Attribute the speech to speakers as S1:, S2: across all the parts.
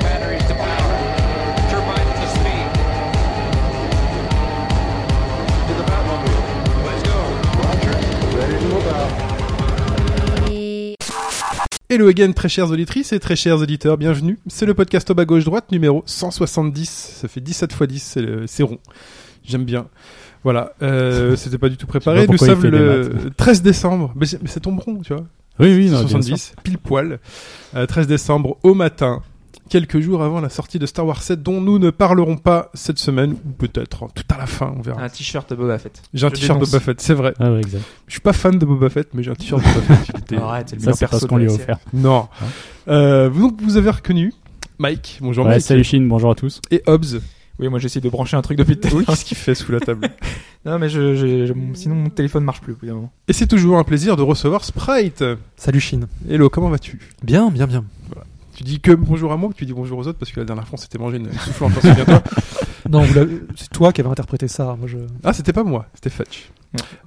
S1: batteries to power. Turbines to speed. To the Batmobile. Let's go.
S2: Hello again, très chères auditrices et très chers auditeurs, bienvenue. C'est le podcast au bas gauche droite numéro 170. Ça fait 17 fois 10, c'est le- c'est rond. J'aime bien. Voilà, euh, c'était pas du tout
S3: Je
S2: préparé.
S3: sais pas
S2: Nous
S3: pourquoi il
S2: sommes
S3: fait
S2: le
S3: des
S2: 13 décembre. Mais c'est mais ça tombe rond, tu vois.
S3: Oui, oui, non, bien sûr.
S2: 70, pile poil. Euh, 13 décembre au matin, quelques jours avant la sortie de Star Wars 7, dont nous ne parlerons pas cette semaine, ou peut-être tout à la fin, on verra.
S4: Un t-shirt Boba Fett.
S2: J'ai un
S4: Ah, je
S2: t-shirt de
S4: dénonce.
S2: Boba Fett, c'est vrai.
S3: Ah ouais, exact.
S2: Je suis pas fan de Boba Fett, mais j'ai un t-shirt de Boba Fett. il était-
S4: Arrête, c'est le
S3: Ça,
S4: meilleur
S3: c'est parce
S4: perso
S3: qu'on
S4: de
S3: lui a
S4: la série.
S3: offert.
S2: Non. Euh, donc vous avez reconnu Mike, bonjour
S3: Ouais,
S2: Mike,
S3: salut Chine, bonjour à tous.
S2: et Hobbs.
S4: Oui, moi j'essaie de brancher un truc depuis tout à l'heure.
S2: Qu'est-ce qu'il fait sous la table
S4: Non, mais je, je- je- sinon mon téléphone marche plus au bout d'un moment.
S2: Et c'est toujours un plaisir de recevoir Sprite.
S5: Salut Chine.
S2: Hello, comment vas-tu
S5: Bien, bien, bien.
S2: Tu dis que bonjour à moi ou tu dis bonjour aux autres parce que la dernière fois on s'était mangé une souffle encore, souviens-toi.
S5: Non, vous l'avez- c'est toi qui avais interprété ça. Moi, je...
S2: Ah, c'était pas moi, c'était Fetch.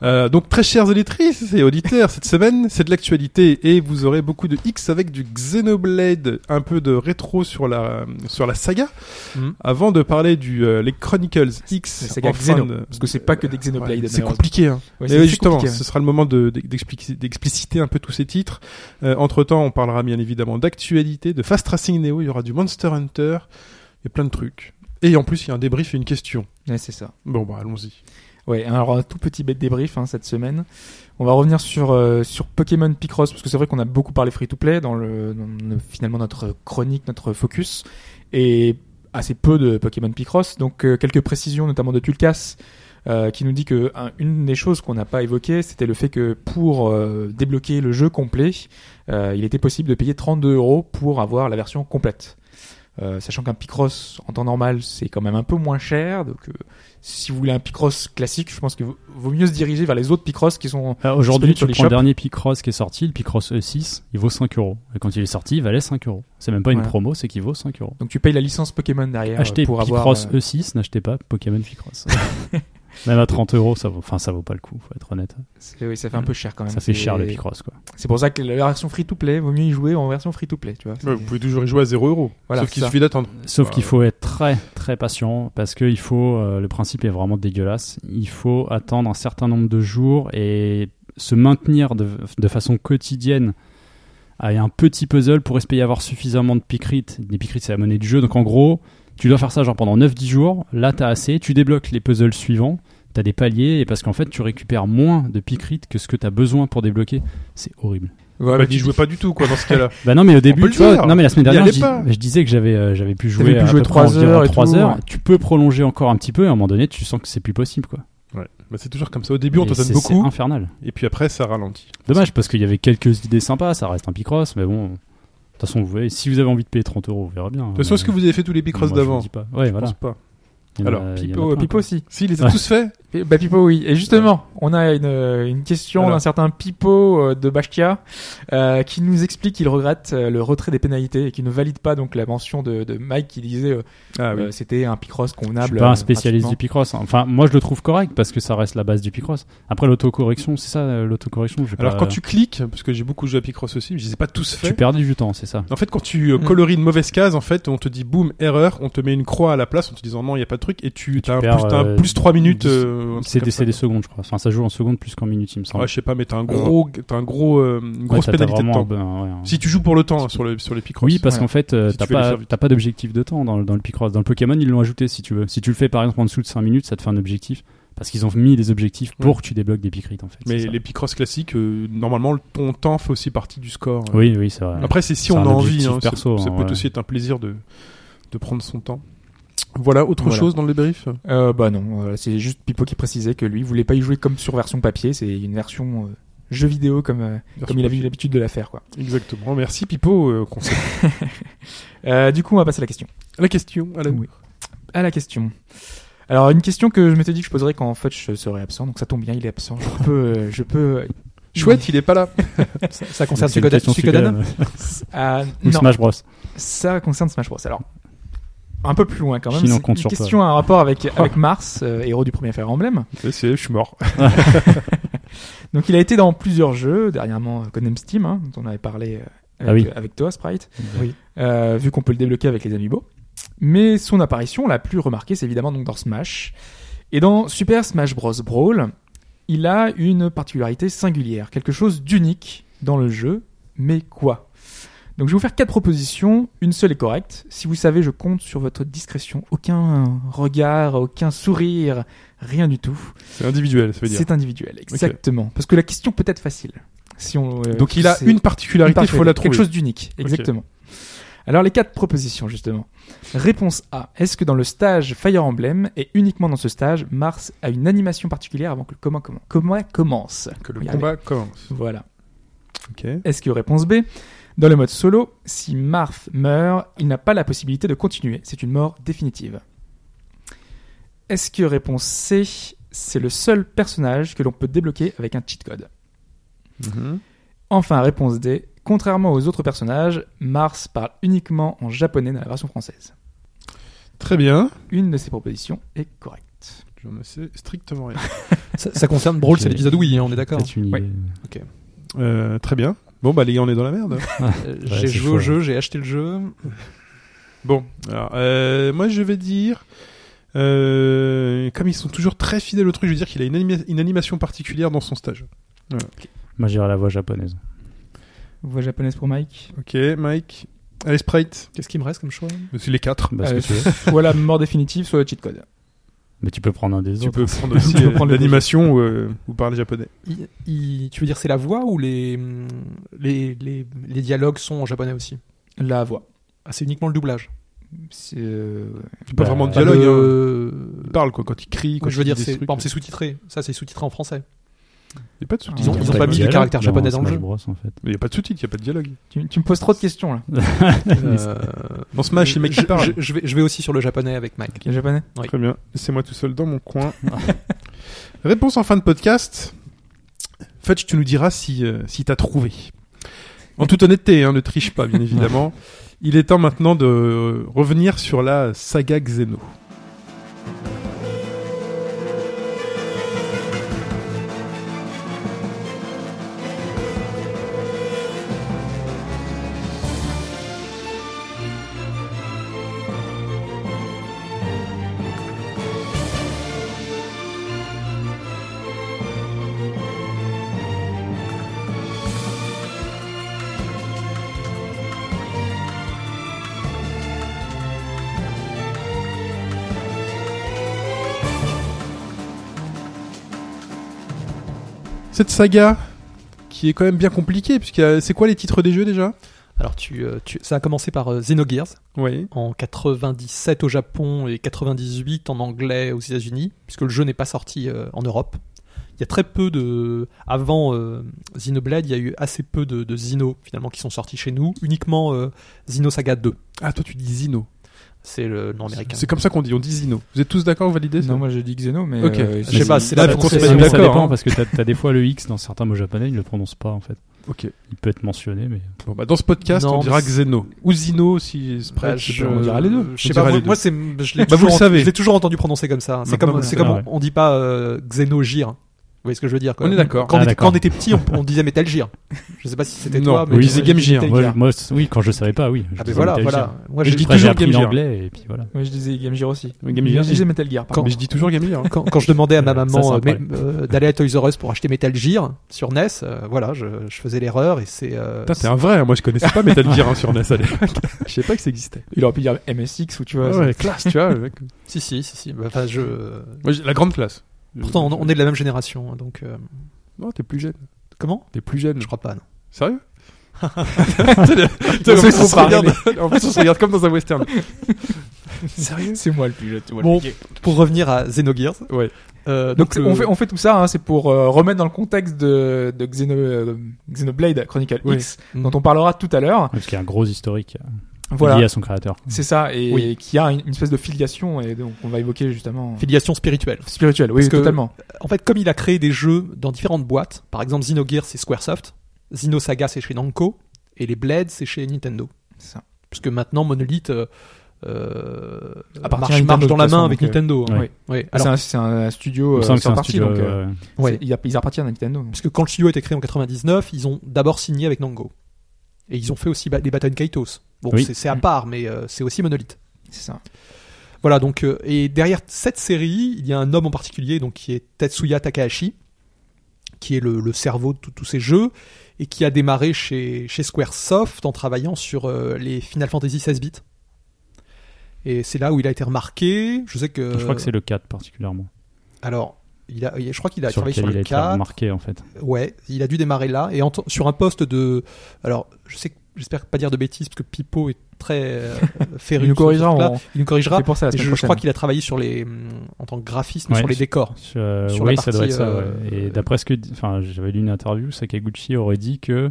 S2: Euh, donc très chères auditrices et auditeurs, cette semaine c'est de l'actualité et vous aurez beaucoup de X avec du Xenoblade, un peu de rétro sur la sur la saga.
S5: Mhm.
S2: Avant de parler du euh, les Chronicles X,
S4: Mm. La saga
S2: en fin
S4: Xeno,
S2: de-
S4: parce que c'est pas que des Xenoblade,
S2: Ouais, c'est
S4: malheureusement.
S2: compliqué. Hein.
S4: Ouais,
S2: Mais
S4: c'est-
S2: oui,
S4: c'est
S2: justement,
S4: compliqué,
S2: ce sera le moment de- d'expliquer- d'expliciter un peu tous ces titres. entre temps, on parlera bien évidemment d'actualité, de Fast Racing Neo, il y aura du Monster Hunter, et plein de trucs. Et en plus, il y a un débrief et une question.
S4: ouais. Ouais, c'est ça.
S2: Bon, bah allons-y.
S4: Ouais, alors un tout petit bête débrief hein, cette semaine. On va revenir sur, euh, sur Pokémon Picross, parce que c'est vrai qu'on a beaucoup parlé free-to-play dans, le, dans le- finalement notre chronique, notre focus, et assez peu de Pokémon Picross. Donc euh, quelques précisions, notamment de Tulkas, euh, qui nous dit que un- une des choses qu'on n'a pas évoquées, c'était le fait que pour euh, débloquer le jeu complet, euh, il était possible de payer 32 euros pour avoir la version complète. Euh, sachant qu'un Picross en temps normal c'est quand même un peu moins cher, donc euh, si vous voulez un Picross classique, je pense qu'il vaut- vaut mieux se diriger vers les autres Picross qui sont
S3: Alors, Ah, Aujourd'hui,
S4: Disponible sur
S3: tu prends
S4: l'eShop.
S3: le dernier Picross qui est sorti, le Picross E6, il vaut 5 euros. Et quand il est sorti, il valait 5 euros. C'est même pas une
S4: Voilà.
S3: promo, c'est qu'il vaut 5 euros.
S4: Donc tu payes la licence Pokémon derrière euh,
S3: Achetez
S4: pour avoir.
S3: Picross
S4: euh,
S3: E6, n'achetez pas Pokémon Picross. même à 30 euros, ça vaut, enfin, ça vaut pas le coup, faut être honnête.
S4: c'est- oui, ça fait un peu cher quand même.
S3: euh, Ça fait
S4: C'est-
S3: cher le Picross, quoi.
S4: C'est pour ça que la version free to play, vaut mieux y jouer en version free to play, tu vois.
S2: Ouais, vous pouvez toujours y jouer à 0 euros.
S4: Voilà,
S2: Sauf qu'il
S4: c'est
S2: suffit d'attendre.
S3: Sauf
S2: Bah,
S3: qu'il faut être très très patient parce que il faut euh, le principe est vraiment dégueulasse. Il faut attendre un certain nombre de jours et se maintenir de, de façon quotidienne à un petit puzzle pour espérer avoir suffisamment de picrites. Les picrites c'est la monnaie du jeu. Donc en gros, tu dois faire ça genre pendant 9 10 jours. Là, tu as assez, tu débloques les puzzles suivants, tu as des paliers et parce qu'en fait, tu récupères moins de picrites que ce que tu as besoin pour débloquer. C'est horrible.
S4: Ouais, euh,
S2: Bah,
S4: mais
S2: n'y
S4: tu-
S2: jouez pas du tout, quoi, dans ce cas-là.
S3: Bah non, mais au
S2: peut
S3: début,
S2: le
S3: tu vois,
S2: dire.
S3: non, mais la semaine
S2: Y
S3: dernière,
S2: allez
S3: je, dis-
S2: pas.
S3: je disais que j'avais euh, j'avais pu
S4: pu
S3: jouer, à
S4: jouer
S3: peu près
S4: trois
S3: environ
S4: heures et
S3: trois
S4: tout,
S3: heures.
S4: ouais.
S3: Tu peux prolonger encore un petit peu, et à un moment donné, tu sens que c'est plus possible, quoi.
S2: Ouais. Bah, c'est toujours comme ça. Au début, on
S3: Et
S2: te donne
S3: c'est- C'est
S2: beaucoup,
S3: infernal.
S2: et puis après, ça ralentit.
S3: Dommage, parce qu'il y avait quelques idées sympas, ça reste un Picross, mais bon. De toute façon, vous voyez, si vous avez envie de payer 30 euros, on verra bien. hein,
S2: De toute façon, est-ce que vous avez fait tous les Bicross d'avant
S3: Je vous dis pas. Ouais,
S2: Je
S3: voilà.
S2: pense pas.
S3: Il y en a-
S2: Alors,
S3: il y en a
S4: Pipo,
S3: plein,
S4: Pipo
S3: quoi.
S4: aussi.
S2: Si, il les a
S3: Ouais.
S2: tous faits.
S4: Et- Bah Pipo oui. Et justement, on a une, euh, une question
S2: Alors.
S4: d'un certain Pipo euh, de Bastia euh, qui nous explique qu'il regrette euh, le retrait des pénalités et qu'il ne valide pas donc la mention de, de Mike qui disait euh,
S2: Ah oui.
S4: euh, c'était un Picross
S3: Je
S4: convenable.
S3: suis pas
S4: euh,
S3: un spécialiste du
S4: gratuitement.
S3: Picross. hein. Enfin, moi, je le trouve correct parce que ça reste la base du Picross. Après, l'autocorrection, c'est ça, euh, l'autocorrection. je vais
S2: Alors
S3: pas-
S2: quand tu cliques, parce que j'ai beaucoup joué à Picross aussi, mais je les ai pas tous
S3: tu
S2: faits.
S3: perds du temps, c'est ça.
S2: En fait, quand tu euh,
S4: Mm.
S2: coloris une mauvaise case, en fait, on te dit boum, erreur, on te met une croix à la place en te disant non, il n'y a pas de truc, et tu, t'as un,
S3: perds,
S2: plus, t'as un
S3: euh,
S2: plus 3 minutes.
S3: dix-
S2: euh, un truc
S3: C'est
S2: comme
S3: des,
S2: ça,
S3: c'est des
S2: quoi.
S3: secondes, je crois. Enfin, ça joue en secondes plus qu'en minutes, il me semble.
S2: Ouais, je sais pas, mais t'as un gros, t'as un gros, euh, une grosse
S3: Ouais, t'as- t'as
S2: pénalité de
S3: vraiment
S2: temps.
S3: un- ouais, un-
S2: Si tu joues pour le temps hein, sur, le, sur les Picross.
S3: Oui, parce
S4: Voilà.
S3: qu'en fait, euh,
S2: Si
S3: t'as
S2: tu veux les
S3: pas,
S2: faire vite.
S3: t'as pas d'objectif de temps dans, le- dans le Picross. Dans le Pokémon, ils l'ont ajouté si tu veux. Si tu le fais par exemple en dessous de 5 minutes, ça te fait un objectif. Parce qu'ils ont mis des objectifs pour que tu débloques des Picrites en fait.
S2: mais
S3: c'est ça.
S2: les Picross classiques, euh, normalement, le- ton temps fait aussi partie du score. euh,
S3: Oui, oui, c'est vrai.
S2: Après, c'est si
S3: C'est
S2: on
S3: un
S2: a envie.
S3: objectif
S2: hein, ça-
S3: perso,
S2: ça,
S3: hein,
S2: peut
S3: ouais.
S2: aussi être un plaisir de, de prendre son temps. Voilà, autre
S4: Voilà.
S2: chose dans le débrief
S4: Euh, bah non, euh, c'est juste Pipo qui précisait que lui voulait pas y jouer comme sur version papier, c'est une version euh, jeu vidéo comme euh, comme il a eu l'habitude de la faire quoi.
S2: Exactement, merci Pipo. euh, qu'on sait.
S4: Euh, du coup, on va passer à la question.
S2: la question, à la...
S4: Oui. à la question. Alors une question que je m'étais dit que je poserais quand Fudge serait absent, donc ça tombe bien, il est absent. Je peux, euh, je peux.
S2: Chouette, il est pas là.
S5: Ça, ça
S3: C'est
S5: concerne
S3: une
S5: Suikoden
S3: question euh,
S5: Suikoden
S3: Suikoden,
S4: Ah,
S3: Ou
S4: non,
S3: Smash Bros.
S4: ça concerne Smash Bros. Alors un peu plus loin quand même.
S3: Chine, on
S4: C'est
S3: compte
S4: une
S3: sur toi.
S4: question à un rapport avec, avec Mars, euh, héros du premier Fire Emblem.
S2: C'est- c'est- Je suis mort.
S4: Donc il a été dans plusieurs jeux, dernièrement euh, Codename Steam, hein, dont on avait parlé euh,
S3: Ah
S4: avec,
S3: oui.
S4: avec toi, Sprite,
S5: Oui.
S4: Euh, vu qu'on peut le débloquer avec les amiibo. Mais son apparition la plus remarquée, c'est évidemment donc dans Smash. Et dans Super Smash Bros. Brawl, il a une particularité singulière, quelque chose d'unique dans le jeu, mais quoi donc je vais vous faire quatre propositions, une seule est correcte. Si vous savez, je compte sur votre discrétion. Aucun regard, aucun sourire, rien du tout.
S2: C'est individuel, ça veut dire.
S4: C'est individuel, exactement. Parce que la question peut être facile. Si on, euh,
S2: Donc il a
S4: c'est
S2: une particularité, il faut la trouver.
S4: Quelque chose d'unique, exactement. Alors les quatre propositions, justement. Réponse A. Est-ce que dans le stage Fire Emblem, et uniquement dans ce stage, Mars a une animation particulière avant que le comment, comment, comment commence
S2: Que
S4: On
S2: le
S4: y
S2: combat commence.
S4: arrive. Voilà.
S2: Ok.
S4: Est-ce que réponse B Dans le mode solo, si Marth meurt, il n'a pas la possibilité de continuer. C'est une mort définitive. Est-ce que réponse C C'est le seul personnage que l'on peut débloquer avec un cheat code. Enfin, réponse D Contrairement aux autres personnages, Mars parle uniquement en japonais dans la version française.
S2: Très bien.
S4: Une de ces propositions est correcte.
S2: Je ne sais strictement rien.
S5: Ça, ça concerne Brawl, c'est
S3: Ok.
S5: les bisadouilles, hein, on est d'accord.
S3: C'est une
S4: Oui.
S3: idée.
S2: Euh, très bien. Bon, bah les gars, on est dans la merde.
S5: Euh,
S3: Ouais,
S5: J'ai
S3: c'est
S5: joué
S3: chaud,
S5: au jeu, j'ai acheté le jeu.
S2: Bon, alors, euh, moi je vais dire, euh, comme ils sont toujours très fidèles au truc, je vais dire qu'il a une, anima- une animation particulière dans son stage.
S3: Moi, j'irai la voix japonaise.
S4: Voix japonaise pour Mike
S2: Ok, Mike, allez Sprite,
S5: Qu'est-ce qu'il me reste comme choix
S2: c'est les quatre.
S3: Bah, ce que
S4: Euh,
S3: tu veux.
S4: Soit la mort définitive, soit le cheat code.
S3: Mais tu peux prendre un des
S2: Tu
S3: autres.
S2: peux prendre aussi
S4: Tu peux
S2: euh,
S4: prendre les
S2: l'animation ou, euh, ou parler japonais.
S5: Il- il- Tu veux dire c'est la voix ou les, hum, les, les, les dialogues sont en japonais aussi
S4: La voix.
S5: ah, C'est uniquement le doublage.
S4: C'est, euh,
S2: Pas
S3: Bah,
S2: vraiment de
S3: pas
S2: dialogue. hein.
S5: Euh,
S2: Il parle quoi, quand il crie, quand
S5: je veux
S2: il
S5: dire,
S2: dit des
S5: c'est
S2: trucs.
S5: par exemple, c'est sous-titré. Ça, c'est sous-titré en français.
S2: Il n'y a pas de sous-titres.
S4: Ils ont- ils ont
S3: de
S4: pas mis de
S3: dialogue
S5: caractère japonais dans le
S3: Smash
S5: jeu.
S3: Bros, en fait.
S2: Mais Il n'y a pas de sous-titres, il n'y a pas de dialogue.
S4: tu, tu me poses trop de questions là.
S5: Euh,
S2: Dans Smash, les mecs
S5: je,
S2: qui parlent.
S5: je- je vais, je vais aussi sur le japonais avec Mike.
S4: Les japonais
S5: Oui.
S2: Très bien. C'est moi tout seul dans mon coin. Réponse en fin de podcast. Fetch, tu nous diras si, euh, si t'as trouvé. En toute honnêteté, hein, ne triche pas, bien évidemment. Il est temps maintenant de euh, revenir sur la saga Xeno. Cette saga, qui est quand même bien compliquée, puisque c'est quoi les titres des jeux déjà
S5: Alors, tu, euh, tu- ça a commencé par euh, Xenogears
S2: Oui.
S5: en 97 au Japon et 98 en anglais aux États-Unis, puisque le jeu n'est pas sorti euh, en Europe. Il y a très peu de. Avant euh, Xenoblade, il y a eu assez peu de, de Xeno finalement qui sont sortis chez nous, uniquement euh, Xeno Saga 2.
S2: Ah, toi tu dis Zino.
S5: C'est le nom américain.
S2: C'est comme ça qu'on dit, on dit Zino. Vous êtes tous d'accord, vous validez ça
S4: Non, moi je dis Xeno, mais.
S2: Ok.
S4: euh,
S5: Je sais pas, c'est
S2: Là,
S5: la
S2: vous comptez pas
S3: Ah,
S5: prononciation.
S3: mais ça
S2: d'accord,
S3: dépend
S2: hein.
S3: parce que t'as as des fois le X dans certains mots japonais, ils le prononcent pas en fait.
S2: Ok.
S3: Il peut être mentionné, mais
S2: Bon, bah, dans ce podcast,
S5: Non,
S2: on dira
S5: mais c'est-
S2: Xeno. Ou Zino, si Sprite,
S5: Bah, je-
S2: on dira les deux. On
S5: Je sais pas,
S2: dira
S5: moi,
S2: les
S5: moi,
S2: deux.
S5: c'est, je l'ai
S2: Bah, vous
S5: toujours,
S2: le
S5: ent-
S2: savez. Bah,
S5: je l'ai toujours entendu prononcer comme ça. C'est
S2: Maintenant,
S5: comme,
S2: vous
S5: c'est
S3: le
S5: comme
S3: savez.
S5: on, on dit pas euh, Xenogear. Vous voyez ce que je veux dire quoi.
S2: On est d'accord.
S5: Quand,
S3: Ah,
S5: on était,
S3: d'accord.
S5: quand on était petit, on, on disait Metal Gear. Je sais pas si c'était
S2: Non,
S5: toi, mais
S3: oui,
S5: tu-
S3: c'est
S5: je
S2: Game
S5: disais
S2: Gear.
S5: Metal
S3: Ah, Moi, moi, c- oui, quand je savais pas, oui.
S5: Ah,
S3: Je
S5: ben voilà,
S3: disais Metal
S5: voilà.
S3: Gear.
S5: Moi,
S2: Je
S5: j'ai-
S2: dis
S3: Après, j'ai
S2: toujours
S3: appris
S2: Game Gear.
S3: l'anglais et puis voilà.
S4: Moi je disais Game Gear aussi.
S2: Game
S4: Mais
S2: Gear.
S4: Je disais Metal Gear,
S5: Quand-
S4: pardon.
S2: Mais je dis toujours Game Gear. hein.
S5: quand, quand je demandais à ma
S3: Ça,
S5: maman
S3: c'est
S5: euh,
S3: un problème.
S5: mais, euh, d'aller à Toys R Us pour acheter Metal Gear sur NES, euh, voilà, je, je faisais l'erreur et c'est. euh,
S2: Putain,
S5: c'est-
S2: t'es un vrai, hein. moi je connaissais pas Metal Gear hein, sur NES à l'époque. Je sais pas que ça existait.
S4: Il aurait pu dire MSX ou tu vois.
S2: Ah
S4: ça-
S2: ouais, classe, tu vois. le mec.
S5: Si si si si. Bah, Enfin, je.
S2: Moi, j'ai la grande classe.
S5: Pourtant, on, on est de la même génération, hein, donc euh,
S2: Non, t'es plus jeune.
S5: comment
S2: T'es plus jeune.
S5: Je crois pas. Non.
S2: Sérieux Putain, en
S4: se
S2: plus, on se
S4: compare.
S2: regarde- En plus, on se regarde comme dans un western. Sérieux
S4: C'est moi le plus jeune, tu vois.
S5: Bon, pour revenir à Xenogears.
S2: Ouais.
S5: euh,
S4: Donc,
S5: le-
S4: on, fait, on fait tout ça, hein, c'est pour euh, remettre dans le contexte de, de Xeno, euh, Xenoblade Chronicle
S2: Oui.
S4: X, dont on parlera tout à l'heure.
S3: Parce qu'il y a un gros historique euh, lié
S4: Voilà,
S3: à son créateur.
S4: c'est ça, et
S5: Oui.
S4: qui a une, une espèce de filiation, et donc on va évoquer justement.
S5: filiation spirituelle.
S4: Spirituelle, oui,
S5: Parce que-
S4: totalement.
S5: En fait, comme il a créé des jeux dans différentes boîtes, par exemple Xenogears c'est Squaresoft, Xenosaga c'est chez Namco et les Blades c'est chez Nintendo.
S4: C'est ça.
S5: Puisque maintenant Monolith euh, euh,
S4: À partir
S5: marche,
S4: de Nintendo,
S5: marche dans
S4: de
S5: la
S4: toute
S5: main
S4: façon,
S5: avec
S4: donc,
S5: Nintendo.
S3: euh,
S5: hein.
S3: ouais.
S5: Ouais. Ouais.
S4: C'est
S5: Alors,
S4: un, c'est un studio
S3: Il me
S4: euh,
S3: semble que c'est
S4: sur
S3: un
S4: partie,
S3: studio.
S4: donc euh,
S3: ouais.
S5: ouais.
S4: c'est- ils, ils appartiennent à Nintendo.
S5: Parce que quand le studio a été créé en 99, ils ont d'abord signé avec Nango. Et ils ont fait aussi ba- les Baton Kaitos. Bon,
S3: Oui.
S5: c'est- c'est à
S4: Mm.
S5: part, mais euh, c'est aussi Monolith.
S4: C'est ça.
S5: Voilà, donc, euh, et derrière cette série, il y a un homme en particulier, donc, qui est Tetsuya Takahashi, qui est le, le cerveau de tout- tous ces jeux, et qui a démarré chez, chez Squaresoft en travaillant sur euh, les Final Fantasy 16 bits. Et c'est là où il a été remarqué. Je sais que.
S3: Je crois que c'est le 4 particulièrement.
S5: Alors, il a, je crois qu'il a
S3: sur
S5: travaillé
S3: lequel
S5: sur
S3: il a
S5: le
S3: été
S5: 4.
S3: remarqué en fait.
S5: Ouais, il a dû démarrer là et en t- sur un poste de. Alors, je sais, que- j'espère pas dire de bêtises parce que Pipo est très euh, féru
S4: Il nous
S5: de ce
S4: corrigera.
S5: truc-là.
S4: on-
S5: Il nous corrigera.
S4: C'est pour ça la
S5: Et
S4: semaine
S5: je, je
S4: prochaine.
S5: crois qu'il a travaillé sur les, hum, en tant que graphiste
S3: Ouais.
S5: sur les décors.
S3: Sur, euh,
S5: Sur la
S3: oui, ça doit être ça.
S5: partie,
S3: ouais.
S5: euh,
S3: Et d'après ce que, dit- enfin, j'avais lu une interview, Sakaguchi aurait dit que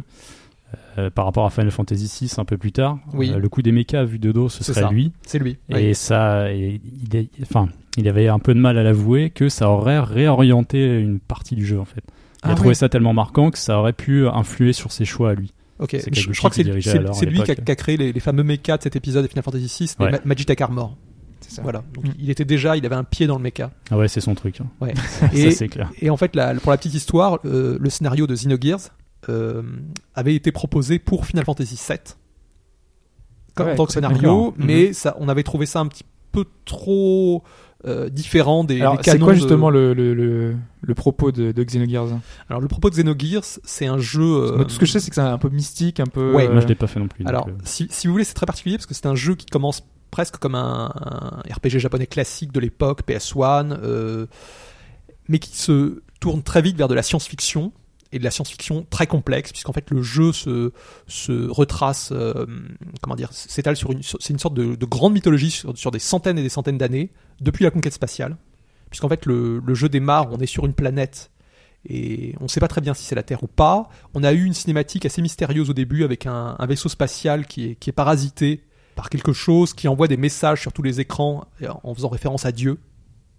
S3: euh, par rapport à Final Fantasy VI un peu plus tard,
S5: Oui.
S3: euh, le coup des mechas vu de dos, ce
S5: C'est
S3: serait
S5: ça.
S3: lui.
S5: C'est lui.
S3: Et ça, et il, est- enfin, il avait un peu de mal à l'avouer que ça aurait réorienté une partie du jeu en fait. Il
S5: Ah
S3: a trouvé
S5: oui.
S3: ça tellement marquant que ça aurait pu influer sur ses choix à lui.
S5: Ok.
S3: c'est
S5: Je,
S3: Kaguchi
S5: je crois que
S3: qui
S5: c'est
S3: dirigeait
S5: c'est-
S3: alors à
S5: c'est lui qui a,
S3: l'époque.
S5: qui a créé les, les fameux mechas de cet épisode de Final Fantasy VI, les
S3: Ouais.
S5: Ma- Magitek Armor.
S4: C'est ça.
S5: Voilà. Donc,
S4: Mm.
S5: Il était déjà, il avait un pied dans le mecha.
S3: Ah ouais, c'est son truc. hein.
S5: Ouais.
S3: ça c'est clair.
S5: Et en fait, la- pour la petite histoire, euh, le scénario de Xenogears euh, avait été proposé pour Final Fantasy VII comme
S4: Ouais, Mhm.
S5: en tant que
S3: d'accord.
S5: scénario, mais ça, on avait trouvé ça un petit peu trop euh, différent des,
S4: Alors,
S5: des
S4: c'est
S5: canons
S4: quoi
S5: de-
S4: justement le, le, le, le propos de, de Xenogears
S5: Alors le propos de Xenogears, c'est un jeu. euh,
S4: Moi, Tout ce que je sais, c'est que c'est un peu mystique, un peu.
S5: Ouais.
S4: euh,
S3: Moi je l'ai pas fait non plus. donc,
S5: alors
S3: euh,
S5: si, si vous voulez, c'est très particulier parce que c'est un jeu qui commence presque comme un, un RPG japonais classique de l'époque, PS1, euh, mais qui se tourne très vite vers de la science-fiction et de la science-fiction très complexe puisqu'en fait le jeu se, se retrace, euh, comment dire, s'étale sur une, sur- c'est une sorte de, de grande mythologie sur, sur des centaines et des centaines d'années depuis la conquête spatiale, puisqu'en fait le, le jeu démarre, on est sur une planète. Et on ne sait pas très bien si c'est la Terre ou pas. On a eu une cinématique assez mystérieuse au début avec un, un vaisseau spatial qui est, qui est parasité par quelque chose qui envoie des messages sur tous les écrans euh, en faisant référence à Dieu.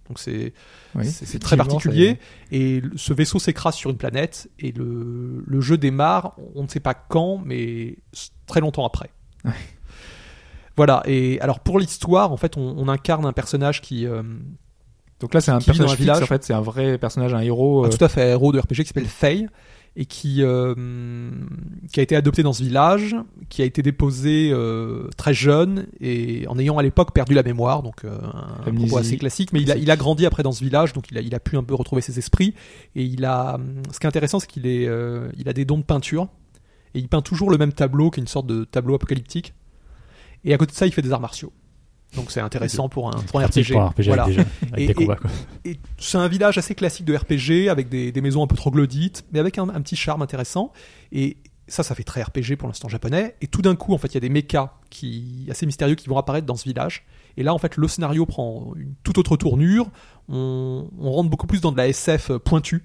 S5: Donc c'est
S4: oui,
S5: c'est- c'est très
S4: effectivement,
S5: particulier. Et le- ce vaisseau s'écrase sur une planète et le, le jeu démarre, on ne sait pas quand, mais s- très longtemps après.
S4: Ouais.
S5: Voilà, et alors pour l'histoire, en fait, on, on incarne un personnage qui... euh,
S4: c'est- Donc là, c'est un
S5: Qui vit dans Ah,
S4: personnage
S5: un
S4: village.
S5: village.
S4: en fait, c'est un vrai personnage, un héros.
S5: un
S4: euh,
S5: tout à fait un héros de RPG qui s'appelle Faye et qui, euh, qui a été adopté dans ce village, qui a été déposé euh, très jeune et en ayant à l'époque perdu la mémoire, donc euh, un
S4: Amnésie.
S5: propos assez classique, mais il a, il a grandi après dans ce village, donc il a, il a pu un peu retrouver ses esprits et il a, ce qui est intéressant c'est qu'il est, euh, il a des dons de peinture et il peint toujours le même tableau qui est une sorte de tableau apocalyptique et à côté de ça il fait des arts martiaux. Donc c'est intéressant pour un, pour un
S3: pratique
S5: RPG.
S3: pour un RPG
S5: Voilà.
S3: avec, des, jeux, avec
S5: Et-
S3: des
S5: et-
S3: combats. quoi.
S5: Et c'est un village assez classique de RPG avec des, des maisons un peu troglodytes, mais avec un, un petit charme intéressant. Et ça, ça fait très RPG pour l'instant japonais. Et tout d'un coup, en fait, il y a des mechas qui, assez mystérieux qui vont apparaître dans ce village. Et là, en fait, le scénario prend une toute autre tournure. On, on rentre beaucoup plus dans de la SF pointue.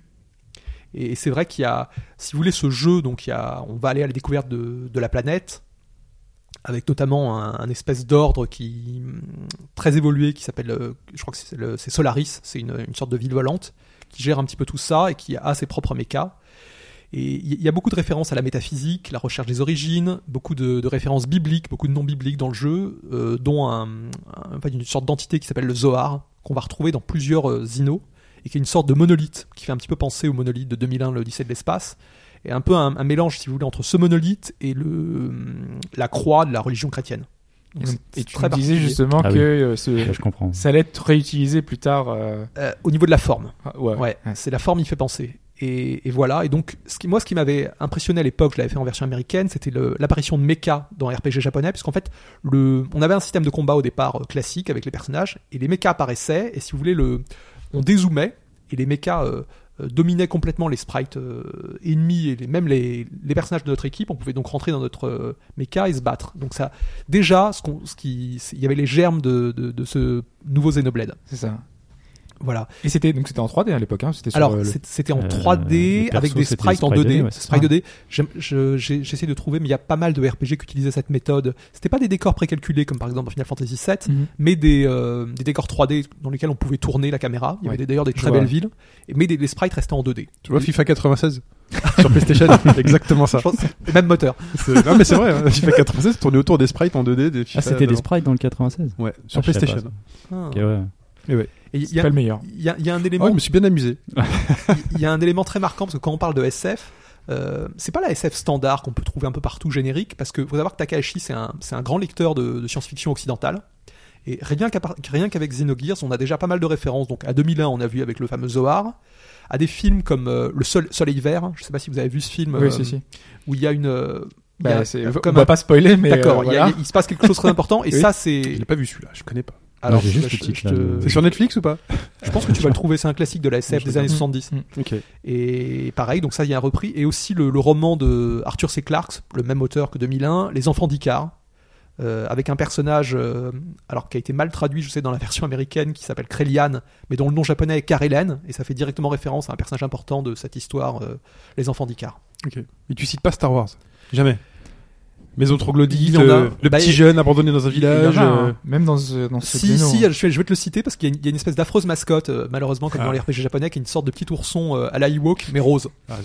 S5: Et c'est vrai qu'il y a, si vous voulez, ce jeu, donc il y a, on va aller à la découverte de, de la planète, avec notamment un, un espèce d'ordre qui très évolué qui s'appelle, euh, je crois que c'est le- c'est Solaris, c'est une, une sorte de ville volante qui gère un petit peu tout ça et qui a ses propres mechas. Et il y- il y a beaucoup de références à la métaphysique, la recherche des origines, beaucoup de, de références bibliques, beaucoup de non bibliques dans le jeu, euh, dont un, un- en fait, une sorte d'entité qui s'appelle le Zohar, qu'on va retrouver dans plusieurs euh, Xynos, et qui est une sorte de monolithe, qui fait un petit peu penser au monolithe de 2001, l'Odyssée de l'espace, et un peu un, un mélange, si vous voulez, entre ce monolithe et le, la croix de la religion chrétienne. Donc, c'est-
S4: Et
S5: c'est
S4: tu
S5: très
S4: me disais
S5: particulier.
S4: justement
S3: Ah
S4: que
S3: oui.
S4: euh, ce-
S3: Ouais, je comprends.
S4: ça allait être réutilisé plus tard. euh,
S5: Euh, au niveau de la forme.
S4: ah, Ouais.
S5: Ouais, c'est la forme, il fait penser. Et, et voilà. Et donc, ce qui, moi, ce qui m'avait impressionné à l'époque, je l'avais fait en version américaine, c'était le- l'apparition de mecha dans RPG japonais, puisqu'en fait, le, on avait un système de combat au départ euh, classique avec les personnages, et les mechas apparaissaient, et si vous voulez, le, on dézoomait, et les mechas euh, euh, dominaient complètement les sprites euh, ennemis, et les- même les, les personnages de notre équipe, on pouvait donc rentrer dans notre euh, mecha et se battre. Donc ça, déjà, ce qu'on- ce qui, il y avait les germes de, de- de ce nouveau Xenoblade.
S4: C'est ça.
S5: Voilà.
S4: Et c'était donc c'était en 3D à l'époque. Hein, c'était sur
S5: Alors,
S4: euh, le-
S5: c'est- c'était en
S3: Euh,
S5: 3D
S3: les persos,
S5: avec des
S3: c'était
S5: sprites en
S3: sprite
S5: 2D.
S3: 2D, ouais, c'est
S5: sprite
S3: ça.
S5: 2D. J'aime- je- j'ai- J'essaie de trouver, mais il y a pas mal de RPG qui utilisaient cette méthode. C'était pas des décors précalculés comme par exemple dans Final Fantasy VII,
S3: Mm.
S4: Mhm.
S5: mais des, euh, des décors 3D dans lesquels on pouvait tourner la caméra. Il y
S4: Ouais.
S5: avait des- d'ailleurs des
S4: Je
S5: très
S4: vois.
S5: belles villes, et- mais des, les sprites restaient en 2D.
S2: Tu vois FIFA 96 sur PlayStation. Exactement ça.
S5: Je pense- Même moteur.
S2: C'est- Non mais c'est vrai, hein, FIFA 96 tournait autour des sprites en 2D. Des
S3: Ah,
S2: FIFA
S3: c'était des
S2: d'avant.
S3: sprites dans le 96
S2: Ouais, sur
S3: Ah, je savais pas
S2: PlayStation.
S3: Ok, ouais.
S5: Et il y,
S4: C'est
S5: a-
S4: pas le meilleur.
S5: il y a- il y a un
S2: Oh,
S5: élément,
S2: je me suis bien amusé.
S5: il y a un élément très marquant parce que quand on parle de SF, euh, c'est pas la SF standard qu'on peut trouver un peu partout générique parce que faut savoir que Takahashi c'est un, c'est un grand lecteur de, de science-fiction occidentale. Et rien qu'à par- rien qu'avec Xenogears, on a déjà pas mal de références. Donc à 2001, on a vu avec le fameux Zohar, à des films comme euh, Le Sol- Soleil Vert. Je sais pas si vous avez vu ce film euh,
S4: Oui, si, si.
S5: où il y a une euh, il y a
S4: Bah, c'est-
S5: un-
S4: on
S5: comme
S4: va
S5: un-
S4: pas spoiler, mais.
S5: D'accord,
S4: euh,
S5: il y a-
S4: voilà.
S5: il- il se passe quelque chose de très important, et
S4: Oui.
S5: ça,
S2: Je
S5: c'est.
S2: l'ai pas vu celui-là, je connais pas.
S5: Alors,
S3: j'ai
S5: je-
S3: juste
S5: je-
S3: le titre,
S5: je
S3: là,
S5: te-
S3: de-
S2: C'est sur Netflix ou pas
S5: je pense que tu vas le trouver, c'est un classique de la SF
S2: Je
S5: des
S2: regarde.
S5: années 70.
S2: Ok.
S5: Et pareil, donc ça, il y a un repris. Et aussi le, le roman de Arthur C. Clarke, le même auteur que 2001, Les Enfants d'Icare, euh, avec un personnage, euh, alors qui a été mal traduit, je sais, dans la version américaine, qui s'appelle Krellian, mais dont le nom japonais est Karelen, et ça fait directement référence à un personnage important de cette histoire, euh, Les Enfants d'Icare.
S2: Et tu cites pas Star Wars Jamais. Maison
S5: Il
S2: troglodyte,
S5: y en a.
S2: euh, le
S5: Bah,
S2: petit
S5: et-
S2: jeune abandonné dans un
S4: Il y en a
S2: village.
S4: un,
S2: euh,
S4: hein. Même dans ce, dans ce
S5: Si,
S4: piano,
S5: si,
S4: hein.
S5: je vais, je vais te le citer parce qu'il y, a une- il y a une espèce d'affreuse mascotte, euh, malheureusement, comme
S2: Ah.
S5: dans les RPG japonais, qui est une sorte de petit ourson euh, à la Ewok, mais rose,
S2: ah,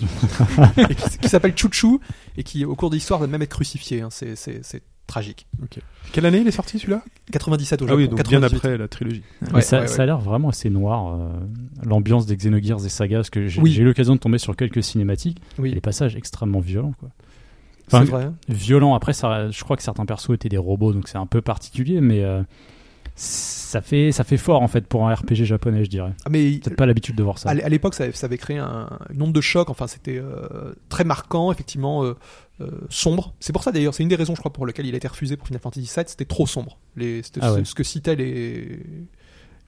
S5: et qui, qui s'appelle Chouchou, et qui, au cours de l'histoire, va même être crucifié. hein. C'est- c'est c'est tragique.
S2: Quelle année il est sorti celui-là
S5: 97 au
S2: Ah
S5: Japon.
S2: oui, donc bien
S5: 98.
S2: après la trilogie.
S3: Mais
S5: Ouais,
S3: ça,
S5: ouais, ouais.
S3: ça a l'air vraiment assez noir, euh, l'ambiance des Xenogears et Saga, parce que j'ai
S5: Oui.
S3: j'ai eu l'occasion de tomber sur quelques cinématiques, et
S5: Oui,
S3: les passages extrêmement violents. Quoi.
S5: c'est
S3: Enfin,
S5: vrai.
S3: violent. Après, ça, je crois que certains persos étaient des robots, donc c'est un peu particulier, mais euh, ça, fait, ça fait fort en fait pour un RPG japonais, je dirais.
S5: Ah, mais
S3: Peut-être pas l'habitude de voir ça.
S5: à l- à l'époque, ça, ça avait créé un, une onde de choc. Enfin, c'était euh, très marquant, effectivement, euh, euh, sombre. C'est pour ça d'ailleurs, c'est une des raisons, je crois, pour lesquelles il a été refusé pour Final Fantasy VII. C'était trop sombre. Les, c'était
S3: Ah
S5: ce-
S3: ouais.
S5: ce que citaient les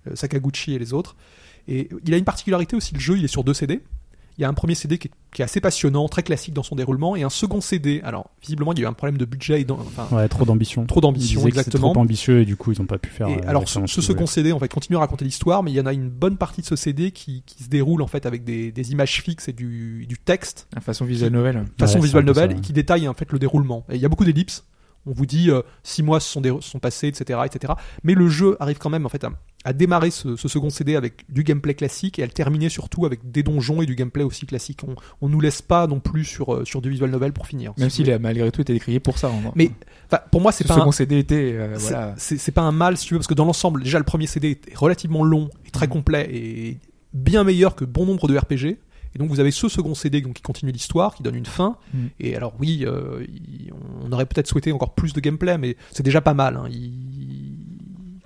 S5: euh, Sakaguchi et les autres. Et il a une particularité aussi. Le jeu, il est sur deux CD. Il y a un premier CD qui est, qui est assez passionnant, très classique dans son déroulement, et un second CD. Alors, visiblement, il y a eu un problème de budget, et d'en- enfin,
S3: Ouais, trop d'ambition.
S5: trop
S3: Ils
S5: d'ambition,
S3: disaient que c'était
S5: exactement.
S3: trop ambitieux et du coup ils ont pas pu faire.
S5: Et
S3: euh,
S5: alors, ce,
S3: l'expérience
S5: ce
S3: qu'ils
S5: second
S3: voulaient.
S5: CD, on va continuer à raconter l'histoire, mais il y en a une bonne partie de ce CD qui, qui se déroule en fait avec des, des images fixes et du, du texte,
S4: La façon visuelle nouvelle.
S5: façon
S3: c'est
S5: visual
S3: un peu ça,
S5: novel,
S3: ouais.
S5: et qui détaille en fait le déroulement. Et il y a beaucoup d'ellipses. On vous dit euh, six mois se sont, dé- se sont passés, etc., etc. Mais le jeu arrive quand même en fait à, à démarrer ce, ce second CD avec du gameplay classique et à le terminer surtout avec des donjons et du gameplay aussi classique. On, on nous laisse pas non plus sur euh, sur du visual novel pour finir.
S4: Même
S5: Si
S4: s'il a malgré tout été décrié pour ça. en vrai.
S5: Mais- vous- enfin, pour moi, c'est
S4: ce
S5: pas un-
S4: second CD était. euh,
S5: c'est-
S4: voilà.
S5: c'est c'est pas un mal si tu veux parce que dans l'ensemble déjà le premier CD est relativement long et très
S4: Mhm.
S5: complet et bien meilleur que bon nombre de RPG et donc vous avez ce second CD donc, qui continue l'histoire qui donne une fin
S4: Mhm.
S5: et alors oui euh, il- on aurait peut-être souhaité encore plus de gameplay mais c'est déjà pas mal hein. Il-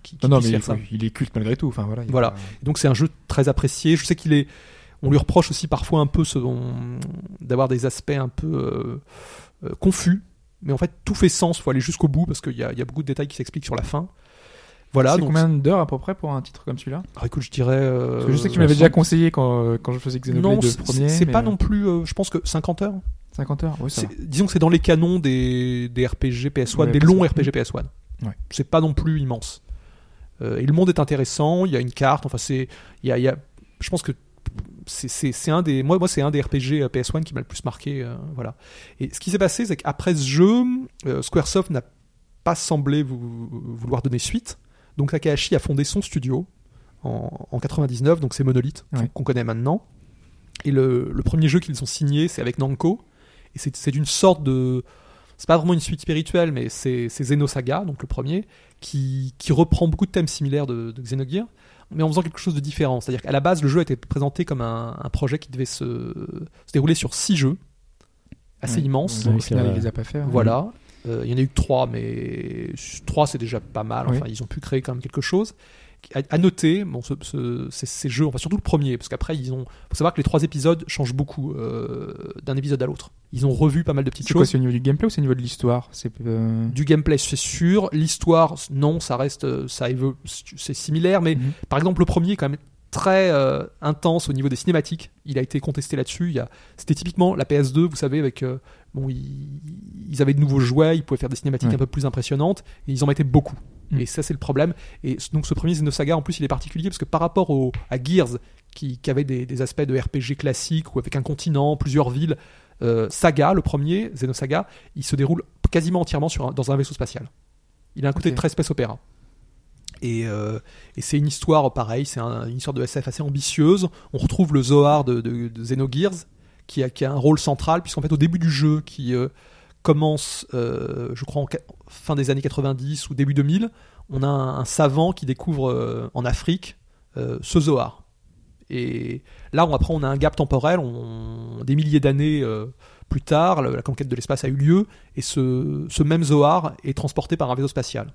S5: qui- qui
S4: Non, non,
S5: puisse
S4: mais
S5: faire
S4: il,
S5: ça.
S4: faut- il est culte malgré tout. Enfin, voilà, il euh, y a
S5: Voilà.
S4: pas-
S5: donc c'est un jeu très apprécié je sais qu'il est on lui reproche aussi parfois un peu ce- on- d'avoir des aspects un peu euh, euh, confus mais en fait tout fait sens faut aller jusqu'au bout parce qu'il y, a- il y a beaucoup de détails qui s'expliquent sur la fin voilà
S4: c'est
S5: donc
S4: combien d'heures à peu près pour un titre comme celui-là
S5: Alors écoute, je dirais. euh,
S4: Parce que je sais que tu m'avais déjà conseillé quand, euh, quand je faisais
S5: Non,
S4: Xenoblade
S5: c'est-
S4: le premier.
S5: c'est
S4: mais,
S5: pas
S4: euh,
S5: non plus. euh, je pense que 50 heures.
S4: 50 heures, oui, ça
S5: C'est-
S4: va.
S5: Disons que c'est dans les canons des, des RPG PS1,
S4: Ouais,
S5: des
S4: parce
S5: longs
S4: que- Mm.
S5: RPG PS1.
S4: Ouais.
S5: C'est pas non plus immense. Euh, et le monde est intéressant. Il y a une carte. Enfin, c'est. Il y a, il y a- je pense que c'est- c'est c'est un des. Moi, moi, c'est un des RPG euh, PS1 qui m'a le plus marqué. euh, voilà. Et ce qui s'est passé, c'est qu'après ce jeu, euh, SquareSoft n'a pas semblé vou- vouloir donner suite. Donc Takahashi a fondé son studio en, en 99, donc c'est Monolith qu'on-
S4: Ouais.
S5: qu'on connaît maintenant. Et le, le premier jeu qu'ils ont signé, c'est avec Namco. Et c'est c'est une sorte de. C'est pas vraiment une suite spirituelle, mais c'est c'est Xenosaga, donc le premier, qui, qui reprend beaucoup de thèmes similaires de, de Xenogears, mais en faisant quelque chose de différent. C'est-à-dire qu'à la base, le jeu était présenté comme un, un projet qui devait se, se dérouler sur six jeux, assez
S4: Ouais.
S5: immense.
S4: Donc,
S3: Oui,
S4: au
S3: c'est
S4: final,
S3: vrai.
S4: il les a pas fait. hein.
S5: Voilà. Euh, il y en a eu que trois, mais trois c'est déjà pas mal. Enfin,
S4: Oui.
S5: ils ont pu créer quand même quelque chose. À, à noter, bon, ce- ce- ces, ces jeux, enfin surtout le premier, parce qu'après ils ont, faut savoir que les trois épisodes changent beaucoup euh, d'un épisode à l'autre. Ils ont revu pas mal de petites
S4: C'est quoi,
S5: choses.
S4: c'est au niveau du gameplay ou c'est au niveau de l'histoire C'est euh,
S5: du gameplay, c'est sûr. L'histoire, non, ça reste, euh, ça évo- c'est similaire, mais
S4: Mhm.
S5: par exemple, le premier est quand même très euh, intense au niveau des cinématiques. Il a été contesté là-dessus. Il y a- C'était typiquement la PS2, vous savez, avec euh, bon, ils, ils avaient de nouveaux jouets, ils pouvaient faire des cinématiques
S4: Ouais.
S5: un peu plus impressionnantes, et ils en mettaient beaucoup.
S4: Mm.
S5: Et ça, c'est le problème. Et c- donc, ce premier Xenosaga, en plus, il est particulier parce que par rapport au, à Gears, qui, qui avait des, des aspects de RPG classique ou avec un continent, plusieurs villes, euh, Saga, le premier Xenosaga, il se déroule quasiment entièrement sur un- dans un vaisseau spatial. Il a un côté
S4: Ok.
S5: très space opéra. Et, euh, et c'est une histoire pareil, c'est un- une histoire de SF assez ambitieuse. On retrouve le Zohar de, de, de Xenogears, qui a, qui a un rôle central, puisqu'en fait, au début du jeu, qui euh, commence, euh, je crois, en qua- fin des années 90 ou début 2000, on a un, un savant qui découvre euh, en Afrique euh, ce Zohar. Et là, on, après, on a un gap temporel, on, des milliers d'années euh, plus tard, la, la conquête de l'espace a eu lieu, et ce, ce même Zohar est transporté par un vaisseau spatial.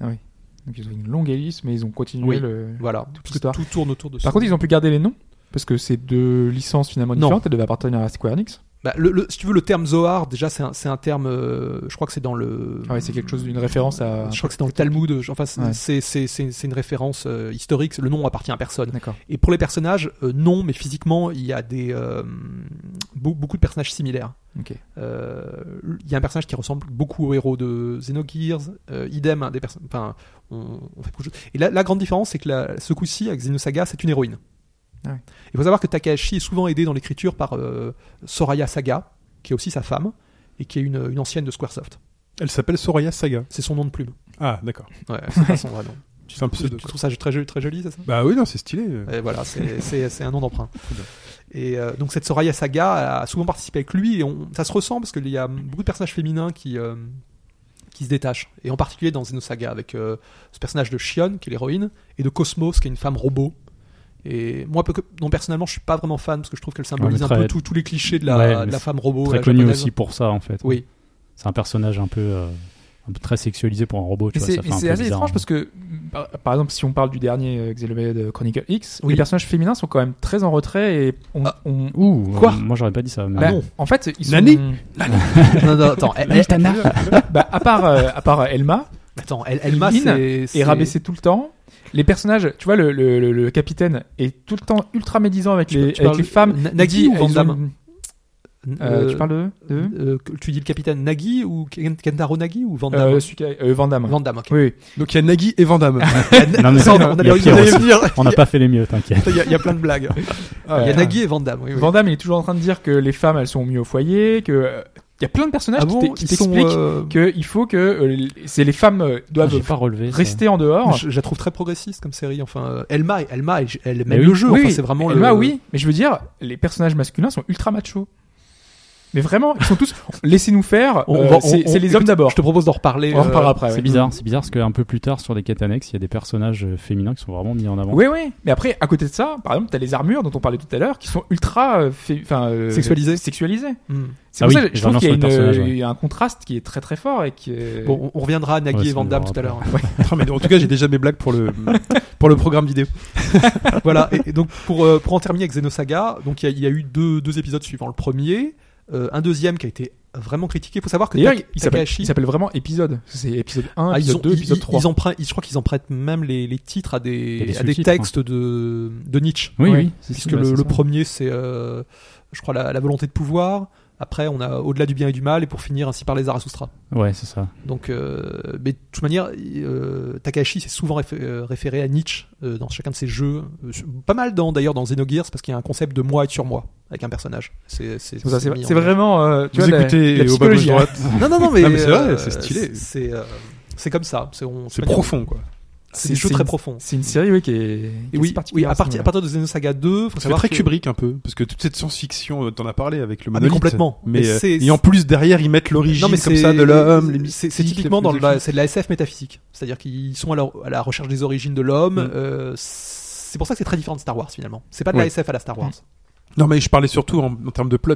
S4: Donc ils ont une longue hélice, mais ils ont continué
S5: Oui.
S4: le.
S5: Voilà,
S4: Toute
S5: tout,
S4: histoire.
S5: tout tourne autour de ça.
S4: Par contre, ils ont pu garder les noms parce que c'est deux licences finalement
S5: Non.
S4: différentes. Elles devaient appartenir à Square Enix.
S5: Bah, le- le- si tu veux, le terme Zohar, déjà, c'est un, c'est un terme. euh, je crois que c'est dans le.
S4: Ah ouais, c'est quelque chose d'une référence à.
S5: Je crois que c'est dans le Talmud. Enfin, c'est
S4: Ouais.
S5: c'est- c'est- c'est- c'est une référence euh, historique. Le nom appartient à personne.
S4: D'accord.
S5: Et pour les personnages, euh, non, mais physiquement, il y a des euh, beau- beaucoup de personnages similaires.
S4: Ok.
S5: Euh, il y a un personnage qui ressemble beaucoup au héros de Xenogears, euh, idem, un des personnes. Enfin, on, on fait beaucoup de choses. Et la, la grande différence, c'est que la, ce coup-ci, avec Xenosaga, c'est une héroïne.
S4: Ah ouais.
S5: Il faut savoir que Takahashi est souvent aidé dans l'écriture par euh, Soraya Saga, qui est aussi sa femme, et qui est une, une ancienne de Squaresoft.
S2: Elle s'appelle Soraya Saga.
S5: C'est son nom de plume.
S2: Ah, d'accord.
S5: Ouais, c'est pas son vrai nom.
S2: C'est un
S5: Tu,
S2: pseudo.
S5: tu trouves ça très joli, très joli, c'est ça
S2: Bah oui, non, c'est stylé.
S5: Et voilà, c'est- c'est c'est un nom d'emprunt.
S2: Très bien.
S5: Et euh, donc cette Soraya Saga a souvent participé avec lui et on- ça se ressent parce qu'il y a beaucoup de personnages féminins qui euh, qui se détachent et en particulier dans Xenosaga avec euh, ce personnage de Shion qui est l'héroïne et de Cosmos qui est une femme robot. Et moi, peu que- non, personnellement, je suis pas vraiment fan parce que je trouve qu'elle symbolise
S3: Ouais, mais
S5: un peu
S3: très-
S5: tout- tous les clichés de la,
S3: Ouais, mais
S5: de la
S3: c'est
S5: femme robot.
S3: très
S5: la
S3: connu
S5: japonaise.
S3: aussi pour ça en fait.
S5: Oui.
S3: C'est un personnage un peu, euh, un peu très sexualisé pour un robot. Tu
S4: Mais
S3: vois,
S4: c'est
S3: ça fait
S4: mais
S3: un
S4: c'est
S3: peu
S4: assez
S3: bizarre. hein.
S4: étrange parce que, par, par exemple, si on parle du dernier euh, Xenoblade euh, Chronicle X,
S5: Oui.
S4: les personnages féminins sont quand même très en retrait et on.
S5: Ah.
S4: on-
S3: Ouh,
S4: Quoi
S3: euh, moi j'aurais pas dit ça. mais-
S4: Bah,
S5: non.
S4: En fait, ils sont.
S2: Nani
S5: Non, non, attends, elle, elle-
S4: Bah, à part, euh, à part Elma,
S5: attends, elle- Elma,
S4: Lynn
S5: c'est
S4: et
S5: c'est-
S4: rabaissé tout le temps. Les personnages, tu vois, le, le, le- le capitaine est tout le temps ultra médisant avec
S5: Tu-
S4: les,
S5: tu
S4: avec
S5: parles
S4: les femmes.
S5: de Na-
S4: Il
S5: Nagi
S4: dit,
S5: ou
S4: elles
S5: Van
S4: ont
S5: Damme
S4: une- euh,
S5: Euh,
S4: tu parles de, de
S5: Euh, que- tu dis le capitaine Nagi ou Ken- Kentaro Nagi ou Van Damme
S4: Euh, celui qui a- euh, Van Damme.
S5: Van Damme, ok.
S4: Oui, oui.
S2: Donc il y a Nagui et Vandame.
S3: Non, mais
S5: Ça, on, on
S3: il
S5: avait
S3: y a
S5: envie
S3: pire
S5: d'aller
S3: aussi.
S5: venir.
S3: On n'a pas fait les mieux, t'inquiète.
S5: Il y, a- il y a plein de blagues. Il y a
S4: Euh,
S5: Nagui et Van Damme. Oui, oui.
S4: Van Damme, il est toujours en train de dire que les femmes, elles sont mieux au foyer, que euh, il y a plein de personnages
S5: Ah
S4: qui
S5: bon,
S4: t'e- qui
S5: ils sont,
S4: t'expliquent
S5: euh,
S4: qu'il faut que euh, c'est les femmes euh,
S3: Ah,
S4: doivent
S3: J'ai pas relevé. ça.
S4: rester en dehors.
S5: euh, Je, je la trouve très progressiste comme série. Enfin, euh, Elma, Elma, elle, elle
S3: Mais
S5: mène
S3: oui.
S5: le jeu.
S4: Oui,
S5: Enfin,
S4: oui.
S5: c'est vraiment
S4: Elma,
S5: le.
S4: oui, mais je veux dire, les personnages masculins sont ultra machos. Mais vraiment, ils sont tous. Laissez-nous faire.
S5: On- on
S4: euh,
S5: va- on-
S4: c'est
S5: on-
S4: c'est les hommes
S5: écoute,
S4: d'abord.
S5: Je te propose d'en reparler.
S4: On en
S5: euh,
S4: reparlera après.
S3: C'est
S4: ouais.
S3: bizarre, c'est bizarre parce qu'un peu plus tard sur les quêtes annexes, il y a des personnages euh, féminins qui sont vraiment mis en avant.
S4: Oui, oui. Mais après, à côté de ça, par exemple, t'as les armures dont on parlait tout à l'heure qui sont ultra euh, fait- enfin, euh,
S5: Sexualisées.
S4: Sexualisées.
S5: hum.
S4: C'est
S3: Ah
S4: pour
S3: oui,
S4: ça que je
S3: les
S4: trouve
S3: armures
S4: qu'il
S3: sur
S4: y a
S3: les
S4: une,
S3: personnages,
S4: euh, un contraste qui est très très fort et qui. est-
S5: Bon, on on reviendra à Nagui
S3: Ouais,
S5: et
S3: ça
S5: Van
S3: me
S5: Damme
S3: le
S5: tout à l'heure.
S2: Putain, mais en tout cas, j'ai déjà mes blagues pour le, pour le programme vidéo.
S5: voilà. Et, et donc pour euh, pour en terminer avec Xenosaga, donc il y a- il y, a eu deux deux épisodes suivants. Le premier, euh, un deuxième qui a été vraiment critiqué. Il faut savoir que
S4: D'ailleurs,
S5: Tak-
S4: il- il s'appelle-
S5: Takahashi.
S4: il s'appelle vraiment épisode. C'est épisode 1,
S5: Ah, ils
S4: épisode
S5: ont-
S4: 2,
S5: ils-
S4: épisode
S5: ils-
S4: 3.
S5: ils empruntent- ils- je crois qu'ils empruntent même les, les titres à
S3: y a
S5: des,
S3: des
S5: à des
S3: sous-titres,
S5: textes de, de Nietzsche.
S3: oui,
S4: Oui,
S3: oui, c'est
S5: Puisque
S3: ça,
S5: le,
S3: c'est
S5: le
S3: ça.
S5: premier, c'est, euh, je crois, la, la volonté de pouvoir. Après, on a Au-delà du bien et du mal, et pour finir, ainsi par les Zarathustra.
S3: Ouais, c'est ça.
S5: Donc, euh, mais de toute manière, euh, Takahashi s'est souvent réfé- euh, référé à Nietzsche euh, dans chacun de ses jeux. Euh, sur- pas mal dans, d'ailleurs dans Xenogears, parce qu'il y a un concept de moi et de surmoi avec un personnage. C'est, c'est,
S4: C'est ça,
S5: mis
S4: C'est
S5: en-
S4: c'est vraiment. euh, tu
S2: Vous
S4: vois, la-
S2: écoutez
S4: la
S2: au bas gauche
S4: psychologie, hein.
S2: droite.
S5: Non, non, non, mais,
S2: Ah, mais c'est vrai,
S5: euh,
S2: c'est stylé.
S5: C'est, euh, c'est comme ça. C'est, on-
S2: C'est
S5: manière-
S2: profond, quoi.
S5: C'est des
S4: C'est-
S5: jeux
S4: c'est
S5: très
S4: une-
S5: profonds.
S4: C'est une série oui, qui est. qui
S5: Et
S4: est
S5: oui, oui,
S4: particulière
S5: à,
S4: ce
S5: partir- à
S4: niveau-là.
S5: partir de Xenosaga 2, faut
S2: Ça fait
S5: savoir
S2: très
S5: que-
S2: Kubrick un peu, parce que toute cette science-fiction, euh, t'en as parlé avec
S4: Ah,
S2: le
S5: mais
S2: monolithe.
S5: complètement.
S2: Mais,
S5: Mais
S2: euh,
S5: c'est-
S2: et en plus derrière, ils mettent l'origine
S5: Non mais
S2: comme
S5: c'est-
S2: ça de l'homme. les
S5: C'est
S2: mystiques,
S5: c'est typiquement
S2: la
S5: dans le-
S2: philosophie.
S5: c'est de la SF métaphysique, c'est-à-dire qu'ils sont à la, à la recherche des origines de l'homme.
S2: Mm.
S5: euh, c'est pour ça que c'est très différent de Star Wars finalement. C'est pas de la
S2: Ouais. Mm.
S5: SF à la Star Wars.
S2: Non mais je parlais surtout en, en termes de plot.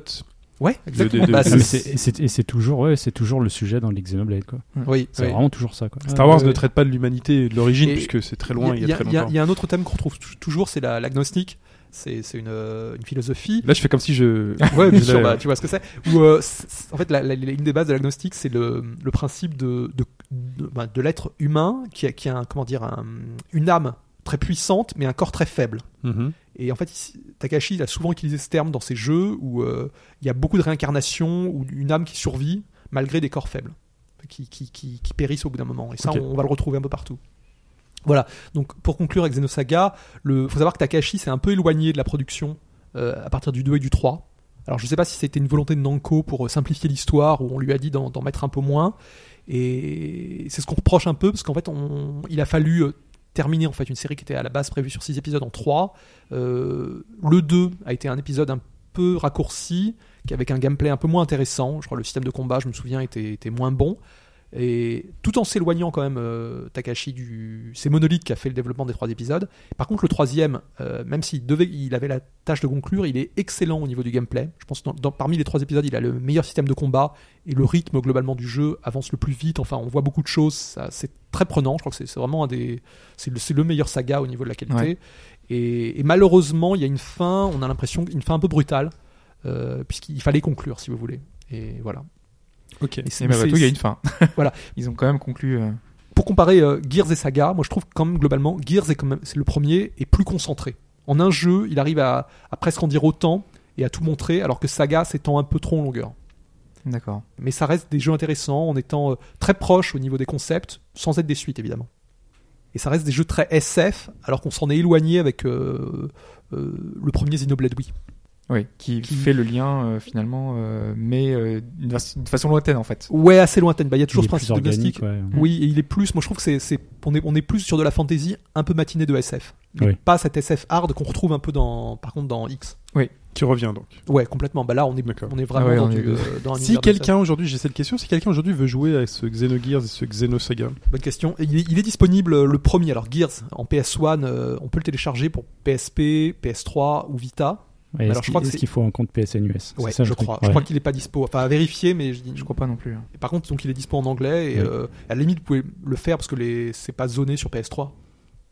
S5: Ouais, exactement.
S2: de- de-
S5: Bah,
S2: Ah,
S3: Ah, mais
S5: c'est-
S3: c'est- et c'est- et c'est toujours, ouais, c'est toujours le sujet dans les Xenoblade, quoi.
S5: oui,
S3: C'est
S5: oui.
S3: vraiment toujours ça, quoi.
S2: Euh, Star Wars
S4: ouais,
S2: ne
S4: ouais.
S2: traite pas de l'humanité et de l'origine
S5: Et-
S2: puisque c'est très loin, il y a, très
S5: il y a-
S2: longtemps.
S5: il y a un autre thème qu'on retrouve t- toujours, c'est la- l'agnostique. C'est c'est une, euh, une philosophie.
S2: Là, je fais comme si je.
S5: Ouais, bien sûr,
S2: Là,
S5: bah, tu vois ce que c'est. Où, euh, c- c- en fait, la, la- l'une des bases de l'agnostique, c'est le, le principe de, de, de, bah, de l'être humain qui a, qui a un, comment dire, un- une âme très puissante, mais un corps très faible.
S2: Mhm.
S5: Et en fait, ici, Takahashi il a souvent utilisé ce terme dans ses jeux où euh, il y a beaucoup de réincarnation ou une âme qui survit malgré des corps faibles, qui, qui, qui, qui périssent au bout d'un moment. Et ça,
S2: Ok.
S5: on, on va le retrouver un peu partout. Voilà, donc pour conclure avec Xenosaga, il faut savoir que Takahashi s'est un peu éloigné de la production euh, à partir du 2 et du 3. Alors je ne sais pas si c'était une volonté de Namco pour euh, simplifier l'histoire ou on lui a dit d'en d'en mettre un peu moins. Et c'est ce qu'on reproche un peu parce qu'en fait on- il a fallu euh, terminer en fait une série qui était à la base prévue sur 6 épisodes en 3. Euh, le 2 a été un épisode un peu raccourci, qu'avec un gameplay un peu moins intéressant. Je crois que le système de combat, je me souviens, était, était moins bon. Et tout en s'éloignant quand même euh, Takashi du. C'est Monolith qui a fait le développement des trois épisodes. Par contre, le troisième, euh, même s'il devait, il avait la tâche de conclure, il est excellent au niveau du gameplay. Je pense que dans- dans- parmi les trois épisodes, il a le meilleur système de combat et le rythme globalement du jeu avance le plus vite. Enfin, on voit beaucoup de choses. ça- C'est très prenant. Je crois que c'est c'est vraiment un des. C'est le, c'est le meilleur saga au niveau de la qualité.
S4: Ouais.
S5: Et, et malheureusement, il y a une fin. On a l'impression une fin un peu brutale euh, puisqu'il fallait conclure, si vous voulez. Et voilà.
S2: Ok.
S5: Et
S4: Et malgré
S5: c'est-
S4: tout, il y a une fin.
S5: Voilà.
S4: Ils ont quand même conclu. euh,
S5: pour comparer euh, Gears et Saga, moi je trouve quand même globalement Gears est quand même c'est le premier et plus concentré. En un jeu, il arrive à, à presque en dire autant et à tout montrer, alors que Saga s'étend un peu trop en longueur.
S4: D'accord.
S5: Mais ça reste des jeux intéressants en étant euh, très proches au niveau des concepts, sans être des suites évidemment. Et ça reste des jeux très SF, alors qu'on s'en est éloigné avec euh, euh, le premier Xenoblade Wii.
S4: Oui, qui,
S5: Qui-
S4: fait le lien euh, finalement, euh, mais euh, d'une fa- d'une façon lointaine en fait.
S5: Ouais, assez lointaine. Bah, Il y a toujours
S3: Il
S5: ce
S3: est plus
S5: principe de
S3: organique,
S5: plastique.
S3: ouais.
S5: Oui, et il est plus. Moi, je trouve que c'est, c'est- on est, on est plus sur de la fantasy un peu matinée de SF. Mais
S3: Oui.
S5: Pas cette SF hard qu'on retrouve un peu dans, par contre, dans X.
S2: Tu reviens donc.
S5: Ouais, complètement. Bah là, on est,
S2: D'accord.
S5: on est vraiment
S4: Ah ouais,
S5: dans,
S4: on est
S5: du,
S4: de-
S5: euh, dans un
S2: Si
S5: univers
S2: quelqu'un aujourd'hui, j'ai cette question, si quelqu'un aujourd'hui veut jouer à ce Xenogears et ce Xenosaga,
S5: d'SF. Bonne question. Et il, est, il est disponible euh, le premier. Alors Gears en PS1, euh, on peut le télécharger pour PSP, PS3 ou Vita.
S3: Ouais,
S5: Alors,
S3: est-ce
S5: je crois
S3: qu'il-
S5: que
S3: est-ce
S5: c'est-
S3: qu'il faut un compte PSN US
S5: Ouais,
S3: C'est ça, le
S5: je
S3: truc.
S5: crois.
S3: Ouais.
S5: Je crois qu'il est pas dispo. Enfin, à vérifier, mais je,
S4: Je crois pas non plus. hein.
S5: Et par contre, donc il est dispo en anglais et
S3: Oui.
S5: euh, à la limite, vous pouvez le faire parce que les c'est pas zoné sur PS3.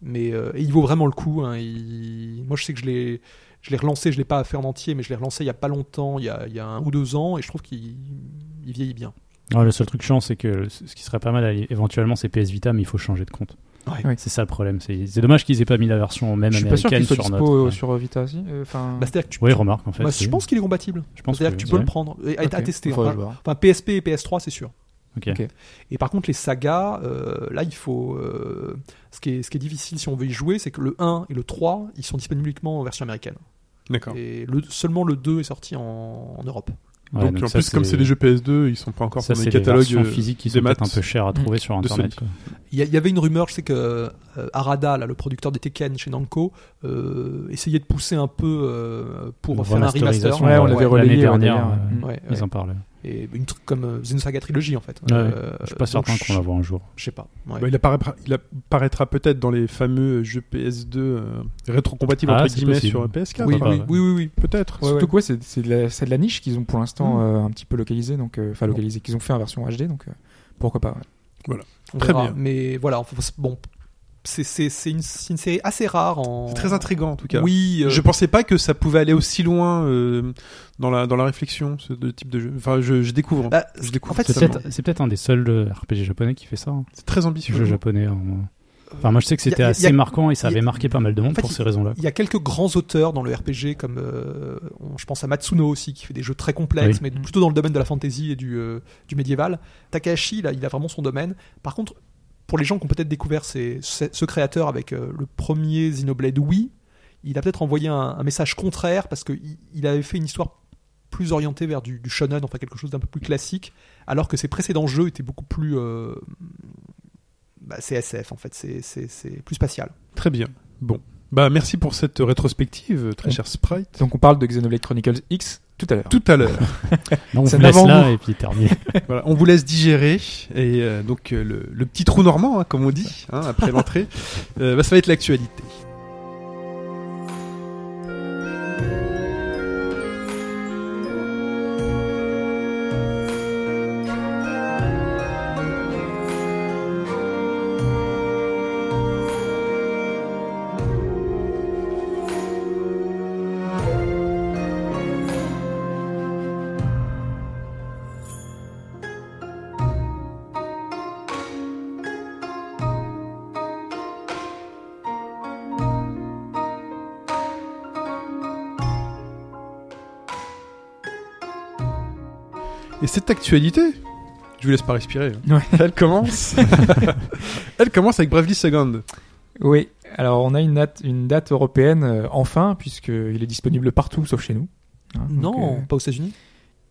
S5: Mais euh, et il vaut vraiment le coup. hein. Il- Moi, je sais que je l'ai je l'ai relancé, je l'ai pas fait en entier, mais je l'ai relancé il y a pas longtemps, il y a, il y a un ou deux ans, et je trouve qu'il il vieillit bien.
S3: Ouais, le seul truc chiant, c'est que le- ce qui serait pas mal allez, éventuellement, c'est PS Vita, mais il faut changer de compte.
S5: Ouais.
S4: Oui.
S3: C'est ça le problème. C'est c'est dommage qu'ils aient pas mis la version même
S4: Je suis pas sûr
S3: américaine
S4: qu'il soit
S3: sur
S4: dispo
S3: notre.
S4: euh,
S3: ouais.
S4: sur euh, Vita aussi. euh, Enfin,
S5: Bah, c'est-à-dire que tu,
S3: Oui, remarque en fait.
S5: bah,
S3: c'est-
S5: je pense qu'il est compatible.
S3: je pense
S5: C'est-à-dire
S3: que
S5: que tu
S3: oui,
S5: peux
S3: ouais.
S5: le prendre, et à, à
S4: ok,
S5: tester. hein.
S4: faudrait
S5: Enfin,
S4: voir.
S5: enfin, PSP et PS3, c'est sûr.
S3: Ok.
S4: Ok.
S5: Et par contre, les sagas, euh, là, il faut. euh, ce, qui est, ce qui est difficile si on veut y jouer, c'est que le 1 et le 3, ils sont disponibles uniquement en version américaine.
S2: d'accord.
S5: Et le, seulement le 2 est sorti en, en Europe.
S3: Ouais,
S2: donc,
S3: donc
S2: en
S3: ça,
S2: plus, comme c'est des jeux PS2, ils sont pas encore
S3: ça,
S2: sur les
S3: c'est les
S2: catalogues.
S3: versions
S2: euh,
S3: physiques qui
S2: des
S3: sont peut-être un
S2: maths.
S3: peu chères à trouver sur
S2: de
S3: internet. quoi.
S5: Il y, a- il y avait une rumeur, je sais que euh, Arada, là, le producteur des Tekken chez Namco, euh, essayait de pousser un peu euh, pour
S3: Une
S5: faire un remaster.
S3: remasterisation,
S4: Ouais, on l'avait relayé
S3: l'année
S4: l'année
S3: dernière.
S4: dernière,
S3: euh,
S4: ouais.
S5: Ouais,
S3: Ils
S5: ouais.
S3: en parlaient.
S5: Et une truc comme euh, Xenosaga Trilogy, en fait.
S3: Ouais,
S5: Euh,
S3: Je suis pas
S5: donc,
S3: certain qu'on la voit un jour.
S5: Je sais pas. Ouais.
S2: Bah, il, apparaîtra, il apparaîtra peut-être dans les fameux jeux PS2 euh, rétrocompatibles
S3: Ah,
S2: entre
S3: c'est
S2: guillemets
S3: possible.
S2: sur PS4.
S5: oui,
S3: pas,
S5: oui,
S3: ouais.
S5: oui, oui, oui.
S2: Peut-être.
S4: Surtout quoi, c'est c'est de, la- c'est de la niche qu'ils ont pour l'instant euh, un petit peu localisée, donc euh, enfin localisée, qu'ils ont fait en version HD, donc euh, pourquoi pas. ouais.
S5: On
S2: Très
S5: verra.
S2: bien.
S5: Mais voilà, enfin, c'est- bon, c'est c'est- c'est une, c'est une série assez rare en.
S2: C'est très intrigant en tout cas.
S5: Oui, euh,
S2: Je pensais pas que ça pouvait aller aussi loin euh, dans la dans la réflexion ce de type de jeu. Enfin, je, je découvre.
S5: bah,
S2: je découvre
S5: en fait,
S3: C'est
S2: ça.
S5: c'est-
S3: peut-être c'est peut-être un des seuls euh, RPG japonais qui fait ça. hein.
S2: C'est très
S3: Petit
S2: ambitieux.
S3: jeu japonais. en- Enfin, moi je sais que
S5: Y
S3: c'était
S5: a- y a-
S3: assez marquant et ça
S5: y a-
S3: avait marqué pas mal de monde
S5: En fait,
S3: pour
S5: y-
S3: ces raisons-là.
S5: il y a quelques grands auteurs dans le RPG, comme euh, on- je pense à Matsuno aussi, qui fait des jeux très complexes,
S3: Oui.
S5: mais plutôt dans le domaine de la fantasy et du, euh, du médiéval. Takahashi, là, il a vraiment son domaine. Par contre, pour les gens qui ont peut-être découvert ces- ce, ce créateur avec euh, le premier Xenoblade Wii, il a peut-être envoyé un, un message contraire parce qu'il il avait fait une histoire plus orientée vers du, du shonen, enfin quelque chose d'un peu plus classique, alors que ses précédents jeux étaient beaucoup plus. euh, bah, c'est SF en fait, c'est- c'est c'est plus spatial.
S2: Très bien. Bon. Bah merci pour cette rétrospective, très
S4: On-
S2: cher Sprite.
S4: Donc on parle de Xenoblade Chronicles X tout à l'heure.
S2: Tout à l'heure.
S3: Non, on
S4: c'est
S3: vous laisse
S4: avant
S3: là et puis terminé.
S2: Voilà, on vous laisse digérer et euh, donc euh, le, le petit trou normand, hein, comme on dit, hein, après l'entrée, euh, bah, ça va être l'actualité. Et cette actualité, je vous laisse pas respirer. hein.
S4: Ouais.
S2: Elle commence. Elle commence avec Bravely Second.
S4: Oui, alors on a une date, une date européenne euh, enfin, puisqu'il est disponible partout sauf chez nous. Hein, donc,
S5: non,
S4: euh,
S5: pas aux États-Unis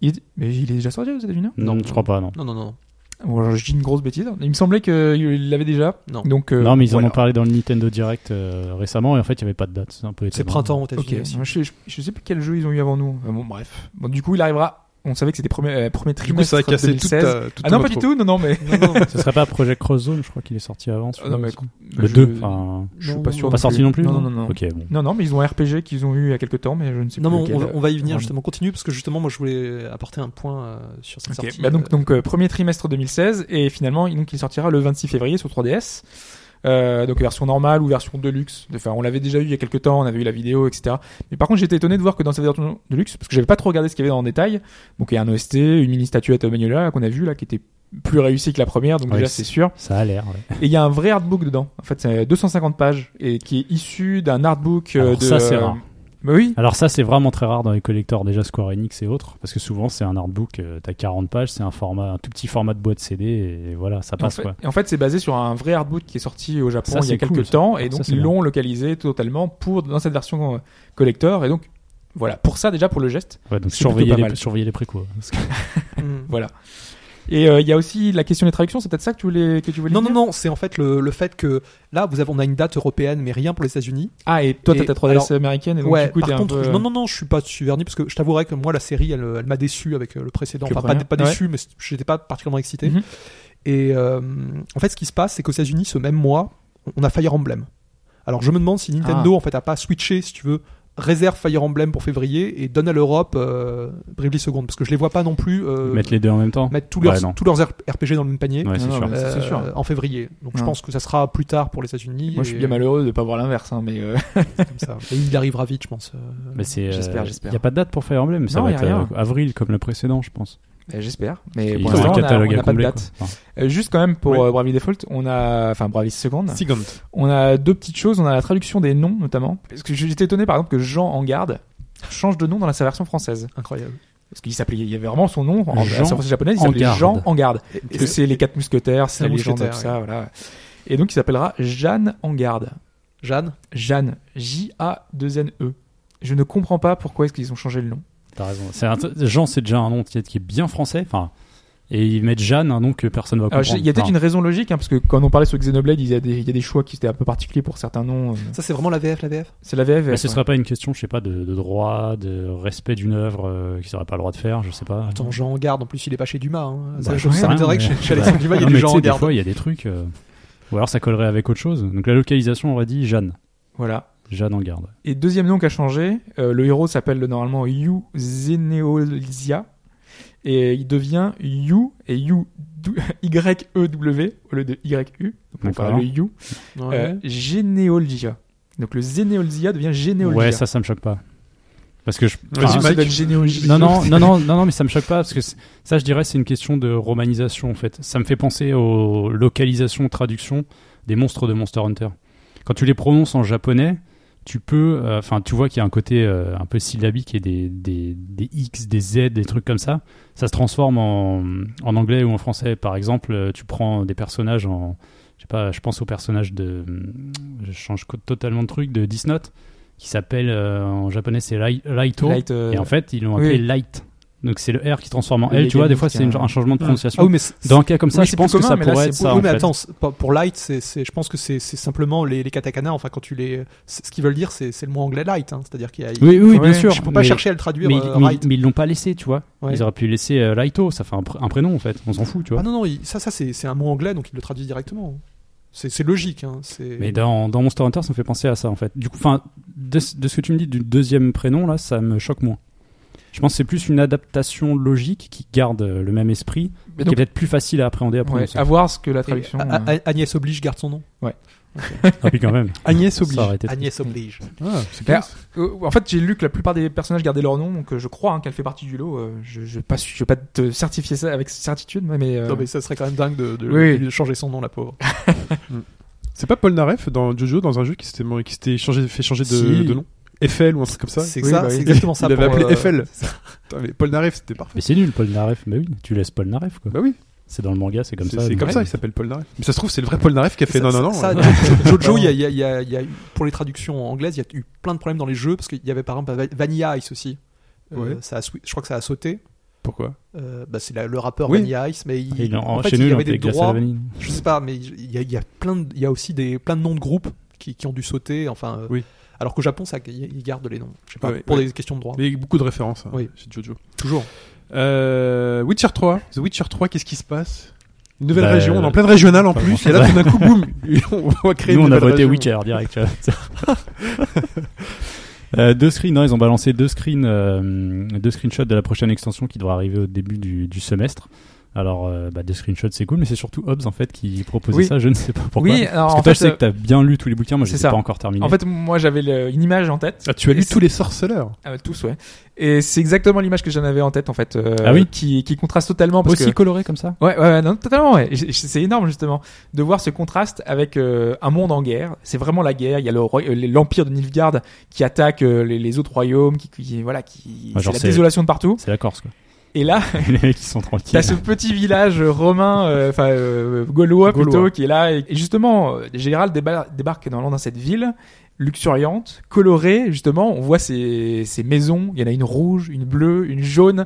S4: il- mais il est déjà sorti aux États-Unis non
S3: Non, je crois pas, non.
S5: Non, non, non.
S4: Ou alors, je dis une grosse bêtise. Il me semblait qu'il l'avait déjà.
S5: Non.
S4: Donc, euh,
S3: non, mais ils en
S4: voilà.
S3: ont parlé dans le Nintendo Direct euh, récemment et en fait, il n'y avait pas de date. C'est un peu
S5: C'est
S3: étonnant.
S5: printemps aux
S4: Ok,
S5: États-Unis aussi.
S4: moi, je, je- je sais plus quel jeu ils ont eu avant nous. Enfin, bon, bref. Bon, du coup, il arrivera. On savait que c'était premier, euh, premier
S2: Du coup, ça
S4: trimestre
S2: a cassé euh, toute
S4: 2016.
S2: ta- toute
S4: ah non,
S2: ton
S4: pas du
S2: intro.
S4: tout, non, non, mais.
S3: Ce serait pas Project Cross Zone, je crois qu'il est sorti avant. celui-là,
S4: non, mais
S3: aussi.
S4: Euh, je-
S3: le 2. Enfin,
S4: je suis
S5: Non,
S4: pas
S5: non,
S4: sûr.
S3: pas sorti non plus
S4: Non, non, non. non.
S3: Ok, bon.
S4: Non, non, mais ils ont un RPG qu'ils ont eu il y a quelques temps, mais je ne sais
S5: Non,
S4: plus.
S5: mais on,
S4: lequel.
S5: on va y venir
S4: Vraiment.
S5: justement. Continue parce que justement, moi, je voulais apporter un point euh, sur cette
S4: Ok,
S5: sortie.
S4: bah donc,
S5: euh,
S4: donc euh, premier trimestre 2016 et finalement il- donc, il sortira le 26 février sur 3DS. Euh, donc version normale ou version deluxe. Enfin, on l'avait déjà eu il y a quelques temps, on avait eu la vidéo, etc. Mais par contre, j'étais étonné de voir que dans cette version deluxe, parce que j'avais pas trop regardé ce qu'il y avait en détail. Donc il y a un OST, une mini statuette au Magnolia qu'on a vu là, qui était plus réussie que la première, donc
S3: Ouais,
S4: déjà
S3: c'est-
S4: c'est sûr.
S3: Ça a l'air. ouais.
S4: Et il y a un vrai artbook dedans. En fait, c'est 250 pages et qui est issu d'un artbook euh,
S3: Alors
S4: de.
S3: ça, c'est
S4: euh,
S3: rare.
S4: Bah oui.
S3: Alors ça, c'est vraiment très rare dans les collecteurs déjà Square Enix et autres, parce que souvent c'est un artbook, euh, t'as 40 pages, c'est un format, un tout petit format de boîte CD et voilà, ça
S4: En
S3: passe
S4: fait,
S3: quoi.
S4: et en fait, c'est basé sur un vrai artbook qui est sorti au Japon
S3: Ça,
S4: il y a
S3: c'est
S4: quelques
S3: cool, ça.
S4: temps, et
S3: Ça,
S4: donc
S3: c'est
S4: ils
S3: bien.
S4: l'ont localisé totalement pour dans cette version euh, collector. Et donc voilà, pour ça déjà pour le geste,
S3: Ouais, donc
S4: c'est plutôt
S3: surveiller
S4: pas
S3: les,
S4: mal.
S3: surveiller les précaux. parce que-
S5: hmm.
S4: voilà. Et euh, il y a aussi la question des traductions. C'est peut-être ça que tu voulais que tu voulais
S5: Non, non,
S4: dire
S5: non, c'est en fait le, le fait que là, vous avez, on a une date européenne, mais rien pour les États-Unis.
S4: Ah et toi t'as
S5: Et
S4: ta 3DS
S5: alors-
S4: américaine et donc
S5: ouais,
S4: du coup t'es
S5: par
S4: un
S5: contre,
S4: peu.
S5: je- non, non, non, je suis pas suverni parce que je t'avouerai que moi, la série, elle, elle m'a déçu avec euh, le précédent.
S4: Le
S5: Enfin, pas,
S4: premier,
S5: pas
S4: ouais.
S5: déçu, mais c- j'étais pas particulièrement excité.
S4: Mhm.
S5: Et euh, en fait, ce qui se passe, c'est qu'aux États-Unis, ce même mois, on a Fire Emblem. Alors, je me demande si
S4: Ah.
S5: Nintendo, en fait, a pas switché, si tu veux, réserve Fire Emblem pour février et donne à l'Europe euh, Bravely Second parce que je les vois pas non plus euh,
S3: Mettre les deux en même temps.
S5: mettre tous
S3: Ouais,
S5: leurs,
S3: non.
S5: tous leurs RPG dans le même panier.
S3: Ouais, c'est
S4: non,
S3: sûr.
S4: mais- Ça, c'est
S5: euh,
S4: sûr.
S5: en février. Donc je
S4: Ouais.
S5: pense que ça sera plus tard pour les États-Unis.
S4: Moi je suis
S5: et
S4: bien malheureux de pas voir l'inverse, hein, mais euh,
S5: comme ça. Et il arrivera vite, je pense. euh.
S3: Mais c'est,
S4: J'espère, j'espère.
S3: Il n'y a pas de date pour Fire Emblem, ça
S4: Non,
S3: va
S4: y a
S3: être
S4: rien.
S3: euh, avril comme le précédent, je pense.
S4: bah, j'espère. Mais
S3: Ils
S4: pour
S3: ont
S4: l'instant on a- on n'a pas de
S3: combler,
S4: date.
S3: quoi. Enfin,
S4: Euh, Juste quand même pour
S2: Oui.
S4: euh, Bravely Default, on a enfin Bravely Second.
S2: Second.
S4: On a deux petites choses. On a la traduction des noms, notamment. Parce que j'étais étonné, par exemple, que Jean Engarde change de nom dans la- sa version française.
S5: Incroyable.
S4: Parce qu'il s'appelait, il y avait vraiment son nom
S3: Jean
S4: en la version française japonaise, il s'appelait
S3: Engarde.
S4: Jean Engarde.
S5: Et-
S4: Parce que c'est les quatre mousquetaires, c'est
S5: Les
S4: la légende, tout
S5: mousquetaires,
S4: ça, voilà. Et donc, il s'appellera Jeanne Engarde.
S5: Jeanne
S4: Jeanne, J-A-2-N-E. E. Je ne comprends pas pourquoi est-ce qu'ils ont changé le nom.
S3: T'as raison. C'est un t- Jean, c'est déjà un nom peut-être qui est bien français. Enfin, et ils mettent Jeanne, un nom que personne va
S4: Alors,
S3: comprendre.
S4: j'ai- il y a peut-être
S3: Enfin,
S4: une raison logique, hein, parce que quand on parlait sur Xenoblade, il y a des, il y a des choix qui étaient un peu particuliers pour certains noms. euh,
S5: Ça, c'est vraiment la VF, la VF
S4: C'est la VF.
S3: mais Bah, ce serait pas une question, je sais pas, de, de droit, de respect d'une œuvre euh, qu'ils n'auraient pas le droit de faire, je sais pas.
S5: Attends, Jean en garde, en plus, il est pas chez Dumas. Hein.
S3: Bah,
S5: ça, je
S3: j'en sais
S5: ça
S3: rien,
S5: m'étonnerait que
S3: mais-
S5: chez, chez
S3: Bah,
S5: Alexandre Dumas, il y a
S3: non, mais
S5: des
S3: tu
S5: gens
S3: sais,
S5: en
S3: des
S5: garde.
S3: fois, il y a des trucs. euh, Ou alors ça collerait avec autre chose. Donc la localisation, on aurait dit Jeanne.
S4: Voilà.
S3: Jeanne en garde.
S4: Et deuxième nom qui a changé, euh, le héros s'appelle normalement Yu Zeneolzia et il devient Yu et Yu Y-E-W au lieu de Y-U, donc on
S3: D'accord.
S4: parle le Yu,
S5: Ouais.
S4: euh, Geneolgia. Donc le Zeneolzia devient Geneolgia.
S3: Ouais, ça, ça me choque pas. Parce que je.
S5: Ah,
S2: Vas-y,
S3: enfin,
S2: Mike.
S4: ça doit être Geneolgia.
S3: Non, non, non, non, non, non, mais ça me choque pas parce que c'est- ça, je dirais, c'est une question de romanisation en fait. Ça me fait penser aux localisations, traductions des monstres de Monster Hunter. Quand tu les prononces en japonais, tu peux, euh, enfin, tu vois qu'il y a un côté euh, un peu syllabique et des, des, des X, des Z, des trucs comme ça. Ça se transforme en, en anglais ou en français. Par exemple, euh, tu prends des personnages en, je sais pas, je pense au personnage de, je change co- totalement de truc, de Death Note, qui s'appelle euh, en japonais c'est Lai- Laito.
S4: Light, euh,
S3: Et en fait, ils l'ont appelé
S4: oui.
S3: light. Donc c'est le R qui se transforme en
S4: Il y
S3: L.
S4: a
S3: Tu vois,
S4: des
S3: des fois,
S4: mythes,
S3: c'est une-
S4: hein.
S3: un changement de prononciation.
S5: Ah oui, mais, c'est-
S3: Dans un cas comme ça,
S4: Oui,
S3: je
S4: c'est
S3: pense
S4: plus
S3: que
S4: commun,
S3: ça
S4: mais là,
S3: pourrait
S4: c'est
S3: être
S4: plus-
S3: ça.
S5: oui,
S3: en
S5: mais
S3: fait.
S5: attends, c'est pas- pour light, c'est, c'est- je pense que c'est, c'est simplement les, les katakana. Enfin, quand tu les, c'est- ce qu'ils veulent dire, c'est, c'est le mot anglais light. hein. C'est-à-dire qu'il y a. il-
S3: Oui, oui,
S4: Ouais.
S3: bien sûr.
S5: Je peux pas
S3: mais,
S5: chercher à le traduire
S3: mais,
S5: euh,
S3: mais-
S5: right.
S3: mais ils l'ont pas laissé, tu vois.
S5: Ouais.
S3: Ils auraient pu laisser euh, Laito, ça fait un, pr- un prénom en fait. On s'en fout, tu vois.
S5: Ah non, non, il- ça, ça c'est, c'est un mot anglais, donc il le traduit directement. C'est, c'est logique. Hein. C'est...
S3: mais dans, dans Monster Hunter, ça me fait penser à ça en fait. Du coup, enfin, de, ce- de ce que tu me dis du deuxième prénom là, ça me choque moins. Je pense que c'est plus une adaptation logique qui garde euh, le même esprit, qui
S4: Mais donc,
S3: est peut-être plus facile à appréhender après.
S4: ouais, Ah à voir ce que la
S5: Et
S4: traduction.
S5: A-
S4: euh,
S5: A- Agnès oblige, garde son nom.
S3: Ah, puis quand même.
S2: Agnès
S3: hein. ça
S2: oblige.
S3: aurait été-
S5: Agnès oblige.
S2: Ah, c'est classe.
S4: Euh, en fait, j'ai lu que la plupart des personnages gardaient leur nom, donc euh, je crois hein, qu'elle fait partie du lot. euh, je je vais pas, su- je vais pas te certifier ça avec certitude, mais, mais, euh,
S5: Non, mais ça serait quand même dingue de, de-
S4: Oui.
S5: de changer son nom, la pauvre.
S2: C'est pas Paul Naref dans Jojo dans un jeu qui s'était qui s'était changé fait changer de,
S5: Si.
S2: de nom. Eiffel ou un truc comme ça.
S5: C'est
S4: Oui,
S5: ça,
S4: bah oui.
S5: c'est exactement ça.
S2: Il avait
S5: pour,
S2: appelé
S5: euh,
S2: Eiffel. Putain, mais Paul Naref, c'était parfait.
S3: Mais c'est nul, Paul Naref. Mais oui, tu laisses Paul Naref quoi.
S2: Bah oui,
S3: C'est dans le manga, c'est comme
S2: c'est
S3: ça.
S2: c'est
S3: donc,
S2: comme ça,
S3: euh,
S2: il s'appelle Paul Naref. Mais ça se trouve, c'est le vrai Paul Naref qui a fait
S5: ça-
S2: non, non, non.
S5: ça,
S2: euh,
S5: Jo- Jojo, il y a- il y a- il y a- il y a eu- pour les traductions anglaises, il y a eu plein de problèmes dans les jeux parce qu'il y avait par exemple Va- Vanilla Ice aussi. Euh,
S2: Ouais.
S5: ça a swi- je crois que ça a sauté.
S2: Pourquoi
S5: Euh, bah, c'est la- le rappeur
S2: Oui.
S5: Vanilla Ice, mais il,
S3: Ah, Il,
S5: en
S3: en,
S5: fait,
S3: chez
S5: il
S3: nous,
S5: y
S3: il
S5: avait
S3: avait
S5: des
S3: des glaces à
S5: droits.
S3: la vanille.
S5: Je sais pas, mais il y a, il y a plein, de- il y a aussi des plein de noms de groupes qui, qui ont dû sauter. Enfin, euh,
S2: Oui.
S5: alors qu'au Japon, ça, ils gardent les noms. Je sais pas
S2: Ouais,
S5: pour
S2: ouais.
S5: des questions de droit.
S2: Il y a beaucoup de références hein,
S5: Oui.
S2: chez Jojo.
S5: Toujours.
S2: Euh, Witcher 3. The Witcher 3, qu'est-ce qui se passe Une nouvelle
S3: Bah,
S2: région, on est en
S3: euh,
S2: pleine régionale en
S3: pas
S2: plus, et
S3: grand-chose.
S2: là tout d'un coup, boum On va créer
S3: Nous,
S2: une
S3: on a
S2: nouvelle
S3: voté
S2: région.
S3: Witcher direct. tu vois. Euh, deux screens, non, ils ont balancé deux screens, euh, deux screenshots de la prochaine extension qui devra arriver au début du, du semestre. Alors, euh, bah, deux screenshots, c'est cool, mais c'est surtout Hobbs en fait qui proposait
S4: Oui.
S3: ça. Je ne sais pas pourquoi.
S4: Oui, alors,
S3: Parce
S4: en
S3: que toi,
S4: fait,
S3: je sais
S4: euh,
S3: que t'as bien lu tous les bouquins, moi, je
S4: c'est
S3: les ai
S4: ça.
S3: pas encore terminés.
S4: En fait, moi j'avais le- une image en tête.
S2: Ah, tu as
S4: Et
S2: lu
S4: c'est-
S2: tous les sorceleurs
S4: Ah, tous, ouais. Et c'est exactement l'image que j'en avais en tête en fait. euh,
S3: Ah oui
S4: qui, qui contraste totalement parce
S3: aussi
S4: que.
S3: coloré comme ça.
S4: Ouais, ouais, ouais, non, totalement, ouais. Et j- C'est énorme, justement, de voir ce contraste avec euh, un monde en guerre. C'est vraiment la guerre. Il y a le roi- euh, l'empire de Nilfgaard qui attaque euh, les, les autres royaumes, qui, qui- voilà, qui,
S3: Ouais, genre,
S4: c'est la
S3: c'est-
S4: désolation de partout.
S3: C'est la Corse, quoi.
S4: Et là,
S3: les mecs, ils sont tranquilles.
S4: t'as ce petit village romain, euh, enfin, euh, gaulois,
S2: Gaulois.
S4: plutôt, qui est là. Et et justement, euh, Gérald débar- débarque normalement dans cette ville luxuriante, colorée, justement. On voit ces, ces maisons. Il y en a une rouge, une bleue, une jaune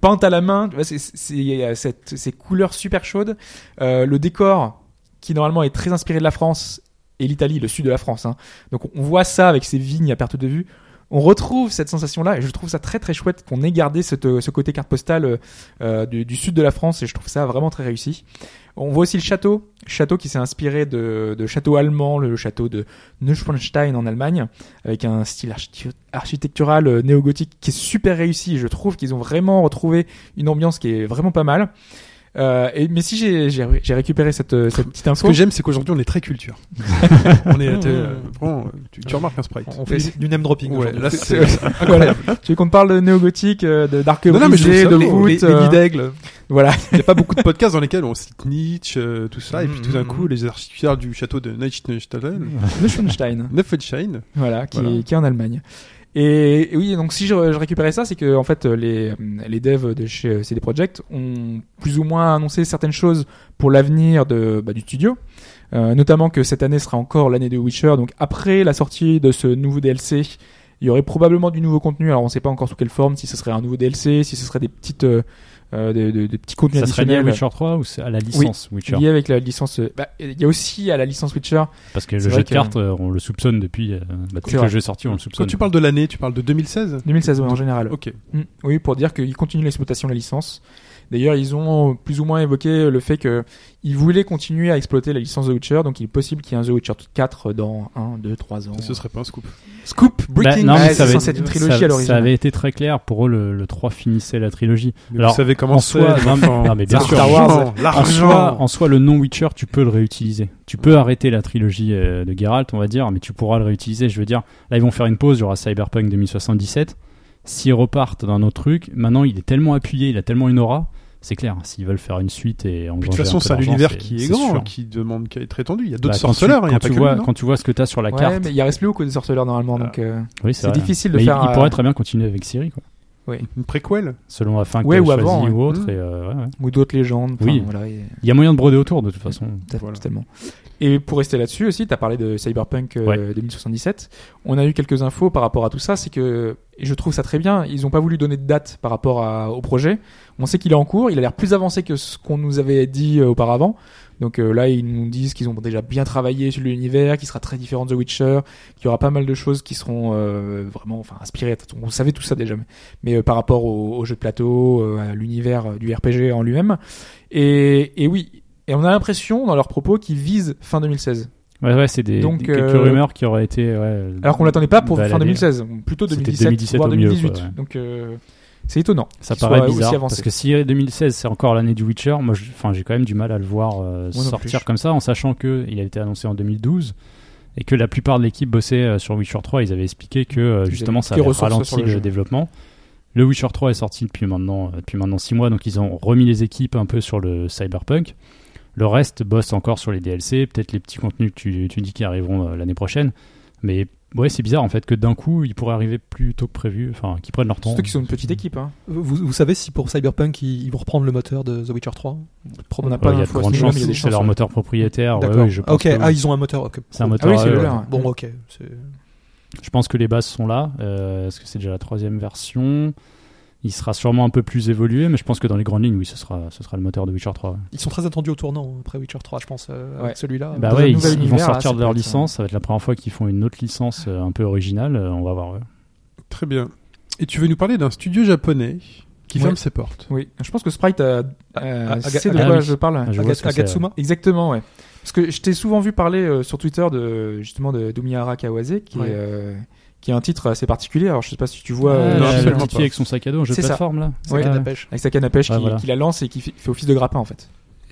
S4: peinte à la main, tu vois, c'est- c'est- il y a cette- ces couleurs super chaudes, Euh, le décor qui normalement est très inspiré de la France et l'Italie, le sud de la France. hein. Donc on voit ça avec ces vignes à perte de vue. On retrouve cette sensation-là et je trouve ça très très chouette qu'on ait gardé cette, euh, ce côté carte postale euh, euh, du, du sud de la France et je trouve ça vraiment très réussi. On voit aussi le château, château qui s'est inspiré de, de château allemand, le château de Neuschwanstein en Allemagne, avec un style archi- architectural euh, néo-gothique qui est super réussi. Je trouve qu'ils ont vraiment retrouvé une ambiance qui est vraiment pas mal. Euh, et, mais si j'ai- j'ai j'ai récupéré cette, euh, cette petite
S2: Ce
S4: info,
S2: que j'aime, c'est qu'aujourd'hui, on est très culture. on est, t'es, euh, vraiment, tu, tu remarques un sprite.
S5: On fait du name dropping.
S2: Ouais,
S5: aujourd'hui.
S2: là, c'est
S4: Voilà. tu veux qu'on te parle de néo-gothique, euh, de- d'arc
S2: Non, non, mais je
S4: brisé, de
S2: trouve ça beau.
S4: foot,
S2: Les- les
S4: euh,
S2: guides
S4: voilà.
S2: Il n'y a pas beaucoup de podcasts dans lesquels on cite Nietzsche, euh, tout ça, et puis
S4: Mhm,
S2: tout d'un
S4: mhm.
S2: coup, les architectes du château de Neuschwanstein,
S3: Mm.
S4: Neuschwanstein.
S2: Neuschwanstein,
S4: Voilà, qui,
S2: Voilà.
S4: qui est en Allemagne. Et, et oui, donc si je, je récupérais ça, c'est que en fait les, les devs de chez euh, CD Projekt ont plus ou moins annoncé certaines choses pour l'avenir de bah, du studio, Euh, notamment que cette année sera encore l'année de Witcher. Donc après la sortie de ce nouveau DLC, il y aurait probablement du nouveau contenu. Alors on ne sait pas encore sous quelle forme, si ce serait un nouveau DLC, si ce serait des petites euh, euh, des, des- des petits contenus
S3: Ça serait lié à
S4: additionnels
S3: Witcher 3 ou c'est à la licence Witcher
S4: liés avec la licence. euh, bah, Il y a aussi à la licence Witcher.
S3: Parce que le
S4: C'est
S3: jeu
S4: vrai
S3: de
S4: que-
S3: cartes, euh, on le soupçonne depuis. euh, bah,
S4: C'est
S3: depuis que
S4: vrai.
S3: le jeu est sorti, on le soupçonne.
S2: Quand tu parles de l'année, tu parles de 2016
S4: 2016 ouais, en général.
S2: Ok.
S4: Mm. Oui, pour dire qu'ils continuent l'exploitation de la licence. D'ailleurs, ils ont plus ou moins évoqué le fait que ils voulaient continuer à exploiter la licence The Witcher, donc il est possible qu'il y ait un The Witcher 4 dans 1, 2, 3 ans.
S2: Ce serait pas un scoop.
S4: Scoop
S3: Bah, non,
S4: news.
S3: mais
S4: Ouais,
S3: ça
S4: c'est
S3: avait-
S4: censé être une trilogie
S3: ça-
S4: à l'origine.
S3: Ça avait été très clair pour eux, le, le 3 finissait la trilogie.
S2: Mais
S3: Alors,
S2: vous savez comment
S3: en
S2: c'est,
S3: soi,
S2: les
S3: non, mais-
S2: enfants.
S3: non, mais bien
S4: sûr.
S2: L'argent,
S3: En soi,
S2: l'argent.
S3: en soi, le nom Witcher, tu peux le réutiliser. Tu peux arrêter la trilogie euh, de Geralt, on va dire, mais tu pourras le réutiliser. Je veux dire, là, ils vont faire une pause. Il y aura Cyberpunk 2077. S'ils repartent d'un autre truc, maintenant, il est tellement appuyé, il a tellement une aura. C'est clair, hein, s'ils veulent faire une suite et
S2: Puis de
S3: engranger
S2: toute façon,
S3: peu
S2: c'est un
S3: d'argent,
S2: univers
S3: c'est-
S2: qui est
S3: c'est
S2: grand,
S3: sûr.
S2: qui demande, qui est très tendu. Il y a
S3: Bah,
S2: d'autres
S3: quand tu-
S2: sorceleurs, il n'y a
S3: quand
S2: pas
S3: tu
S2: que
S3: vois-
S2: lui, non
S3: Quand tu vois ce que tu as sur la
S4: Ouais,
S3: carte,
S4: mais il reste plus beaucoup de sorceleurs normalement,
S2: Voilà.
S4: donc euh,
S3: oui,
S4: c'est
S3: vrai.
S4: difficile de
S3: Mais il-
S4: faire.
S3: Il,
S4: euh,
S3: pourrait très bien continuer avec Siri, quoi.
S2: Une préquelle
S3: selon la fin que
S4: Ouais,
S3: tu
S4: ou avant,
S3: choisie
S4: ouais. Mm.
S3: ou autre.
S2: Mmh.
S3: et, euh, ouais, ouais.
S4: Ou d'autres légendes. Enfin,
S3: Oui.
S4: voilà, et-
S3: Il y a moyen de broder autour, de toute façon.
S4: Tout à fait,
S2: Voilà.
S4: totalement. Et pour rester là-dessus aussi, tu as parlé de Cyberpunk euh,
S3: Ouais.
S4: 2077. On a eu quelques infos par rapport à tout ça. C'est que, et je trouve ça très bien, ils n'ont pas voulu donner de date par rapport à- au projet. On sait qu'il est en cours, il a l'air plus avancé que ce qu'on nous avait dit euh, auparavant. Donc euh, là, ils nous disent qu'ils ont déjà bien travaillé sur l'univers, qui sera très différent de The Witcher, qu'il y aura pas mal de choses qui seront euh, vraiment enfin, inspirées. On savait tout ça déjà, mais, mais, euh, par rapport au, au jeu de plateau, euh, à l'univers euh, du RPG en lui-même. Et, et oui, et on a l'impression dans leurs propos qu'ils visent fin 2016.
S3: Ouais, ouais, c'est des,
S4: Donc,
S3: des- quelques
S4: euh,
S3: rumeurs qui auraient été. ouais,
S4: Alors qu'on l'attendait pas pour fin
S3: baladées.
S4: 2016, plutôt
S3: Bah, C'était
S4: 2017,
S3: 2017
S4: voire
S3: au milieu,
S4: 2018.
S3: quoi, ouais.
S4: Donc euh, c'est étonnant.
S3: Ça
S4: qu'ils
S3: paraît
S4: soient
S3: bizarre
S4: aussi
S3: parce
S4: avancés.
S3: que si 2016 c'est encore l'année du Witcher, moi je- enfin, j'ai quand même du mal à le voir euh,
S4: non
S3: sortir
S4: plus.
S3: comme ça en sachant que il a été annoncé en 2012 et que la plupart de l'équipe bossait euh, sur Witcher 3, ils avaient expliqué que euh,
S4: Ils
S3: justement
S4: avaient
S3: ça
S4: des
S3: avait
S4: ressources
S3: ralenti
S4: sur le
S3: le,
S4: jeu.
S3: développement. Le Witcher 3 est sorti depuis maintenant euh, depuis maintenant 6 mois donc ils ont remis les équipes un peu sur le Cyberpunk. Le reste bosse encore sur les DLC, peut-être les petits contenus que tu, tu dis qui arriveront euh, l'année prochaine mais Ouais, c'est bizarre en fait que d'un coup ils pourraient arriver plus tôt que prévu, enfin qu'ils prennent leur temps.
S4: Surtout qu'ils sont une petite équipe. hein.
S5: Vous, vous savez si pour Cyberpunk ils, ils vont reprendre le moteur de The Witcher 3
S4: On n'a
S3: Ouais,
S4: pas
S3: il y a de
S4: d'infos à ce
S3: grandes
S4: niveau,
S3: chances,
S4: mais il y a des
S3: c'est
S4: chances.
S3: leur moteur propriétaire. ouais,
S5: D'accord.
S3: oui, je, pense
S5: ok,
S3: que,
S5: ah ils ont un moteur. ok.
S3: C'est un
S4: Ah oui,
S3: moteur.
S4: c'est
S3: à eux,
S4: le
S3: ouais.
S4: leur.
S5: Bon, ok. c'est-
S3: Je pense que les bases sont là. euh, Est-ce que c'est déjà la troisième version Il sera sûrement un peu plus évolué, mais je pense que dans les grandes lignes, oui, ce sera, ce sera le moteur de Witcher 3. ouais.
S5: Ils sont très attendus au tournant hein, après Witcher 3, je pense, euh,
S4: Ouais.
S5: avec celui-là.
S3: Bah
S4: Dans un
S3: ouais, ils,
S4: nouvel
S3: ils vont
S4: univers, là,
S3: sortir
S4: ça
S3: de
S4: peut
S3: leur
S4: être, euh,
S3: licence, ça va être la première fois qu'ils font une autre licence euh, un peu originale, euh, on va voir. ouais.
S2: Très bien. Et tu veux nous parler d'un studio japonais qui
S4: Ouais.
S2: ferme ses portes.
S4: Oui, je pense que Sprite a, euh,
S5: Ah,
S4: sait de
S3: Aga-
S4: quoi
S3: Ah oui.
S4: je parle.
S3: Ah, je
S5: Aga-
S3: vois ce que c'est,
S5: Agatsuma
S4: Exactement, ouais. Parce que je t'ai souvent vu parler euh, sur Twitter de justement de d'Umihara Kawase, qui,
S5: Ouais.
S4: est, euh, qui a un titre assez particulier. Alors je sais pas si tu vois
S3: Ah,
S2: non,
S4: euh,
S3: la- la
S2: absolument
S3: petite
S2: pas.
S3: fille avec son sac à dos, un jeu
S4: C'est
S3: de
S4: ça.
S3: plateforme là.
S4: Ouais.
S5: Sac à
S3: Ah,
S5: la pêche.
S4: avec sa canne à pêche
S3: Ouais,
S4: qui,
S3: voilà.
S4: qui la lance et qui fait, fait office de grappin en fait.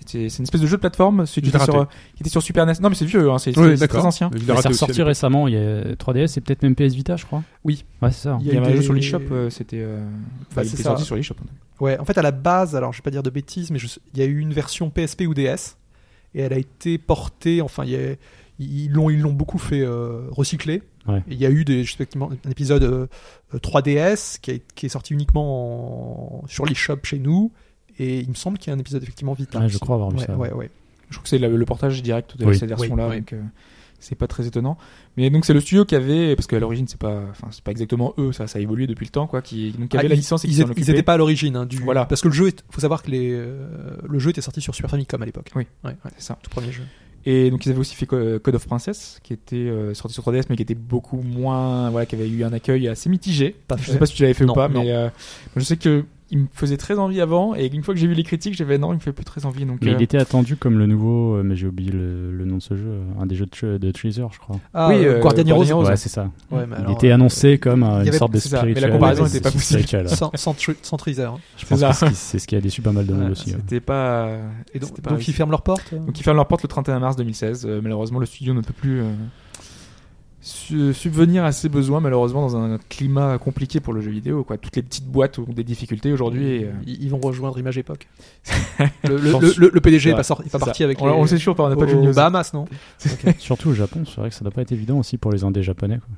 S4: C'est c'est une espèce de jeu de plateforme, celui
S2: Je
S4: qui
S2: l'ai
S4: était, sur,
S2: raté.
S4: euh, qui était sur Super NES. Non mais c'est vieux, hein, c'est c'est- c'est très ancien.
S2: Il
S3: Mais
S2: a
S3: c'est
S2: raté aussi,
S3: ressorti
S2: à l'époque.
S3: récemment, il y a 3DS et peut-être même PS Vita, je crois.
S5: Oui.
S3: Ouais, c'est ça.
S5: Il y
S4: Il y
S5: a
S4: avait un
S5: eu
S4: jeu
S5: des-
S4: sur l'eShop, euh, c'était. euh, enfin,
S5: Bah,
S4: il
S5: c'est
S4: était
S5: ça.
S4: sorti sur l'eShop.
S5: Ouais, en fait, à la base, alors je vais pas dire de bêtises, mais je sais- il y a eu une version PSP ou DS et elle a été portée. Enfin, il y a- ils l'ont ils l'ont beaucoup fait euh, recycler.
S3: Ouais.
S5: Et Il y a eu des, je sais pas, un épisode euh, euh, 3DS qui, a- qui est sorti uniquement en- sur l'eShop chez nous. Et il me semble qu'il y a un épisode effectivement Vita.
S3: Ouais, je crois avoir vu
S5: Ouais,
S3: ça.
S5: ouais, ouais.
S4: Je crois que c'est la- le portage direct de
S3: Oui.
S4: cette version-là,
S5: Oui, oui.
S4: donc euh, c'est pas très étonnant. Mais donc c'est le studio qui avait, parce qu'à l'origine c'est pas, enfin c'est pas exactement eux, ça, ça a évolué depuis le temps quoi, qui donc qui avait
S5: Ah,
S4: la
S5: ils-
S4: licence et qui
S5: ils
S4: s'en
S5: étaient- ils
S4: occupait.
S5: n'étaient pas à l'origine hein, du.
S4: Voilà.
S5: Parce que le jeu, est- faut savoir que les, euh, le jeu était sorti sur Super Famicom à l'époque.
S4: Oui.
S5: Ouais, ouais,
S4: C'est ça.
S5: tout premier jeu.
S4: Et donc ils avaient aussi fait Co- euh, Code of Princess, qui était euh, sorti sur 3DS, mais qui était beaucoup moins, voilà, qui avait eu un accueil assez mitigé.
S5: Pas
S4: Je
S5: fait.
S4: sais pas si tu l'avais fait
S5: Non,
S4: ou pas,
S5: non.
S4: mais euh, je sais que il me faisait très envie avant, et une fois que j'ai vu les critiques, j'avais non, il me fait plus très envie. Donc
S3: Mais
S4: euh,
S3: il était attendu comme le nouveau, euh, mais j'ai oublié le, le nom de ce jeu, euh, un des jeux de, tre- de Treasure, je crois.
S5: Ah,
S4: Oui,
S5: euh,
S4: euh,
S5: Guardian
S4: Guardian
S5: Heroes.
S4: Heroes.
S3: Ouais, c'est ça.
S5: Ouais, mais
S3: il
S5: alors,
S3: était
S5: euh,
S3: annoncé comme euh,
S5: il y
S3: une
S5: avait-
S3: sorte de
S4: c'est ça, mais la
S3: spirituel.
S4: comparaison
S3: euh,
S4: était pas possible.
S3: spirituel, ouais.
S5: sans, sans, tr- sans Treasure.
S3: Je pense
S4: C'est
S3: que
S4: ça.
S3: c'est ce qui- c'est ce qui a déçu pas mal de monde
S4: voilà,
S3: aussi. hein. ouais.
S4: c'était pas.
S5: Et donc,
S4: c'était pas
S5: donc
S4: réussi.
S5: ils ferment leurs portes. euh.
S4: Donc ils ferment leur porte le 31 mars 2016. Euh, malheureusement, le studio ne peut plus euh, su- subvenir à ses besoins, malheureusement, dans un climat compliqué pour le jeu vidéo. Quoi. Toutes les petites boîtes ont des difficultés aujourd'hui. et, euh,
S5: Ils ils vont rejoindre Image Époque. le, le-
S4: Sans-
S5: le- le- le PDG n'est
S4: Ouais,
S5: pas, sorti- est pas
S4: c'est
S5: parti
S4: ça.
S5: avec
S4: on,
S5: les,
S4: on le sait toujours pas, on n'a pas de
S5: aux-
S4: jeu
S5: aux Bahamas, non
S3: Surtout au Japon, c'est vrai que ça doit pas être évident aussi pour les indés japonais. quoi.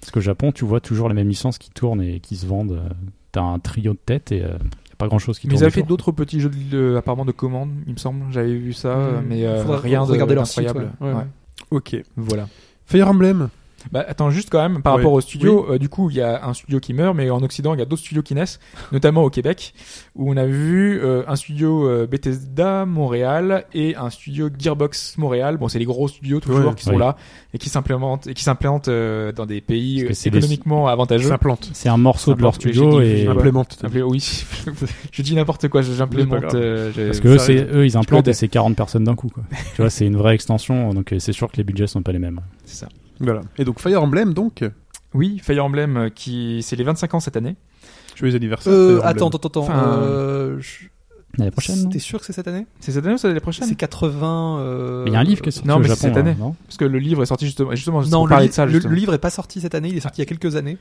S3: Parce qu'au Japon, tu vois toujours les mêmes licences qui tournent et qui se vendent. euh, T'as un trio de tête et euh, y a pas grand chose qui
S4: Mais
S3: tourne.
S4: ils avaient fait
S3: autour.
S4: d'autres petits jeux de- de- apparemment de commandes, il me semble. J'avais vu ça, euh,
S5: Mmh.
S4: mais euh,
S5: Faudra-
S4: rien de
S5: regarder leur site,
S4: incroyable.
S5: ouais. Ouais, ouais.
S2: Ok.
S4: Voilà.
S2: Fire Emblem.
S4: Bah, attends, juste quand même, par
S2: Ouais.
S4: rapport au studio, euh, du coup, il y a un studio qui meurt, mais en Occident, il y a d'autres studios qui naissent, notamment au Québec, où on a vu euh, un studio euh, Bethesda Montréal et un studio Gearbox Montréal. Bon, c'est les gros studios toujours
S2: Ouais.
S4: qui sont
S3: Oui.
S4: là et qui s'implémentent et qui s'implantent euh, dans des pays
S3: Parce que
S4: euh,
S3: c'est des-
S4: économiquement avantageux.
S2: S'implante.
S3: C'est un morceau de leur
S4: N'importe-
S3: studio
S4: j'ai dit-
S3: et
S4: j'ai dit-
S2: Implémente.
S4: Appelé- Oui, je dis n'importe quoi, je-
S2: C'est pas
S4: j'implémente.
S2: grave.
S4: euh, je-
S3: parce que eux,
S4: ça-
S3: c'est- eux, ils implantent
S4: connais.
S3: et c'est 40 personnes d'un coup. Quoi. tu vois, c'est une vraie extension, donc euh, c'est sûr que les budgets sont pas les mêmes.
S4: c'est ça.
S2: Voilà. Et donc Fire Emblem, donc,
S4: Oui, Fire Emblem, euh, qui c'est les 25 ans cette année.
S2: joyeux anniversaire.
S5: Euh,
S2: Fire Emblem.
S5: attends, attends, attends.
S4: Enfin,
S5: euh, je-
S3: L'année prochaine, non
S5: T'es sûr que c'est cette année
S4: C'est cette année ou c'est l'année prochaine
S5: C'est 80. euh,
S3: Mais Il y a un livre qui est sorti
S4: non,
S3: au
S4: mais c'est
S3: Japon.
S4: cette année.
S3: là, non
S4: Parce que le livre est sorti justement. Justement,
S5: Non,
S4: on
S5: le,
S4: parlait
S5: li-
S4: de ça.
S5: le-
S4: justement.
S5: le livre est pas sorti cette année, il est sorti il y a quelques années.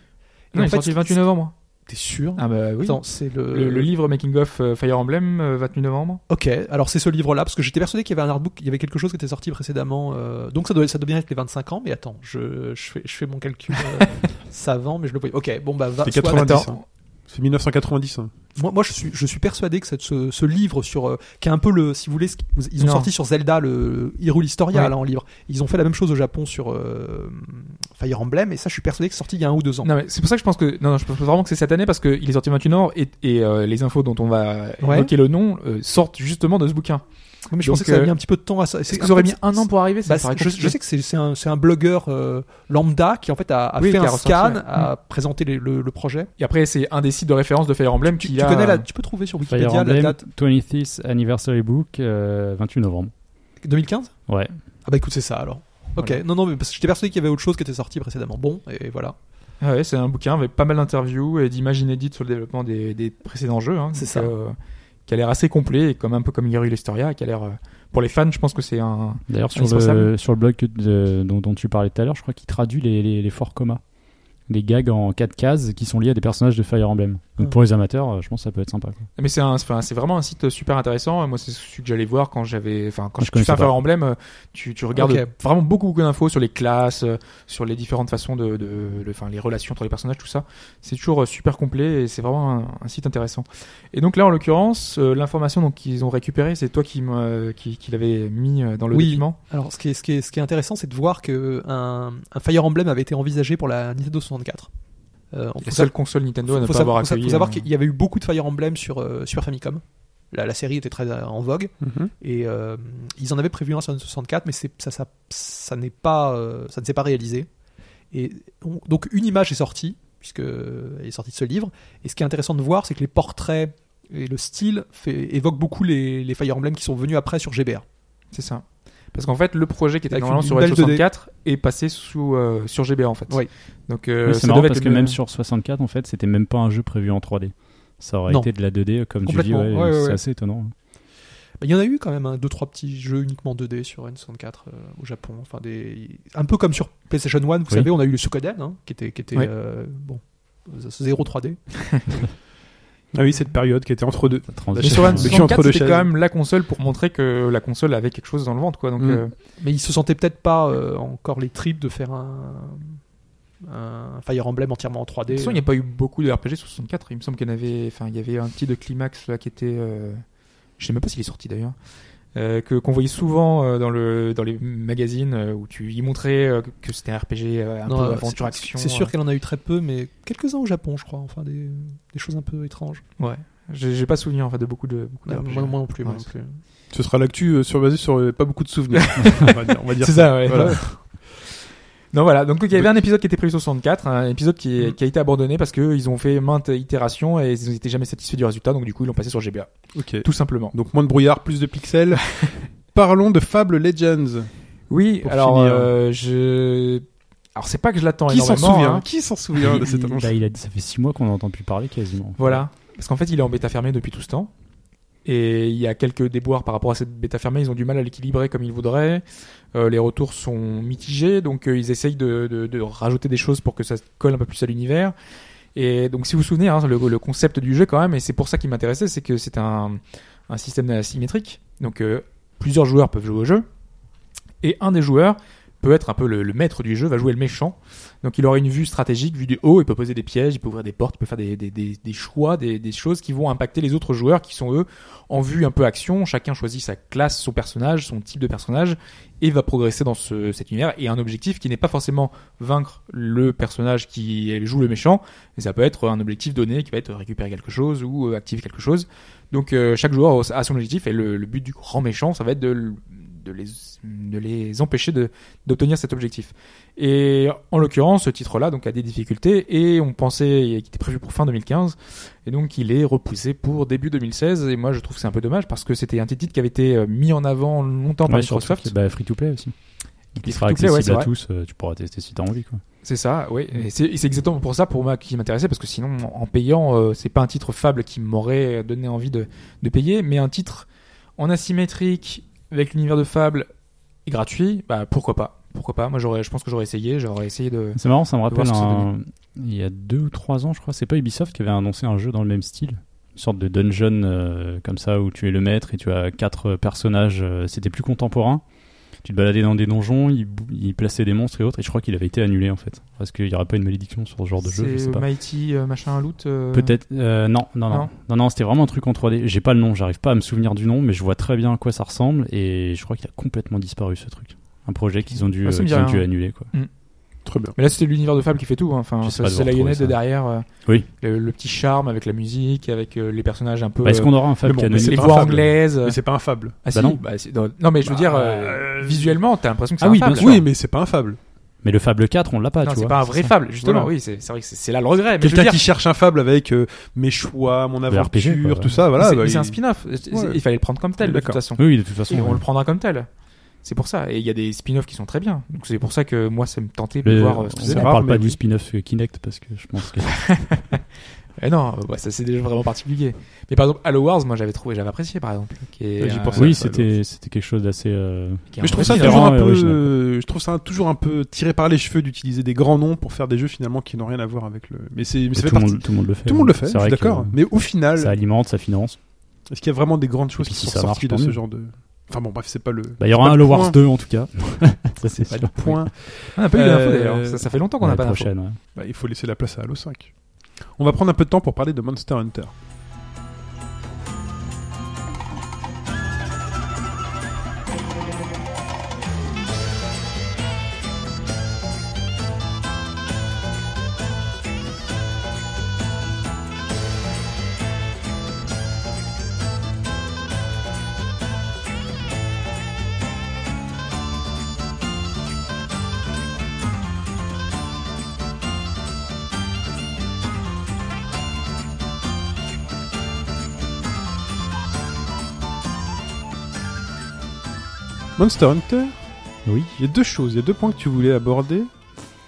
S4: Non,
S5: Et
S4: il est sorti le 28 novembre.
S5: T'es sûr
S4: Ah bah oui.
S5: Attends, c'est le...
S4: le, le livre Making of euh, Fire Emblem, euh, 29 novembre.
S5: Ok, alors c'est ce livre-là, parce que j'étais persuadé qu'il y avait un artbook, il y avait quelque chose qui était sorti précédemment. euh, donc ça doit, ça doit bien être les 25 ans, mais attends, je, je, fais, je fais mon calcul euh, savant, mais je le voyais. Ok, bon bah... Va,
S2: C'était
S5: soit-
S2: 90,
S5: attends,
S2: hein. C'est 1990. hein.
S5: Moi, moi je, suis, je suis persuadé que cette- ce, ce livre sur euh, qui est un peu le si vous voulez ce qui- vous- ils ont
S4: Non.
S5: sorti sur Zelda le Hyrule Historia
S4: Ouais.
S5: là en livre. Ils ont fait la même chose au Japon sur euh, Fire Emblem et ça je suis persuadé que c'est sorti il y a un ou deux ans.
S4: Non, mais c'est pour ça que je pense que. Non, non, je pense vraiment que c'est cette année parce qu'il est sorti le 28 novembre et, et, euh, les infos dont on va
S5: Ouais.
S4: évoquer le nom euh, sortent justement de ce bouquin.
S5: Oui, mais je
S4: donc,
S5: pensais que ça
S4: euh,
S5: avait mis un petit peu de temps à ça.
S4: Est-ce que vous aurez mis un an pour arriver ça
S5: Bah,
S4: me paraît
S5: je,
S4: compliqué.
S5: je sais que c'est c'est un, c'est un blogueur euh, lambda qui en fait a, a
S4: Oui, qui
S5: fait
S4: a
S5: un
S4: ressorti,
S5: scan,
S4: ouais. Mm.
S5: a présenté les- le, le projet.
S4: Et après, c'est un des sites de référence de Fire Emblem
S5: Tu,
S4: qui
S5: tu
S4: a.
S5: connais la, tu peux trouver sur
S3: Fire
S5: Wikipédia la
S3: Emblem
S5: date
S3: 20th Anniversary Book, euh, 28 novembre.
S5: 2015
S3: Ouais.
S5: Ah bah écoute c'est ça alors. Ok,
S4: Voilà.
S5: non non mais parce que j'étais persuadé qu'il y avait autre chose qui était sorti précédemment. Bon et voilà.
S4: Ah ouais, c'est un bouquin avec pas mal d'interviews et d'images inédites sur le développement des, des précédents jeux. hein.
S5: C'est
S4: Donc,
S5: ça.
S4: euh, qui a l'air assez complet, et comme un peu comme Hyrule Historia, qui a l'air. euh, pour les fans, je pense que Ah, c'est un.
S3: D'ailleurs, sur le,
S4: Indispensable.
S3: sur le blog que- de- dont, dont tu parlais tout à l'heure, je crois qu'il traduit les, les, les forts commas. Les gags en 4 cases qui sont liés à des personnages de Fire Emblem. Donc
S5: Ah.
S3: pour les amateurs, euh, je pense que ça peut être sympa. quoi.
S4: Mais c'est un- enfin, c'est vraiment un site super intéressant. Moi, c'est celui que j'allais voir quand j'avais, enfin, quand
S3: Je
S4: je
S3: connaissais
S4: fais un
S3: pas.
S4: Fire Emblem, euh, tu, tu regardes
S5: Ok.
S4: vraiment beaucoup, beaucoup d'infos sur les classes, euh, sur les différentes façons de, de, de- enfin, les relations entre les personnages, tout ça. C'est toujours euh, super complet et c'est vraiment un, un site intéressant. Et donc là, en l'occurrence, euh, l'information donc qu'ils ont récupérée, c'est toi qui me, qui, qui l'avais mis euh, dans le
S5: Oui.
S4: document.
S5: Alors, ce qui est, ce qui est, ce qui est intéressant, c'est de voir que un, un Fire Emblem avait été envisagé pour la Nintendo 64. Euh, en
S4: La
S5: tout
S4: seule console Nintendo à ne
S5: faut,
S4: pas
S5: savoir,
S4: avoir
S5: faut sa-
S4: accueilli.
S5: faut savoir
S4: un-
S5: qu'il y avait eu beaucoup de Fire Emblem sur, euh, sur Famicom. La, la série était très euh, en vogue et euh, ils en avaient prévu un sur une 64, mais c'est- ça, ça, ça n'est pas, euh, ça ne s'est pas réalisé. Et on- donc une image est sortie puisque euh, elle est sortie de ce livre. Et ce qui est intéressant de voir, c'est que les portraits et le style fait, évoquent beaucoup les, les Fire Emblem qui sont venus après sur GBA.
S4: C'est ça. Parce qu'en fait, le projet qui était
S2: Avec
S4: normalement
S2: une
S4: sur
S2: dalle 2D.
S4: N64 est passé sous, euh, sur GBA en fait.
S5: Oui.
S4: Donc, euh,
S3: Oui,
S4: ça
S3: c'est marrant
S4: devait
S3: parce
S4: être
S3: que
S4: le-
S3: même sur 64, en fait, c'était même pas un jeu prévu en 3D. Ça aurait
S5: Non.
S3: été de la 2D, comme tu dis.
S5: Complètement.
S3: ouais,
S5: Ouais, ouais,
S3: c'est
S5: ouais.
S3: assez étonnant. hein.
S5: Mais Il y en a eu quand même un, deux trois petits jeux uniquement 2D sur N64 euh, au Japon. Enfin des, un peu comme sur PlayStation 1, vous
S3: Oui.
S5: savez, on a eu le Sukoden hein, qui était qui était
S4: Oui.
S5: euh, bon zéro 3D.
S2: Ah oui, cette période qui était entre deux.
S3: La transition.
S4: Mais sur
S2: Le cul entre
S4: N64,
S2: deux
S4: c'était
S2: chaises.
S4: quand même la console pour montrer que la console avait quelque chose dans le ventre. Quoi. Donc,
S2: Mm.
S4: euh,
S5: Mais ils se sentaient peut-être pas euh, encore les tripes de faire un, un Fire Emblem entièrement en euh.
S4: de
S5: 3D.
S4: toute façon, il n'y a pas eu beaucoup de RPG sur 64. Il me semble qu'il y en avait. Enfin, il y avait un petit de climax là, qui était. euh, Je sais même pas s'il est sorti d'ailleurs. euh, que qu'on voyait souvent euh, dans le dans les magazines euh, où tu y montrais euh, que c'était un RPG euh, un
S5: Non,
S4: peu
S5: euh,
S4: aventure
S5: c'est-
S4: action. hein.
S5: C'est sûr qu'elle en a eu très peu, mais quelques-uns au Japon, je crois. Enfin, des, des choses un peu étranges.
S4: euh. Ouais. J'ai j'ai pas souvenir en fait de beaucoup de beaucoup de
S5: Bah, moi,
S4: RPG.
S5: moi non plus. moi
S4: Ouais,
S5: non plus.
S2: Ce sera l'actu euh, sur basé sur euh, pas beaucoup de souvenirs. on va dire, on va dire
S4: C'est ça, ouais.
S2: Voilà.
S4: Non voilà, donc il y avait un épisode qui était prévu sur 64, un épisode qui,
S5: Bah, Mm.
S4: qui a été abandonné parce que ils ont fait maintes itérations et ils n'étaient jamais satisfaits du résultat, donc du coup ils l'ont passé sur GBA,
S2: Ok.
S4: tout simplement.
S2: Donc moins de brouillard, plus de pixels. Parlons de Fable Legends.
S4: Oui,
S2: Pour
S4: alors
S2: finir.
S4: euh, je, alors c'est pas que je l'attends
S2: Qui s'en
S4: énormément.
S2: souvient
S4: hein.
S2: Qui s'en souvient de
S3: Il-
S2: cette
S3: il-
S2: annonce
S3: bah, il a dit, ça fait 6 mois qu'on n'entend plus parler quasiment.
S4: Voilà, parce qu'en fait il est en bêta fermée depuis tout ce temps et il y a quelques déboires par rapport à cette bêta fermée, ils ont du mal à l'équilibrer comme ils voudraient. Euh, les retours sont mitigés, donc euh, ils essayent de, de- de rajouter des choses pour que ça colle un peu plus à l'univers. Et donc, si vous vous souvenez, hein, le, le concept du jeu, quand même, et c'est pour ça qui m'intéressait, c'est que c'est un, un système asymétrique. Donc, euh, plusieurs joueurs peuvent jouer au jeu, et un des joueurs peut être un peu le, le maître du jeu, va jouer le méchant. Donc, il aura une vue stratégique, vue du haut, il peut poser des pièges, il peut ouvrir des portes, il peut faire des, des- des- des choix, des, des choses qui vont impacter les autres joueurs qui sont eux en vue un peu action. Chacun choisit sa classe, son personnage, son type de personnage, et va progresser dans ce, cet univers. Et un objectif qui n'est pas forcément vaincre le personnage qui joue le méchant. Et ça peut être un objectif donné qui va être récupérer quelque chose ou euh, activer quelque chose. Donc euh, chaque joueur a son objectif et le, le but du grand méchant, ça va être de, l- de, les, de les empêcher de- d'obtenir cet objectif. Et en l'occurrence, ce titre-là donc a des difficultés et on pensait qu'il était prévu pour fin 2015 et donc il est repoussé pour début 2016. Et moi je trouve que c'est un peu dommage parce que c'était un titre qui avait été euh, mis en avant longtemps par
S3: Ouais, surtout
S4: Microsoft.
S3: que- bah, free to play aussi.
S4: était
S3: Il sera
S4: free to play,
S3: accessible
S4: ouais, c'est
S3: à
S4: vrai.
S3: tous, euh, tu pourras tester si t'as envie. Quoi.
S4: C'est ça, oui. Et c'est et c'est exactement pour ça, pour moi, qui m'intéressait, parce que sinon, en payant, euh, c'est pas un titre fable qui m'aurait donné envie de, de payer, mais un titre en asymétrique, avec l'univers de fable, et gratuit, bah pourquoi pas Pourquoi pas Moi, j'aurais, je pense que j'aurais essayé, j'aurais essayé de.
S3: C'est marrant, ça me
S4: De
S3: rappelle
S4: voir ce que ça
S3: un- il y a deux ou trois ans, je crois, c'est pas Ubisoft qui avait annoncé un jeu dans le même style, une sorte de dungeon euh, comme ça où tu es le maître et tu as quatre euh, personnages. euh, C'était plus contemporain. Tu te baladais dans des donjons, ils bou- ils plaçaient des monstres et autres. Et je crois qu'il avait été annulé en fait, parce qu'il n'y aurait pas une malédiction sur ce genre de jeu. Je sais
S4: C'est
S3: pas.
S4: Mighty euh, machin loot. euh,
S3: Peut-être. euh, non, non, non,
S4: Non.
S3: non, non, C'était vraiment un truc en 3D. J'ai pas le nom, j'arrive pas à me souvenir du nom, mais je vois très bien à quoi ça ressemble. Et je crois qu'il a complètement disparu ce truc. Un projet qu'ils ont dû,
S4: Ah, ça
S3: euh,
S4: me dit
S3: qu'ils ont
S4: rien.
S3: dû annuler quoi.
S2: Très bien.
S4: Mais là, c'était l'univers de fable qui fait tout. hein. Enfin,
S3: J'essaie
S4: ça,
S3: pas de
S4: c'est la
S3: retrouver
S4: Yonette
S3: ça.
S4: derrière. euh,
S3: Oui.
S4: Le, le petit charme avec la musique, avec euh, les personnages un peu.
S3: Bah, Est-ce qu'on aura un
S2: mais
S3: Fab
S2: bon,
S3: Canon
S2: mais c'est
S4: les
S2: pas
S4: voix
S2: un fable.
S4: anglaises.
S2: Mais c'est pas un Fable.
S4: Ah,
S3: Bah
S4: si,
S3: non.
S4: bah, c'est- non. non, mais je veux
S2: Bah,
S4: dire, euh,
S2: euh,
S4: visuellement, t'as l'impression que c'est
S3: Ah
S4: un
S3: oui,
S4: fable.
S3: bien sûr.
S2: Oui, mais c'est pas un Fable.
S3: Mais le Fable 4, on l'a pas,
S4: Non,
S3: tu
S4: c'est
S3: vois.
S4: pas un vrai fable, justement.
S2: Voilà.
S4: Oui, c'est c'est vrai que c'est c'est là le regret. Mais je veux
S2: Quelqu'un
S4: dire,
S2: qui cherche un Fable avec euh, mes choix, mon
S3: Le RPG,
S2: aventure,
S3: quoi,
S2: tout
S3: ouais.
S2: ça, voilà.
S4: c'est
S2: bah,
S4: mais c'est un
S2: il-
S4: spin-off. C'est-
S2: Ouais.
S4: Il fallait le prendre comme tel, de toute
S2: D'accord.
S4: façon.
S3: Oui, oui, de toute façon.
S4: Et on
S3: ouais.
S4: le prendra comme tel. C'est pour ça. Et il y a des spin-offs qui sont très bien. Donc c'est pour ça que moi, ça me tentait de
S3: Le-
S4: voir euh, ce que
S3: on
S4: c'est.
S3: ne
S2: faisait.
S3: parle
S2: Rare,
S3: pas
S2: mais-
S3: du spin-off euh, Kinect parce que je pense que
S4: Eh non, euh, ouais, ça c'est déjà vraiment particulier. Mais par exemple, Halo Wars, moi j'avais trouvé, j'avais apprécié par exemple. Qui est,
S2: Ouais, j'y
S4: euh,
S2: pensais.
S3: oui
S2: ça,
S3: c'était c'était quelque chose d'assez euh,
S4: qui est
S2: Mais je trouve ça toujours
S4: impressionnant.
S2: un
S3: différent et
S2: peu,
S3: original,
S2: je trouve ça toujours un peu tiré par les cheveux d'utiliser des grands noms pour faire des jeux finalement qui n'ont rien à voir avec le. Mais c'est, mais ça
S3: tout,
S2: fait
S3: le
S2: partie.
S3: monde, tout le monde le fait
S2: Tout le monde
S3: ouais.
S2: le fait,
S3: C'est
S2: je suis
S3: vrai que,
S2: d'accord.
S3: euh,
S2: Mais au
S3: ça
S2: final,
S3: alimente ça finance
S2: est-ce qu'il y a vraiment des grandes choses
S3: Et puis
S2: qui
S3: si
S2: sont
S3: ça marche,
S2: sorties de
S3: tant
S2: ce
S3: mieux.
S2: genre de. Enfin bon, bref, c'est pas le.
S3: bah, il
S2: c'est
S3: y aura
S2: pas
S3: un
S2: le
S3: Halo Wars
S2: point.
S3: 2 en tout cas ça c'est
S2: C'est
S3: sûr
S2: pas le point.
S4: On n'a Ah, pas eu d'info
S2: Euh,
S4: d'ailleurs. Ça, ça fait longtemps qu'on n'a
S3: L'année
S4: pas d'info.
S3: prochaine ouais.
S2: Bah, il faut laisser la place à Halo 5. On va prendre un peu de temps pour parler de Monster Hunter. Monster Hunter,
S3: Oui.
S2: il y a deux choses, il y a deux points que tu voulais aborder.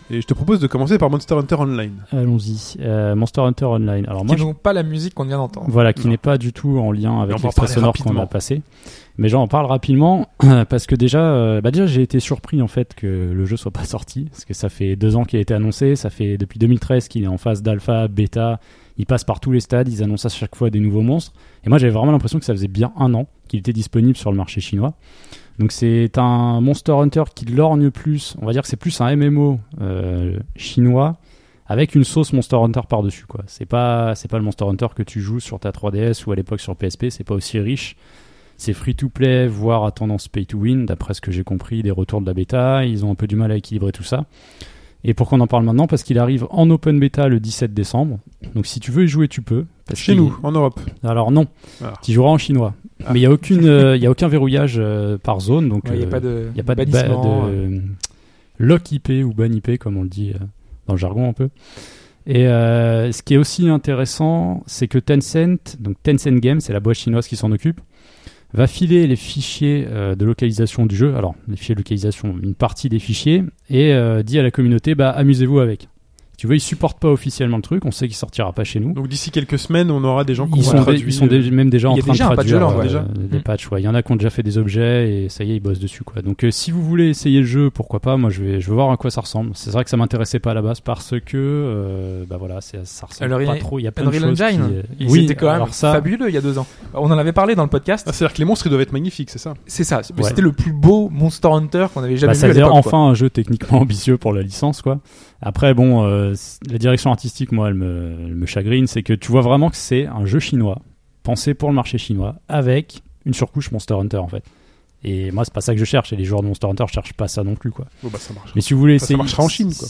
S2: Et je te propose de commencer par Monster Hunter Online.
S3: Allons-y. Euh, Monster Hunter Online. Alors moi,
S4: qui
S3: je-
S4: n'ont pas la musique qu'on vient d'entendre.
S3: voilà, qui
S2: Non.
S3: n'est pas du tout en lien
S2: Mais on
S3: avec
S2: va en
S3: l'extrait
S2: parler
S3: sonore qu'on
S2: rapidement.
S3: a passé. Mais j'en parle rapidement parce que déjà, euh, bah déjà j'ai été surpris en fait que le jeu soit pas sorti parce que ça fait deux ans qu'il a été annoncé, ça fait depuis 2013 qu'il est en phase d'alpha, bêta, il passe par tous les stades, ils annoncent à chaque fois des nouveaux monstres. Et moi j'avais vraiment l'impression que ça faisait bien un an qu'il était disponible sur le marché chinois. Donc c'est un Monster Hunter qui lorgne plus, on va dire que c'est plus un MMO euh, chinois avec une sauce Monster Hunter par-dessus quoi. C'est pas c'est pas le Monster Hunter que tu joues sur ta 3DS ou à l'époque sur PSP, c'est pas aussi riche. C'est free to play voire à tendance pay to win d'après ce que j'ai compris des retours de la bêta, ils ont un peu du mal à équilibrer tout ça. Et pour qu'on en parle maintenant parce qu'il arrive en open bêta le 17 décembre. Donc si tu veux y jouer, tu peux Parce
S2: Chez
S3: qu'il-
S2: nous, en Europe.
S3: Alors non.
S2: Ah.
S3: Tu joueras en chinois. Mais il y a aucune euh, il y a aucun verrouillage euh, par zone donc
S4: Il n'y a
S3: euh,
S4: pas de,
S3: il n'y a pas de, ba-
S4: bannissement,
S3: de,
S4: euh,
S3: euh, lock IP ou ban IP, comme on le dit euh, dans le jargon un peu. Et euh, ce qui est aussi intéressant, c'est que Tencent, donc Tencent Games, c'est la boîte chinoise qui s'en occupe, va filer les fichiers euh, de localisation du jeu, alors les fichiers de localisation, une partie des fichiers, et euh, dit à la communauté, bah amusez-vous avec. Tu vois, ils supportent pas officiellement le truc, on sait qu'il sortira pas chez nous.
S2: Donc d'ici quelques semaines, on aura des gens qui
S3: Ils sont, dé-
S2: traduit,
S3: ils sont
S2: euh,
S3: dé- même déjà
S4: il
S3: en
S4: y a
S3: train
S4: déjà
S3: de
S4: un patch
S3: traduire
S4: de langue,
S3: euh,
S4: déjà.
S3: des
S4: Mm.
S3: patchs. ouais. Il y en a qui ont déjà fait des objets et ça y est, ils bossent dessus. Quoi. Donc euh, si vous voulez essayer le jeu, pourquoi pas Moi, je vais, je vais voir à quoi ça ressemble. C'est vrai que ça m'intéressait pas à la base parce que euh, bah voilà, c'est- ça ressemble
S4: Alors, il y
S3: pas
S4: a
S3: trop. Il y a plein
S4: Unreal
S3: de choses.
S4: Engine,
S3: qui, euh,
S4: il
S3: oui,
S4: c'était quand même
S3: alors ça,
S4: fabuleux il y a deux ans. On en avait parlé dans le podcast.
S2: Ah, c'est-à-dire que les monstres, ils doivent être magnifiques, c'est ça
S4: C'est ça, c'est-
S3: Ouais.
S4: c'était le plus beau Monster Hunter qu'on avait
S3: bah,
S4: jamais vu.
S3: ça
S4: à
S3: veut dire
S4: l'époque, quoi.
S3: enfin un jeu techniquement ambitieux pour la licence quoi. Après bon, euh, c- la direction artistique moi elle me, elle me chagrine, c'est que tu vois vraiment que c'est un jeu chinois pensé pour le marché chinois avec une surcouche Monster Hunter en fait. Et moi c'est pas ça que je cherche et les joueurs de Monster Hunter cherchent pas ça non plus quoi.
S2: Bon, bah ça marche.
S3: Mais si vous voulez
S2: Ça, ça
S3: essayer
S2: marchera en Chine, quoi.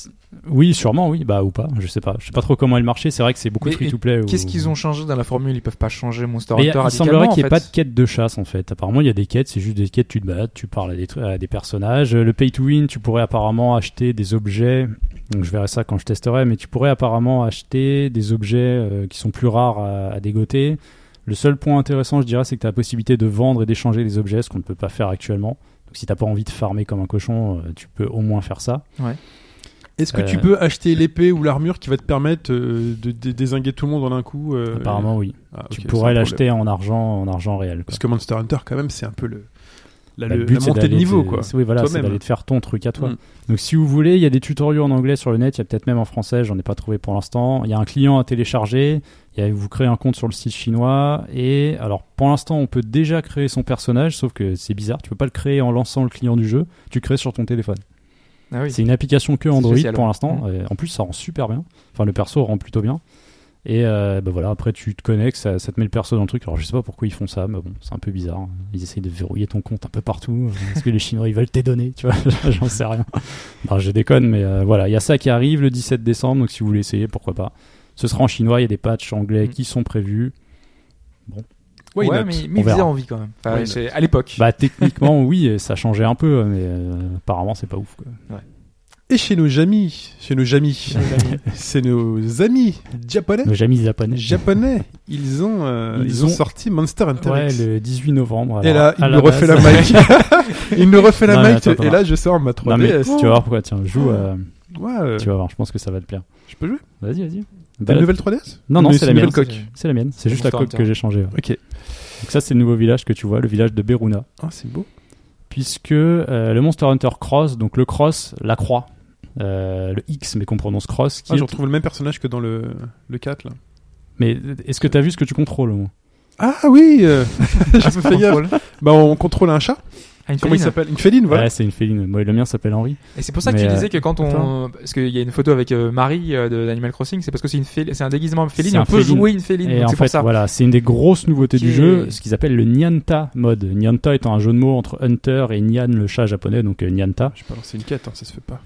S3: Oui, sûrement oui, bah ou pas, je sais pas. Je sais pas trop comment est le marché, c'est vrai que c'est beaucoup
S4: Mais-
S3: de free to play.
S4: Qu'est-ce qu'ils ont changé dans la formule Ils peuvent pas changer Monster
S3: mais il y
S4: Hunter
S3: a- il
S4: radicalement,
S3: semblerait qu'il n'y
S4: en
S3: ait pas de
S4: fait.
S3: quête de chasse en fait. Apparemment, il y a des quêtes, c'est juste des quêtes, tu te balades, tu parles à des, tru- à des personnages. Euh, Le pay to win, tu pourrais apparemment acheter des objets. Donc, je verrai ça quand je testerai, mais tu pourrais apparemment acheter des objets euh, qui sont plus rares à, à dégoter. Le seul point intéressant, je dirais, c'est que tu as la possibilité de vendre et d'échanger des objets, ce qu'on ne peut pas faire actuellement. Donc, si t'as pas envie de farmer comme un cochon, euh, tu peux au moins faire ça.
S2: Est-ce que tu
S3: Euh,
S2: peux acheter l'épée ou l'armure qui va te permettre euh, de, dé- dézinguer tout le monde en un coup euh,
S3: Apparemment, oui.
S2: Ah,
S3: Tu
S2: ok, c'est un
S3: pourrais
S2: problème.
S3: l'acheter en argent, en argent réel. quoi.
S2: Parce que Monster Hunter, quand même, c'est un peu le, la,
S3: Bah,
S2: le-
S3: le but,
S2: la
S3: c'est
S2: montée de
S3: d'aller
S2: niveau,
S3: te-
S2: quoi.
S3: c'est- Oui, voilà, c'est
S2: Toi-même.
S3: d'aller te faire ton truc à toi.
S2: Mm.
S3: Donc, si vous voulez, il y a des tutoriaux en anglais sur le net, il y a peut-être même en français, j'en ai pas trouvé pour l'instant. Il y a un client à télécharger, il y a, vous créez un compte sur le site chinois, et alors, pour l'instant, on peut déjà créer son personnage, sauf que c'est bizarre, tu peux pas le créer en lançant le client du jeu, tu le crées sur ton téléphone.
S4: Ah oui.
S3: C'est une application que
S4: C'est
S3: Android
S4: spécial,
S3: pour
S4: ouais.
S3: l'instant. Et En plus, ça rend super bien. Enfin, le perso rend plutôt bien. Et euh, bah voilà, après tu te connectes, ça, ça te met le perso dans le truc. Alors je sais pas pourquoi ils font ça, mais bon, c'est un peu bizarre. hein. Ils essayent de verrouiller ton compte un peu partout. Est-ce que les Chinois ils veulent tes données Tu vois, j'en sais rien. Non, je déconne, mais euh, voilà, il y a ça qui arrive le 17 décembre, donc si vous voulez essayer, pourquoi pas. Ce sera en chinois, il y a des patchs anglais
S4: Mm.
S3: qui sont prévus.
S2: Why
S4: ouais,
S2: not
S4: mais,
S3: On
S4: mais ils
S3: verra.
S4: faisaient envie quand même. Enfin,
S2: Why not
S4: c'est- à l'époque.
S3: Bah techniquement, oui, et ça changeait un peu, mais euh, apparemment c'est pas ouf. quoi.
S2: Et chez nos amis, chez nos amis, c'est nos amis japonais.
S3: Nos amis japonais.
S2: Japonais, ils ont, euh, ils,
S3: Ils
S2: ont
S3: ont-
S2: sorti Monster Hunter.
S3: Ouais,
S2: X.
S3: le 18 novembre.
S2: Et
S3: alors,
S2: là, il
S3: à
S2: me refait la
S3: base-
S2: mic. il me refait la
S3: Non, mais
S2: mic.
S3: attends,
S2: Et
S3: attends.
S2: là, je sors ma 3DS.
S3: Non mais tu vas voir pourquoi tiens joue
S2: Oh.
S3: euh,
S2: Ouais, euh,
S3: tu vas voir je pense que ça va te plaire
S2: je peux jouer
S3: vas-y vas-y
S2: T'as
S3: Balade-
S2: une nouvelle 3DS
S3: non non
S2: Mais
S3: c'est la
S2: une
S3: mienne
S2: nouvelle coque.
S3: c'est la mienne c'est juste la
S4: Monster
S3: coque
S4: Hunter.
S3: que j'ai changée ouais.
S2: Ok.
S3: donc ça c'est le nouveau village que tu vois le village de Beruna
S2: Ah, c'est beau.
S3: puisque euh, le Monster Hunter Cross donc le Cross la croix euh, le X mais qu'on prononce Cross qui
S2: Ah,
S3: est-
S2: je retrouve le même personnage que dans le, le 4 là.
S3: mais est-ce que t'as vu ce que tu contrôles au moins
S2: Ah oui euh, Je
S4: Ah,
S2: me
S4: c'est
S2: fais
S4: pas
S2: gaffe.
S4: drôle.
S2: Bah, on contrôle un chat.
S4: Ah, une
S2: Comment il
S4: féline.
S2: s'appelle Une féline, voilà.
S3: ouais c'est une féline moi le mien s'appelle Henri
S4: Et c'est pour ça que
S3: Mais,
S4: tu
S3: euh,
S4: disais que quand on, parce qu'il y a une photo avec euh, Marie euh, de d'Animal Crossing, c'est parce que c'est une féline- c'est un déguisement féline.
S3: C'est
S4: On
S3: un
S4: peut
S3: féline.
S4: jouer une féline.
S3: Et
S4: donc
S3: en
S4: C'est pour
S3: fait,
S4: ça.
S3: voilà, c'est une des grosses nouveautés
S4: Ok.
S3: du jeu, ce qu'ils appellent le Nyanta mode. Nyanta est un jeu de mots entre Hunter et Nyan, le chat japonais, donc euh, Nyanta.
S2: Je sais pas, c'est une quête, hein, ça se fait pas.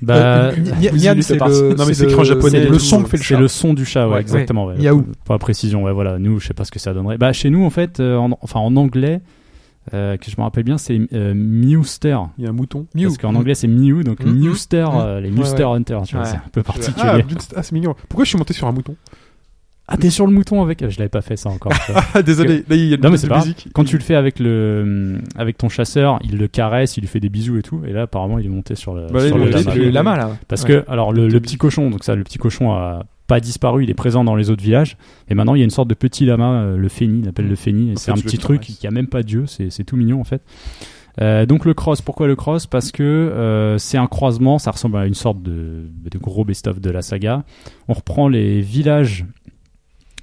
S3: Bah,
S4: Nyan,
S2: Nyan,
S4: c'est
S2: c'est
S4: le-
S2: le- Non, mais c'est
S4: le-
S2: écran japonais.
S4: c'est
S2: Le son que fait le
S3: C'est
S2: chat.
S3: le son du chat, ouais,
S4: Ouais,
S3: exactement. Ouais.
S4: Miaou.
S3: Pour la précision, ouais, voilà. Nous, je sais pas ce que ça donnerait. Bah, chez nous, en fait, euh, en, enfin, en anglais, euh, que je me rappelle bien, c'est euh, Mewster.
S2: Il y a un mouton.
S3: Parce qu'en anglais, c'est Mew, donc
S4: Mm.
S3: Mewster, euh, les Mewster Hunters, tu vois,
S4: Ouais.
S3: c'est un peu
S2: Ah,
S3: particulier.
S2: Bloodst- ah, c'est mignon. Pourquoi je suis monté sur un mouton
S3: Ah, t'es sur le mouton avec. Je l'avais pas fait ça encore. tu vois.
S2: Ah, désolé, là il y a une
S3: Non, mais
S2: petite
S3: c'est pas grave.
S2: musique.
S3: Quand tu le fais avec le avec ton chasseur, il le caresse, il lui fait des bisous et tout. Et là, apparemment, il est monté sur le,
S2: Bah oui,
S3: sur
S2: le-
S3: le
S2: le-
S3: lama.
S2: le-
S4: lama là.
S3: Parce
S4: Ouais.
S3: que alors le, le petit cochon, donc ça, le petit cochon a pas disparu, il est présent dans les autres villages. Et maintenant, il y a une sorte de petit lama, euh, le féni, il appelle le féni. et C'est
S2: fait,
S3: un
S2: tu le
S3: petit truc
S2: caresses.
S3: qui a même pas Dieu, c'est c'est tout mignon en fait. Euh, donc le cross, pourquoi le cross Parce que euh, c'est un croisement, ça ressemble à une sorte de, de gros best-of de la saga. On reprend les villages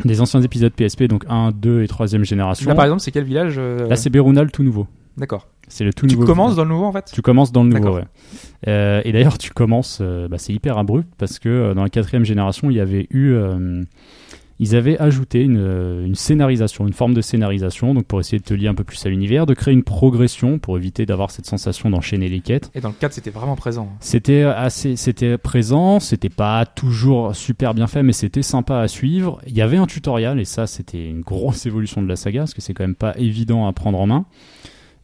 S3: des anciens épisodes PSP, donc 1, 2 et 3 génération.
S4: Là par exemple, c'est quel village euh,
S3: Là, c'est Beruna, le tout nouveau.
S4: D'accord.
S3: C'est le tout
S4: Tu
S3: nouveau.
S4: commences dans le nouveau en fait
S3: Tu commences dans le nouveau,
S4: D'accord.
S3: ouais. Euh, et d'ailleurs, tu commences, euh, bah, c'est hyper abrupt parce que euh, dans la quatrième génération, il y avait eu, euh, ils avaient ajouté une, euh, une scénarisation, une forme de scénarisation, donc pour essayer de te lier un peu plus à l'univers, de créer une progression pour éviter d'avoir cette sensation d'enchaîner les quêtes.
S4: Et dans le 4, c'était vraiment présent.
S3: C'était assez, c'était présent, c'était pas toujours super bien fait, mais c'était sympa à suivre. Il y avait un tutoriel et ça, c'était une grosse évolution de la saga parce que c'est quand même pas évident à prendre en main.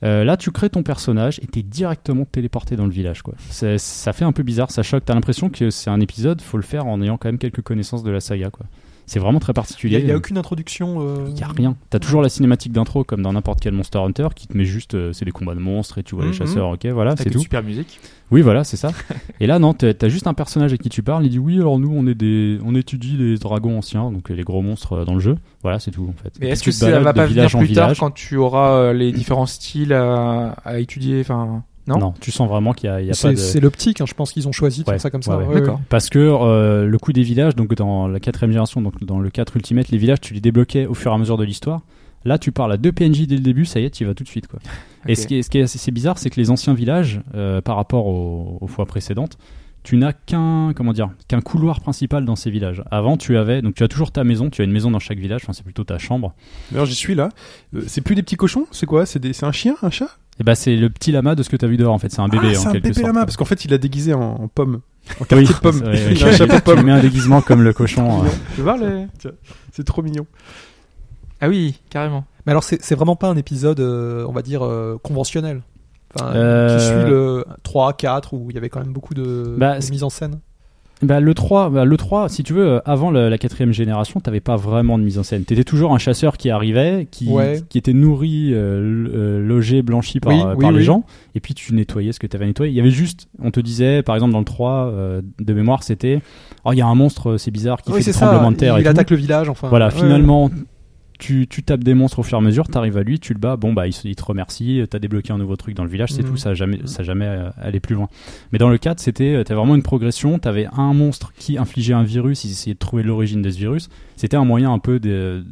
S3: Euh, là, tu crées ton personnage et t'es directement téléporté dans le village. Quoi. C'est- Ça fait un peu bizarre, ça choque. T'as l'impression que c'est un épisode, faut le faire en ayant quand même quelques connaissances de la saga. Quoi. C'est vraiment très
S5: Il n'y
S3: particulier.
S5: a, il y a aucune introduction. euh,
S3: Il y a rien. T'as toujours la cinématique d'intro comme dans n'importe quel Monster Hunter qui te met juste, euh, c'est des combats de monstres et tu vois les
S4: Mhm.
S3: chasseurs, ok, voilà,
S4: Avec
S3: Ah, c'est
S4: une
S3: tout.
S4: super musique.
S3: Oui, voilà, c'est ça. Et là, non, t'as t'as juste un personnage à qui tu parles. Il dit oui, alors nous, on est des, on étudie les dragons anciens, donc les gros monstres euh, dans le jeu. Voilà, c'est tout en fait.
S4: Mais
S3: Et
S4: est-ce
S3: tu
S4: que
S3: te
S4: ça
S3: balades
S4: va
S3: de
S4: pas venir
S3: village en
S4: plus tard
S3: village.
S4: quand tu auras euh, les différents styles à, à étudier enfin, Non,
S3: non, tu sens vraiment qu'il y a, il y a pas
S5: C'est
S3: de.
S5: c'est l'optique, hein, je pense qu'ils ont choisi de
S3: Ouais,
S5: faire ça comme ça.
S3: ouais,
S5: Ouais,
S3: ouais.
S5: D'accord.
S3: Parce que euh, le coup des villages, donc dans la quatrième génération, donc dans le 4 Ultimate, les villages, tu les débloquais au fur et à mesure de l'histoire. Là, tu parles à deux PNJ dès le début, ça y est, tu y vas tout de suite. Quoi. Et
S4: Ok.
S3: ce qui est, ce qui est assez c'est bizarre, c'est que les anciens villages, euh, par rapport aux, aux fois précédentes, tu n'as qu'un comment dire qu'un couloir principal dans ces villages. Avant, tu avais donc tu as toujours ta maison, tu as une maison dans chaque village. Enfin, c'est plutôt ta chambre.
S2: D'ailleurs, j'y suis là. Euh, c'est plus des petits cochons, c'est quoi C'est des- c'est un chien, un chat
S3: Et bah, c'est le petit lama de ce que tu as vu dehors. En fait, c'est un bébé
S2: Ah, c'est
S3: en
S2: un
S3: quelque
S2: bébé
S3: sorte.
S2: lama, parce qu'en fait, il a déguisé en, en pomme. En
S3: Oui,
S2: quartier de pomme.
S3: ouais, ouais.
S2: il a un chapeau
S3: Tu lui
S2: pomme.
S3: mets un déguisement comme le cochon. euh.
S4: Tu vois les...
S2: C'est trop mignon.
S4: Ah oui, carrément.
S5: Mais alors, c'est c'est vraiment pas un épisode, euh, on va dire, euh, conventionnel. Enfin,
S3: Euh,
S5: Qui suit le 3, 4, où il y avait quand même beaucoup de,
S3: Bah,
S5: de
S3: c'est-
S5: mise en scène.
S3: Bah, le 3, bah, le 3, si tu veux, euh, avant le- la quatrième génération, t'avais pas vraiment de mise en scène. T'étais toujours un chasseur qui arrivait, qui,
S5: Ouais.
S3: qui était nourri, euh, l- euh, logé, blanchi par,
S5: Oui,
S3: euh,
S5: oui,
S3: par les
S5: oui.
S3: gens, et puis tu nettoyais ce que t'avais nettoyé. Il y avait juste, on te disait, par exemple dans le 3, euh, de mémoire, c'était, oh, il y a un monstre, euh, c'est bizarre, qui
S5: Oui,
S3: fait
S5: c'est
S3: des
S5: ça.
S3: tremblements de terre. et
S5: Il
S3: tout.
S5: attaque le village, enfin.
S3: Voilà,
S5: Ouais,
S3: finalement, tu, tu tapes des monstres au fur et à mesure, t'arrives à lui, tu le bats, bon bah il, se- il te remercie, euh, t'as débloqué un nouveau truc dans le village, c'est
S5: Mhm.
S3: tout, ça a jamais, ça a jamais euh, allé plus loin. Mais dans le 4, c'était, euh, t'avais vraiment une progression, t'avais un monstre qui infligeait un virus, ils essayaient de trouver l'origine de ce virus, c'était un moyen un peu de,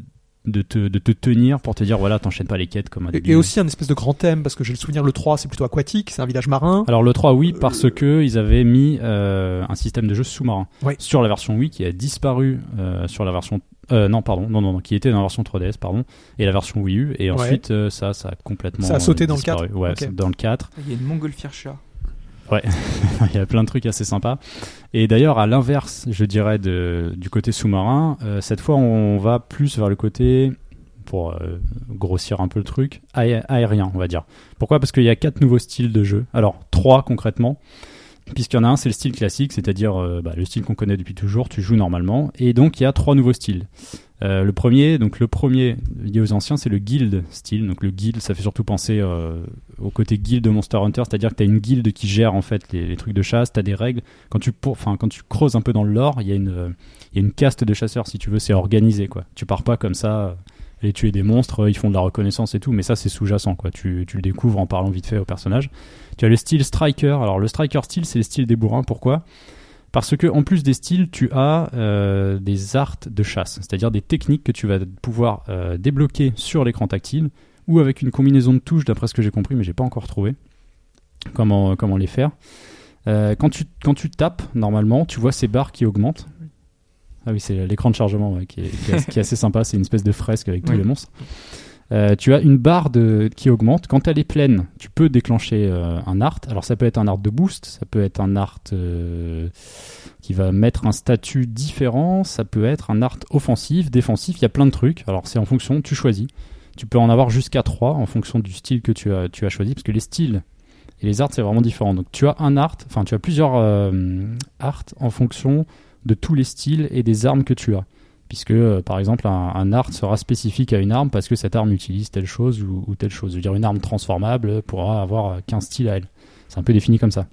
S3: de, te, de te tenir pour te dire voilà, t'enchaînes pas les quêtes comme un
S5: Et,
S3: débile.
S5: et aussi un espèce de grand thème, parce que j'ai le souvenir, le 3, c'est plutôt aquatique, c'est un village marin.
S3: Alors le 3 oui parce que ils avaient mis euh, un système de jeu sous-marin
S5: Ouais.
S3: sur la version Wii qui a disparu euh, sur la version euh, non pardon non non non qui était dans la version 3DS pardon et la version Wii U et ensuite euh, ça ça a complètement
S5: Ça a sauté dans le
S3: disparu. ouais
S5: Ok.
S3: c'est dans le 4
S4: Ah, Il y a une montgolfière chat.
S3: il y a plein de trucs assez sympas et d'ailleurs à l'inverse je dirais de, du côté sous-marin euh, cette fois on va plus vers le côté pour euh, grossir un peu le truc aé- aérien on va dire pourquoi Parce qu'il y a quatre nouveaux styles de jeu. Alors, trois concrètement. Puisqu'il y en a un, c'est le style classique, c'est-à-dire euh, bah, le style qu'on connaît depuis toujours, tu joues normalement. Et donc, il y a trois nouveaux styles. Euh, le premier, donc le premier lié aux anciens, c'est le guild style. Donc le guild, ça fait surtout penser euh, au côté guild de Monster Hunter, c'est-à-dire que tu as une guilde qui gère en fait les, les trucs de chasse, tu as des règles. Quand tu, pour- enfin, quand tu creuses un peu dans le lore, il y, a une, euh, il y a une caste de chasseurs, si tu veux, c'est organisé quoi. Tu pars pas comme ça, euh, aller tuer des monstres, euh, ils font de la reconnaissance et tout, mais ça c'est sous-jacent quoi. Tu, tu le découvres en parlant vite fait au personnage. Tu as le style striker. Alors le striker style, c'est le style des bourrins. Pourquoi Parce que en plus des styles, tu as euh, des arts de chasse, c'est-à-dire des techniques que tu vas pouvoir euh, débloquer sur l'écran tactile ou avec une combinaison de touches, d'après ce que j'ai compris, mais j'ai pas encore trouvé comment comment les faire. Euh, quand tu quand tu tapes normalement, tu vois ces barres qui augmentent. Ah oui, c'est l'écran de chargement ouais, qui, est, qui est- qui est assez sympa. C'est une espèce de fresque avec tous
S4: Oui.
S3: les monstres. Euh, tu as une barre de, qui augmente. Quand elle est pleine, tu peux déclencher euh, un art. Alors ça peut être un art de boost, ça peut être un art euh, qui va mettre un statut différent, ça peut être un art offensif, défensif, il y a plein de trucs. Alors c'est en fonction, tu choisis. Tu peux en avoir jusqu'à 3 en fonction du style que tu as, tu as choisi, parce que les styles et les arts, c'est vraiment différent. Donc tu as un art, enfin tu as plusieurs euh, arts en fonction de tous les styles et des armes que tu as. puisque euh, par exemple un, un art sera spécifique à une arme parce que cette arme utilise telle chose ou, ou telle chose. Je veux dire, une arme transformable pourra avoir euh, 15 styles à elle. C'est un peu défini comme ça.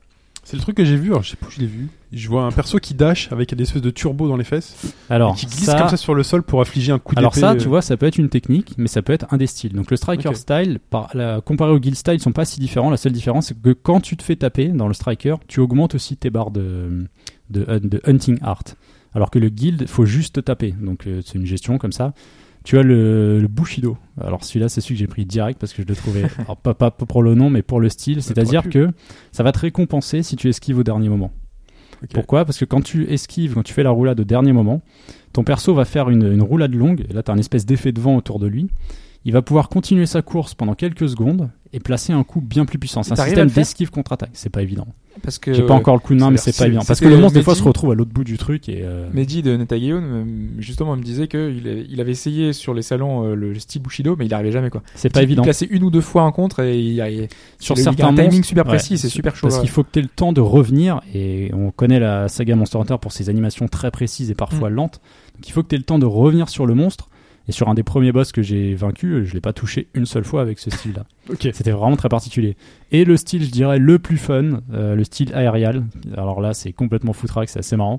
S2: C'est le truc que j'ai vu, alors je sais pas où je l'ai vu. Je vois un perso qui dash avec des espèces de turbo dans les fesses,
S3: Alors,
S2: et qui glisse
S3: ça-
S2: comme ça sur le sol pour affliger un coup d'épée.
S3: Alors ça, tu
S2: euh,
S3: vois, ça peut être une technique, mais ça peut être un des styles. Donc le striker
S2: Ok.
S3: style, par, la, comparé au guild style, ils sont pas si différents. La seule différence, c'est que quand tu te fais taper dans le striker, tu augmentes aussi tes barres de, de, hun- de hunting art. Alors que le guild, faut juste te taper. Donc euh, c'est une gestion comme ça. Tu as le, le Bushido. Alors celui-là, c'est celui que j'ai pris direct parce que je le trouvais, alors pas, pas pour le nom, mais pour le style. C'est-à-dire que ça va te récompenser si tu esquives au dernier moment.
S2: ok.
S3: Pourquoi Parce que quand tu esquives, quand tu fais la roulade au dernier moment, ton perso va faire une, une roulade longue, et là tu as un espèce d'effet de vent autour de lui. Il va pouvoir continuer sa course pendant quelques secondes et placer un coup bien plus puissant. C'est un
S4: T'arrives
S3: système
S4: à le faire Euh,
S3: d'esquive contre-attaque. C'est pas évident.
S4: Parce que
S3: J'ai pas encore le coup de main,
S4: ça a
S3: mais
S4: l'air
S3: c'est pas
S4: si-
S3: évident. Parce que
S4: c'était
S3: le monstre, des fois,
S4: Mehdi.
S3: se retrouve à l'autre bout du truc et. euh,
S4: Mehdi de Netageon, euh, justement, il me disait qu'il il avait essayé sur les salons euh, le, le style Bushido, mais il arrivait jamais quoi.
S3: c'est pas
S4: il
S3: évident.
S4: plaçait une ou deux fois un contre et il arrivait.
S3: Sur
S4: le- il a
S3: certains
S4: un timing
S3: monstres,
S4: super précis, c'est super chaud,
S3: Parce
S4: ouais.
S3: qu'il faut que tu aies le temps de revenir, et on connaît la saga Monster Hunter pour ses animations très précises et parfois lentes. Donc il faut que tu aies le temps de revenir sur le monstre. Et sur un des premiers boss que j'ai vaincu, euh, je l'ai pas touché une seule fois avec ce style-là. C'était vraiment très particulier. Et le style, je dirais, le plus fun, euh, le style aérial. Alors là, c'est complètement foutraque, c'est assez marrant.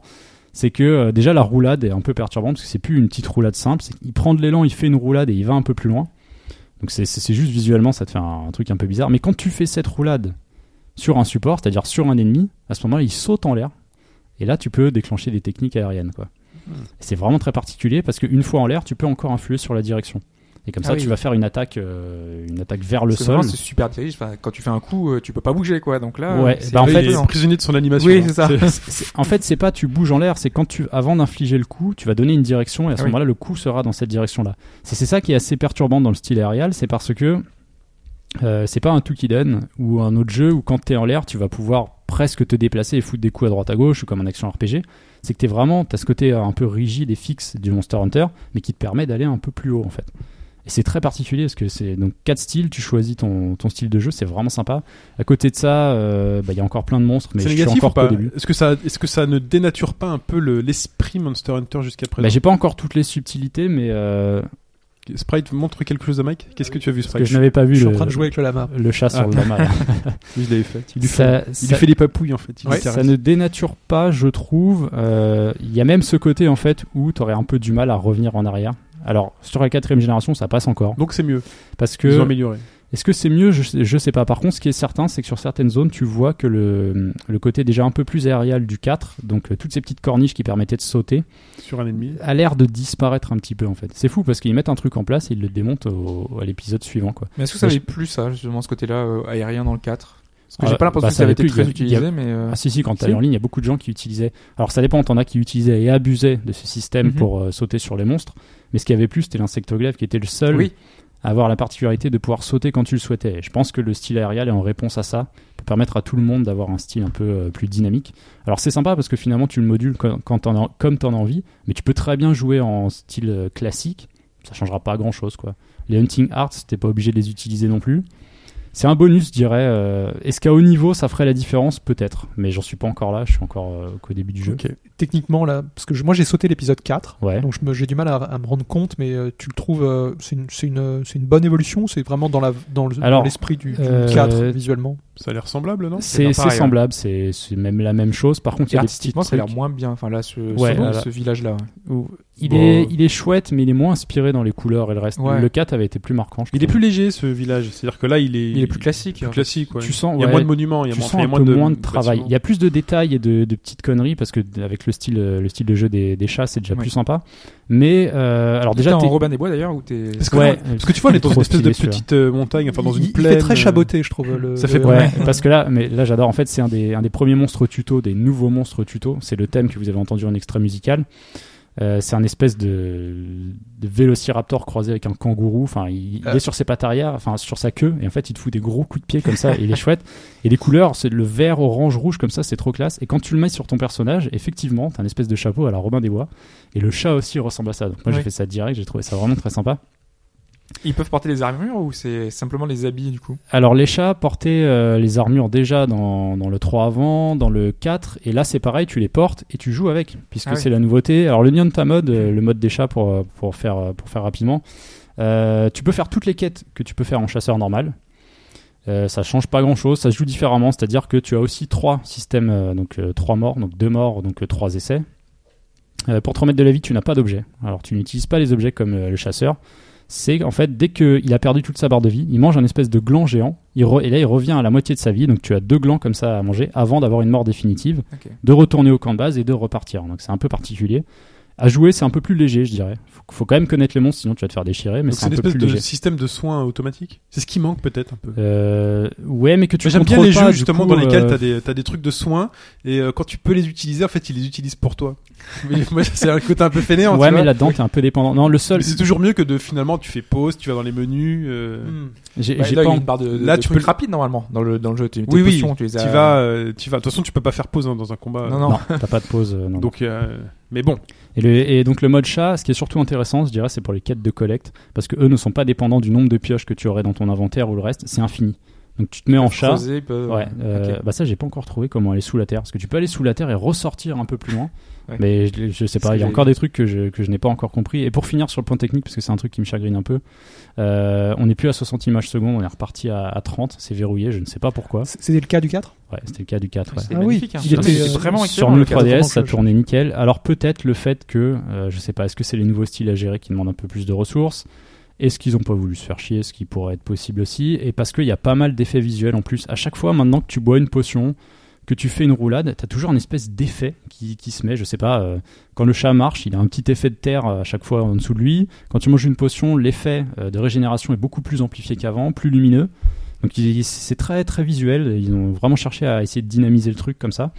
S3: C'est que euh, déjà la roulade est un peu perturbante parce que c'est plus une petite roulade simple. C'est qu'il prend de l'élan, il fait une roulade et il va un peu plus loin. Donc c'est- c'est c'est juste visuellement, ça te fait un, un truc un peu bizarre. Mais quand tu fais cette roulade sur un support, c'est-à-dire sur un ennemi, à ce moment-là, il saute en l'air. Et là, tu peux déclencher des techniques aériennes. quoi. C'est vraiment très particulier parce qu'une fois en l'air, tu peux encore influer sur la direction. Et comme
S4: Ah
S3: ça,
S4: oui.
S3: tu vas faire une attaque, euh, une attaque vers le
S4: Parce que vraiment,
S3: sol.
S4: C'est super dirige. Enfin, quand tu fais un coup, euh, tu peux pas bouger quoi. Donc là, euh,
S3: Ouais,
S4: c'est
S3: bah, en
S2: Là,
S3: fait,
S2: il est
S4: étonnant.
S2: prisonnier de son animation.
S4: Oui,
S2: là.
S4: c'est ça.
S3: En fait, hein. c'est pas tu bouges en l'air, c'est quand tu, avant d'infliger le coup, tu vas donner une direction et à ce
S4: Ah oui.
S3: moment-là, le coup sera dans cette direction-là. C'est c'est ça qui est assez perturbant dans le style aérial, c'est parce que euh, c'est pas un tout qui donne ou un autre jeu où quand t'es en l'air, tu vas pouvoir presque te déplacer et foutre des coups à droite à gauche ou comme un action RPG. C'est que t'es vraiment, t'as ce côté euh, un peu rigide et fixe du Monster Hunter, mais qui te permet d'aller un peu plus haut en fait. Et c'est très particulier parce que c'est donc quatre styles, tu choisis ton, ton style de jeu, c'est vraiment sympa. À côté de ça, euh, bah, il y a encore plein de monstres, mais
S2: C'est
S3: je suis
S2: négatif
S3: encore
S2: ou pas
S3: qu'au début.
S2: Est-ce que ça, est-ce que ça ne dénature pas un peu le- l'esprit Monster Hunter jusqu'à
S3: Bah,
S2: présent
S3: j'ai pas encore toutes les subtilités, mais euh,
S2: Sprite montre quelque chose à Mike. Qu'est-ce que tu as vu
S3: parce que
S2: Sprite
S3: je n'avais pas vu
S5: Je suis
S3: le,
S5: en train de jouer avec le lama.
S3: le chat sur
S2: Ah.
S3: le lama. là.
S2: Oui, je l'avais fait. Il lui fait,
S3: ça,
S2: il lui
S3: ça,
S2: fait les papouilles en fait. Il
S3: ouais,
S2: lui caresse.
S3: ça ne dénature pas, je trouve. Euh, Il y a même ce côté en fait où t'aurais un peu du mal à revenir en arrière. Alors sur la quatrième génération, ça passe encore
S2: Donc c'est mieux.
S3: parce
S2: Ils ont
S3: que
S2: amélioré.
S3: Est-ce que c'est mieux je sais, je sais pas. Par contre, ce qui est certain, c'est que sur certaines zones, tu vois que le, le côté déjà un peu plus aérial du 4, donc euh, toutes ces petites corniches qui permettaient de sauter,
S2: sur un ennemi.
S3: a l'air de disparaître un petit peu en fait. C'est fou parce qu'ils mettent un truc en place et ils le démontent au- à l'épisode suivant quoi.
S4: Mais est-ce que ça
S3: Mais
S4: avait plus ça justement ce côté-là euh, aérien dans le 4 Parce que
S3: Ah,
S4: j'ai pas
S3: bah,
S4: l'impression que
S3: ça
S4: ça
S3: avait
S4: avait été
S3: plus, il y
S4: très
S3: a- il y a-
S4: utilisé, mais euh,
S3: Ah si si, quand
S4: Si.
S3: t'allais en ligne, il y a beaucoup de gens qui utilisaient. Alors ça dépend, t'en as qui utilisaient et abusaient de ce système
S4: Mhm.
S3: pour euh, sauter sur les monstres. Mais ce qu'il y avait plus, c'était l'insectoglaive qui était le seul
S4: oui.
S3: à avoir la particularité de pouvoir sauter quand tu le souhaitais. Et je pense que le style aérial est en réponse à ça, pour permettre à tout le monde d'avoir un style un peu euh, plus dynamique. Alors c'est sympa parce que finalement tu le modules quand, quand t'en as- comme tu en as envie, mais tu peux très bien jouer en style euh, classique, ça changera pas grand chose quoi. Les Hunting Arts, t'es pas obligé de les utiliser non plus. C'est un bonus, je dirais. euh, Est-ce qu'à haut niveau, ça ferait la différence Peut-être, mais j'en suis pas encore là, je suis encore euh, qu'au début du jeu.
S2: Ok.
S5: Techniquement, là, parce que je- moi j'ai sauté l'épisode 4,
S3: Ouais.
S5: donc je me- j'ai du mal à, à me rendre compte, mais euh, tu le trouves, euh, c'est une, c'est une, c'est une bonne évolution, c'est vraiment dans la dans le- dans
S3: Alors,
S5: l'esprit du, du
S3: euh,
S5: 4 visuellement.
S2: Ça a l'air semblable, non
S4: bien
S3: C'est c'est
S4: pareil, hein.
S3: semblable, c'est c'est même la même chose. Par contre, il y
S4: Et
S3: a des petites
S4: artistiquement, ça a l'air moins bien. Enfin là, ce,
S3: Ouais,
S4: ce-
S3: là,
S4: ce village-là. ouais.
S3: Ou- Il,
S2: Bon.
S3: est, il est chouette, mais il est moins inspiré dans les couleurs et le reste.
S4: Ouais.
S3: Le 4 avait été plus marquant, je
S2: Il est
S3: trouve.
S2: plus léger ce village. C'est-à-dire que là, il est.
S4: Il est plus classique.
S2: plus
S4: hein.
S2: classique. ouais.
S3: Tu sens,
S2: Il y a
S3: ouais,
S2: moins de monuments. Il y a
S3: tu
S2: moins,
S3: sens
S2: enfin, il y
S3: un
S2: a moins
S3: peu
S2: de,
S3: moins de travail.
S2: bâtiments.
S3: Il y a plus de détails et de, de petites conneries parce que d- avec le style, euh, le style de jeu des, des chats, c'est déjà
S4: Ouais.
S3: plus sympa. Mais euh, alors
S4: Déjà,
S3: déjà,
S4: en
S3: t'es-
S4: Robin des Bois d'ailleurs, où t'es.
S2: Parce que,
S3: Ouais.
S2: parce que tu vois, on est dans
S3: Trop
S2: une espèce de
S3: stylé, celui-là.
S2: petite euh, montagne, enfin dans
S5: il,
S2: une
S5: il
S2: plaine.
S5: fait très
S2: euh,
S5: chaboté, je trouve. Le,
S2: ça fait
S5: le-
S2: pas
S3: Ouais, parce que là, mais là j'adore. En fait, c'est un des, un des premiers monstres tuto, des nouveaux monstres tuto. C'est le thème que vous avez entendu en extrait musical. Euh, c'est un espèce de, de vélociraptor croisé avec un kangourou. Enfin, il, il
S5: Euh.
S3: est sur ses pattes arrière, enfin sur sa queue, et en fait, il te fout des gros coups de pied comme ça. et il est chouette. Et les couleurs, c'est le vert, orange, rouge, comme ça, c'est trop classe. Et quand tu le mets sur ton personnage, effectivement, t'as un espèce de chapeau à la Robin des Bois. Et le chat aussi ressemble à ça. Donc moi, j'ai
S4: Oui.
S3: fait ça direct. J'ai trouvé ça vraiment très sympa.
S4: Ils peuvent porter des armures ou c'est simplement les habits du coup
S3: Alors les chats portaient euh, les armures déjà dans, dans le 3 avant, dans le 4, et là c'est pareil, tu les portes et tu joues avec, puisque
S4: Ah oui.
S3: c'est la nouveauté. Alors le Nyonta mode, euh, le mode des chats pour, euh, pour, faire, euh, pour faire rapidement, euh, tu peux faire toutes les quêtes que tu peux faire en chasseur normal. Euh, ça change pas grand chose, ça se joue différemment, c'est-à-dire que tu as aussi trois systèmes, euh, donc euh, trois morts, donc deux morts, donc euh, trois essais. Euh, pour te remettre de la vie, tu n'as pas d'objet. Alors tu n'utilises pas les objets comme euh, le chasseur c'est en fait dès qu'il a perdu toute sa barre de vie, il mange un espèce de gland géant, il re- et là il revient à la moitié de sa vie, donc tu as deux glands comme ça à manger avant d'avoir une mort définitive,
S4: Ok.
S3: de retourner au camp de base et de repartir. Donc c'est un peu particulier. À jouer, c'est un peu plus léger, je dirais. Faut, faut quand même connaître les monstres, sinon tu vas te faire déchirer, mais
S2: Donc
S3: c'est
S2: c'est
S3: un
S2: une
S3: peu
S2: espèce
S3: plus
S2: de
S3: léger.
S2: système de soins automatique. C'est ce qui manque peut-être un peu.
S3: Euh, ouais, mais que tu
S2: Moi, J'aime bien
S3: contrôles
S2: les
S3: pas,
S2: jeux
S3: du
S2: justement
S3: coup,
S2: dans lesquels
S3: euh,
S2: t'as des t'as des trucs de soins et euh, quand tu peux les utiliser en fait ils les utilisent pour toi. Mais moi c'est un côté un peu fainéant.
S3: Ouais,
S2: tu
S3: mais
S2: vois.
S3: là-dedans, t'es un peu dépendant. Non, le seul.
S2: Mais c'est toujours mieux que de finalement tu fais pause, tu vas dans les menus. euh,
S3: Mm. J'ai
S4: Bah,
S3: j'ai
S4: là,
S3: pas
S4: il y a
S3: en-
S4: une barre de, de-
S2: là,
S4: de
S2: tu peux
S4: trucs
S2: le-
S4: rapides normalement dans le dans le jeu. Tu, tes
S2: Oui, oui,
S4: potions, tu les as-
S2: Tu vas, euh, tu vas. De toute façon tu peux pas faire pause hein, dans un combat.
S4: Non, non.
S3: Non, t'as pas de pause. euh, non.
S2: Donc euh, mais bon.
S3: Et, le- et donc le mode chat, ce qui est surtout intéressant, je dirais, c'est pour les quêtes de collecte, parce que eux ne sont pas dépendants du nombre de pioches que tu aurais dans ton inventaire ou le reste, c'est infini. Donc tu te mets en chat.
S4: creuser, euh, ils peuvent-
S3: Ouais, euh,
S4: Ok.
S3: bah ça j'ai pas encore trouvé comment aller sous la terre, parce que tu peux aller sous la terre et ressortir un peu plus loin.
S4: Ouais.
S3: Mais je, je sais
S4: que
S3: pas, il y a
S4: j'ai
S3: encore des trucs que je, que je n'ai pas encore compris. Et pour finir sur le point technique, parce que c'est un truc qui me chagrine un peu, euh, on n'est plus à 60 images secondes, on est reparti à, à 30, c'est verrouillé, je ne sais pas pourquoi.
S6: C'était le cas du 4
S3: Ouais, c'était le cas du 4. ouais.
S4: C'est
S6: Ah oui,
S4: magnifique. hein.
S6: il était,
S4: C'est
S6: euh,
S4: vraiment
S3: Sur
S4: excellent.
S3: le
S4: le cas de
S3: 3DS,
S4: Roman
S3: ça
S4: Chevalier.
S3: tournait nickel. Alors peut-être le fait que, euh, je sais pas, est-ce que c'est les nouveaux styles à gérer qui demandent un peu plus de ressources Est-ce qu'ils ont pas voulu se faire chier Ce qui pourrait être possible aussi. Et parce qu'il y a pas mal d'effets visuels en plus. À chaque fois, maintenant que tu bois une potion, que tu fais une roulade, t'as toujours une espèce d'effet qui, qui se met. Je sais pas, euh, quand le chat marche, il a un petit effet de terre euh, à chaque fois en dessous de lui. Quand tu manges une potion, l'effet euh, de régénération est beaucoup plus amplifié qu'avant, plus lumineux. Donc il- c'est très très visuel. Ils ont vraiment cherché à essayer de dynamiser le truc comme ça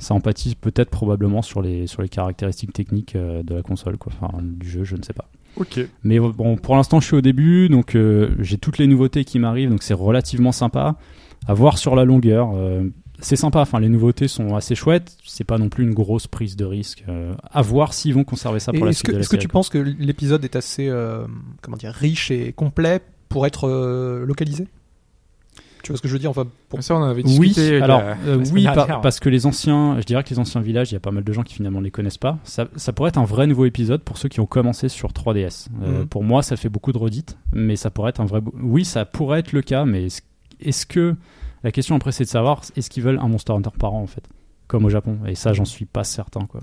S3: ça empathise peut-être probablement sur les, sur les caractéristiques techniques euh, de la console, quoi. Enfin, du jeu, je ne sais pas.
S2: Ok.
S3: Mais euh, bon, pour l'instant, je suis au début, donc euh, j'ai toutes les nouveautés qui m'arrivent, donc c'est relativement sympa. À voir sur la longueur, euh, c'est sympa. Enfin, les nouveautés sont assez chouettes. C'est pas non plus une grosse prise de risque. euh, à voir s'ils vont conserver ça
S5: Et
S3: pour la
S5: Est-ce
S3: suite
S5: que,
S3: de la
S5: est-ce que
S3: série.
S5: tu penses que l'épisode est assez euh, comment dire riche et complet pour être euh, localisé Tu vois ce que je veux dire Enfin, pour...
S4: Ça, on en avait
S3: oui,
S4: discuté. la-
S3: alors euh,
S4: la semaine
S3: oui, par-
S4: dernière.
S3: parce que les anciens, je dirais que les anciens villages, il y a pas mal de gens qui finalement ne les connaissent pas. Ça, ça pourrait être un vrai nouveau épisode pour ceux qui ont commencé sur 3DS. Euh,
S5: Mhm.
S3: Pour moi, ça fait beaucoup de redites, mais ça pourrait être un vrai. bo- Oui, ça pourrait être le cas, mais est-ce, est-ce que la question après c'est de savoir est-ce qu'ils veulent un Monster Hunter par an en fait, comme au Japon Et ça, j'en suis pas certain quoi.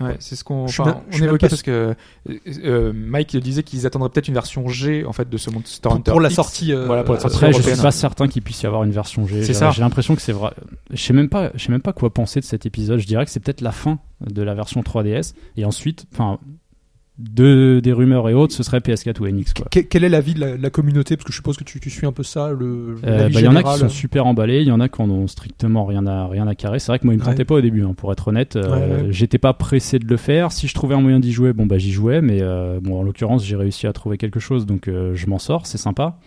S4: Ouais, c'est ce qu'on
S5: Je suis
S4: enfin,
S5: même- je
S4: on
S5: suis même
S4: évoquait
S5: pas-
S4: parce que euh, euh, Mike disait qu'ils attendraient peut-être une version G en fait de ce Monster
S5: pour,
S4: Hunter
S5: pour la
S4: X.
S5: sortie. euh,
S4: Voilà, pour la sortie.
S3: Après, je
S4: européenne.
S3: suis pas certain qu'il puisse y avoir une version G.
S4: C'est
S3: J'ai-
S4: ça.
S3: J'ai l'impression que c'est vrai. Je sais même pas, je sais même pas quoi penser de cet épisode. Je dirais que c'est peut-être la fin de la version 3DS et ensuite, enfin, de des rumeurs et autres, ce serait PS4 ou NX quoi.
S5: Que- quel est l'avis de la, la communauté Parce que je suppose que tu, tu suis un peu ça. Le,
S3: Euh,
S5: l'avis
S3: bah, il y en a qui
S5: général.
S3: sont super emballés, il y en a qui en ont strictement rien à, rien à carrer. C'est vrai que moi, il me
S5: Ouais.
S3: tentait pas au début, hein, pour être honnête. Euh,
S5: Ouais, ouais.
S3: J'étais pas pressé de le faire. Si je trouvais un moyen d'y jouer, bon, bah, j'y jouais. Mais euh, bon, en l'occurrence, j'ai réussi à trouver quelque chose, donc euh, je m'en sors, c'est sympa.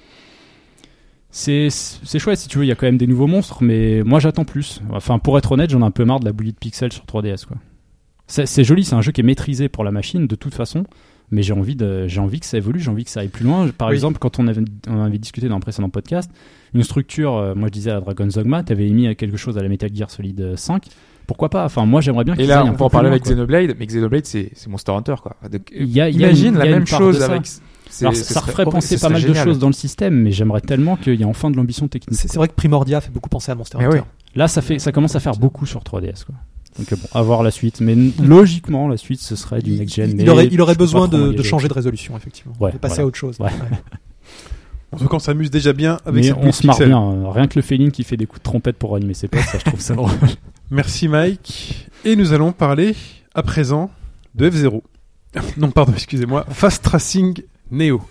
S3: C'est c'est chouette, si tu veux, il y a quand même des nouveaux monstres, mais moi, j'attends plus. Enfin, pour être honnête, j'en ai un peu marre de la bouillie de pixels sur 3DS, quoi. C'est c'est joli, c'est un jeu qui est maîtrisé pour la machine, de toute façon mais j'ai envie de j'ai envie que ça évolue j'ai envie que ça aille plus loin par
S5: Oui.
S3: exemple quand on avait on avait discuté dans un précédent podcast une structure euh, moi je disais à Dragon's Dogma t'avais mis quelque chose à la Metal Gear Solid euh, 5 pourquoi pas enfin moi j'aimerais bien
S4: Et
S3: qu'ils
S4: là,
S3: aillent un
S4: on
S3: peu
S4: va en
S3: plus
S4: parler
S3: loin,
S4: avec
S3: quoi.
S4: Xenoblade, mais Xenoblade, c'est c'est Monster Hunter, quoi. Donc,
S3: Il y a- il y a
S4: imagine
S3: une- il
S4: la
S3: y a
S4: même
S3: une part de
S4: chose
S3: ça.
S4: avec. c'est-
S3: Alors,
S4: ce
S3: ça
S4: serait
S3: referait
S4: horrible,
S3: penser
S4: ce
S3: pas mal
S4: serait
S3: de
S4: génial.
S3: choses dans le système mais j'aimerais tellement qu'il y ait enfin de l'ambition technique
S5: C'est c'est vrai que Primordia fait beaucoup penser à Monster
S4: Mais
S5: Hunter.
S4: oui.
S3: là ça fait ça commence à faire beaucoup sur 3DS quoi donc euh, bon à voir la suite mais n- logiquement la suite ce serait du
S5: Il,
S3: next gen
S5: il
S3: mais
S5: aurait, il aurait
S3: je peux pas
S5: besoin
S3: trop
S5: de, de
S3: m'engager.
S5: changer de résolution, effectivement.
S3: Ouais,
S5: de passer
S3: voilà.
S5: à autre chose.
S3: Ouais.
S2: En tout cas on s'amuse déjà bien avec
S3: mais
S2: cette
S3: on se marre
S2: pixel.
S3: bien hein. rien que le Féline qui fait des coups de trompette pour animer ses potes ça je trouve ça drôle
S2: Merci Mike. Et nous allons parler à présent de F0. Non, pardon, excusez-moi. Fast Tracing Neo.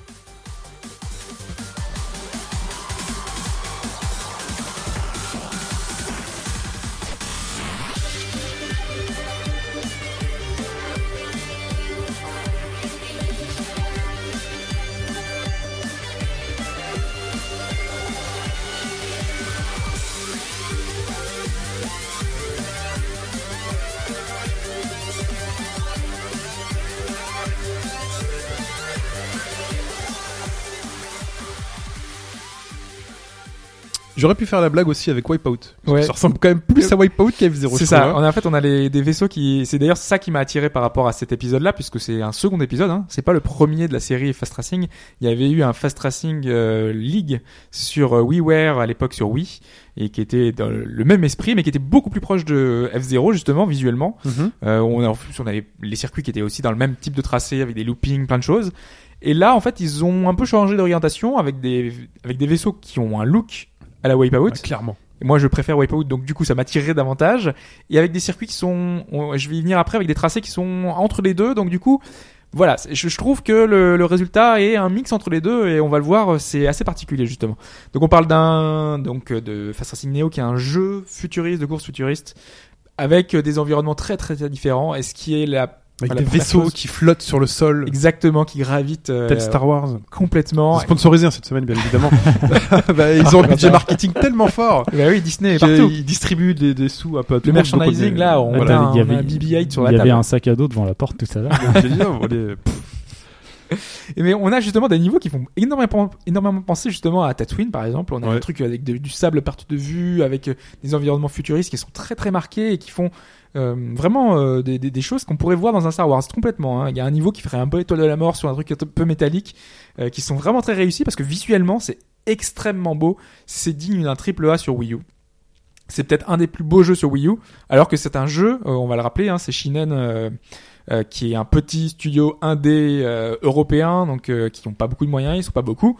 S2: J'aurais pu faire la blague aussi avec Wipeout. Parce que
S4: Ouais.
S2: Ça ressemble quand même plus à hein. Wipeout qu'à F0.
S4: C'est ça. Hein. En fait, on a les, des vaisseaux qui. C'est d'ailleurs ça qui m'a attiré par rapport à cet épisode-là, puisque c'est un second épisode. Hein. C'est pas le premier de la série Fast Tracing. Il y avait eu un Fast Tracing euh, League sur euh, WiiWare à l'époque sur Wii, et qui était dans le même esprit, mais qui était beaucoup plus proche de F0 justement visuellement. Euh, on a, en plus, on avait les circuits qui étaient aussi dans le même type de tracé avec des loopings, plein de choses. Et là, en fait, ils ont un peu changé d'orientation avec des avec des vaisseaux qui ont un look à la Wipeout.
S5: clairement.
S4: Et Moi, je préfère Wipeout, donc du coup, ça m'attirerait davantage. Et avec des circuits qui sont, on- je vais y venir après, avec des tracés qui sont entre les deux, donc du coup, voilà, c'est- je, je trouve que le, le résultat est un mix entre les deux, et on va le voir, c'est assez particulier justement. Donc on parle d'un, donc euh, de Fast Racing Neo, qui est un jeu futuriste, de course futuriste, avec euh, des environnements très très, très différents, et ce qui est la
S2: Avec
S4: Voilà,
S2: des
S4: première
S2: vaisseaux
S4: chose.
S2: qui flottent sur le sol,
S4: exactement qui gravite euh,
S2: tel Star Wars.
S4: complètement.
S2: Sponsorisé hein, cette semaine, bien évidemment. Bah,
S4: Ah,
S2: ils ont un budget marketing tellement fort.
S4: Bah oui, Disney est partout.
S2: qu'ils distribuent des, des sous à peu à tout
S4: Le
S2: le monde, donc on est-
S4: merchandising, là, on
S2: Voilà.
S4: a un- un BB-8 sur la
S3: Il y avait
S4: table.
S3: un sac à dos devant la porte tout à l'heure.
S2: Je dis, oh, on est-
S4: Et Mais on a justement des niveaux qui font énormément, énormément penser justement à Tatooine par exemple. On a
S2: Ouais.
S4: un truc avec de- du sable partout de vue, avec euh, des environnements futuristes qui sont très très marqués et qui font euh, vraiment euh, des, des- des choses qu'on pourrait voir dans un Star Wars complètement. hein. Il y a un niveau qui ferait un peu étoile de la mort sur un truc un peu métallique, euh, qui sont vraiment très réussis parce que visuellement c'est extrêmement beau. C'est digne d'un triple A sur Wii U. C'est peut-être un des plus beaux jeux sur Wii U, alors que c'est un jeu, euh, on va le rappeler, hein, c'est Shinen. euh, euh, qui est un petit studio indé euh, européen, donc euh, qui n'ont pas beaucoup de moyens, ils sont pas beaucoup,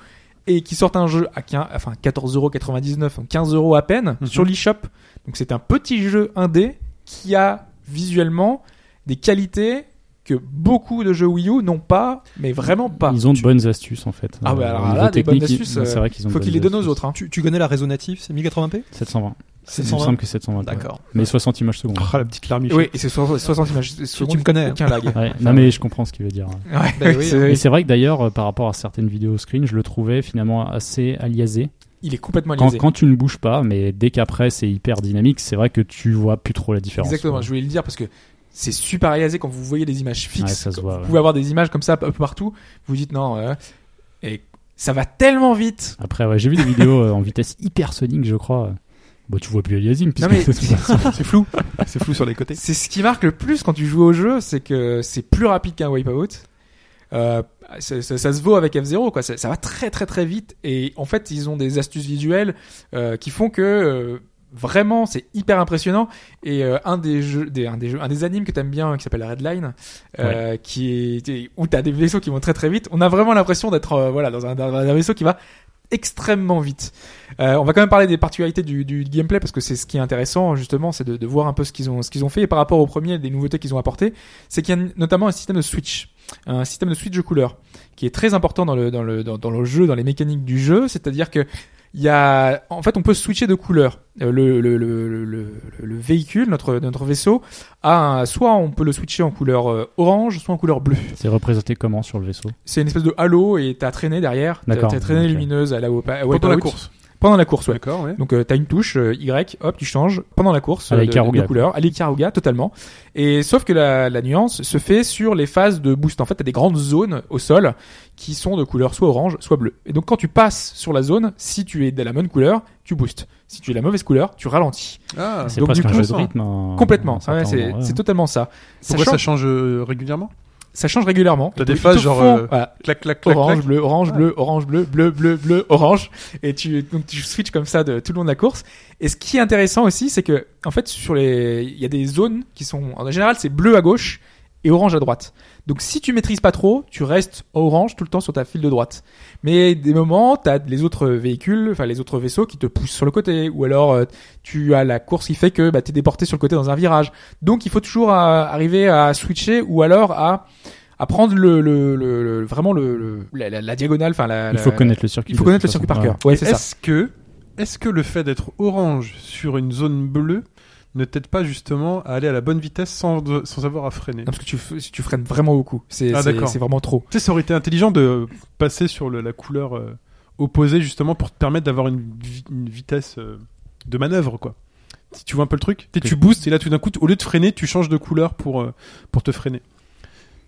S4: et qui sortent un jeu à 15, enfin 14,99€, donc 15 euros à peine
S2: Mhm.
S4: sur l'eShop. Donc c'est un petit jeu indé qui a visuellement des qualités que beaucoup de jeux Wii U n'ont pas, mais vraiment pas.
S3: Ils ont de
S4: Ah. Tu-
S3: bonnes astuces en fait.
S4: Ah,
S3: Euh,
S4: bah, alors
S3: au niveau
S4: là, des bonnes
S3: technique, ils-
S4: astuces,
S3: ouais, c'est
S4: euh,
S3: vrai qu'ils ont de
S4: faut qu'ils
S3: bonnes
S4: les donnent aux
S3: astuces.
S4: autres. hein.
S5: Tu, tu connais la réseau natif, c'est 1080p
S3: 720. Il me
S5: 720.
S3: semble que 720. ouais.
S5: D'accord.
S3: Mais 60 images secondes.
S4: Oh.
S2: Ah, la petite larmiche.
S4: Oui, et c'est so- 60 images secondes,
S5: me connais, hein.
S4: aucun lag.
S3: Ouais, Non mais je comprends ce qu'il veut dire.
S4: Ouais,
S5: Bah oui,
S4: c'est-
S3: Et c'est vrai que d'ailleurs, euh, par rapport à certaines vidéos screen, je le trouvais finalement assez aliasé.
S4: il est complètement
S3: Quand,
S4: lisé.
S3: quand tu ne bouges pas, mais dès qu'après c'est hyper dynamique, c'est vrai que tu vois plus trop la différence.
S4: Exactement,
S3: Ouais.
S4: je voulais le dire parce que c'est super réalisé quand vous voyez les images fixes.
S3: Ouais, ça se voit,
S4: Vous
S3: ouais.
S4: pouvez avoir des images comme ça un peu partout. Vous dites non, euh, et ça va tellement vite.
S3: Après, ouais, j'ai vu des vidéos euh, en vitesse hypersonique, je crois. Bah, tu vois plus aliasing, puisque
S4: mais-
S3: de toute façon,
S2: C'est flou. C'est flou sur les côtés.
S4: C'est ce qui marque le plus quand tu joues au jeu, c'est que c'est plus rapide qu'un Wipeout. Euh, ça, ça- ça se vaut avec F0 quoi. Ça, ça va très très très vite et en fait ils ont des astuces visuelles euh, qui font que euh, vraiment c'est hyper impressionnant et euh, un des jeux, des, un des jeux, un des animes que t'aimes bien euh, qui s'appelle Redline, euh, qui est et- où t'as des vaisseaux qui vont très très vite. On a vraiment l'impression d'être euh, voilà dans un, dans un vaisseau qui va extrêmement vite. Euh, on va quand même parler des particularités du, du gameplay parce que c'est ce qui est intéressant justement, c'est de, de voir un peu ce qu'ils ont ce qu'ils ont fait et par rapport au premier des nouveautés qu'ils ont apportées, c'est qu'il y a notamment un système de switch, un système de switch de couleur qui est très important dans le dans le dans, dans le jeu, dans les mécaniques du jeu, c'est-à-dire que il y a en fait on peut switcher de couleur. Euh, Le le le le, le- le véhicule, notre notre vaisseau a un- soit on peut le switcher en couleur euh, orange, soit en couleur bleue.
S3: c'est représenté comment sur le vaisseau
S4: C'est une espèce de halo et t'as traîné derrière, t'as
S3: D'accord.
S4: t'as traîné
S3: Ok.
S4: lumineuse à la Wipeout.
S2: Pendant la course.
S4: Pendant la course, ouais.
S2: D'accord, ouais.
S4: Donc euh, t'as une touche euh, Y, hop, tu changes pendant la course
S3: À la
S4: euh, de- de,
S3: Ikaruga,
S4: de couleur, à l'Ikaruga totalement. Et sauf que la, la nuance se fait sur les phases de boost. En fait, t'as des grandes zones au sol qui sont de couleur soit orange, soit bleue. Et donc quand tu passes sur la zone, si tu es de la bonne couleur, tu boostes. Si tu es de la mauvaise couleur, tu ralentis.
S2: Ah,
S3: C'est
S4: donc,
S3: presque
S4: du
S3: un
S4: coup,
S3: jeu de
S4: ça-
S3: rythme. hein, un-
S4: Complètement. Ah
S3: un certain
S4: Ouais, c'est
S3: endroit, Ah, ouais.
S4: c'est totalement ça. Ça
S2: pourquoi ça
S4: change,
S2: change euh, régulièrement
S4: ça change régulièrement.
S2: T'as des
S4: Ils te
S2: phases genre,
S4: font-
S2: euh,
S4: voilà,
S2: Clac, clac, clac,
S4: orange,
S2: clac.
S4: bleu, orange, bleu, orange, bleu, bleu, bleu, bleu, orange. Et tu, donc tu switches comme ça de, tout le long de la course. Et ce qui est intéressant aussi, c'est que, en fait, sur les, il y a des zones qui sont, en général, c'est bleu à gauche et orange à droite. Donc si tu maîtrises pas trop, tu restes orange tout le temps sur ta file de droite. Mais des moments, t'as les autres véhicules, enfin les autres vaisseaux qui te poussent sur le côté, ou alors euh, tu as la course qui fait que bah, t'es déporté sur le côté dans un virage. Donc il faut toujours euh, arriver à switcher, ou alors à à prendre le, le, le- le- vraiment le, le- la, la- la diagonale, enfin la,
S3: Il
S4: la-
S3: faut connaître le circuit.
S4: euh, il faut
S3: de
S4: connaître le
S3: toute
S4: circuit
S3: façon.
S4: par
S3: Ouais.
S4: cœur. Ouais, c'est ça.
S2: Est-ce que, est-ce que le fait d'être orange sur une zone bleue ne t'aide pas justement à aller à la bonne vitesse sans, de- sans avoir à freiner
S4: Non, parce que tu, f- tu freines vraiment beaucoup. C'est
S2: Ah,
S4: c'est-
S2: d'accord.
S4: c'est vraiment trop.
S2: Tu sais, ça aurait été intelligent de passer sur le- la couleur euh, opposée justement pour te permettre d'avoir une, vi- une vitesse euh, de manœuvre, quoi. Si tu vois un peu le truc, tu sais, tu boostes et là tout d'un coup, t- au lieu de freiner, tu changes de couleur pour, euh, pour te freiner.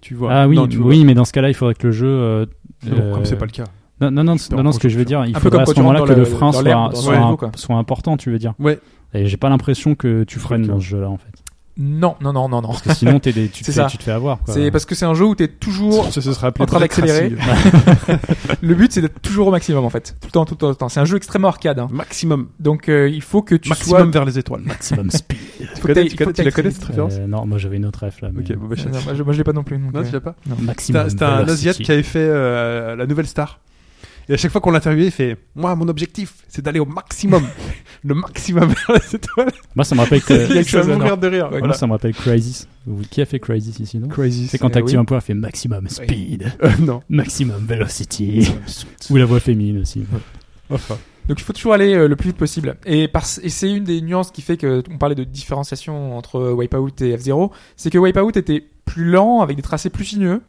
S2: Tu vois
S3: Ah oui,
S2: Non, tu vois.
S3: oui, mais dans ce cas-là, il faudrait que le jeu. euh,
S2: Non,
S3: euh,
S2: Comme c'est pas le cas.
S3: Non, non, non,
S4: Super,
S3: non, non, ce que je veux dire, il
S4: peu
S3: faudrait
S4: comme
S3: à
S4: quand
S3: ce
S4: tu
S3: moment-là
S4: rentres
S3: que
S4: dans
S3: le
S4: le-
S3: frein
S4: dans
S3: soit,
S4: l'herbe, dans
S3: soit
S4: le
S3: un-
S4: niveau, quoi.
S3: soit important, tu veux dire.
S2: Ouais.
S3: Et j'ai pas l'impression que tu freines
S2: Ok.
S3: dans ce jeu-là, en fait.
S4: Non, non, non, non, non.
S3: Parce que sinon, t'es des- tu, te
S4: C'est
S3: fais,
S4: ça.
S3: tu te fais avoir. quoi.
S4: C'est parce que c'est un jeu où t'es toujours.
S2: Ce, ce sera appelé
S4: En train
S2: Drag
S4: d'accélérer.
S2: Racing.
S4: Le but c'est d'être toujours au maximum en fait. Tout le temps, tout le temps, tout le temps. C'est un jeu extrêmement arcade. hein.
S2: Maximum.
S4: Donc euh, il faut que tu
S2: Maximum
S4: sois.
S2: vers les étoiles.
S3: Maximum speed.
S4: il
S2: Tu,
S4: faut que
S2: connais,
S4: t'ailles-
S2: tu
S4: il faut
S2: connais-
S4: que
S2: tu la
S4: t'ailles-
S2: connais cette référence
S3: Euh, non, moi j'avais une autre ref là. mais-
S2: Ok, bon, bah, je-
S4: Euh, non, moi, je, moi, je l'ai pas non plus. donc,
S2: Non,
S4: euh,
S2: tu l'as pas
S3: Maximum.
S2: C'était un
S3: velocity.
S2: Asiate qui avait fait euh, la nouvelle star. Et à chaque fois qu'on l'interviewait, il fait Moi, mon objectif, c'est d'aller au maximum. le maximum vers les étoiles.
S3: Moi, ça me rappelle que.
S4: quelque
S2: Ça
S4: chose,
S2: mourir
S4: non.
S2: de rire.
S3: Moi, ça me rappelle Crisis. Vous- Qui a fait Crisis ici, non
S2: Crazy.
S3: C'est quand
S4: euh,
S3: t'actives
S4: oui. Euh,
S3: un point, elle fait maximum speed,
S2: non.
S3: maximum velocity. Ou la voix féminine aussi.
S4: Euh,
S2: Enfin.
S4: Donc il faut toujours aller euh, le plus vite possible. Et, par- et c'est une des nuances qui fait que on parlait de différenciation entre euh, Wipeout et F-Zero, c'est que Wipeout était plus lent avec des tracés plus sinueux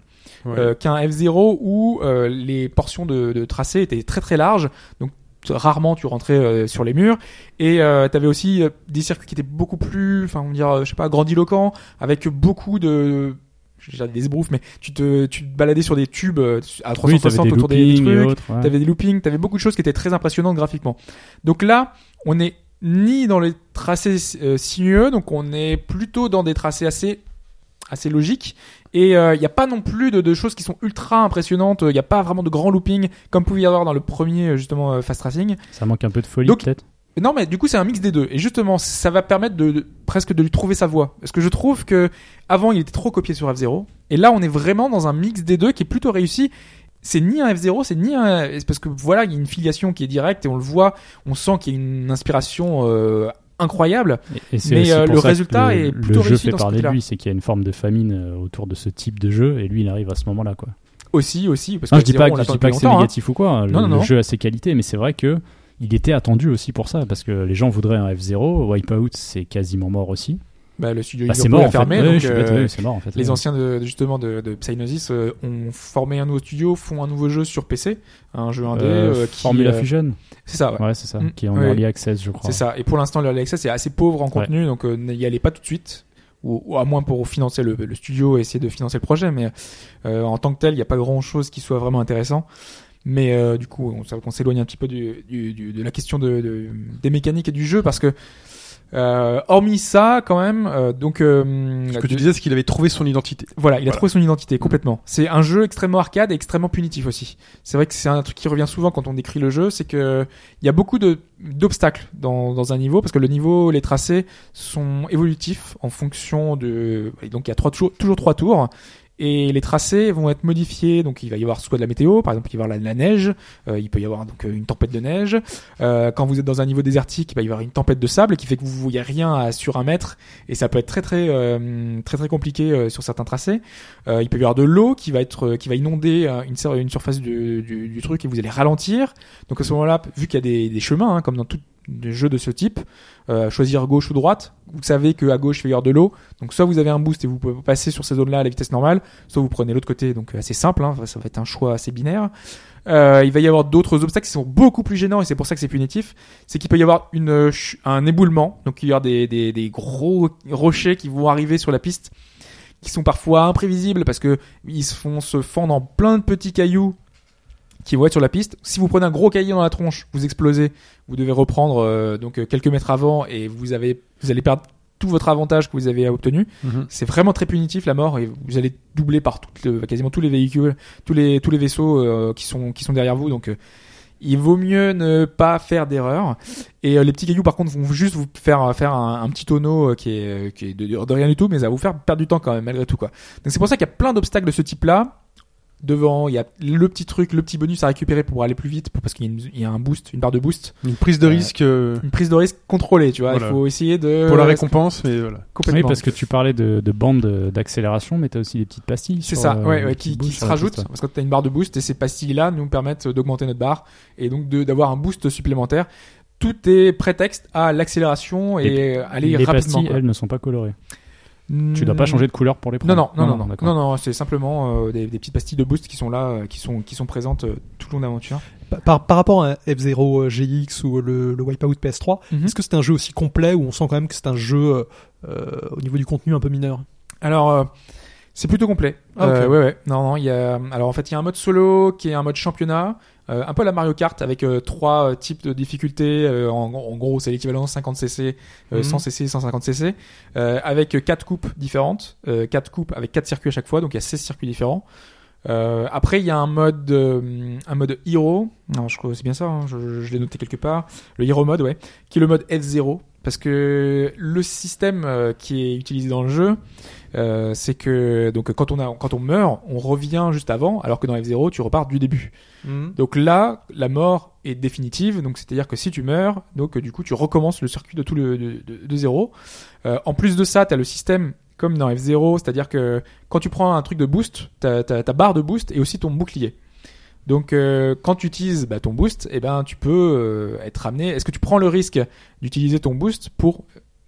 S4: euh, qu'un F-Zero où euh, les portions de, de tracé étaient très très larges. Donc t- rarement tu rentrais euh, sur les murs et euh, t'avais aussi euh, des circuits qui étaient beaucoup plus enfin on va dire euh, je sais pas grandiloquents avec beaucoup de je vais dire des ébrouffes mais tu te tu te baladais sur des tubes euh, à
S3: Oui, t'avais
S4: 360
S3: des
S4: autour des, des
S3: loopings et
S4: trucs
S3: autres. ouais.
S4: T'avais des loopings, t'avais beaucoup de choses qui étaient très impressionnantes graphiquement. Donc là, on est ni dans les tracés euh, sinueux, donc on est plutôt dans des tracés assez assez logiques. Et il n'y a pas non plus de, de choses qui sont ultra impressionnantes. Il n'y a pas vraiment de grand looping comme pouvait y avoir dans le premier euh, justement euh, Fast Racing.
S3: Ça manque un peu de folie
S4: Donc-
S3: peut-être.
S4: Non, mais du coup, c'est un mix des deux. Et justement, ça va permettre de, de- presque de lui trouver sa voie. Parce que je trouve que avant, il était trop copié sur F0. Et là, on est vraiment dans un mix des deux qui est plutôt réussi. C'est ni un F0, c'est ni un. c'est Parce que voilà, il y a une filiation qui est directe et on le voit, on sent qu'il y a une inspiration euh, incroyable.
S3: Et, et c'est
S4: Mais,
S3: aussi
S4: euh,
S3: pour
S4: le
S3: ça que
S4: résultat
S3: le-
S4: est plutôt
S3: Le jeu
S4: réussi
S3: fait
S4: dans ce
S3: parler de
S4: côté-là.
S3: lui, c'est qu'il y a une forme de famine euh, autour de ce type de jeu, et lui il arrive à ce moment-là quoi.
S4: Aussi, aussi. Parce
S3: Non,
S4: que
S3: je dis
S4: F0,
S3: pas
S4: on
S3: que, je
S4: l'attend
S3: dis pas que
S4: depuis
S3: c'est
S4: longtemps, hein.
S3: négatif ou quoi. Le,
S4: Non, non,
S3: le
S4: non.
S3: jeu a ses qualités, mais c'est vrai que il était attendu aussi pour ça, parce que les gens voudraient un F0, Wipeout c'est quasiment mort aussi.
S4: Bah, le studio
S3: Bah,
S4: Yoko
S3: c'est mort
S4: l'a
S3: en fait.
S4: fermé.
S3: Ouais,
S4: donc,
S3: je suis bête,
S4: euh,
S3: ouais, c'est mort en fait.
S4: Les
S3: ouais.
S4: anciens de, justement de, de Psygnosis euh, ont formé un nouveau studio, font un nouveau jeu sur PC, un jeu indé
S3: Euh,
S4: euh, qui
S3: Formula
S4: euh,
S3: Fusion.
S4: C'est ça, ouais.
S3: Ouais, c'est ça.
S4: Mm.
S3: Qui est en
S4: Oui.
S3: early access, je crois.
S4: C'est ça. Et pour l'instant, l'Early Access est assez pauvre en contenu, donc euh, n'y allez pas tout de suite. Ou, ou à moins pour financer le, le studio et essayer de financer le projet, mais euh, en tant que tel, il n'y a pas grand chose qui soit vraiment intéressant. Mais euh, du coup, on, ça- on s'éloigne un petit peu du, du- du- de la question de, de- des mécaniques et du jeu parce que, euh, hormis ça, quand même, euh, donc euh,
S2: Ce que tu
S4: de-
S2: disais, c'est qu'il avait trouvé son identité.
S4: voilà, il a
S2: Voilà.
S4: trouvé son identité complètement. C'est un jeu extrêmement arcade et extrêmement punitif aussi. C'est vrai que c'est un truc qui revient souvent quand on décrit le jeu, c'est que il y a beaucoup de d'obstacles dans, dans un niveau parce que le niveau, les tracés sont évolutifs en fonction de et donc il y a trois tours, toujours trois tours. Et les tracés vont être modifiés, donc il va y avoir soit de la météo, par exemple il va y avoir la, la neige, euh, il peut y avoir donc euh, une tempête de neige. Euh, quand vous êtes dans un niveau désertique, bah, il va y avoir une tempête de sable qui fait que vous voyez rien à, sur un mètre, et ça peut être très très euh, très très compliqué euh, sur certains tracés. Euh, il peut y avoir de l'eau qui va être euh, qui va inonder euh, une, sur- une surface du, du, du truc et vous allez ralentir. Donc à ce moment-là, vu qu'il y a des, des chemins, hein, comme dans tout jeu de ce type, euh, choisir gauche ou droite. Vous savez que à gauche il va y avoir de l'eau, donc soit vous avez un boost et vous pouvez passer sur ces zones-là à la vitesse normale, soit vous prenez l'autre côté. Donc euh, assez simple, hein, ça va être un choix assez binaire. Euh, il va y avoir d'autres obstacles qui sont beaucoup plus gênants et c'est pour ça que c'est punitif. C'est qu'il peut y avoir une, euh, ch- un éboulement, donc il y aura des, des, des gros rochers qui vont arriver sur la piste, qui sont parfois imprévisibles parce que ils se font se fendre en plein de petits cailloux qui vont être sur la piste. Si vous prenez un gros caillou dans la tronche, vous explosez, vous devez reprendre euh, donc euh, quelques mètres avant et vous avez vous allez perdre tout votre avantage que vous avez obtenu. C'est vraiment très punitif la mort et vous allez doubler par toutes le- quasiment tous les véhicules, tous les tous les vaisseaux euh, qui sont qui sont derrière vous donc euh, il vaut mieux ne pas faire d'erreur et euh, les petits cailloux par contre vont juste vous faire faire un, un petit tonneau euh, qui est euh, qui est de, de- de rien du tout mais ça va vous faire perdre du temps quand même malgré tout quoi. Donc c'est pour ça qu'il y a plein d'obstacles de ce type là. Devant, il y a le petit truc, le petit bonus à récupérer pour aller plus vite, pour- parce qu'il y, a une- il y a un boost, une barre de boost,
S2: Une prise de
S4: Euh,
S2: risque euh,
S4: une prise de risque contrôlée, tu vois.
S2: Voilà.
S4: Il faut essayer de
S2: pour la récompense, mais voilà.
S3: Oui,
S4: complètement.
S3: parce que tu parlais de, de bandes euh, d'accélération, mais t'as aussi des petites pastilles.
S4: C'est
S3: sur,
S4: ça,
S3: euh,
S4: ouais,
S3: les
S4: ouais, qui,
S3: petites
S4: qui
S3: bouches
S4: se
S3: sur la
S4: rajoute
S3: piste, ouais.
S4: parce que tu as une barre de boost et ces pastilles-là nous permettent d'augmenter notre barre et donc de- d'avoir un boost supplémentaire. Tout est prétexte à l'accélération et
S3: Les-
S4: aller
S3: les
S4: rapidement.
S3: pastilles,
S4: quoi.
S3: elles ne sont pas colorées. Tu dois pas changer de couleur pour les
S4: Non
S3: prendre.
S4: non non non non
S3: d'accord.
S4: non, non, c'est simplement euh, des, des petites pastilles de boost qui sont là, euh, qui sont qui sont présentes euh, tout le long de l'aventure.
S5: Par- Par, par rapport à F0 euh, GX ou le, le Wipeout PS3,
S4: Mhm.
S5: est-ce que c'est un jeu aussi complet où on sent quand même que c'est un jeu euh, euh, au niveau du contenu un peu mineur
S4: Alors, euh, c'est plutôt complet.
S5: Ah, ok.
S4: Euh, ouais, ouais. Non, non, il y a. Alors, en fait, il y a un mode solo qui est un mode championnat, Euh, un peu à la Mario Kart avec euh, trois euh, types de difficultés. euh, en, en gros, c'est l'équivalent 50cc,
S5: Mhm.
S4: 100cc, 150cc, euh, avec euh, quatre coupes différentes, euh, quatre coupes avec quatre circuits à chaque fois, donc il y a 16 circuits différents. Euh, après, il y a un mode, euh, un mode hero. Non, je crois c'est bien ça. hein, je je- je l'ai noté quelque part. Le hero mode, ouais, qui est le mode F0, parce que le système euh, qui est utilisé dans le jeu, euh, c'est que donc quand on a, quand on meurt, on revient juste avant, alors que dans F0, tu repars du début.
S5: Mhm.
S4: Donc là, la mort est définitive, donc c'est-à-dire que si tu meurs, donc euh, du coup tu recommences le circuit de tout le de, de- de zéro. Euh, en plus de ça, t'as le système comme dans F0, c'est-à-dire que quand tu prends un truc de boost, t'as t'as ta barre de boost et aussi ton bouclier. Donc euh, quand tu utilises bah, ton boost, eh ben tu peux euh, être ramené. Est-ce que tu prends le risque d'utiliser ton boost pour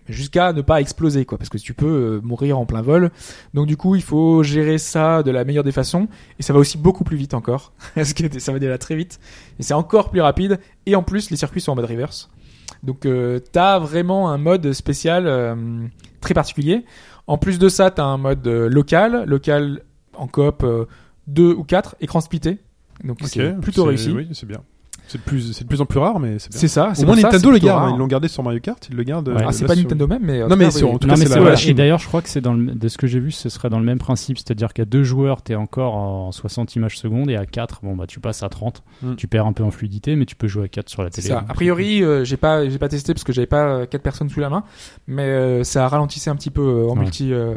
S4: jusqu'à ne pas exploser quoi parce que tu peux euh, mourir en plein vol. Donc du coup, il faut gérer ça de la meilleure des façons et ça va aussi beaucoup plus vite encore. Parce que ça va déjà très vite. Et c'est encore plus rapide. Et en plus, les circuits sont en mode reverse. Donc, euh, t'as vraiment un mode spécial euh, très particulier. En plus de ça, t'as un mode euh, local, local en coop 2 ou 4, écran splitté. Donc, c'est
S2: Ok,
S4: plutôt
S2: c'est-
S4: réussi.
S2: Oui, c'est bien. C'est de plus, c'est de plus en plus rare, mais c'est bien.
S4: C'est ça.
S2: Au
S4: c'est
S2: moins
S4: pour ça,
S2: Nintendo
S4: c'est
S2: le
S4: plutôt
S2: garde. hein.
S4: rare.
S2: Ils l'ont gardé sur Mario Kart, ils le gardent.
S3: Ouais.
S2: euh,
S4: Ah, c'est
S2: là,
S4: pas
S2: sur-
S4: Nintendo même, mais. en
S2: Non,
S4: tout
S2: mais
S4: cas,
S2: sur-
S4: oui.
S2: en tout
S3: Non,
S2: cas,
S3: mais
S2: c'est
S3: c'est-
S2: la-
S3: ouais,
S2: la
S3: et
S2: Chine.
S3: d'ailleurs, je crois que c'est dans le, de ce que j'ai vu, ce serait dans le même principe, c'est-à-dire qu'à deux joueurs, t'es encore en 60 images secondes et à 4, bon bah tu passes à 30,
S2: Mm.
S3: tu perds un peu en fluidité, mais tu peux jouer à 4 sur la
S4: Hmm. C'est
S3: télé.
S4: ça. A priori, euh, j'ai pas, j'ai pas testé parce que j'avais pas euh, quatre personnes sous la main, mais euh, ça ralentissait un petit peu euh, en
S3: Ouais.
S4: multi, euh,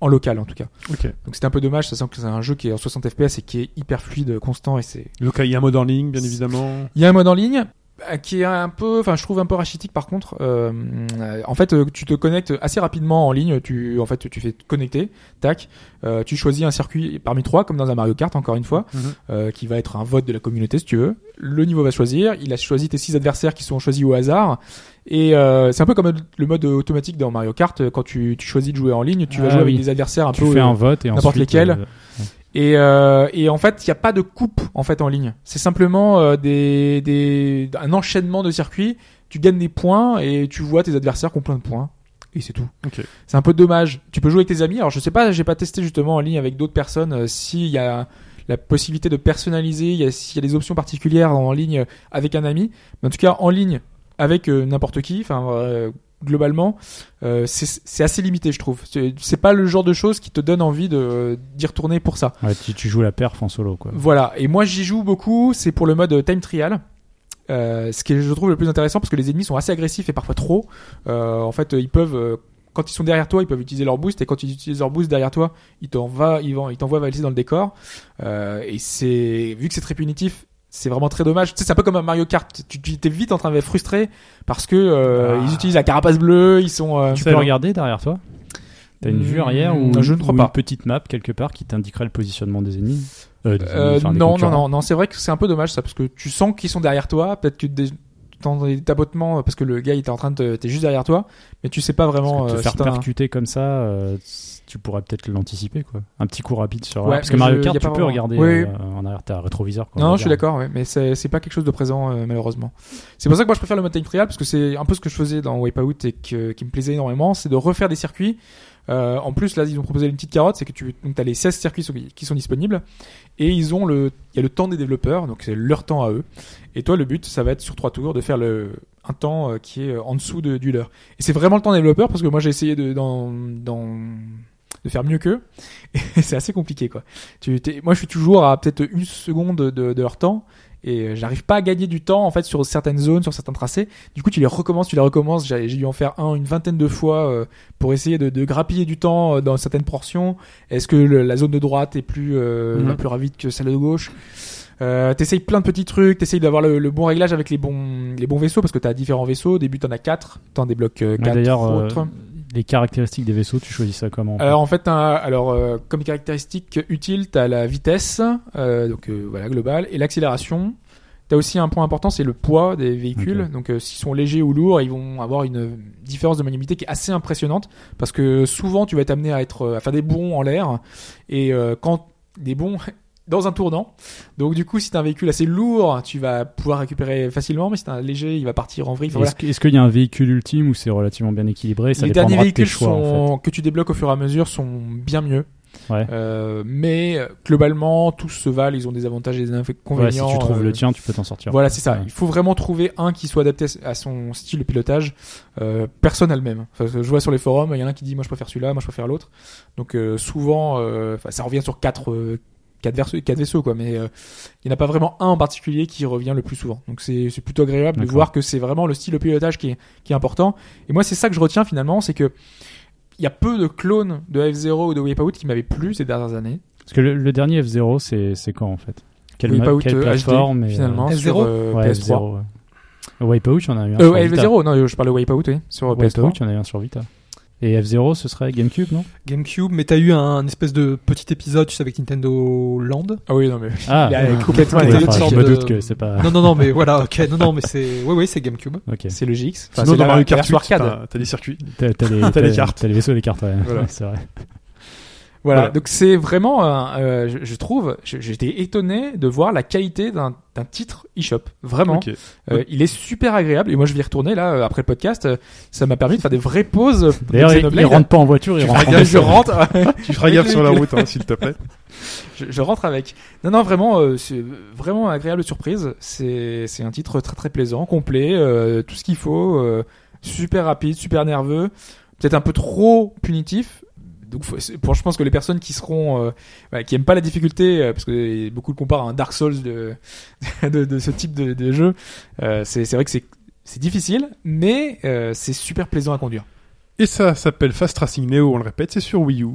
S4: en local en tout cas.
S2: Ok.
S4: Donc c'était un peu dommage, ça sent que c'est un jeu qui est en 60 FPS et qui est hyper fluide, constant et c'est.
S2: Donc euh, il y a un mode en ligne, bien évidemment.
S4: Il y a un mode en ligne bah, qui est un peu, enfin je trouve un peu rachitique par contre. Euh, euh, en fait, euh, tu te connectes assez rapidement en ligne. Tu, en fait, tu fais te connecter, tac. Euh, tu choisis un circuit parmi trois, comme dans un Mario Kart encore une fois,
S2: Mhm.
S4: euh, qui va être un vote de la communauté si tu veux. Le niveau va choisir. Il a choisi tes six adversaires qui sont choisis au hasard. Et euh, c'est un peu comme le mode automatique dans Mario Kart. Quand tu, tu choisis de jouer en ligne, tu vas
S3: Ah
S4: jouer
S3: oui.
S4: avec des adversaires un
S3: tu
S4: peu
S3: fais un vote et
S4: n'importe
S3: ensuite,
S4: lesquels.
S3: euh,
S4: et, euh, et en fait, il n'y a pas de coupe en fait en ligne. C'est simplement euh, des, des, un enchaînement de circuits. Tu gagnes des points et tu vois tes adversaires qui ont plein de points. Et c'est tout.
S2: Ok.
S4: C'est un peu dommage. Tu peux jouer avec tes amis. Alors je sais pas, j'ai pas testé justement en ligne avec d'autres personnes. euh, S'il y a la possibilité de personnaliser, il y a- s'il y a des options particulières en ligne avec un ami. Mais en tout cas, en ligne avec euh, n'importe qui. Enfin, euh, globalement, euh, c'est c'est assez limité, je trouve. C'est c'est pas le genre de choses qui te donne envie de d'y retourner pour ça.
S3: ouais, tu, tu joues la perf en solo quoi.
S4: Voilà, et moi j'y joue beaucoup, c'est pour le mode euh, time trial. Euh, ce que je trouve le plus intéressant parce que les ennemis sont assez agressifs et parfois trop. Euh, en fait, euh, ils peuvent euh, quand ils sont derrière toi, ils peuvent utiliser leur boost et quand ils utilisent leur boost derrière toi, ils t'envoient ils vont- ils t'envoient valser dans le décor. Euh, et c'est vu que c'est très punitif, c'est vraiment très dommage. Tu sais, c'est un peu comme un Mario Kart, tu tu- t'es vite en train d'être frustré parce que euh,
S3: Ah.
S4: ils utilisent la carapace bleue, ils sont euh,
S3: Tu peux regarder derrière toi T'as une vue arrière ou,
S4: Hmm, je ne crois
S3: ou
S4: pas.
S3: une petite map quelque part qui t'indiquerait le positionnement des ennemis Euh, des ennemis,
S4: Euh,
S3: enfin, des
S4: non, non,
S3: concurrents.
S4: non, non, c'est vrai que c'est un peu dommage ça, parce que tu sens qu'ils sont derrière toi, peut-être que des- t'entends des tapotements, parce que le gars il était en train de te- t'es juste derrière toi, mais tu sais pas vraiment.
S3: Parce que
S4: euh,
S3: te faire
S4: si t'as un-
S3: percuter comme ça, euh, tu pourrais peut-être l'anticiper quoi. Un petit coup rapide sur.
S4: Ouais,
S3: parce que
S4: mais
S3: Mario
S4: je-
S3: Kart,
S4: y a
S3: tu
S4: pas
S3: peux
S4: vraiment.
S3: regarder
S4: Oui,
S3: euh, en arrière, t'as un rétroviseur. Quoi,
S4: Non,
S3: On
S4: je suis
S3: regarde.
S4: d'accord, ouais, mais c'est c'est pas quelque chose de présent euh, malheureusement. C'est pour ça que moi je préfère le mode time trial parce que c'est un peu ce que je faisais dans Wipeout et que, qui me plaisait énormément, c'est de refaire des circuits. Euh, en plus là ils ont proposé une petite carotte, c'est que tu donc as les 16 circuits sur- qui sont disponibles et ils ont le il y a le temps des développeurs donc c'est leur temps à eux. Et toi le but ça va être sur trois tours de faire le un temps euh, qui est euh, en dessous de, du leur. Et c'est vraiment le temps des développeurs parce que moi j'ai essayé de dans, dans de faire mieux qu'eux et c'est assez compliqué quoi. Tu, t'es- moi, je suis toujours à peut-être une seconde de, de leur temps et euh, j'arrive pas à gagner du temps en fait sur certaines zones, sur certains tracés. Du coup, tu les recommences, tu les recommences. J'ai j'ai dû en faire un une vingtaine de fois euh, pour essayer de, de grappiller du temps euh, dans certaines portions. Est-ce que le- la zone de droite est plus euh,
S3: Mm-hmm.
S2: Mhm.
S4: la plus rapide que celle de gauche euh, t'essayes plein de petits trucs, t'essayes d'avoir le, le bon réglage avec les bons les bons vaisseaux parce que t'as différents vaisseaux. Au début t'en as quatre, t'en débloques euh,
S3: Mais
S4: quatre
S3: D'ailleurs, euh,
S4: autres.
S3: les caractéristiques des vaisseaux, tu choisis ça comment
S4: Alors Euh, en fait, t'as- alors euh, comme caractéristique utile, t'as la vitesse, euh, donc euh, voilà globale, et l'accélération. T'as aussi un point important, c'est le poids des véhicules.
S3: Ok.
S4: Donc euh, s'ils sont légers ou lourds, ils vont avoir une différence de maniabilité qui est assez impressionnante parce que souvent tu vas être amené à être euh, à faire des bonds en l'air et euh, quand des bonds dans un tournant. Donc du coup, si t'as un véhicule assez lourd, tu vas pouvoir récupérer facilement, mais si t'as un léger, il va partir en vrille. Enfin, voilà.
S3: Est-ce que- est-ce qu'il y a un véhicule ultime où c'est relativement bien équilibré Ça
S4: les
S3: dépendra
S4: derniers
S3: de tes
S4: véhicules
S3: choix. en
S4: sont- que tu débloques au fur et à mesure sont bien mieux.
S3: Ouais.
S4: Euh, mais euh, globalement, tous se valent, ils ont des avantages et des
S3: Ouais,
S4: inconvénients.
S3: si tu trouves
S4: euh,
S3: le tien, tu peux t'en sortir.
S4: Voilà, c'est ça.
S3: Ouais.
S4: Il faut vraiment trouver un qui soit adapté à son style de pilotage. Euh, personne n'a le même. Enfin, je vois sur les forums, il y en a un qui dit moi je préfère celui-là, moi je préfère l'autre. Donc euh, souvent, euh, enfin, ça revient sur quatre, euh, quatre, verse- quatre vaisseaux, quoi. Mais euh, il n'y en a pas vraiment un en particulier qui revient le plus souvent. Donc c'est c'est plutôt agréable de
S3: D'accord.
S4: voir que c'est vraiment le style de pilotage qui est, qui est important. Et moi, c'est ça que je retiens finalement, c'est que il y a peu de clones de F0 ou de Wipeout qui m'avaient plu ces dernières années.
S3: Parce que le, le dernier F0, c'est c'est quand en fait Quelle, ma-
S4: Wipeout
S3: quelle
S4: euh,
S3: plateforme
S4: HD,
S3: et, euh,
S4: finalement
S5: F0?
S4: sur euh,
S3: ouais,
S4: PS3.
S3: F0, ouais. Wipeout, il y en a eu un
S4: Euh,
S3: sur
S4: ouais,
S3: Vita.
S4: F0, non, je parle de Wipeout, oui, sur euh, PS3.
S3: Wipeout, il y en a eu un sur Vita. Et F0, ce serait GameCube, non
S5: GameCube, mais t'as eu un espèce de petit épisode, tu sais, avec Nintendo Land.
S4: Ah oui, non, mais.
S3: Ah,
S4: Il a
S3: ouais.
S4: complètement
S3: Ouais,
S4: été
S3: enfin,
S5: sorte
S3: je me
S5: de-
S3: doute que c'est pas.
S5: Non, non, non, mais voilà, ok, non, non, mais c'est, oui, oui, c'est GameCube.
S3: Ok.
S4: C'est le GX.
S2: Sinon,
S4: Enfin, c'est
S2: dans
S4: la
S2: Mario Kart
S4: version
S2: 8,
S4: arcade.
S2: t'as t'as des circuits.
S3: T'as t'as les,
S2: T'as les cartes.
S3: T'as les vaisseaux et les cartes, ouais.
S2: Voilà.
S3: Ouais, c'est vrai.
S4: Voilà.
S2: Voilà.
S4: Donc c'est vraiment, un- euh, je, je trouve, je- j'étais étonné de voir la qualité d'un d'un titre eShop. Vraiment.
S2: Ok.
S4: Euh, il est super agréable. Et moi, je vais y retourner là euh, après le podcast. Euh, Ça m'a permis de faire des vraies pauses. euh, de
S3: D'ailleurs, ils,
S4: Xenoblade.
S3: ils rentrent pas en voiture, ils
S4: Je
S3: rentrent en
S4: regarde, je
S3: vaisseau.
S4: rentre,
S2: Tu feras gaffe sur la route, hein, s'il te plaît.
S4: je, je rentre avec. Non, non, vraiment, euh, c'est vraiment agréable surprise. C'est c'est un titre très très plaisant, complet, euh, tout ce qu'il faut, euh, super rapide, super nerveux, peut-être un peu trop punitif. Donc, faut- c'est- pour, je pense que les personnes qui seront, euh, voilà, qui aiment pas la difficulté, euh, parce que beaucoup le comparent à un Dark Souls de, de, de ce type de, de jeu, euh, c'est c'est vrai que c'est c'est difficile, mais euh, c'est super plaisant à conduire.
S2: Et ça s'appelle Fast Racing Neo, on le répète, c'est sur Wii U.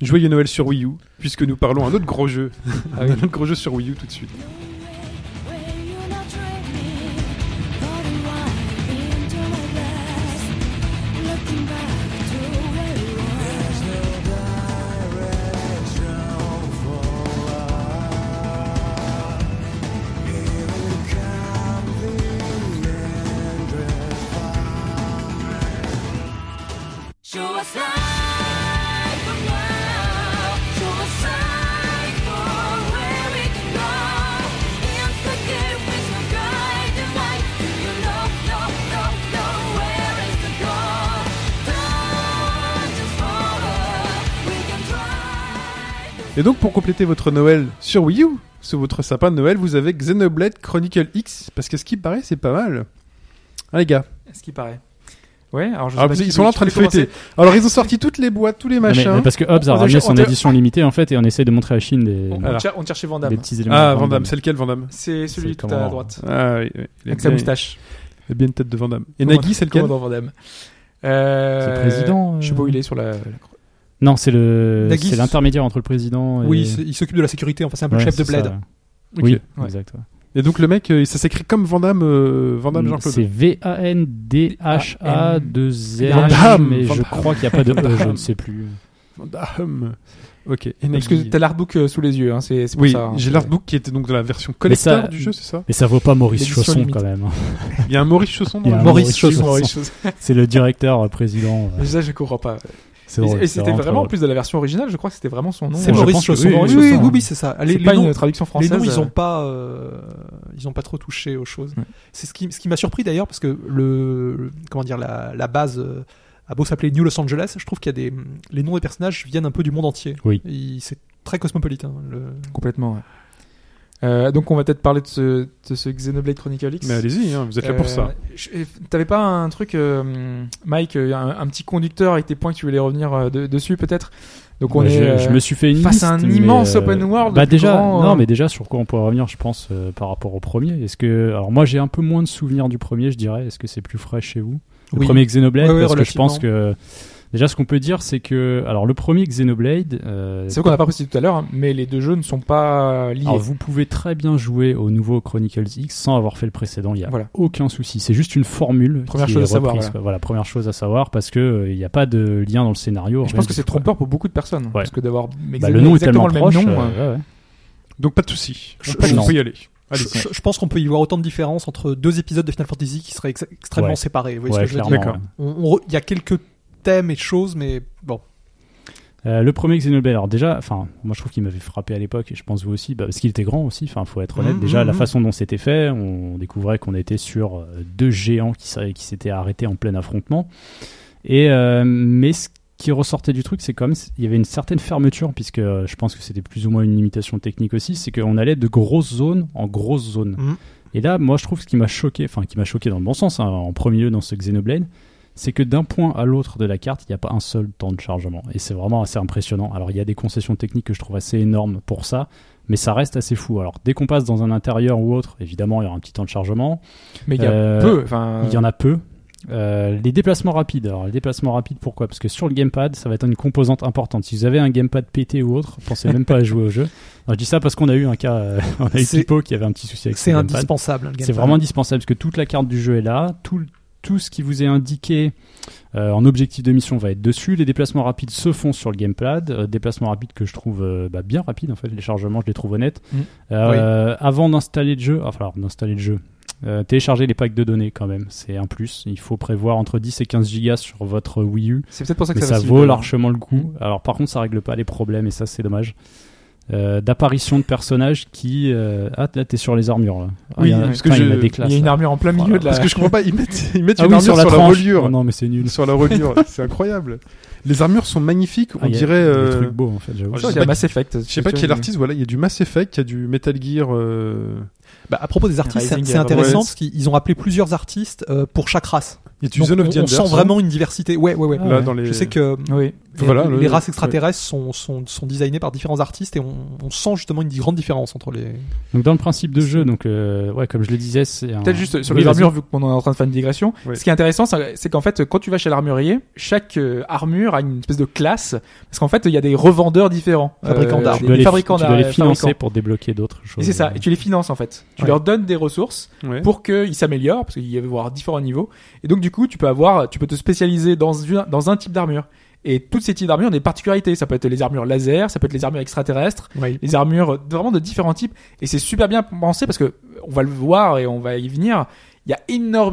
S2: Joyeux Noël sur Wii U, puisque nous parlons un autre gros jeu. un autre gros jeu sur Wii U tout de suite.
S6: Show us light from now. Show us light for where we can go. In the game with no guide and light. Do you know, know, know, know where is the goal? Don't just follow. We can try.
S2: Et donc, pour compléter votre Noël sur Wii U, sous votre sapin de Noël, vous avez Xenoblade Chronicle X, parce que ce qui paraît, c'est pas mal. Ah, les gars.
S4: Ce qui paraît. Ouais, alors je sais
S2: Alors,
S4: pas
S2: Ah, ils
S4: si
S2: sont là en
S4: tu
S2: train de
S4: voulais
S2: feuilleter. Alors, ils ont sorti toutes les boîtes, tous les
S3: Non, mais-
S2: machins.
S3: mais parce que Hobbs
S4: On
S3: a
S4: t'a-
S3: ramené
S4: on
S3: son
S4: t'a-
S3: édition limitée en fait et on essaye de montrer à Chine des,
S4: On, on
S2: Voilà.
S4: cher- on cherchait Van
S3: des
S4: Damme.
S3: petits éléments.
S2: Ah,
S3: de
S2: Van Damme,
S3: Damme.
S2: c'est lequel Van Damme
S4: C'est celui
S3: C'est
S4: tout à
S3: comment-
S4: droite.
S2: Ah oui, oui. Il a
S4: Avec sa
S2: bien-
S4: moustache.
S2: il a bien une tête de Van Damme. Et Nagui, c'est lequel
S4: Commandant Van Damme. Euh,
S3: C'est le président,
S4: Je sais pas où
S3: euh,
S4: il est sur la. la-
S3: Non, c'est le,
S5: Nagis.
S3: c'est l'intermédiaire entre le président. Et...
S5: Oui, c'est- il s'occupe de la sécurité, enfin, c'est un peu
S3: Ouais,
S5: le chef de
S3: c'est
S5: Blade.
S3: ça, ouais.
S2: Ok.
S3: Oui,
S4: Ouais.
S3: exact. ouais.
S2: Et donc, le mec, euh, ça s'écrit comme Van Damme, euh, Van Damme Jean-Claude.
S3: Mm, C'est V A N D H A 2 Z.
S4: Van
S2: Damme,
S3: Mais
S2: Van
S3: je
S2: Damme.
S3: crois qu'il n'y a pas de
S2: Van
S3: E, je
S2: Damme.
S3: ne sais plus.
S2: Van Damme. Ok. Et
S4: Parce
S2: Nagui.
S4: que t'as l'artbook euh, sous les yeux, hein, c'est c'est pour
S2: Oui,
S4: ça. hein.
S2: j'ai l'artbook qui était donc dans la version collector du jeu, c'est ça
S3: Mais ça euh, vaut pas Maurice
S4: L'édition
S3: Chausson
S4: limitée.
S3: quand même. hein.
S2: Il y a un Maurice Chausson dans
S3: Il y a
S2: le
S3: un
S2: jeu.
S3: Maurice
S4: Excuse-moi,
S3: Chausson.
S4: Maurice Chausson.
S3: C'est le directeur euh, président. ouais.
S4: Ça, je comprends pas.
S3: C'est
S4: Et-
S3: drôle,
S4: et
S3: c'est
S4: c'était
S3: très
S4: vraiment en
S3: drôle.
S4: plus de la version originale, je crois que c'était vraiment son nom.
S5: C'est
S3: Je
S4: Euh,
S5: Maurice
S3: pense que
S5: Chausson.
S3: oui,
S5: Oui,
S3: Maurice
S5: oui,
S4: Chausson,
S5: oui,
S4: hein.
S5: oui, c'est ça. Les,
S4: C'est
S5: les
S4: pas
S5: noms,
S4: une traduction
S5: les
S4: française.
S5: noms, ils
S4: euh,
S5: ont pas, euh, ils ont pas trop touché aux choses.
S4: Ouais.
S5: C'est ce qui, ce qui m'a surpris d'ailleurs parce que le, comment dire, la, la base euh, a beau s'appeler New Los Angeles, je trouve qu'il y a des, les noms des personnages viennent un peu du monde entier.
S3: Oui.
S5: Il- C'est très cosmopolitain. Le...
S4: Complètement, ouais. Euh, donc on va peut-être parler de ce, de ce Xenoblade Chronicle X.
S2: Mais allez-y, hein, vous êtes là pour
S4: Euh,
S2: ça.
S4: je- et T'avais pas un truc, euh, Mike, euh, un, un petit conducteur avec tes points que tu voulais revenir euh, de- dessus peut-être Donc on
S3: Bah,
S4: est.
S3: je,
S4: euh,
S3: je me suis fait une
S4: face
S3: liste,
S4: à un
S3: mais,
S4: immense
S3: euh,
S4: open world
S3: Bah
S4: plus
S3: déjà,
S4: grand, euh.
S3: non, mais déjà sur quoi on pourrait revenir, je pense, euh, par rapport au premier. Est-ce que, alors moi j'ai un peu moins de souvenirs du premier, je dirais. Est-ce que c'est plus frais chez vous Le
S5: Oui.
S3: premier Xenoblade,
S5: Ouais, ouais,
S3: parce que je pense
S5: relativement.
S3: que déjà ce qu'on peut dire, c'est que, alors le premier Xenoblade, euh,
S4: C'est vrai qu'on n'a pas précisé tout à l'heure, hein, mais les deux jeux ne sont pas liés.
S3: alors vous pouvez très bien jouer au nouveau Chronicles X sans avoir fait le précédent. Il y a
S4: Voilà.
S3: aucun souci. C'est juste une formule.
S4: Première
S3: qui
S4: chose
S3: est
S4: à savoir,
S3: reprise,
S4: voilà.
S3: quoi. première chose à savoir parce que euh, il n'y a pas de lien dans le scénario.
S4: Et je
S3: rien
S4: pense que
S3: du
S4: c'est
S3: tout, quoi.
S4: trompeur pour beaucoup de personnes. Parce que d'avoir
S3: Bah, le nom est tellement
S4: exactement le
S3: proche.
S4: même nom.
S3: euh,
S4: euh,
S3: ouais, ouais.
S2: Donc pas de souci.
S5: Je-
S2: On peut-
S5: je-
S2: on peut y aller.
S3: Ah,
S2: Allez.
S5: Je, je- je pense qu'on peut y voir autant de différence entre deux épisodes de Final Fantasy qui seraient ex- extrêmement
S3: Ouais.
S5: séparés. Vous voyez ce
S3: Ouais,
S5: que je veux dire
S3: clairement,
S2: D'accord.
S3: ouais.
S5: On- on re- Il y a quelques thèmes et choses, mais bon.
S3: Euh, le premier Xenoblade, alors déjà, enfin, moi je trouve qu'il m'avait frappé à l'époque, et je pense vous aussi, bah, parce qu'il était grand aussi, enfin, faut être honnête.
S5: Mhm,
S3: déjà, la
S5: mhm.
S3: façon dont c'était fait, on découvrait qu'on était sur euh, deux géants qui, s'a- qui s'étaient arrêtés en plein affrontement. Et, euh, mais ce qui ressortait du truc, c'est quand même, il y avait une certaine fermeture, puisque euh, je pense que c'était plus ou moins une limitation technique aussi, c'est qu'on allait de grosses zones en grosses zones.
S5: Mhm.
S3: Et là, moi, je trouve ce qui m'a choqué, enfin, qui m'a choqué dans le bon sens, hein, en premier lieu dans ce Xenoblade, c'est que d'un point à l'autre de la carte, il n'y a pas un seul temps de chargement. Et c'est vraiment assez impressionnant. Alors, il y a des concessions techniques que je trouve assez énormes pour ça, mais ça reste assez fou. Alors, dès qu'on passe dans un intérieur ou autre, évidemment, il y aura un petit temps de chargement.
S4: Mais il y a
S3: Euh,
S4: peu. hein. Enfin,
S3: Il y en a peu. Euh, les déplacements rapides. Alors, les déplacements rapides, pourquoi Parce que sur le gamepad, ça va être une composante importante. Si vous avez un gamepad pété ou autre, pensez même pas à jouer au jeu. Alors, je dis ça parce qu'on a eu un cas, euh, on a eu
S5: C'est-
S3: Pipo qui avait un petit souci avec
S5: C'est
S3: son gamepad.
S5: indispensable. hein, le
S3: C'est
S5: gamepad.
S3: vraiment indispensable parce que toute la carte du jeu est là, tout, le- tout ce qui vous est indiqué euh, en objectif de mission va être dessus. Les déplacements rapides se font sur le gamepad, euh, déplacements rapides que je trouve euh, bah, bien rapides en fait. Les chargements, je les trouve honnêtes.
S4: Mm.
S3: Euh, Avant d'installer le jeu, enfin alors, d'installer le jeu. euh, télécharger les packs de données quand même, c'est un plus. Il faut prévoir entre 10 et 15 gigas sur votre Wii U
S4: c'est peut-être pour ça que
S3: mais
S4: ça,
S3: ça
S4: facilite
S3: vaut
S4: le-
S3: largement le coup. Alors par contre, ça règle pas les problèmes et ça c'est dommage. Euh, D'apparition de personnages qui euh, ah là t'es sur les armures là. Ah,
S2: Oui,
S3: il y en a-
S2: parce
S3: putain,
S2: que
S3: il y en a
S2: je-
S3: des
S4: Il
S3: classes.
S4: y a une
S3: là.
S4: armure en plein milieu de la.
S2: Parce que je comprends pas, ils mettent, ils mettent
S3: Ah
S2: une
S3: oui,
S2: armure
S3: sur la,
S2: leur
S3: tranche.
S2: reliure.
S3: Oh non mais c'est nul.
S2: Sur la reliure, c'est incroyable. Les armures sont magnifiques,
S3: Ah,
S2: on
S3: il y a
S2: dirait.
S3: des
S2: euh,
S3: trucs beaux en fait. J'avoue.
S2: je
S4: Il y
S2: sais
S4: a
S2: pas
S4: Mass Effect.
S2: Je sais pas qui est l'artiste, voilà, il y a du Mass Effect, il y a du Metal Gear. euh,
S5: Bah, à propos des artistes,
S4: Rising
S5: c'est- c'est
S4: Air,
S5: intéressant
S2: ouais.
S5: parce qu'ils ont appelé plusieurs artistes euh, pour chaque race.
S2: Il y a du
S5: Donc,
S2: Zone of
S5: on-
S2: the
S5: on,
S2: Enders,
S5: sent vraiment une diversité. Ouais, ouais, ouais.
S3: Ah
S2: Là,
S3: ouais.
S2: dans les...
S5: Je sais que
S4: Oui.
S5: les,
S2: Voilà,
S5: les
S2: le-
S5: races extraterrestres sont, sont, sont designées par différents artistes et on, on sent justement une grande différence entre les.
S3: Donc dans le principe de jeu, donc euh, ouais comme je le disais, c'est un...
S4: Peut-être juste sur
S3: Oui,
S4: les
S3: vas-y.
S4: armures, vu qu'on est en train de faire une digression.
S2: Ouais.
S4: Ce qui est intéressant, c'est c'est qu'en fait, quand tu vas chez l'armurier, chaque euh, armure a une espèce de classe. Parce qu'en fait, il y a des revendeurs différents. Euh,
S5: Fabricants
S4: des-
S5: d'armes.
S3: Tu
S4: des
S3: dois les,
S4: fabricants
S3: tu dois les
S4: d'armes,
S3: financer
S4: fabricants.
S3: pour débloquer d'autres
S4: Et
S3: choses.
S4: c'est ça. Et tu les finances, en fait. Tu
S2: Ouais.
S4: leur donnes des ressources
S2: Ouais.
S4: pour qu'ils s'améliorent, parce qu'il y avait voir différents niveaux. Et donc, du coup, tu peux avoir, tu peux te spécialiser dans, une- dans un type d'armure. Et toutes ces types d'armures ont des particularités. Ça peut être les armures laser, ça peut être les armures extraterrestres les armures euh, vraiment de différents types et c'est super bien pensé parce que euh, on va le voir et on va y venir il y a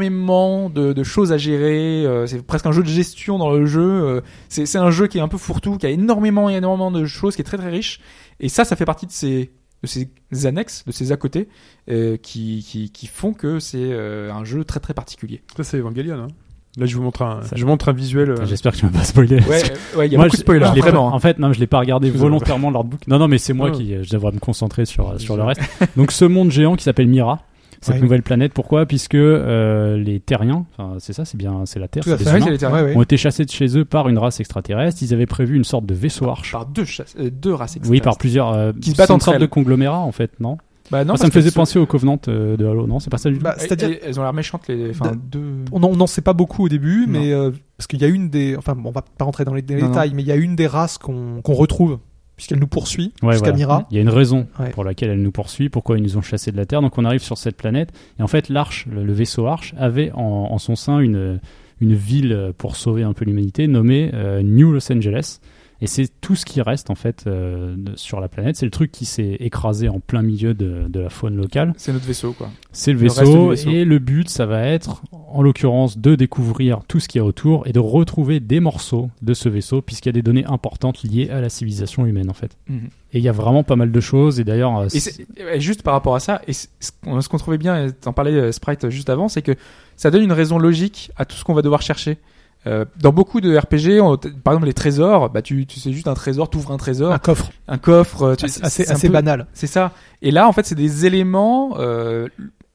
S4: énormément de, de choses à gérer euh, c'est presque un jeu de gestion dans le jeu euh, c'est c'est un jeu qui est un peu fourre-tout qui a énormément énormément de choses qui est très très riche et ça ça fait partie de ces de ces annexes de ces à côté euh, qui, qui qui font que c'est euh, un jeu très très particulier
S2: Ça, c'est Evangelion. hein. Là, je vous montre un,
S3: Ça-
S2: je vous montre un visuel. euh,
S3: Putain, J'espère que tu m'as pas spoilé.
S4: ouais euh, ouais il y a
S3: Moi,
S4: beaucoup
S3: je-
S4: de spoilers
S3: je l'ai pas-
S4: vraiment hein.
S3: en fait, non, je l'ai pas regardé
S2: Excusez-moi.
S3: volontairement l'artbook. Non, non, mais c'est moi
S2: Ah.
S3: qui, euh, je devrais me concentrer sur, euh, sur le reste. Donc, ce monde géant qui s'appelle Mira, cette
S5: Ouais.
S3: nouvelle planète, pourquoi Puisque euh, les Terriens, enfin, c'est ça, c'est bien, c'est la Terre,
S5: Tout à
S3: c'est
S5: fait.
S3: des
S4: Ouais,
S3: humains,
S4: c'est les terrains.
S3: ont été chassés de chez eux par une race extraterrestre. Ils avaient prévu une sorte de vaisseau arche.
S4: par deux chasses- euh, deux races
S3: Oui,
S4: extraterrestres.
S3: par plusieurs. euh,
S4: Qui se battent
S3: c'est une
S4: entre
S3: sorte
S4: elles.
S3: de conglomérat, en fait, non,
S4: bah non
S3: Moi, Ça me
S4: parce que
S3: faisait
S4: ce-
S3: penser au Covenant euh, de Halo, non C'est pas ça du tout
S5: Bah,
S4: c'est-à-dire
S5: c'est-à-dire,
S4: elles elles ont l'air méchantes les enfin
S5: De-
S4: deux
S5: on n'en sait pas beaucoup au début,
S4: Non.
S5: mais euh, parce qu'il y a une des. Enfin, bon, on va pas rentrer dans les
S4: non.
S5: détails, mais il y a une des races qu'on qu'on retrouve puisqu'elle nous poursuit
S3: Ouais,
S5: jusqu'à
S3: voilà.
S5: Mira.
S3: Il y a une raison
S5: Ouais.
S3: pour laquelle elle nous poursuit, pourquoi ils nous ont chassés de la Terre. Donc on arrive sur cette planète. Et en fait, l'Arche, le, le vaisseau Arche, avait en, en son sein une, une ville pour sauver un peu l'humanité nommée euh, New Los Angeles. Et c'est tout ce qui reste en fait euh, de- sur la planète. C'est le truc qui s'est écrasé en plein milieu de- de la faune locale.
S4: c'est notre vaisseau quoi
S3: C'est le
S4: Le reste
S3: vaisseau,
S4: du vaisseau.
S3: et le but, ça va être, en l'occurrence, de découvrir tout ce qu'il y a autour et de retrouver des morceaux de ce vaisseau, puisqu'il y a des données importantes liées à la civilisation humaine, en fait.
S4: Mhm.
S3: Et il y a vraiment pas mal de choses, et d'ailleurs, euh,
S4: Et
S3: c'est-
S4: c'est- et juste par rapport à ça, et c'est- ce qu'on ce qu'on trouvait bien, et t'en parlais euh, Sprite euh, juste avant, c'est que ça donne une raison logique à tout ce qu'on va devoir chercher. Euh, dans beaucoup de RPG, on- t- par exemple les trésors, bah tu, tu sais juste un trésor, t'ouvres un trésor,
S5: Un coffre
S4: un coffre, euh, tu-
S5: assez, Ah, assez,
S4: c'est un peu-
S5: banal.
S4: C'est ça. Et là, en fait, c'est des éléments euh,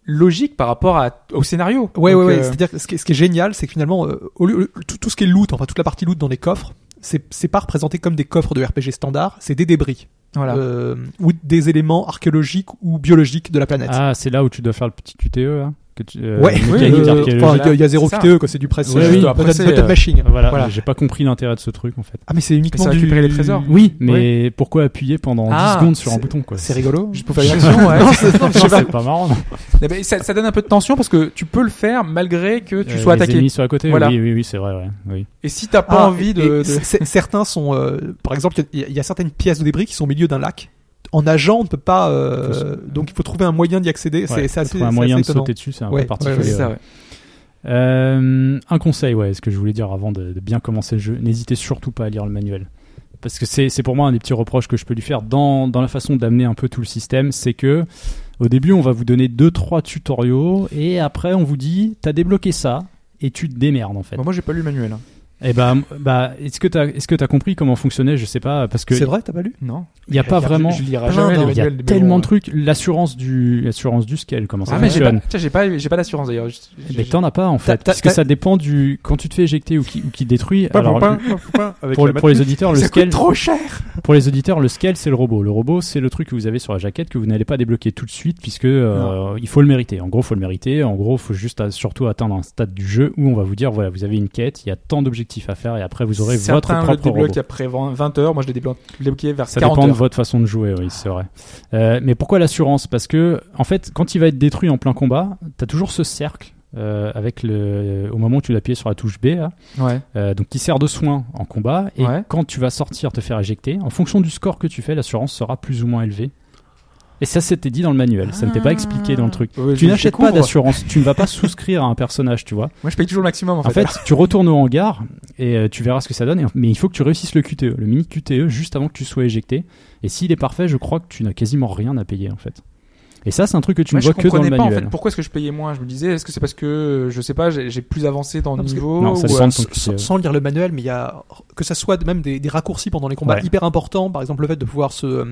S4: logiques par rapport à, au scénario.
S5: Ouais,
S4: Donc,
S5: ouais, ouais.
S4: euh,
S5: C'est-à-dire que ce qui est, ce qui est génial, c'est que finalement, euh, au lieu- tout, tout ce qui est loot, enfin toute la partie loot dans les coffres, c'est c'est pas représenté comme des coffres de RPG standard, c'est des débris
S4: voilà.
S5: Euh, ou des éléments archéologiques ou biologiques de la planète.
S3: ah, c'est là où tu dois faire le petit QTE, hein, que tu- euh,
S5: ouais,
S3: mécanique
S4: oui,
S5: Euh,
S4: euh,
S3: archéologique.
S5: enfin, il y a- il y, a zéro
S4: C'est ça.
S5: QTE, quoi, c'est du press,
S3: Ouais,
S5: euh,
S3: oui.
S5: button-
S4: Après, c'est,
S5: button
S4: euh,
S5: mashing.
S3: Voilà,
S5: voilà.
S3: j'ai pas compris l'intérêt de ce truc, en fait.
S5: Ah, mais c'est uniquement
S4: Mais c'est
S5: du-
S4: récupérer les trésors.
S3: Oui, mais pourquoi appuyer pendant
S4: Ah,
S3: 10 secondes sur un
S5: c'est-
S3: bouton, quoi
S5: C'est rigolo.
S4: Juste pour faire une action, ouais.
S5: Non, c'est- non,
S3: Non, c'est pas marrant.
S4: Eh ben, ça, ça donne un peu de tension parce que tu peux le faire malgré que tu sois
S3: Euh, les
S4: attaqué.
S3: ennemis sont à côté,
S4: Voilà.
S3: oui, oui, oui, c'est vrai, ouais, oui.
S4: Et si t'as pas
S5: Ah,
S4: envie
S5: et-
S4: de,
S5: et
S4: de-
S5: c- c- certains sont, euh, par exemple, il y, a- il y a certaines pièces de débris qui sont au milieu d'un lac. En nageant, on ne peut pas. euh,
S3: Faut se-
S5: donc, il faut trouver un moyen d'y accéder.
S3: Ouais,
S5: c'est c'est
S3: faut
S5: assez,
S3: trouver un
S5: c'est
S3: moyen de
S5: assez étonnant.
S3: sauter dessus, c'est un peu
S5: Ouais, ouais,
S3: particulier.
S4: Ouais, c'est
S3: ouais.
S4: ça, ouais.
S3: Euh, un conseil, ouais, ce que je voulais dire avant de, de bien commencer le jeu, n'hésitez surtout pas à lire le manuel. Parce que c'est c'est pour moi un des petits reproches que je peux lui faire dans, dans la façon d'amener un peu tout le système, c'est que au début on va vous donner deux trois tutoriaux et après on vous dit t'as débloqué ça et tu te démerdes en fait.
S4: Bon, moi j'ai pas lu le manuel. hein.
S3: Et bah, bah est-ce que t'as est-ce que t'as compris comment fonctionnait Je sais pas parce que
S5: C'est vrai, t'as pas lu
S4: Non.
S3: il y a pas
S4: Je-
S3: vraiment.
S4: Je lirai
S3: Plein
S4: jamais
S3: d'en-
S4: les
S3: il y a
S4: manuels, mais bon,
S3: tellement
S4: euh,
S3: de trucs. L'assurance du l'assurance du scale, comment ça
S4: Ah, mais j'ai pas,
S3: fonctionne
S4: tiens, j'ai pas, j'ai pas d'assurance d'ailleurs. Je- je-
S3: Mais
S4: je-
S3: t'en as pas en
S4: T'as-
S3: fait,
S4: t'as-
S3: parce que
S4: t'as-
S3: ça dépend du quand tu te fais éjecter ou qui ou qui détruit.
S2: Pas
S3: Alors
S2: pour pas, pas pour pas, avec
S3: pour,
S2: la
S3: pour les auditeurs, le
S4: ça coûte
S3: scale
S4: trop cher.
S3: Pour les auditeurs, le scale, c'est le robot. Le robot, c'est le truc que vous avez sur la jaquette que vous n'allez pas débloquer tout de suite puisque euh, il faut le mériter. En gros, faut le mériter. En gros, faut juste euh, surtout atteindre un stade du jeu où on va vous dire voilà, vous avez une quête, il y a tant d'objectifs à faire et après vous aurez votre
S4: Certains le
S3: propre robot.
S4: débloquent après 20 heures. Moi, je l'ai déblo- débloqué vers
S3: Ça
S4: 40
S3: dépend de
S4: heures.
S3: votre façon de jouer, oui, c'est vrai. Euh, mais pourquoi l'assurance Parce que, en fait, quand il va être détruit en plein combat, t'as toujours ce cercle euh, avec le, au moment où tu l'appuies sur la touche B, là,
S4: Ouais.
S3: euh, donc qui sert de soin en combat. Et
S4: Ouais.
S3: quand tu vas sortir, te faire éjecter, en fonction du score que tu fais, l'assurance sera plus ou moins élevée. Et ça, c'était dit dans le manuel. Ça ne t'est pas expliqué dans le truc.
S4: Ah. Ouais, je-
S3: Tu
S4: je
S3: n'achètes pas
S4: découvre.
S3: d'assurance. Tu ne vas pas souscrire à un personnage, tu vois.
S4: Moi, je paye toujours le maximum en fait.
S3: En fait, tu retournes au hangar et euh, tu verras ce que ça donne. et- Mais il faut que tu réussisses le QTE, le mini QTE, juste avant que tu sois éjecté. Et s'il est parfait, je crois que tu n'as quasiment rien à payer en fait. Et ça, c'est un truc que tu
S4: Moi,
S3: ne vois
S4: je
S3: que dans le
S4: comprenais pas en
S3: manuel.
S4: fait pourquoi est-ce que je payais moins. Je me disais, est-ce que c'est parce que euh, je sais pas, j'ai j'ai plus avancé dans le
S5: Non, parce que-
S4: niveau
S3: Non, ça
S4: ou,
S3: dépend
S4: euh,
S3: de ton
S5: S- sans,
S3: QTE.
S5: sans lire le manuel, mais il y a que ça soit même des, des raccourcis pendant les combats
S3: Ouais.
S5: hyper importants, par exemple le fait de pouvoir se euh,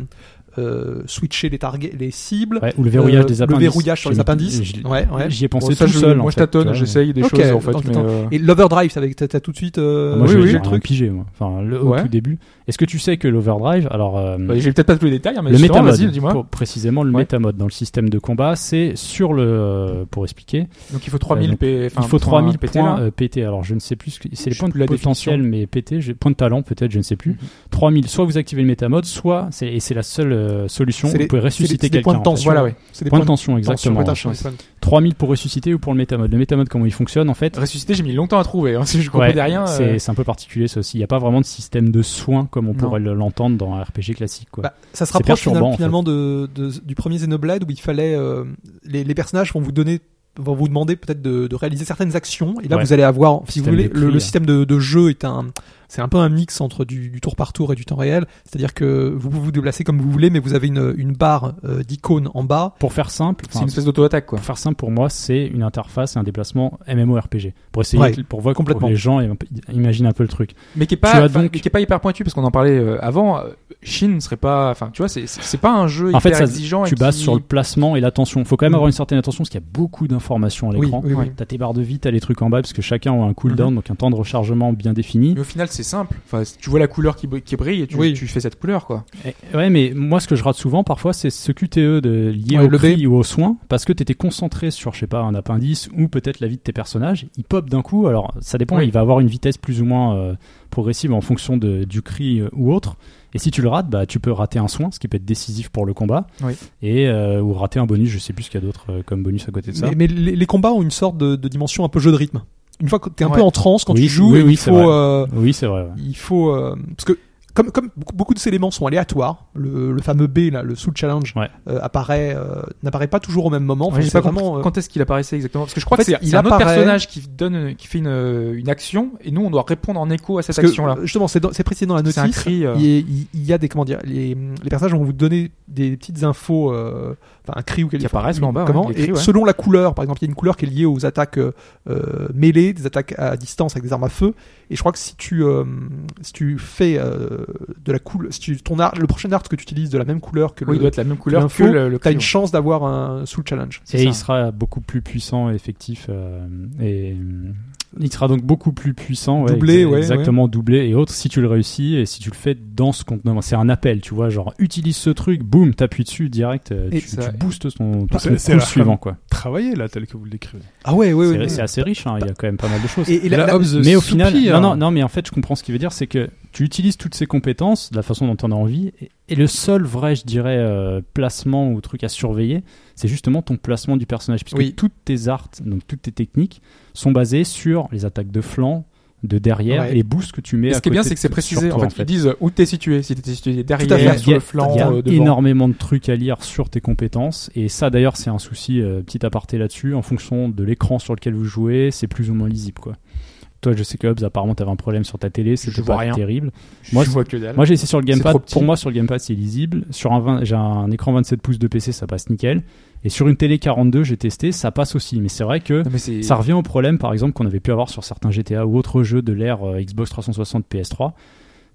S5: euh, switcher les targets, les cibles.
S3: Ouais, ou le verrouillage
S5: Euh,
S3: des
S5: le
S3: appendices.
S5: verrouillage sur les
S3: J'ai-
S5: appendices.
S3: j'ai-
S5: Ouais, ouais.
S3: J'y ai
S4: bon,
S3: pensé
S4: ça,
S3: tout
S4: je-
S3: seul.
S4: Moi,
S3: en
S4: je
S3: fait, tu
S4: tâtonne,
S3: vois.
S4: j'essaye des
S5: Ok,
S4: choses en fait.
S5: attends,
S4: mais,
S5: attends.
S4: euh,
S5: Et l'overdrive, t'avais- t'as t'as tout de suite. euh,
S3: Ah, Moi,
S4: oui,
S3: j'ai
S4: oui,
S3: j'ai
S4: le
S3: rien
S4: truc.
S3: pigé, moi. Enfin, le, au
S4: Ouais.
S3: tout début. Est-ce que tu sais que l'overdrive, alors euh,
S4: bah, J'ai peut-être pas tous les détails, mais
S3: le
S4: justement, vas-y,
S3: métamode,
S4: dis-moi.
S3: pour- précisément le
S4: Ouais.
S3: métamode dans le système de combat, c'est sur le, pour expliquer,
S4: Donc il faut
S3: Euh,
S4: 3000
S3: donc,
S4: P. enfin,
S3: il faut
S4: points
S3: 3000
S4: PT,
S3: points
S4: là.
S3: euh, PT. Alors, je ne sais plus ce que c'est les
S4: Je
S3: points
S4: sais
S3: de
S4: plus la
S3: potentiel, mais PT, j'ai- points de talent, peut-être, je ne sais plus.
S5: Mhm.
S3: 3000, soit vous activez le métamode, soit, c'est- et c'est la seule euh, solution,
S5: C'est
S3: vous
S5: les-
S3: pouvez
S5: c'est des-
S3: ressusciter
S5: c'est des points
S3: quelqu'un.
S5: de
S3: en
S5: tension.
S3: fait.
S4: Voilà, ouais.
S5: C'est des
S3: Points
S5: points
S3: de tension,
S5: tension,
S3: exactement.
S5: points de tension, des points de-
S3: 3000 pour ressusciter ou pour le métamode. Le métamode, comment il fonctionne, en fait
S4: Ressuscité, j'ai mis longtemps à trouver. hein, si je
S3: Ouais,
S4: comprenais rien. euh,
S3: c'est c'est un peu particulier ça aussi. Il n'y a pas vraiment de système de soins comme on
S4: Non.
S3: pourrait le- l'entendre dans un RPG classique. Quoi.
S5: Bah, ça se
S3: C'est
S5: rapproche final-
S3: perturbant, en
S5: finalement de, de- du premier Xenoblade où il fallait euh, les, les personnages vont vous donner vont vous demander peut-être de, de réaliser certaines actions et là
S3: Ouais.
S5: vous allez avoir si vous
S3: Système
S5: voulez
S3: de
S5: le,
S3: prix,
S5: le
S3: hein.
S5: système de, de jeu est un c'est un peu un mix entre du, du tour par tour et du temps réel c'est-à-dire que vous pouvez vous déplacer comme vous voulez mais vous avez une, une barre euh, d'icônes en bas
S3: pour faire simple,
S4: C'est
S3: enfin,
S4: une espèce d'auto-attaque quoi.
S3: pour faire simple pour moi, c'est une interface et un déplacement MMORPG. Pour essayer,
S5: Ouais,
S3: que- pour voir
S5: complètement.
S3: que les gens im- imaginent un peu le truc.
S4: Mais qui est
S3: Tu as
S4: pas, enfin,
S3: donc-
S4: mais qui est pas hyper pointu parce qu'on en parlait euh, avant. euh, Shin serait pas, enfin tu vois, c'est c'est- c'est pas un jeu
S3: En
S4: hyper
S3: fait, ça-
S4: exigeant. et
S3: tu bases
S4: qui-
S3: sur le placement et l'attention. Il faut quand même
S5: Mm.
S3: avoir une certaine attention parce qu'il y a beaucoup d'informations à l'écran.
S5: Oui, oui, oui.
S3: T'as tes barres de vie, t'as les trucs en bas parce que chacun a un cooldown,
S4: Mm-hmm.
S3: donc un temps de rechargement bien défini.
S4: Mais au final, c'est simple. Enfin, tu vois la couleur qui, br- qui brille et tu,
S5: Oui.
S4: tu fais cette couleur quoi.
S3: Eh, ouais, mais moi ce que je rate souvent parfois, c'est ce QTE de, lié
S5: Ouais,
S3: au
S5: le
S3: prix ou aux soins parce que t'étais concentré sur, je sais pas, un appendice ou peut-être la vie de tes personnages. Il pop d'un coup. Alors ça dépend.
S4: Oui.
S3: Il va avoir une vitesse plus ou moins euh, progressive en fonction de- du cri euh, ou autre. Et si tu le rates, bah tu peux rater un soin, ce qui peut être décisif pour le combat,
S4: Oui.
S3: et euh, ou rater un bonus. Je sais plus ce qu'il y a d'autre euh, comme bonus à côté de ça.
S5: mais, mais les, les combats ont une sorte de, de dimension un peu jeu de rythme une fois que t'es un
S4: Ouais.
S5: peu en transe quand
S3: Oui,
S5: tu joues
S3: oui, oui,
S5: il
S3: c'est
S5: faut
S3: vrai.
S5: euh,
S3: Oui, c'est vrai. ouais.
S5: il faut euh, parce que comme, comme beaucoup, beaucoup de ces éléments sont aléatoires, le, le fameux B là, le Soul Challenge
S3: Ouais.
S5: euh, apparaît euh, n'apparaît pas toujours au même moment. Enfin,
S4: Ouais, j'ai
S5: c'est
S4: pas compris
S5: vraiment, euh,
S4: quand est-ce qu'il apparaissait exactement Parce que je crois
S5: en fait,
S4: que c'est
S5: il
S4: c'est un autre
S5: apparaît-
S4: personnage qui donne, qui fait une, euh, une action et nous on doit répondre en écho à cette
S5: parce que,
S4: action là.
S5: euh, justement, c'est dans- c'est précisé dans la
S4: C'est un
S5: notice.
S4: cri. euh,
S5: Il, est- il- il y a des comment dire, les, les personnages vont vous donner des petites infos, euh, enfin un cri ou quelque
S4: Qui apparaissent en bas, ouais,
S5: Comment
S4: les cris,
S5: Et
S4: ouais.
S5: selon la couleur, par exemple, il y a une couleur qui est liée aux attaques euh, euh, mêlées, des attaques à distance avec des armes à feu. Et je crois que si tu euh, si tu fais euh, de la couleur, si tu ton art, le prochain art que tu utilises de la même couleur que
S4: Oui,
S5: le,
S4: il doit être la même couleur que
S5: l'info,
S4: le, le
S5: T'as
S4: cri,
S5: une
S4: ouais.
S5: chance d'avoir un Soul Challenge.
S4: C'est
S3: Et
S4: ça.
S3: il sera beaucoup plus puissant et effectif. euh, et euh, il sera donc beaucoup plus puissant. ouais,
S5: Doublé,
S3: exa-
S5: ouais,
S3: Exactement, doublé et autre si tu le réussis et si tu le fais dans ce contenu. C'est un appel, tu vois, genre utilise ce truc, boum, t'appuies dessus direct, euh,
S5: Et
S3: tu,
S4: ça-
S3: tu boostes ton, ton,
S2: C'est-
S3: ton
S2: c'est
S3: coup
S2: la-
S3: suivant, quoi.
S2: Travailler là, tel que vous le décrivez.
S5: Ah ouais, ouais,
S3: C'est c'est assez riche, hein, il y a quand même pas mal de choses.
S5: Et, et la- euh, la-
S3: mais au final, non, non, non, mais en fait, je comprends ce qu'il veut dire, c'est que tu utilises toutes ces compétences de la façon dont tu en as envie, et, et le seul vrai, je dirais, euh, placement ou truc à surveiller, c'est justement ton placement du personnage, puisque
S5: Oui.
S3: toutes tes arts, donc toutes tes techniques, sont basées sur les attaques de flanc, de derrière,
S5: Ouais.
S3: et les boosts que tu mets.
S4: Et
S3: à
S4: ce qui est bien,
S3: côté
S4: c'est que c'est
S3: de-
S4: précisé.
S3: sur toi,
S4: en fait, ils disent où t'es situé. Si t'es situé
S5: Tout à fait.
S4: derrière,
S3: il y
S4: sur
S3: a,
S4: le flanc,
S3: il y a
S4: euh, devant.
S3: énormément de trucs à lire sur tes compétences et ça d'ailleurs c'est un souci euh, petit aparté là-dessus en fonction de l'écran sur lequel vous jouez c'est plus ou moins lisible quoi Toi, je sais que Hobbs, apparemment, t'avais un problème sur ta télé, c'était
S4: vois
S3: pas
S4: rien.
S3: terrible.
S4: Moi,
S3: Moi,
S4: je vois que dalle.
S3: Moi, j'ai essayé sur le
S4: C'est
S3: gamepad.
S4: trop petit.
S3: Pour moi, sur le gamepad, c'est lisible. Sur un 20 j'ai un écran 27 pouces de PC, ça passe nickel. Et sur une télé 42, j'ai testé, ça passe aussi. Mais c'est vrai que
S4: Non, mais c'est-
S3: ça revient au problème, par exemple, qu'on avait pu avoir sur certains GTA ou autres jeux de l'ère euh, Xbox 360, PS3.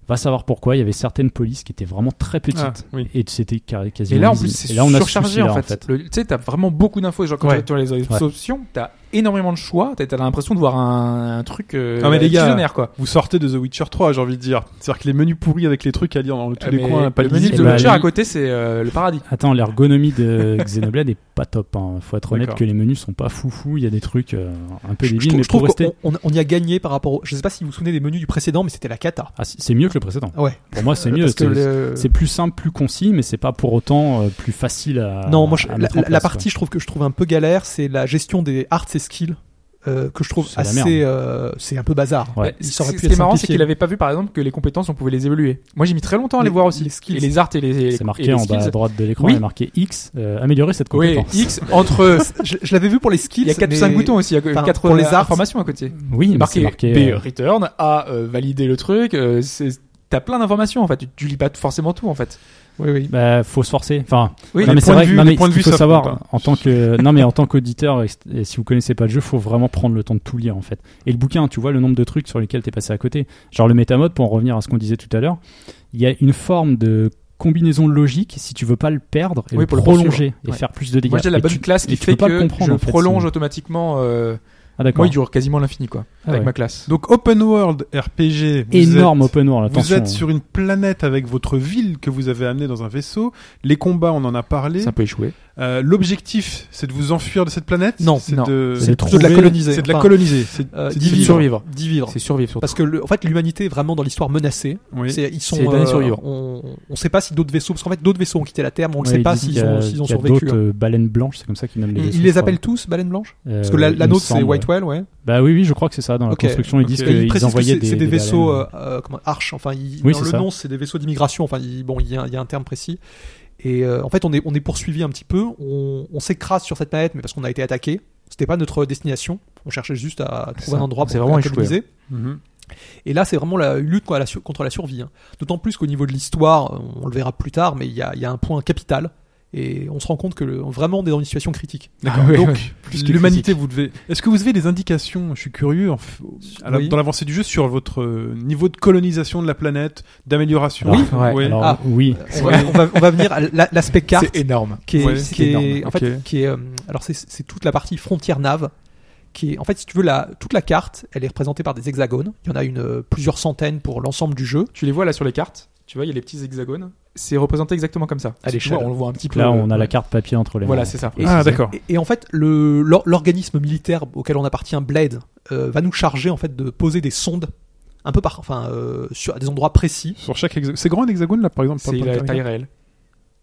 S3: Va savoir pourquoi. Il y avait certaines polices qui étaient vraiment très petites.
S4: Ah, oui.
S3: Et c'était ca- quasiment.
S4: Et là, en
S3: lisible.
S4: plus, c'est
S3: Et là, on a ce
S4: surchargé en
S3: souci-là,
S4: fait. Le- Tu sais, t'as vraiment beaucoup d'infos. et Genre, quand
S5: Ouais.
S4: tu vois les options, t'as énormément de choix. T'as t'as l'impression de voir un, un truc euh,
S2: Ah, mais les gars,
S4: visionnaire, quoi.
S2: Vous sortez de The Witcher 3, j'ai envie de dire. C'est-à-dire que les menus pourris avec les trucs à lire dans tous les
S4: Ah, Mais
S2: coins, pas
S4: le menu
S2: lisible.
S4: de
S3: Eh ben,
S4: Witcher
S3: lui-
S4: à côté, c'est euh, le paradis.
S3: Attends, l'ergonomie de Xenoblade est pas top. Hein. Faut être honnête
S2: D'accord.
S3: que les menus sont pas foufou. Il y a des trucs euh, un peu
S5: Je, je
S3: débiles,
S5: trouve-
S3: mais
S5: je trouve
S3: pour rester.
S5: qu'on on, on y a gagné par rapport au... Je sais pas si vous vous souvenez des menus du précédent, mais c'était la cata.
S3: Ah, c'est c'est mieux que le précédent.
S5: Ouais.
S3: Pour moi, c'est mieux.
S5: Parce que
S3: C'est-
S5: le-
S3: C'est plus simple, plus concis, mais c'est pas pour autant euh, plus facile à.
S5: Non, moi, je-
S3: à
S5: la,
S3: mettre en
S5: la- la
S3: place,
S5: partie, je trouve que je trouve un peu galère, c'est la gestion des arts et skills euh, que je trouve
S3: C'est la
S5: assez, euh, c'est un peu bazar.
S3: Ouais.
S5: Il
S4: Ce
S5: aurait
S4: qui
S5: pu
S4: est
S5: être
S4: marrant, c'est
S5: simplifié.
S4: qu'il avait pas vu, par exemple, que les compétences, on pouvait les évoluer. Moi, j'ai mis très longtemps à les,
S5: Les-
S4: voir aussi.
S5: les skills.
S4: Et les arts et les, et
S3: quoi.
S4: les
S3: C'est marqué en bas à
S4: skills.
S3: droite de l'écran,
S4: Oui.
S3: il est marqué X, euh, améliorer cette
S4: Oui,
S3: compétence.
S4: X entre.
S5: je, je l'avais vu pour les skills.
S4: Il y a 4
S5: mais-
S4: 5 boutons hein. aussi. Il y a
S5: Enfin,
S4: 4
S5: pour les arts.
S4: informations à côté.
S3: Oui, mais
S4: marqué,
S3: c'est marqué.
S4: B,
S3: euh,
S4: return, A, euh, valider le truc. euh, c'est- T'as plein d'informations en fait. Tu, tu lis pas forcément tout en fait.
S5: Oui, oui.
S3: bah, faut se forcer. Enfin,
S4: Oui,
S3: non,
S4: les
S3: mais c'est
S2: points de
S3: vrai.
S2: vue-
S3: non,
S2: les
S3: mais
S2: points de
S3: il
S2: vue,
S3: faut
S2: ça
S3: savoir
S2: compte, hein.
S3: en tant que non, mais en tant qu'auditeur, et et si vous connaissez pas le jeu, faut vraiment prendre le temps de tout lire en fait. Et le bouquin, tu vois le nombre de trucs sur lesquels t'es passé à côté. Genre le métamode, pour en revenir à ce qu'on disait tout à l'heure, il y a une forme de combinaison logique si tu veux pas le perdre et
S4: Oui,
S3: le
S4: pour le
S3: prolonger et
S4: Ouais.
S3: faire plus de dégâts.
S4: Moi j'ai la
S3: Et
S4: bonne
S3: tu-
S4: classe qui
S3: et tu peux
S4: fait
S3: pas le
S4: que
S3: comprendre,
S4: je
S3: en fait,
S4: prolonge
S3: sinon.
S4: automatiquement. euh,
S3: Ah d'accord.
S4: Moi il dure quasiment à l'infini quoi.
S3: Ah
S4: avec
S3: ouais.
S4: ma classe.
S2: Donc open world RPG, vous
S3: énorme
S2: êtes-
S3: open world.
S2: Vous
S3: attention. hein.
S2: êtes sur une planète avec votre ville que vous avez amenée dans un vaisseau. Les combats, on en a parlé.
S4: C'est un peu échoué.
S2: Euh, L'objectif, c'est de vous enfuir de cette planète
S5: Non,
S2: c'est
S4: non.
S2: de...
S3: C'est de
S5: plutôt de la
S3: trouver-
S5: coloniser.
S2: c'est de la
S5: Enfin,
S2: coloniser. C'est
S5: euh,
S2: c'est
S4: C'est
S5: Vivre.
S2: diviser.
S4: survivre.
S5: d'y vivre.
S4: C'est survivre surtout.
S5: Parce que le- en fait, l'humanité est vraiment dans l'histoire menacée.
S2: Oui.
S5: C'est- ils sont. euh,
S4: C'est les derniers survivants.
S5: On ne sait pas si d'autres vaisseaux, parce qu'en fait, d'autres vaisseaux ont quitté la Terre, mais on ne
S3: Ouais,
S5: sait
S3: il
S5: pas
S3: dit qu'il
S5: s'ils
S3: y a-
S5: ont, s'ils ont
S3: qu'il y a
S5: survécu. hein.
S3: d'autres euh, baleines blanches, c'est comme ça qu'ils nomment les
S5: Ils,
S3: vaisseaux. Euh,
S5: ils les appellent tous baleines blanches Parce que la, la nôtre, c'est White Whale, ouais.
S3: Bah oui, oui, je crois que c'est ça. Dans la
S5: Ok,
S3: construction, ils
S2: ok.
S3: disent
S2: Et
S5: Et ils
S3: qu'ils
S5: précisent que
S3: envoyaient
S5: c'est
S3: des,
S5: c'est des,
S3: des
S5: vaisseaux
S3: baleines.
S5: euh, euh, comment, arches, enfin, ils-
S3: Oui,
S5: dans
S3: c'est
S5: le
S3: ça.
S5: nom, c'est des vaisseaux d'immigration, enfin, ils- bon, il y, a- il y a un terme précis. Et euh, en fait, on est, on est poursuivi un petit peu, on, on s'écrase sur cette planète, mais parce qu'on a été attaqué. C'était pas notre destination. On cherchait juste à trouver
S4: ça.
S5: un endroit pour
S4: C'est vraiment
S5: la
S4: échoué.
S5: coloniser.
S2: Mhm.
S5: Et là, c'est vraiment la lutte quoi, la sur- contre la survie. hein. D'autant plus qu'au niveau de l'histoire, euh, on le verra plus tard, mais il y a, il y a un point capital. Et on se rend compte que le- vraiment, on est dans une situation critique.
S2: D'accord.
S4: Ah ouais,
S2: Donc,
S4: ouais. Plus que
S2: l'humanité,
S4: physique.
S2: vous devez. Est-ce que vous avez des indications Je suis curieux en f- à la-
S5: Oui.
S2: dans l'avancée du jeu sur votre euh, niveau de colonisation de la planète, d'amélioration.
S3: Oui,
S4: ouais.
S2: Ouais.
S3: Alors
S5: Ah.
S3: oui,
S5: On va, on va- on va venir à la- l'aspect carte.
S4: C'est énorme.
S5: qui est,
S2: Ouais,
S5: qui
S4: c'est
S5: est-
S4: énorme.
S5: en
S2: Ok.
S5: fait qui est euh, alors c'est c'est toute la partie frontière nave qui est en fait si tu veux la toute la carte elle est représentée par des hexagones il y en a une euh, plusieurs centaines pour l'ensemble du jeu
S4: Tu les vois là sur les cartes. Tu vois, il y a les petits hexagones. C'est représenté exactement comme ça.
S5: À
S4: Si tu
S5: l'échelle.
S4: vois, On le voit un petit peu.
S3: là, on a la carte papier entre les mains.
S4: Voilà, c'est ça.
S3: Et-
S2: ah d'accord.
S5: et, et en fait le l'or- l'organisme militaire auquel on appartient Blade euh, va nous charger en fait de poser des sondes un peu par enfin euh, sur à des endroits précis
S2: Sur chaque hexa- c'est grand l'hexagone là par exemple.
S4: C'est
S2: pas- pas
S4: la
S2: le
S4: taille réelle.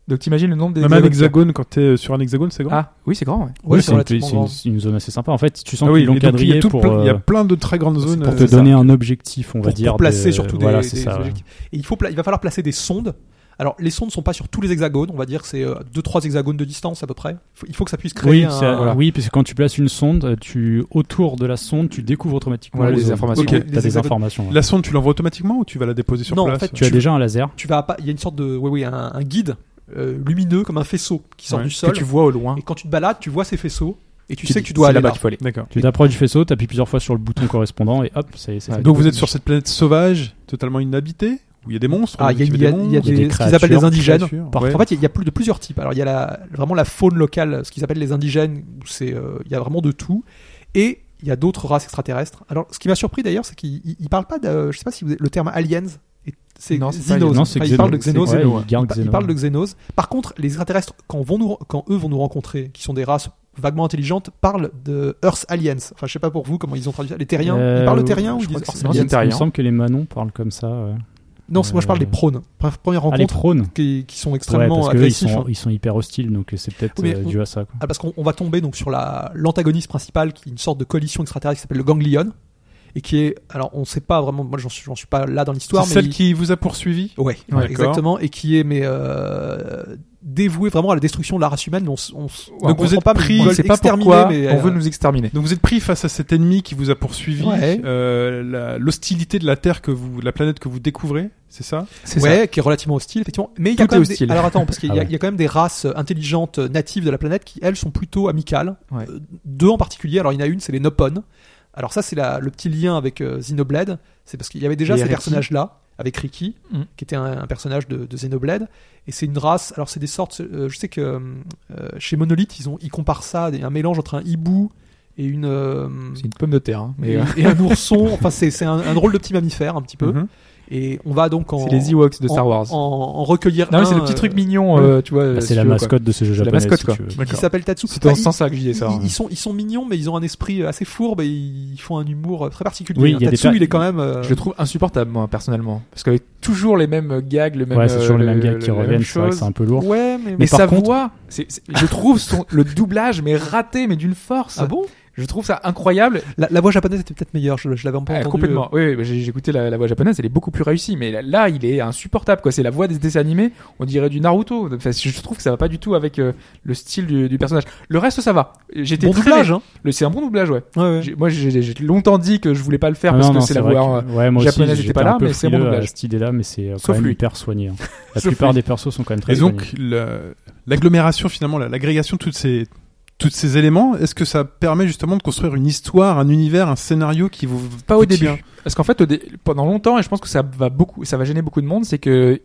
S4: Donc t'imagines le nombre des
S2: Même un
S4: hexagones qu'il y a.
S2: hexagone quand t'es euh, sur un hexagone, c'est grand.
S4: Ah oui, c'est grand. Ouais.
S3: Oui,
S5: Ouais,
S3: c'est une,
S5: relativement
S3: c'est
S5: grand.
S3: une- une zone assez sympa. En fait, tu sens
S2: Ah oui,
S3: qu'ils l'ont
S2: et donc, il y a
S3: quadrillé
S2: tout
S3: pour,
S2: plein- il y a
S3: euh,
S2: plein de très grandes zones.
S3: pour
S2: euh,
S3: te
S2: c'est ça.
S3: donner un objectif, on va
S5: pour,
S3: dire.
S5: pour placer
S3: de-
S5: surtout des,
S3: voilà, c'est
S5: des
S3: ça, ouais.
S5: objectifs. Et il, faut pla- il va falloir placer des sondes. Alors les sondes ne sont pas sur tous les hexagones, on va dire que c'est 2-3 hexagones de distance à peu près. Faut- il faut que ça puisse créer
S3: Oui,
S5: un...
S3: c'est-
S5: voilà.
S3: oui, parce que quand tu places une sonde, tu autour de la sonde, tu découvres automatiquement
S4: Voilà,
S3: les
S4: les
S3: zones.
S4: informations.
S3: Ok,
S2: Les
S3: T'as des
S5: hexagones.
S3: informations. ouais.
S2: La sonde, tu l'envoies automatiquement ou tu vas la déposer sur
S5: Non, en
S2: place
S5: fait,
S3: Tu as
S5: tu-
S3: déjà un laser.
S5: tu vas pas, il y a une sorte de, oui oui, un, un guide euh, lumineux comme un faisceau qui sort
S2: Ouais,
S5: du
S4: Que
S5: sol.
S4: tu vois au loin.
S5: Et quand tu te balades, tu vois ces faisceaux et tu,
S4: Tu
S5: sais
S4: dis,
S5: que tu dois
S4: c'est
S5: aller
S4: là-bas
S5: là.
S4: qu'il faut aller.
S2: D'accord.
S3: Tu t'approches du faisceau, t'appuies plusieurs fois sur le bouton correspondant et hop, ça y est, c'est
S4: Ouais.
S3: fait.
S2: Donc vous êtes sur cette planète sauvage, totalement inhabitée, où il y a des monstres.
S5: Ah,
S2: on
S5: il y a-
S2: dit
S5: il y a- il y a
S2: monstres,
S3: il y a
S5: des,
S3: des
S5: ce qu'ils appellent des
S3: créatures,
S5: indigènes.
S2: créatures,
S5: Par-
S2: ouais.
S5: En fait, il y a- il y, a plus de plusieurs types. Alors il y a la, vraiment la faune locale, ce qu'ils appellent les indigènes, où c'est, euh, il y a vraiment de tout. Et il y a d'autres races extraterrestres. Alors ce qui m'a surpris d'ailleurs, c'est qu'ils ils- ils parlent pas de, je sais pas si vous, le terme aliens, est- c'est
S4: Non, c'est pas
S5: xénos.
S3: Non, c'est
S5: Enfin, ils parlent de
S3: Xeno,
S5: xénos.
S3: ouais,
S4: Xeno, ouais.
S3: ils gardent
S5: Ils,
S3: Xeno.
S5: parlent de xénos. Par contre, les extraterrestres, quand, vont nous, quand eux vont nous rencontrer, qui sont des races vaguement intelligentes, parlent de Earth Aliens. Enfin, je sais pas pour vous comment ils ont traduit ça. Les terriens.
S3: Euh,
S5: ils parlent de terriens ou
S4: je
S5: ils
S4: crois
S5: disent
S4: que c'est
S5: Earth Aliens
S4: bien.
S3: Il me
S4: rien.
S3: semble que les Manons parlent comme ça. ouais.
S5: Non, c'est- moi je parle des prônes. Pre- Première
S3: Ah, les
S5: rencontre
S3: trônes.
S5: qui, qui sont
S3: Ouais,
S5: extrêmement
S3: parce que eux, ils
S5: agressifs.
S3: sont,
S5: hein.
S3: ils sont hyper hostiles, donc c'est peut-être
S5: Oui, mais
S3: euh,
S5: on-
S3: dû à ça. quoi.
S5: Ah, parce qu'on on va tomber donc sur la l'antagoniste principale qui est une sorte de coalition extraterrestre qui s'appelle le ganglion et qui est alors on sait pas vraiment moi j'en suis, j'en suis pas là dans l'histoire
S2: C'est
S5: mais
S2: celle
S5: il-
S2: qui vous a poursuivi
S5: ouais,
S2: D'accord.
S5: exactement et qui est mais euh, dévouée vraiment à la destruction de la race humaine mais on, s- on s- on ne
S2: Donc vous
S5: comprend
S2: êtes
S5: pas mais
S2: pris-
S4: on
S5: ils
S2: Ils
S4: ne
S5: veulent
S4: sait pas
S5: exterminer,
S4: pourquoi
S5: mais,
S4: on veut
S5: euh,
S4: nous exterminer.
S2: Donc vous êtes pris face à cet ennemi qui vous a poursuivi,
S5: Ouais.
S2: euh, la- l'hostilité de la Terre que vous, la planète que vous découvrez, c'est ça
S4: C'est
S5: ouais, qui est relativement hostile, effectivement. Mais il y a
S4: Tout
S5: quand
S4: est
S5: même des-
S4: hostile.
S5: Alors attends, parce qu'il y,
S3: Ah
S5: a-
S3: ouais.
S5: il y a quand même des races euh, intelligentes euh, natives de la planète qui, elles, sont plutôt amicales.
S4: Ouais.
S5: Euh, Deux en particulier. Alors il y en a une, c'est les Nopon. Alors ça, c'est la- le petit lien avec euh, Xenoblade. C'est parce qu'il y avait déjà
S4: Et
S5: ces
S4: Ricky.
S5: personnages-là, avec Ricky,
S4: Mm.
S5: qui était un, un personnage de, de Xenoblade. Et c'est une race. Alors c'est des sortes. euh, je sais que euh, chez Monolith, ils, ont, ils comparent ça à des- un mélange entre un hibou et une. euh,
S4: C'est une pomme de terre. hein, mais
S5: et,
S4: euh,
S5: et un ourson, enfin c'est c'est un, un drôle de petit mammifère un petit peu.
S2: Mhm.
S5: Et on va donc en.
S4: Mm-hmm. c'est les Ewoks de Star Wars.
S5: En, en recueillir
S4: Non,
S5: un.
S4: mais c'est le petit truc
S5: euh,
S4: mignon,
S5: ouais.
S4: euh, tu vois.
S3: Bah,
S4: euh,
S3: c'est
S4: si
S3: la
S4: tu veux, quoi.
S3: mascotte de ce jeu
S4: C'est la
S3: japonais.
S4: mascotte,
S3: si
S4: quoi.
S3: tu veux.
S5: qui
S2: D'accord.
S5: s'appelle Tatsuki.
S4: C'est dans ce
S5: Ils-
S4: sens-là que je disais ça.
S5: ils,
S4: hein.
S5: ils sont, ils sont mignons, mais ils ont un esprit assez fourbe et ils font un humour très particulier. Hein.
S3: Oui, il y a des
S5: Tatsu,
S3: per-
S5: il est quand même. euh,
S4: Je le trouve insupportable, moi, personnellement. Parce qu'avec toujours les mêmes gags, le même.
S3: Ouais, c'est toujours
S4: euh,
S3: les mêmes
S4: le-
S3: gars
S4: le-
S3: qui
S4: la même
S3: reviennent, c'est vrai que
S4: chose.
S3: c'est un peu lourd.
S5: Ouais, mais.
S4: Mais
S3: par
S4: sa
S3: contre-
S4: voix, c'est- c'est- je trouve son, le doublage, mais raté, mais d'une force.
S5: Ah bon
S4: je trouve ça incroyable.
S5: la, la voix japonaise était peut-être meilleure, je, je l'avais un peu euh.
S4: Ah,
S5: entendu.
S4: complètement.
S3: euh.
S4: Oui, oui, bah, j'ai j'ai écouté la, la voix japonaise, elle est beaucoup plus réussie. Mais là, là, il est insupportable. quoi. C'est la voix des dessins animés, on dirait du Naruto. Enfin, je trouve que ça va pas du tout avec euh, le style du, du personnage. Le reste, ça va. J'étais
S5: Bon
S4: très-
S5: doublage, hein.
S4: le- C'est un bon doublage, ouais.
S5: Ouais, ouais.
S4: J'ai- Moi, j'ai j'ai longtemps dit que je voulais pas le faire
S3: Ah,
S4: parce
S3: non,
S4: que
S3: non,
S4: c'est la
S3: vrai
S4: voix. euh,
S3: que- ouais, moi aussi,
S4: japonaise était
S3: j'étais
S4: pas
S3: un
S4: là,
S3: peu
S4: mais c'est mon
S3: frileux à
S4: doublage.
S3: cette idée-là, mais c'est euh, quand
S4: Sauf
S3: même
S4: lui.
S3: hyper soigné. hein. La
S4: Sauf
S3: plupart
S4: lui.
S3: des persos sont quand même très
S2: Et
S3: soignés.
S2: donc la- l'agglomération finalement, la- l'agrégation de toutes ces tous ces éléments, est-ce que ça permet justement de construire une histoire, un univers, un scénario qui vous
S4: Pas au
S2: vous
S4: début.
S2: tient
S4: Parce qu'en fait, au dé- pendant longtemps, et je pense que ça va beaucoup, ça va gêner beaucoup de monde, c'est que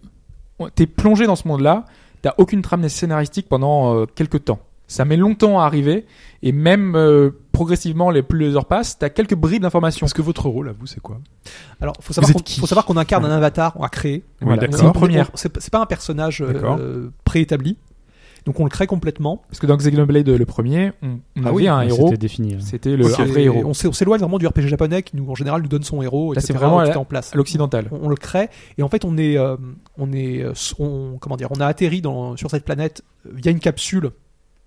S4: on- t'es plongé dans ce monde-là, t'as aucune trame scénaristique pendant euh, quelques temps. Ça met longtemps à arriver, et même euh, progressivement, les plus les heures passent, t'as quelques bribes d'informations.
S2: Parce que votre rôle à vous, c'est quoi
S5: Alors, faut
S2: Vous
S5: savoir
S2: êtes
S5: qu'on-
S2: qui
S5: faut savoir qu'on incarne un avatar, on a créé.
S2: Oui,
S4: Voilà.
S2: d'accord.
S4: C'est une première.
S5: On- C'est pas- c'est pas un personnage euh,
S2: D'accord.
S5: euh, préétabli. Donc on le crée complètement.
S4: Parce que dans Xenoblade euh, le premier, on, on
S5: Ah
S4: avait
S5: oui,
S4: un
S3: Ouais,
S4: héros,
S3: C'était défini. hein.
S4: c'était le
S5: C'est-
S4: un vrai héros,
S5: On s'é- on s'éloigne vraiment du RPG japonais qui, nous, en général, nous donne son héros.
S4: Là, c'est
S5: etc.,
S4: vraiment
S5: tout
S4: à
S5: est en place.
S4: à l'occidental.
S5: on, on le crée et en fait on est euh, on est euh, on, comment dire on a atterri dans, sur cette planète via une capsule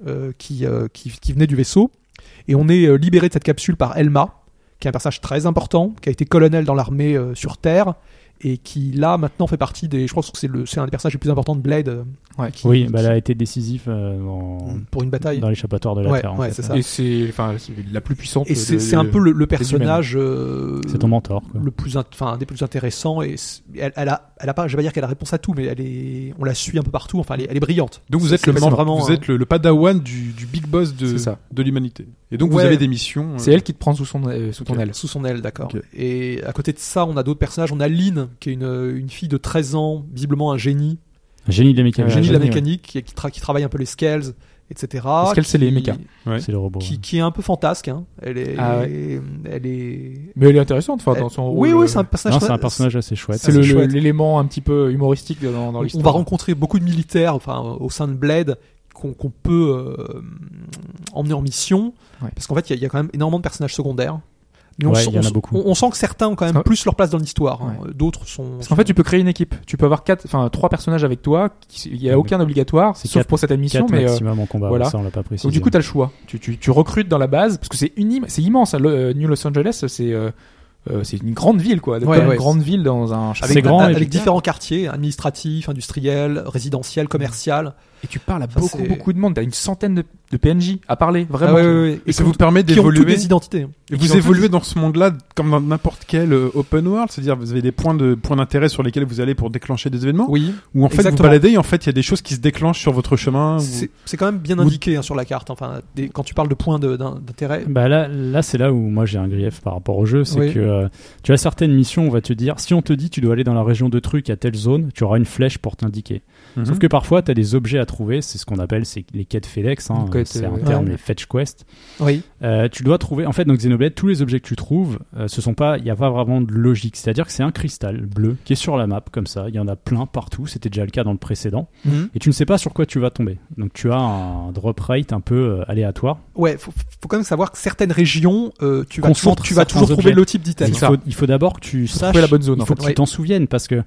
S5: euh, qui, euh, qui qui venait du vaisseau et on est euh, libéré de cette capsule par Elma qui est un personnage très important qui a été colonel dans l'armée euh, sur Terre et qui là maintenant fait partie des je pense que c'est le c'est un des personnages les plus importants de Blade euh,
S4: Ouais.
S5: qui-
S3: Oui,
S5: qui-
S3: bah, elle a été décisive euh, dans,
S5: pour une bataille
S3: dans l'échappatoire de la
S5: Ouais,
S3: Terre. en
S5: ouais,
S3: fait. hein.
S5: c'est ça.
S4: Et c'est enfin c'est la plus puissante.
S5: et
S4: de-
S5: c'est c'est un peu le, le personnage euh,
S3: C'est ton mentor. quoi.
S5: le plus int- enfin un des plus intéressants et c- elle, elle a elle a pas je vais pas dire qu'elle a réponse à tout mais elle est on la suit un peu partout enfin elle est, elle est brillante
S2: Donc vous
S5: Ça,
S2: êtes le
S5: c'est
S2: membre,
S5: vraiment,
S2: vous
S5: hein.
S2: êtes le, le padawan du, du big boss de
S4: C'est ça.
S2: de l'humanité. Et donc vous
S5: Ouais.
S2: avez des missions. euh,
S4: C'est elle qui te prend sous son euh, sous ton aile.
S5: sous son aile d'accord
S2: Ok.
S5: et à côté de ça on a d'autres personnages on a Lynn qui est une, euh, une fille de 13 ans visiblement un génie
S3: Un Génie de la
S5: un
S3: mécanique.
S5: génie de la
S4: génie, ouais.
S5: mécanique qui, qui, tra- qui travaille un peu les scales etc
S4: Les scales, c'est
S5: qui-
S4: les mechas.
S2: Ouais.
S3: C'est le robot.
S5: qui, qui est un peu fantasque hein. elle est
S4: Ah
S5: elle est
S4: Mais elle est intéressante, enfin dans
S5: elle-
S4: son
S5: oui
S4: rôle,
S5: oui
S4: euh,
S5: c'est un
S3: ouais.
S5: personnage
S3: Non, c'est un
S5: très-
S3: personnage assez chouette.
S4: C'est
S5: Ah,
S4: le-
S5: c'est
S4: le-
S5: chouette.
S4: l'élément un petit peu humoristique dans, dans
S5: on
S4: l'histoire.
S5: va rencontrer beaucoup de militaires enfin, au sein de Blade qu'on qu'on peut euh, emmener en mission
S4: Ouais.
S5: parce qu'en fait il y, a- il y a quand même énormément de personnages secondaires mais
S3: Ouais,
S5: sent-
S3: il y en a
S5: sent-
S3: beaucoup.
S5: on- on sent que certains ont quand même
S4: Parce
S5: plus leur place dans l'histoire hein. d'autres sont
S4: Parce qu'en fait, tu peux créer une équipe. Tu peux avoir quatre, enfin trois personnages avec toi. qui- Il n'y a
S3: Ouais,
S4: aucun obligatoire,
S3: c'est
S4: sauf
S3: quatre-
S4: pour cette émission.
S3: Quatre
S4: Mais euh,
S3: maximum en combat.
S4: voilà.
S3: Ça, on l'a pas précisé.
S4: donc du coup, t'as le choix. Tu, tu, tu recrutes dans la base parce que c'est une im- c'est immense. hein, le- euh, New Los Angeles, c'est euh, euh, c'est une grande ville quoi.
S5: Ouais,
S4: Comme
S5: ouais.
S4: une grande ville dans un. je sais
S3: C'est
S5: avec,
S4: pas,
S3: grand,
S5: avec
S3: évidemment.
S5: différents quartiers administratifs industriels résidentiels commerciaux
S4: Et tu parles à
S5: Ça,
S4: beaucoup
S5: c'est-
S4: beaucoup de monde. T'as une centaine de, de PNJ à parler vraiment.
S2: Et
S5: et
S2: ça vous
S5: qui ont-
S2: permet
S5: qui ont toutes
S2: d'évoluer.
S5: des identités hein.
S2: Et
S4: qui
S2: vous
S4: ont tous
S2: évoluez dans ce monde-là comme dans n'importe quel euh, open world, c'est-à-dire vous avez des points de points d'intérêt sur lesquels vous allez pour déclencher des événements,
S5: oui
S2: ou en fait vous
S5: exactement.
S2: baladez, et en fait il y a des choses qui se déclenchent sur votre chemin. ou-
S5: c'est c'est quand même bien
S2: Ou-
S5: indiqué hein, sur la carte enfin des- quand tu parles de points de- d'in- d'intérêt
S3: Bah là, là c'est là où moi j'ai un grief par rapport au jeu, c'est
S5: Oui.
S3: que euh, tu as certaines missions, on va te dire, si on te dit tu dois aller dans la région de truc à telle zone, tu auras une flèche pour t'indiquer.
S2: Mhm.
S3: Sauf que parfois tu as des objets à trouver, c'est ce qu'on appelle c'est les quêtes FedEx, hein,
S4: Les quêtes,
S3: c'est un
S4: euh,
S3: terme,
S5: ouais.
S3: les fetch quest.
S5: oui
S3: Euh, tu dois trouver, en fait, dans Xenoblade, tous les objets que tu trouves, euh, ce sont pas, il n'y a pas vraiment de logique. C'est-à-dire que c'est un cristal bleu qui est sur la map comme ça. Il y en a plein partout. C'était déjà le cas dans le précédent.
S5: Mhm.
S3: Et tu ne sais pas sur quoi tu vas tomber. Donc tu as un drop rate un peu euh, aléatoire.
S5: Ouais, faut, faut quand même savoir que certaines régions, euh, tu vas
S3: Concentre
S5: toujours, tu vas
S3: certains
S5: toujours trouver
S3: objets.
S5: le type d'item.
S3: Il
S4: ça.
S3: faut, il faut d'abord que tu saches.
S4: trouver la bonne zone,
S3: Il
S4: en
S3: faut
S4: fait.
S3: que tu
S5: Ouais.
S3: t'en souviennes parce que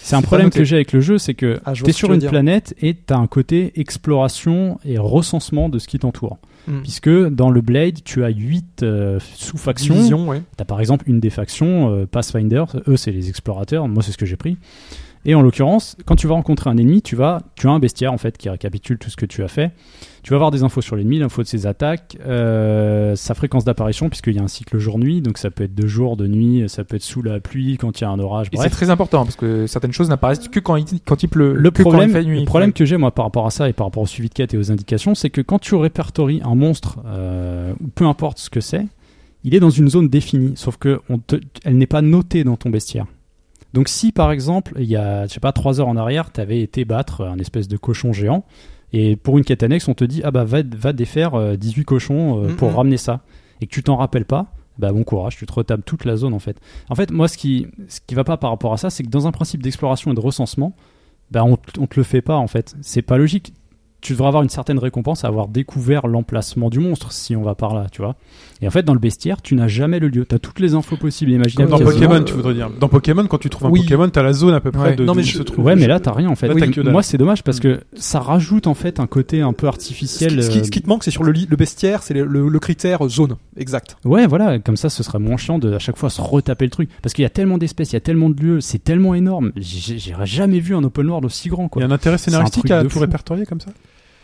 S3: c'est un
S4: pas
S3: problème
S4: noté.
S3: que j'ai avec le jeu, c'est que
S5: Ah, je vois
S3: t'es
S5: ce que tu
S3: sur
S5: veux
S3: une
S5: dire.
S3: planète et t'as un côté exploration et recensement de ce qui t'entoure.
S5: Mm.
S3: puisque dans le Blade, tu as 8 sous-factions.
S5: Division, ouais.
S3: T'as par exemple une des factions, euh, Pathfinder, eux c'est les explorateurs, moi c'est ce que j'ai pris. Et en l'occurrence, quand tu vas rencontrer un ennemi, tu vas, tu as un bestiaire en fait qui récapitule tout ce que tu as fait. Tu vas avoir des infos sur l'ennemi, l'info de ses attaques, euh, sa fréquence d'apparition, puisqu'il y a un cycle jour-nuit, donc ça peut être de jour, de nuit, ça peut être sous la pluie, quand il y a un orage,
S4: Et c'est
S3: bref.
S4: très important parce que certaines choses n'apparaissent que quand il, quand il pleut.
S3: Le
S4: que quand
S3: problème,
S4: il fait nuit.
S3: le problème que j'ai moi par rapport à ça et par rapport au suivi de quête et aux indications, c'est que quand tu répertories un monstre, euh, ou peu importe ce que c'est, il est dans une zone définie, sauf que on te- elle n'est pas notée dans ton bestiaire. Donc si par exemple, il y a, je sais pas, trois heures en arrière, tu avais été battre un espèce de cochon géant, et pour une quête annexe, on te dit, ah bah va, va défaire euh, 18 cochons
S4: Mm,
S3: euh, pour
S5: Mhm.
S3: ramener ça, et que tu t'en rappelles pas, bah bon courage, tu te retapes toute la zone en fait. En fait, moi, ce qui, ce qui va pas par rapport à ça, c'est que dans un principe d'exploration et de recensement, bah, on, t- on te le fait pas en fait. C'est pas logique. Tu devrais avoir une certaine récompense à avoir découvert l'emplacement du monstre si on va par là, tu vois. Et en fait, dans le bestiaire, tu n'as jamais le lieu. Tu as toutes les infos possibles et imaginables.
S2: Dans
S5: Quasiment,
S2: Pokémon,
S5: euh,
S2: tu voudrais dire. Dans Pokémon, quand tu trouves un
S5: oui.
S2: Pokémon, t'as la zone à peu près
S4: Ouais.
S2: de
S5: Non,
S2: d'où
S5: mais
S2: il
S5: je-
S2: se trouve.
S3: Ouais, mais là, t'as rien en fait.
S2: Là, t'as que dalle. Mm.
S3: Moi, c'est dommage parce que ça rajoute en fait un côté un peu artificiel. euh,
S5: Ce qui, ce qui te manque, c'est sur le, li- le bestiaire, c'est le, le- le critère zone. Exact.
S3: euh, Ouais, voilà, comme ça, ce serait moins chiant de à chaque fois se retaper le truc. Parce qu'il y a tellement d'espèces, il y a tellement de lieux, c'est tellement énorme. J'ai j'ai jamais vu un open world aussi grand, quoi.
S2: Il y a un intérêt
S3: un
S2: scénaristique
S3: truc
S2: à
S3: de
S2: tout
S3: fou.
S2: répertorier comme ça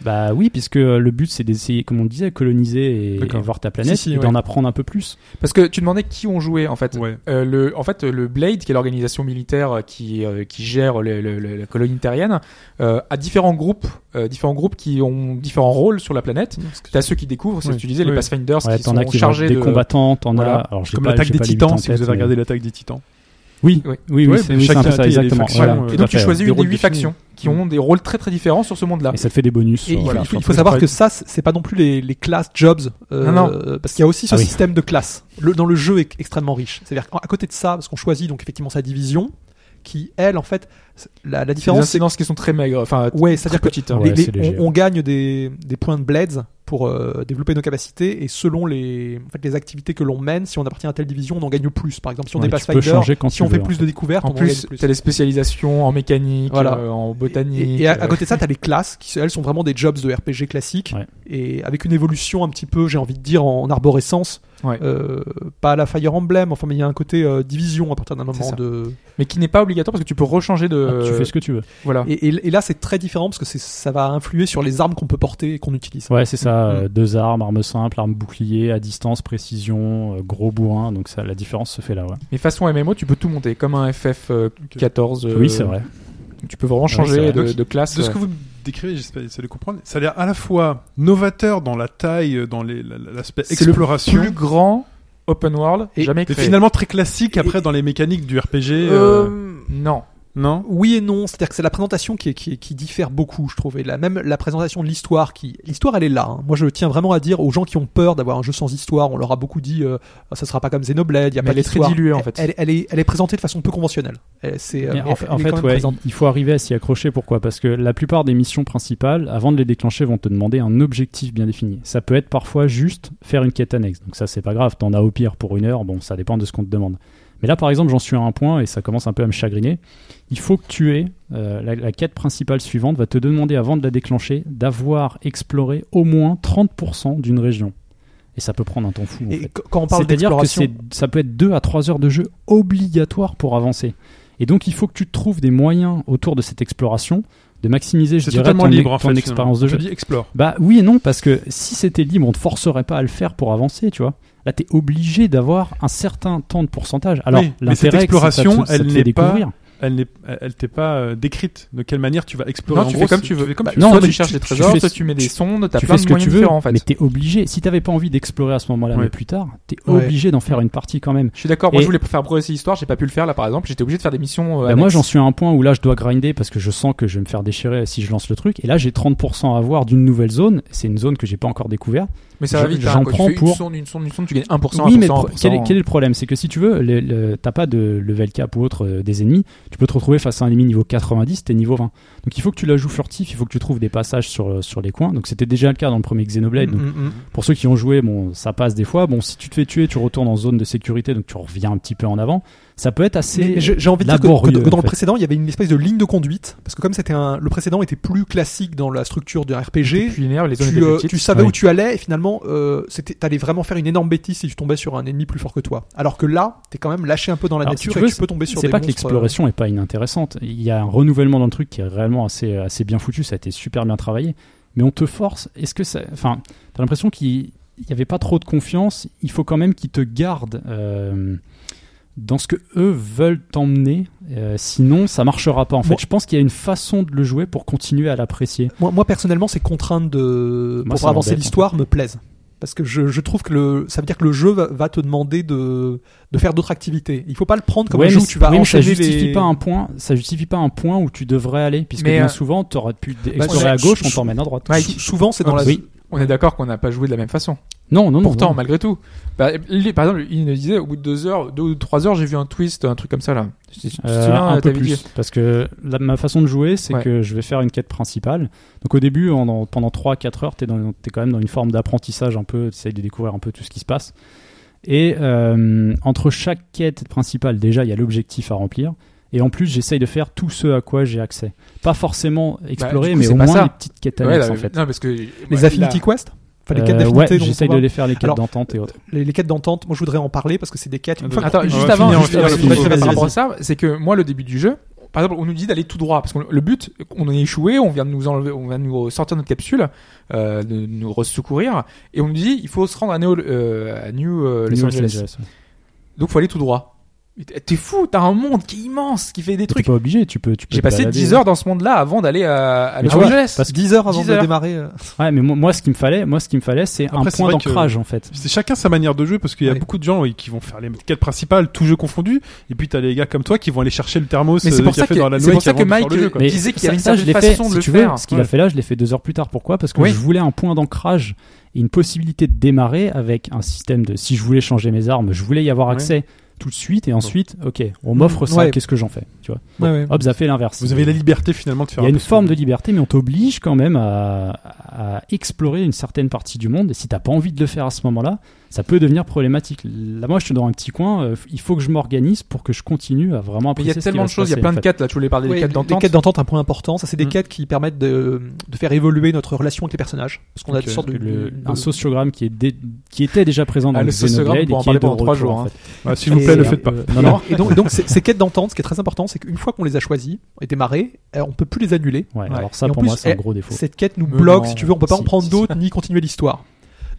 S3: Bah oui, puisque euh, le but c'est d'essayer, comme on le disait, coloniser et,
S2: D'accord.
S3: et voir ta planète
S5: Si, si,
S3: et
S5: ouais.
S3: d'en apprendre un peu plus.
S4: Parce que tu demandais qui ont joué en fait.
S2: Ouais.
S4: Euh, le, en fait, le Blade, qui est l'organisation militaire euh, qui, euh, qui gère le- le- le- la colonie terrienne, euh, a différents groupes, euh, différents groupes qui ont différents rôles sur la planète. T'as ceux qui découvrent, c'est
S2: Oui.
S4: ce que tu disais,
S2: Oui.
S4: les Pathfinders,
S3: Ouais,
S4: qui
S3: t'en as
S4: sont
S3: qui vont
S4: chargés
S3: être des
S4: de
S3: combattants, t'en
S4: voilà.
S3: as. Alors, j'ai
S2: Comme
S3: pas-
S2: l'attaque
S3: j'ai
S2: des
S3: pas les
S2: titans,
S3: luttes en
S2: si vous
S3: tête,
S2: avez
S3: mais-
S2: regardé l'attaque des titans.
S3: Oui,
S4: Oui.
S3: oui, oui,
S2: Ouais,
S3: c'est
S2: mais
S3: oui, c'est un
S2: chacun
S3: peu ça,
S2: a des
S3: exactement.
S2: factions,
S3: voilà,
S2: euh,
S3: tout
S4: Et
S3: à
S4: donc tu
S3: fait,
S4: choisis
S2: des
S4: une des
S2: rôles
S4: huit
S2: définis.
S4: factions qui ont des rôles très très différents sur ce monde-là.
S3: ouais. Mm. Et ça te fait des bonus.
S5: Et
S3: euh,
S5: il, faut-
S3: voilà.
S5: il faut, il faut savoir que ça, c'est c'est pas non plus les, les classes jobs. euh,
S4: Non,
S5: Parce qu'il y a aussi ce
S3: Ah oui.
S5: système de classes. Le, dans le jeu est extrêmement riche. C'est-à-dire qu'à côté de ça, parce qu'on choisit donc effectivement sa division, qui elle, en fait, c'est- la, la
S4: Des
S5: différence, c'est
S4: incidences qui sont très maigres, enfin
S5: Ouais, c'est-à-dire que
S4: petites. hein.
S3: Ah Ouais,
S5: les-
S3: c'est
S5: les-
S3: léger.
S5: on, on gagne des, des points de blades pour euh, développer nos capacités et selon les, en fait, les activités que l'on mène, si on appartient à telle division, on en gagne plus. Par exemple, si on
S3: Ouais,
S5: est
S3: tu peux
S5: Pathfinder,
S3: changer quand
S5: si
S3: tu
S5: on fait
S3: veux,
S5: plus de découvertes,
S4: En
S5: on
S4: plus,
S5: gagne
S4: t'as les spécialisations en mécanique,
S5: Voilà.
S4: euh, en
S5: Et,
S4: botanique.
S5: et à,
S4: euh,
S5: à côté de ça, t'as les classes qui, elles, sont vraiment des jobs de RPG classiques
S3: Ouais.
S5: et avec une évolution un petit peu, j'ai envie de dire, en, en arborescence.
S4: Ouais.
S5: Euh, pas à la Fire Emblem, enfin, mais il y a un côté euh, division à partir d'un
S4: C'est
S5: moment
S4: ça.
S5: de.
S4: mais qui n'est pas obligatoire parce que tu peux rechanger de.
S3: Ah, tu fais ce que tu veux.
S4: Voilà.
S5: Et, et- et là, c'est très différent parce que c'est- ça va influer sur les armes qu'on peut porter et qu'on utilise.
S3: Ouais, c'est ça.
S5: Mm.
S3: euh, deux armes, arme simple, arme bouclier, à distance, précision, euh, gros bourrin. Donc ça, la différence se fait là. Ouais.
S4: Mais façon MMO, tu peux tout monter, comme un euh, FF14.
S3: Oui, c'est vrai.
S4: Tu peux vraiment changer
S3: c'est vrai.
S4: de,
S2: Donc,
S4: de classe.
S2: De ce
S4: ouais.
S2: que vous me décrivez, j'espère essayer de comprendre, ça a l'air à la fois novateur dans la taille, dans les- la- la- l'aspect
S4: C'est le
S2: exploration,
S4: Plus grand open world
S5: Et-
S4: jamais
S2: et
S4: créé.
S2: finalement très classique après dans les mécaniques du RPG. euh,
S5: Euh,
S4: non.
S2: Non
S5: Oui et non, c'est-à-dire que c'est la présentation qui, est- qui, est- qui diffère beaucoup, je trouve. Et la même la présentation de l'histoire, qui l'histoire elle est là. hein. Moi, je tiens vraiment à dire aux gens qui ont peur d'avoir un jeu sans histoire, on leur a beaucoup dit, euh, Ah, ça sera pas comme Xenoblade, il y a
S4: Mais
S5: pas
S4: elle est très
S5: d'histoire.
S4: diluée, en fait.
S5: Elle, elle est elle est présentée de façon peu conventionnelle. Elle- C'est euh,
S3: Mais
S5: mais
S3: en, fait-
S5: elle
S3: en
S5: est
S3: fait,
S5: quand même
S3: ouais,
S5: présente.
S3: il faut arriver à s'y accrocher. Pourquoi Parce que la plupart des missions principales, avant de les déclencher, vont te demander un objectif bien défini. Ça peut être parfois juste faire une quête annexe. Donc ça, c'est pas grave. T'en as au pire pour une heure. Bon, ça dépend de ce qu'on te demande. Mais là, par exemple, j'en suis à un point et ça commence un peu à me chagriner. Il faut que tu aies euh, la, la quête principale suivante va te demander avant de la déclencher d'avoir exploré au moins 30% d'une région. Et ça peut prendre un temps fou. en
S5: Et
S3: fait.
S5: qu- quand on parle
S3: C'est-à-dire que
S5: d'exploration,
S3: c'est, ça peut être 2 à 3 heures de jeu obligatoire pour avancer. Et donc, il faut que tu trouves des moyens autour de cette exploration de maximiser, je
S2: C'est
S3: dirais,
S2: totalement
S3: ton,
S2: libre en
S3: ton
S2: fait.
S3: expérience de
S2: finalement.
S3: jeu.
S2: Je dis explore.
S3: Bah oui et non, parce que si c'était libre, on te forcerait pas à le faire pour avancer, tu vois. Là, t'es obligé d'avoir un certain temps de pourcentage. Alors,
S2: Oui, mais
S3: l'intérêt,
S2: cette exploration,
S3: c'est que ça te, ça te
S2: elle
S3: fait
S2: n'est pas-
S3: découvrir.
S2: Elle n'est, elle t'est pas euh, décrite. De quelle manière tu vas explorer
S4: Non,
S2: en
S4: tu
S2: gros,
S4: fais comme
S2: c'est-
S4: tu veux.
S2: comme tu
S3: non,
S4: soit
S3: mais
S4: tu cherches
S3: tu-
S4: des
S3: tu
S4: trésors,
S3: fais-
S4: soit tu mets des
S3: tu-
S4: sondes, t'as
S3: tu
S4: plein
S3: fais
S4: de
S3: ce que
S4: moyens
S3: tu veux,
S4: différents en fait.
S3: mais t'es obligé. Si t'avais pas envie d'explorer à ce moment-là,
S2: Ouais.
S3: mais plus tard, t'es
S5: Ouais.
S3: obligé d'en faire une partie quand même.
S4: Je suis d'accord, moi
S3: Et-
S4: je voulais faire progresser l'histoire, j'ai pas pu le faire là par exemple, j'étais obligé de faire des missions. euh,
S3: Bah, moi,
S4: annexes.
S3: j'en suis à un point où là, je dois grinder parce que je sens que je vais me faire déchirer si je lance le truc. Et là, j'ai 30% à avoir d'une nouvelle zone. C'est une zone que j'ai pas encore découverte.
S4: Mais ça va
S3: j'en-
S4: vite, hein,
S3: j'en
S4: quand tu
S3: prends
S4: fais Une
S3: pour-
S4: sonde, une sonde, une sonde, tu gagnes 1%,
S3: oui, mais
S4: 1%,
S3: le pro- quel, est,
S4: 1%.
S3: quel est le problème C'est que si tu veux, le- le- t'as pas de level cap ou autre euh, des ennemis. Tu peux te retrouver face à un ennemi niveau 90, t'es niveau 20. Donc, il faut que tu la joues furtif. Il faut que tu trouves des passages sur, euh, sur les coins. Donc, c'était déjà le cas dans le premier Xenoblade. Donc,
S5: Mm, mm, mm.
S3: pour ceux qui ont joué, bon, ça passe des fois. Bon, si tu te fais tuer, tu retournes en zone de sécurité, donc tu reviens un petit peu en avant. ça peut être assez.
S5: Mais- mais je- j'ai envie de dire que, que
S3: laborieux,
S5: dans
S3: en
S5: le
S3: fait.
S5: précédent, il y avait une espèce de ligne de conduite parce que comme c'était un, le précédent était plus classique dans la structure d'un
S4: Et
S5: RPG.
S4: puis linéaire, les zones étaient
S5: Tu,
S4: plus
S5: euh,
S4: petites.
S5: tu savais
S3: Oui.
S5: où tu allais et finalement euh, c'était- t'allais vraiment faire une énorme bêtise si tu tombais sur un ennemi plus fort que toi. Alors que là, t'es quand même lâché un peu dans la
S3: Alors, si
S5: nature
S3: tu
S5: et
S3: veux,
S5: tu peux tomber sur des
S3: C'est pas que
S5: monstres, euh,
S3: l'exploration est pas inintéressante. Il y a un renouvellement dans le truc qui est réellement assez, assez bien foutu. Ça a été super bien travaillé. Mais on te force. Est-ce que ça. Enfin, t'as l'impression qu'il n'y avait pas trop de confiance. Il faut quand même qu'ils te gardent euh, dans ce que eux veulent t'emmener. Euh, sinon, ça marchera pas. En fait,
S5: Moi-
S3: je pense qu'il y a une façon de le jouer pour continuer à l'apprécier.
S5: Moi, moi, personnellement, ces contraintes de
S3: Moi,
S5: pour
S3: ça
S5: avancer
S3: m'embête,
S5: l'histoire me plaisent. Parce que je, je trouve que le, ça veut dire que le jeu va, va te demander de, de faire d'autres activités. Il faut pas le prendre comme
S3: Ouais,
S5: un jeu
S3: mais
S5: où tu vas
S3: oui, mais ça
S5: enchaîner
S3: justifie
S5: les-
S3: pas un point. Ça justifie pas un point où tu devrais aller, puisque
S4: Mais,
S3: bien
S4: euh,
S3: souvent, tu aurais pu
S5: Bah,
S3: explorer
S5: je-
S3: à gauche,
S5: je-
S3: on t'emmène à droite.
S4: Ouais,
S5: Sou- souvent, c'est dans la.
S3: Oui.
S4: On est d'accord qu'on n'a pas joué de la même façon.
S3: Non, non, non.
S4: Pourtant,
S3: non.
S4: malgré tout. Bah, lui, par exemple, il nous disait au bout de deux heures, deux ou trois heures, j'ai vu un twist, un truc comme ça là. Tu tu te
S3: Euh,
S4: souviens,
S3: un peu
S4: t'avais
S3: plus
S4: dit
S3: parce que la- ma façon de jouer c'est
S4: Ouais.
S3: que je vais faire une quête principale donc au début en- en- pendant 3-4 heures t'es, dans, t'es quand même dans une forme d'apprentissage un peu t'essayes de découvrir un peu tout ce qui se passe et euh, entre chaque quête principale déjà il y a l'objectif à remplir et en plus j'essaye de faire tout ce à quoi j'ai accès pas forcément explorer
S4: Bah, du coup,
S3: mais
S4: c'est
S3: au
S4: pas
S3: moins
S4: ça.
S3: les petites quêtes
S4: Ouais,
S3: annexes
S4: là,
S3: en fait
S4: Non, parce que
S5: Les
S4: ouais,
S5: Affinity
S4: là-
S5: Quest Enfin, les quêtes
S3: Euh,
S5: d'affinité
S3: ouais,
S5: dont on
S3: j'essaye de
S5: parle.
S3: les faire les quêtes
S5: Alors,
S3: d'entente et autres
S4: euh,
S5: Les, les quêtes d'entente, moi je voudrais en parler parce que c'est des quêtes. Une
S3: Ah,
S5: fois
S3: bah,
S5: que-
S4: Attends,
S2: Ouais,
S4: juste
S2: finir,
S4: avant,
S2: finir,
S4: juste
S2: finir,
S4: avant,
S2: finir,
S4: juste
S5: finir,
S4: par
S5: vas-y,
S4: rapport à ça, c'est que moi, le début du jeu, par exemple, on nous dit d'aller tout droit, parce que le but, on est échoué, on vient de nous enlever, on vient de nous sortir de notre capsule, euh, de nous secourir, et on nous dit, il faut se rendre à New, euh, à New, euh, Los
S3: New Los
S4: Angeles.
S3: Angeles, ouais.
S4: Donc, faut aller tout droit. Mais t'es- T'es fou, t'as un monde qui est immense, qui fait des
S3: t'es
S4: trucs.
S3: pas obligé tu peux tu peux
S4: J'ai
S3: te
S4: passé
S3: balader.
S4: 10 heures dans ce monde-là avant d'aller à, à
S3: Mais
S4: Los
S3: tu vois,
S4: Angeles.
S3: parce que
S5: 10 heures avant
S4: 10 heures.
S5: de démarrer. euh,
S3: ouais mais moi, moi, ce qu'il me fallait moi ce qu'il me fallait c'est un
S2: Après, c'est
S3: point
S2: vrai que-
S3: d'ancrage en fait
S2: C'est chacun sa manière de jouer parce qu'il y a
S5: Oui.
S2: beaucoup de gens oui, qui vont faire les quêtes principales, tout jeu confondu, et puis t'as les gars comme toi qui vont aller chercher le thermos
S4: Mais
S2: euh,
S4: c'est
S2: de
S4: pour ça
S2: café
S4: que,
S2: dans la
S4: c'est
S2: Loire
S4: pour ça
S2: avant
S4: que
S2: de faire le
S4: Mike
S2: jeu, quoi.
S4: euh, disait qu'il y avait une
S3: ça, je
S4: certaine
S3: l'ai fait,
S4: façon
S3: si
S4: de le
S3: tu veux,
S4: faire.
S3: Ce qu'il a fait là, je l'ai fait deux heures plus tard. Pourquoi Parce que
S4: Oui.
S3: je voulais un point d'ancrage et une possibilité de démarrer avec un système de si je voulais changer mes armes, je voulais y avoir accès tout de suite et ensuite, ok, on m'offre ça,
S5: Ouais.
S3: qu'est-ce que j'en fais Tu vois
S5: Ouais, ouais.
S3: Hop, ça fait l'inverse.
S2: Vous avez la liberté finalement de faire.
S3: Il y a
S2: un
S3: une
S2: peu ce que
S3: forme
S2: vous
S3: de liberté, mais on t'oblige quand même à, à explorer une certaine partie du monde. Et si t'as pas envie de le faire à ce moment-là, ça peut devenir problématique. Là, moi, je suis dans un petit coin. euh, il faut que je m'organise pour que je continue à vraiment
S4: Mais il
S3: apprécier.
S4: y a
S3: ce qui
S4: tellement
S3: va
S4: de
S3: se
S4: choses, il y a
S3: passer,
S4: plein
S3: en
S4: de
S3: fait.
S4: quêtes, là, tu voulais parler
S5: Oui,
S4: des quêtes
S5: les
S4: d'entente.
S5: quêtes d'entente, un point important. Ça, c'est des
S4: Mm.
S5: quêtes qui permettent de, de faire évoluer notre relation avec les personnages. Parce qu'on a
S3: Donc,
S5: des sortes de.
S3: euh, le-
S5: de-
S3: un sociogramme qui, est dé- qui était déjà présent dans
S4: Ah,
S3: le
S4: le sociogramme,
S3: Xenoblade
S4: on
S3: et
S4: pourra en
S3: qui est
S4: parler
S3: de
S4: pendant trois
S3: retour,
S4: jours,
S3: en
S4: hein.
S3: fait.
S2: Ouais, Ah, S'il vous plaît,
S5: Et-
S2: le faites pas.
S3: Euh, non, non.
S5: Et donc, donc ces, ces quêtes d'entente, ce qui est très important, c'est qu'une fois qu'on les a choisies et démarrées, euh, on peut plus les annuler.
S3: Ouais,
S4: Ouais.
S3: alors ça
S5: Et en
S3: pour
S5: plus,
S3: moi c'est un
S5: elle-
S3: gros défaut.
S5: Cette quête nous
S4: Mais
S5: bloque,
S4: non.
S5: si tu veux, on peut pas
S3: Si,
S5: en prendre
S3: si.
S5: d'autres ni continuer l'histoire.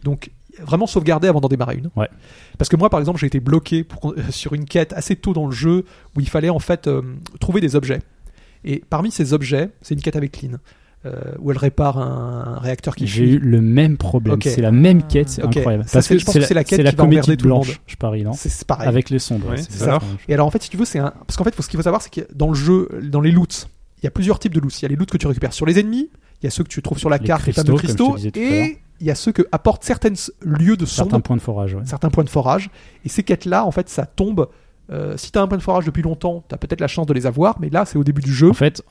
S5: Donc vraiment sauvegarder avant d'en démarrer une.
S3: Ouais.
S5: Parce que moi, par exemple, j'ai été bloqué pour- euh, sur une quête assez tôt dans le jeu où il fallait en fait euh, trouver des objets. Et parmi ces objets, c'est une quête avec Clean, euh, où elle répare un, un réacteur qui
S3: J'ai
S5: fuit.
S3: eu le même problème.
S5: Ok.
S3: C'est la même quête, c'est
S5: Ok.
S3: incroyable.
S5: Ça,
S3: Parce
S5: c'est-
S3: que
S5: je pense
S3: c'est
S5: que
S3: la,
S5: c'est la quête
S3: c'est la
S5: qui va emmerder
S3: comédie
S5: tout le monde.
S3: blanche, je parie, non
S5: C'est c'est pareil.
S3: Avec les sondes.
S2: Ouais,
S3: ouais,
S2: c'est
S3: c'est
S2: ça.
S3: ça.
S5: Et alors en fait, si tu veux, c'est un parce qu'en fait, ce qu'il faut savoir, c'est que dans le jeu, dans les loots, il y a plusieurs types de loots. Il y a les loots que tu récupères sur les ennemis, il y a ceux que tu trouves sur la
S3: Les
S5: carte,
S3: cristaux,
S5: les
S3: comme je te
S5: fameux cristaux,
S3: disais tout à l'heure.
S5: et il y a ceux que apportent certains lieux de
S3: Certains
S5: sonde,
S3: points de forage. ouais.
S5: certains points de forage. Et ces quêtes-là, en fait, ça tombe. euh, si t'as un point de forage depuis longtemps, t'as peut-être la chance de les avoir, mais là, c'est au début du jeu.
S3: En fait,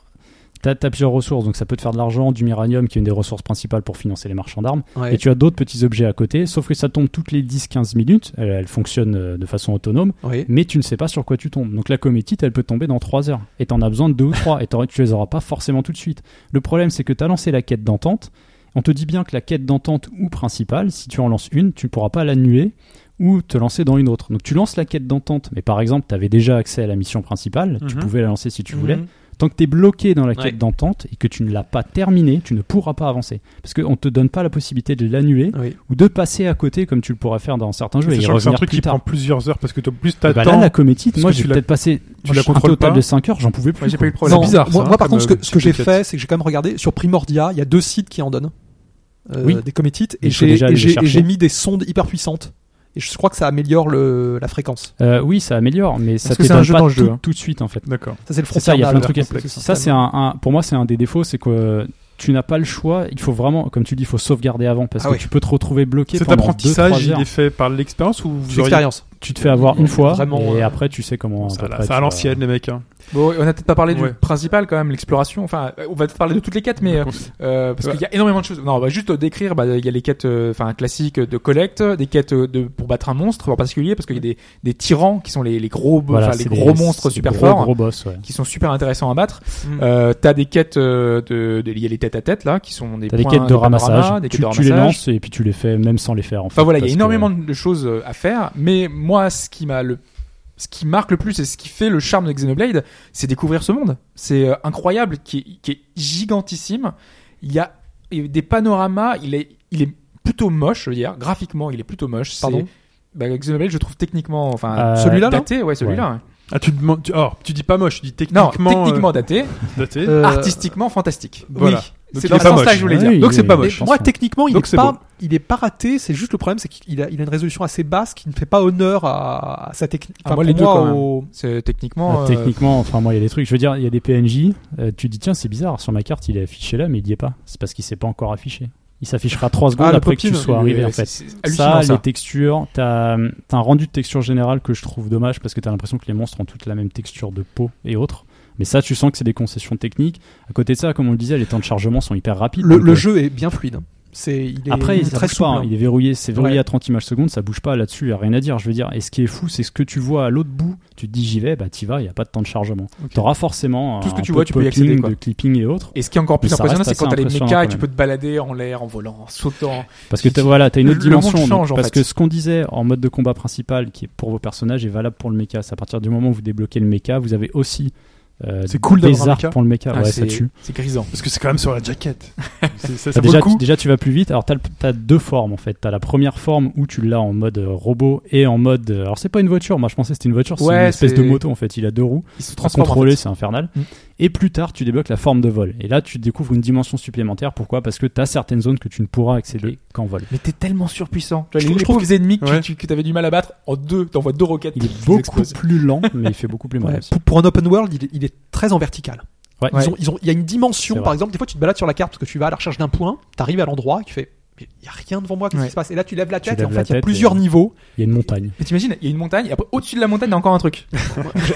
S3: t'as as plusieurs ressources, donc ça peut te faire de l'argent, du miranium qui est une des ressources principales pour financer les marchands d'armes.
S5: Ouais.
S3: Et tu as d'autres petits objets à côté, sauf que ça tombe toutes les 10-15 minutes. Elle, elle fonctionne euh, de façon autonome,
S5: Oui.
S3: mais tu ne sais pas sur quoi tu tombes. Donc la cométite, elle peut tomber dans 3 heures. Et t'en as besoin de 2 ou 3. Et t'aurais- tu les auras pas forcément tout de suite. Le problème, c'est que t'as lancé la quête d'entente. On te dit bien que la quête d'entente ou principale, si tu en lances une, tu ne pourras pas l'annuler ou te lancer dans une autre. Donc tu lances la quête d'entente, mais par exemple, tu avais déjà accès à la mission principale, tu
S2: Mhm.
S3: pouvais la lancer si tu voulais.
S5: Mhm.
S3: Tant que tu es bloqué dans la quête
S5: Ouais.
S3: d'entente et que tu ne l'as pas terminée, tu ne pourras pas avancer. Parce qu'on ne te donne pas la possibilité de l'annuler
S5: Oui.
S3: ou de passer à côté comme tu le pourrais faire dans certains jeux et y
S2: Sachant que c'est un
S3: revenir
S2: truc
S3: plus
S2: qui
S3: tard.
S2: prend plusieurs heures parce que t'as- plus
S3: Bah là,
S2: t'attends.
S3: la cométite,
S2: Parce
S3: moi
S2: que
S3: j'ai
S2: tu Eh ben la-
S3: peut-être
S2: tu
S3: passé moi,
S2: la
S3: j'ai un
S2: contrôles
S3: total
S2: pas.
S3: de 5 heures, j'en pouvais plus.
S4: Ouais, j'ai
S3: quoi.
S4: pas eu le problème.
S5: Non,
S2: C'est bizarre,
S5: Moi,
S2: ça,
S5: moi, par
S2: comme,
S5: contre, ce
S2: euh,
S5: que, ce que
S2: type de
S5: j'ai
S2: quête.
S5: fait, c'est que j'ai quand même regardé sur Primordia, il y a deux sites qui en donnent euh,
S3: Oui.
S5: des cométites, et
S3: Il faut
S5: j'ai
S3: déjà
S5: et
S3: aller les
S5: j'ai- et
S3: chercher.
S5: j'ai mis des sondes hyper puissantes. Et je crois que ça améliore le, la fréquence.
S3: Euh, oui, ça améliore, mais ça
S4: Parce
S3: te
S4: que c'est un
S3: donne
S4: jeu
S3: pas
S4: dans le jeu,
S3: tout-
S4: hein.
S3: tout de suite en fait.
S2: D'accord.
S5: Ça, c'est le
S3: C'est ça, il y a plein de trucs à-
S5: complexe.
S3: Ça, c'est un, un- pour moi, c'est un des défauts, c'est que euh, tu n'as pas le choix. Il faut vraiment, comme tu dis, il faut sauvegarder avant parce
S5: Ah
S3: que
S5: oui.
S3: tu peux te retrouver bloqué
S2: Cet
S3: pendant 2-3
S2: apprentissage, il
S3: heures.
S2: est fait par l'expérience ou
S5: C'est
S2: vous auriez Ah,
S5: l'expérience.
S3: Tu te fais avoir une fois
S5: Vraiment,
S3: et
S5: euh,
S3: après, tu sais comment.
S2: Ça,
S3: peu
S2: là,
S3: près,
S2: ça à
S3: tu vas-
S2: l'ancienne, les mecs. hein.
S4: Bon, on n'a peut-être pas parlé
S2: Ouais.
S4: du principal quand même, l'exploration. Enfin, euh, on va parler de toutes les quêtes, mais euh, euh, parce
S2: Ouais.
S4: qu'il y a énormément de choses. Non, on va juste décrire. Bah, il y a les quêtes, euh, enfin classiques de collecte, des quêtes euh, de pour battre un monstre en particulier, parce qu'il y a des, des tyrans qui sont les, les gros, bo- enfin, les
S3: c'est
S4: gros
S3: des-
S4: monstres
S3: c'est
S4: super
S3: des gros,
S4: forts.
S3: Gros boss, ouais.
S4: qui sont super intéressants à battre.
S5: Mm.
S4: Euh, t'as des quêtes euh, de, de liées les têtes à tête là, qui sont des,
S3: T'as des
S4: points-
S3: quêtes de
S4: panoramas,
S3: ramassage,
S4: des
S3: tu,
S4: quêtes de
S3: tu les
S4: ramassage.
S3: lances et puis tu les fais même sans les faire. En fait,
S4: Enfin voilà, il y a
S3: parce
S4: énormément
S3: que-
S4: de choses euh, à faire, mais moi, ce qui m'a le ce qui marque le plus et ce qui fait le charme de Xenoblade, c'est découvrir ce monde. C'est euh, incroyable, qui est, qui est gigantissime. Il y a il y a des panoramas, il est, il est plutôt moche, je veux dire. Graphiquement, il est plutôt moche.
S5: Pardon
S4: C'est- bah, Xenoblade, je trouve techniquement, enfin,
S3: Euh,
S4: celui-là,
S3: non
S4: daté, ouais, celui-là. ouais.
S2: Ah, tu, demandes- tu- alors, tu dis pas moche, tu dis
S4: Non,
S2: techniquement.
S4: techniquement
S2: euh,
S4: daté,
S2: daté.
S5: Euh,
S4: artistiquement fantastique.
S2: Voilà.
S4: Oui,
S2: Donc
S4: c'est
S2: il
S4: dans
S2: est
S4: ce
S2: pas
S4: sens-là
S2: moche.
S4: que je voulais dire.
S3: Oui,
S2: Donc
S3: il
S2: c'est
S3: est-
S2: pas
S3: il est
S2: moche.
S3: pas
S5: Moi,
S3: Franchement.
S5: techniquement, il
S2: Donc
S5: est
S2: c'est
S5: pas,
S2: beau.
S5: il est pas raté. C'est juste le problème, c'est qu'il a, il a une résolution assez basse qui ne fait pas honneur à, à sa technique.
S4: Ah, moi, les deux, quand même.
S5: au-
S4: C'est
S3: Ah,
S4: techniquement. euh,
S3: Techniquement, enfin moi il y a des trucs, je veux dire, il y a des PNJ, euh, tu te dis tiens c'est bizarre, sur ma carte il est affiché là mais il n'y est pas, c'est parce qu'il s'est pas encore affiché. Il s'affichera 3 secondes
S4: Ah, le
S3: après que tu
S4: popine,
S3: sois
S4: oui,
S3: arrivé
S4: oui,
S3: en
S4: c'est-
S3: fait.
S4: c'est hallucinant,
S3: Ça, les textures, t'as t'as un rendu de texture générale que je trouve dommage parce que t'as l'impression que les monstres ont toutes la même texture de peau et autres. Mais ça, tu sens que c'est des concessions techniques. À côté de ça, comme on le disait, les temps de chargement sont hyper rapides.
S5: le,
S3: Donc,
S5: le
S3: euh,
S5: jeu est bien fluide. C'est, il est
S3: Après, il
S5: très
S3: très
S5: souple.
S3: pas, hein.
S5: hein.
S3: il est verrouillé, c'est verrouillé
S5: Ouais.
S3: à 30 images secondes, ça bouge pas là-dessus, il a rien à dire, je veux dire. Et ce qui est fou, c'est ce que tu vois à l'autre bout, tu te dis j'y vais, bah t'y vas, il y a pas de temps de chargement. T'auras forcément
S4: Tout ce
S3: un
S4: que tu
S3: peu
S4: vois,
S3: de
S4: tu peux y
S3: popping,
S4: accéder, quoi.
S3: de clipping et autres.
S4: Et ce qui est encore plus
S3: Mais ça
S4: impressionnant,
S3: reste
S4: c'est quand
S3: assez
S4: t'as les
S3: impressionnant,
S4: mechas et
S3: quand Ah
S4: tu peux te balader en l'air, en volant, en sautant.
S3: Parce que
S4: Qui-
S3: t'as- voilà, t'as une
S4: le-
S3: autre
S4: le monde
S3: dimension. donc,
S4: change, en
S3: parce
S4: fait.
S3: que ce qu'on disait en mode de combat principal, qui est pour vos personnages, est valable pour le mecha. C'est à partir du moment où vous débloquez le mecha, vous avez aussi euh,
S2: C'est cool d'avoir
S3: des
S2: un
S3: arcs
S2: mecha.
S3: pour le mecha.
S4: Ah,
S3: ouais,
S4: c'est
S3: ça tue.
S4: c'est grisant.
S2: Parce que c'est quand même sur la jaquette. C'est- ça ça
S3: Bah,
S2: vaut
S3: déjà,
S2: le coup.
S3: tu, déjà, tu vas plus vite. Alors, t'as, le- t'as deux formes en fait. T'as la première forme où tu l'as en mode euh, robot et en mode. euh, Alors, c'est pas une voiture. Moi, je pensais que c'était une voiture. C'est
S4: Ouais,
S3: une espèce
S4: c'est-
S3: de moto en fait. Il a deux roues.
S4: Ils se
S3: Pour
S4: transforment. en
S3: contrôler,
S4: fait.
S3: c'est infernal.
S4: Mm.
S3: Et plus tard, tu débloques la forme de vol. Et là, tu découvres une dimension supplémentaire. Pourquoi Parce que t'as certaines zones que tu ne pourras accéder qu'en vol.
S4: Mais t'es tellement surpuissant. Tu vois,
S5: Je
S4: les
S5: trouve- je trouve
S4: pauvres ennemis que, tu-
S2: Ouais.
S4: tu- que t'avais du mal à battre en deux, t'envoies deux roquettes.
S3: Il
S4: qui
S3: est beaucoup
S4: explosent.
S3: plus lent, mais il fait beaucoup plus mal.
S5: Ouais,
S3: aussi.
S5: pour, pour un open world, il est, il est très en vertical.
S3: Ouais.
S5: Ils ont, ils ont, il y a une dimension,
S3: C'est
S5: par
S3: vrai.
S5: exemple, des fois tu te balades sur la carte parce que tu vas à la recherche d'un point, t'arrives à l'endroit et tu fais, il y a rien devant moi, qu'est-ce
S4: Ouais.
S5: qui se passe Et là tu lèves la
S3: Tu
S5: tête et en
S3: lèves la
S5: fait il y a
S3: tête
S5: plusieurs
S3: et-
S5: niveaux.
S3: Il y a une montagne.
S4: Mais t'imagines, il y a une montagne, et après au-dessus de la montagne, il y a encore un truc.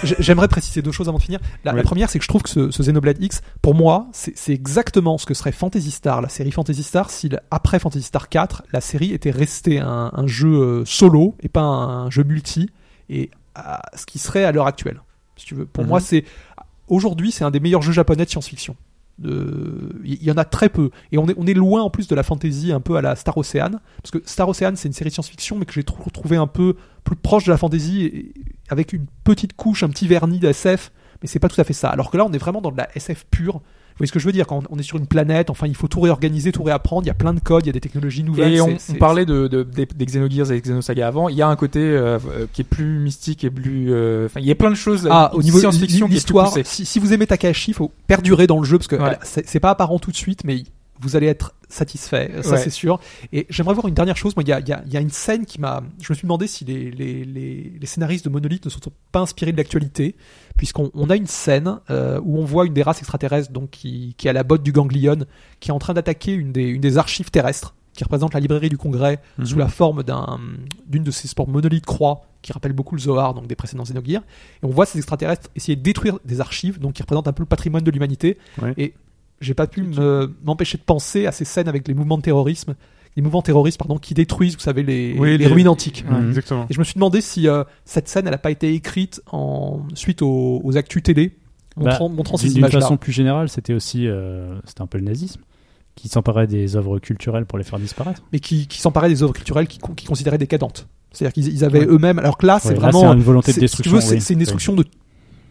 S5: J- J'aimerais préciser deux choses avant de finir. La, la
S2: Ouais.
S5: première, c'est que je trouve que ce, ce Xenoblade X, pour moi, c'est c'est exactement ce que serait Fantasy Star, la série Fantasy Star, si le- après Fantasy Star 4, la série était restée un, un jeu euh, solo et pas un jeu multi, et à ce qui serait à l'heure actuelle. Si tu veux. Pour
S4: Mhm.
S5: moi, c'est aujourd'hui, c'est un des meilleurs jeux japonais de science-fiction. De- Il y en a très peu. Et on est, on est loin en plus de la fantasy un peu à la Star Ocean. Parce que Star Ocean, c'est une série de science-fiction, mais que j'ai trou- trouvé un peu plus proche de la fantasy, et- avec une petite couche, un petit vernis d'SF. Mais c'est pas tout à fait ça. Alors que là, on est vraiment dans de la SF pure. Vous voyez ce que je veux dire Quand on est sur une planète, enfin, il faut tout réorganiser, tout réapprendre. Il y a plein de codes, il y a des technologies nouvelles.
S4: Et
S5: c'est-
S4: on, on
S5: c'est-
S4: parlait de, de, des, des Xenogears et des Xenosaga avant. Il y a un côté euh, euh, qui est plus mystique et plus. euh, Enfin, il y a plein de choses.
S5: Ah, au niveau de
S4: science-fiction, qui est plus
S5: l'histoire,
S4: poussée.
S5: si, si vous aimez Takahashi, il faut perdurer dans le jeu parce que
S4: Ouais.
S5: euh, c'est c'est pas apparent tout de suite, mais vous allez être satisfait, euh, ça
S4: Ouais.
S5: c'est sûr. Et j'aimerais voir une dernière chose. Moi, il y a, il y a- il y a une scène qui m'a. Je me suis demandé si les, les, les, les scénaristes de Monolith ne sont pas inspirés de l'actualité, puisqu'on on a une scène euh, où on voit une des races extraterrestres donc qui, qui est à la botte du ganglion, qui est en train d'attaquer une des, une des archives terrestres qui représente la librairie du Congrès sous la forme d'un- d'une de ces sports monolithes croix qui rappelle beaucoup le Zohar, donc des précédents Xenogears. Et on voit ces extraterrestres essayer de détruire des archives, donc qui représentent un peu le patrimoine de l'humanité.
S2: Ouais.
S5: Et j'ai pas pu me- m'empêcher de penser à ces scènes avec les mouvements de terrorisme, les mouvements terroristes pardon, qui détruisent, vous savez, les,
S2: Oui,
S5: les
S2: les-
S5: ruines antiques.
S2: Ouais, Exactement.
S5: Et je me suis demandé si euh, cette scène, elle n'a pas été écrite en, suite aux, aux actus télé, montrant, montrant
S3: Bah, D'une
S5: ces
S3: d'une
S5: images-là.
S3: façon plus générale, c'était aussi euh, c'était un peu le nazisme qui s'emparait des œuvres culturelles pour les faire disparaître.
S5: mais qui, qui s'emparaient des œuvres culturelles qui, qui considéraient décadaentes. C'est-à-dire qu'ils ils avaient eux-mêmes. Alors que là, c'est
S3: Ouais, là,
S5: vraiment.
S3: une volonté de
S5: c'est- si tu
S3: destruction.
S5: veux, c'est
S3: oui.
S5: c'est une destruction de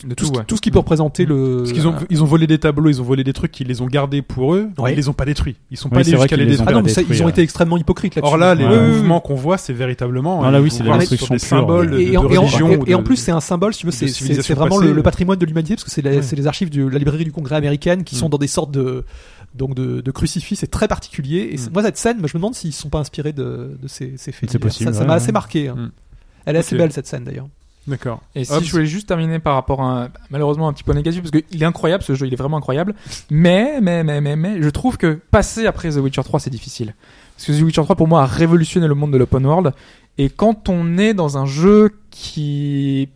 S4: De
S5: tout,
S4: tout,
S5: ce qui-
S4: ouais.
S5: tout ce qui peut représenter le.
S3: Euh,
S2: Parce qu'ils ont, ils ont volé des tableaux, ils ont volé des trucs, ils les ont gardés pour eux, mais
S5: Ouais.
S2: ils les ont pas détruits. Ils sont
S3: Oui,
S2: pas
S3: c'est
S2: allés
S3: vrai
S2: jusqu'à les
S3: qu'ils les ont
S2: détruire.
S5: Ah non, mais
S3: à
S5: ça, ils
S3: détruire.
S5: ont été extrêmement hypocrites là-dessus.
S2: Or là, les
S3: Ouais, ouais,
S2: mouvements qu'on voit, c'est véritablement
S3: Ah là,
S2: un
S3: oui, c'est de
S2: mouvement
S3: la
S2: sur
S3: destruction
S2: des
S3: pure,
S2: symboles
S3: ouais.
S2: de,
S5: et,
S2: de
S5: en, et en-
S2: religion.
S5: et-
S2: ou
S5: et en
S2: de-
S5: plus, c'est un symbole, si tu veux,
S2: de
S5: c'est- c'est c'est
S2: civilisation
S5: vraiment
S2: passée.
S5: le, le patrimoine de l'humanité, parce que c'est la-
S2: Ouais.
S5: c'est les archives de la librairie du Congrès américaine qui sont
S2: Mm.
S5: dans des sortes de, donc de, de crucifix, c'est très particulier. Et c'est-
S2: Mm.
S5: moi, cette scène, moi, je me demande s'ils ne sont pas inspirés de, de ces, ces faits.
S3: C'est
S5: divers.
S3: possible,
S5: Ça ça
S3: ouais,
S5: m'a
S3: ouais.
S5: assez marqué. hein.
S2: Mm.
S5: Elle est assez
S2: Ok.
S5: belle, cette scène d'ailleurs.
S2: D'accord.
S4: Et si
S2: Hop.
S4: je voulais juste terminer par rapport à un- malheureusement un petit point négatif parce qu'il est incroyable ce jeu, il est vraiment incroyable. Mais mais mais mais mais je trouve que passer après The Witcher 3 c'est difficile parce que The Witcher 3 pour moi a révolutionné le monde de l'open world et quand on est dans un jeu qui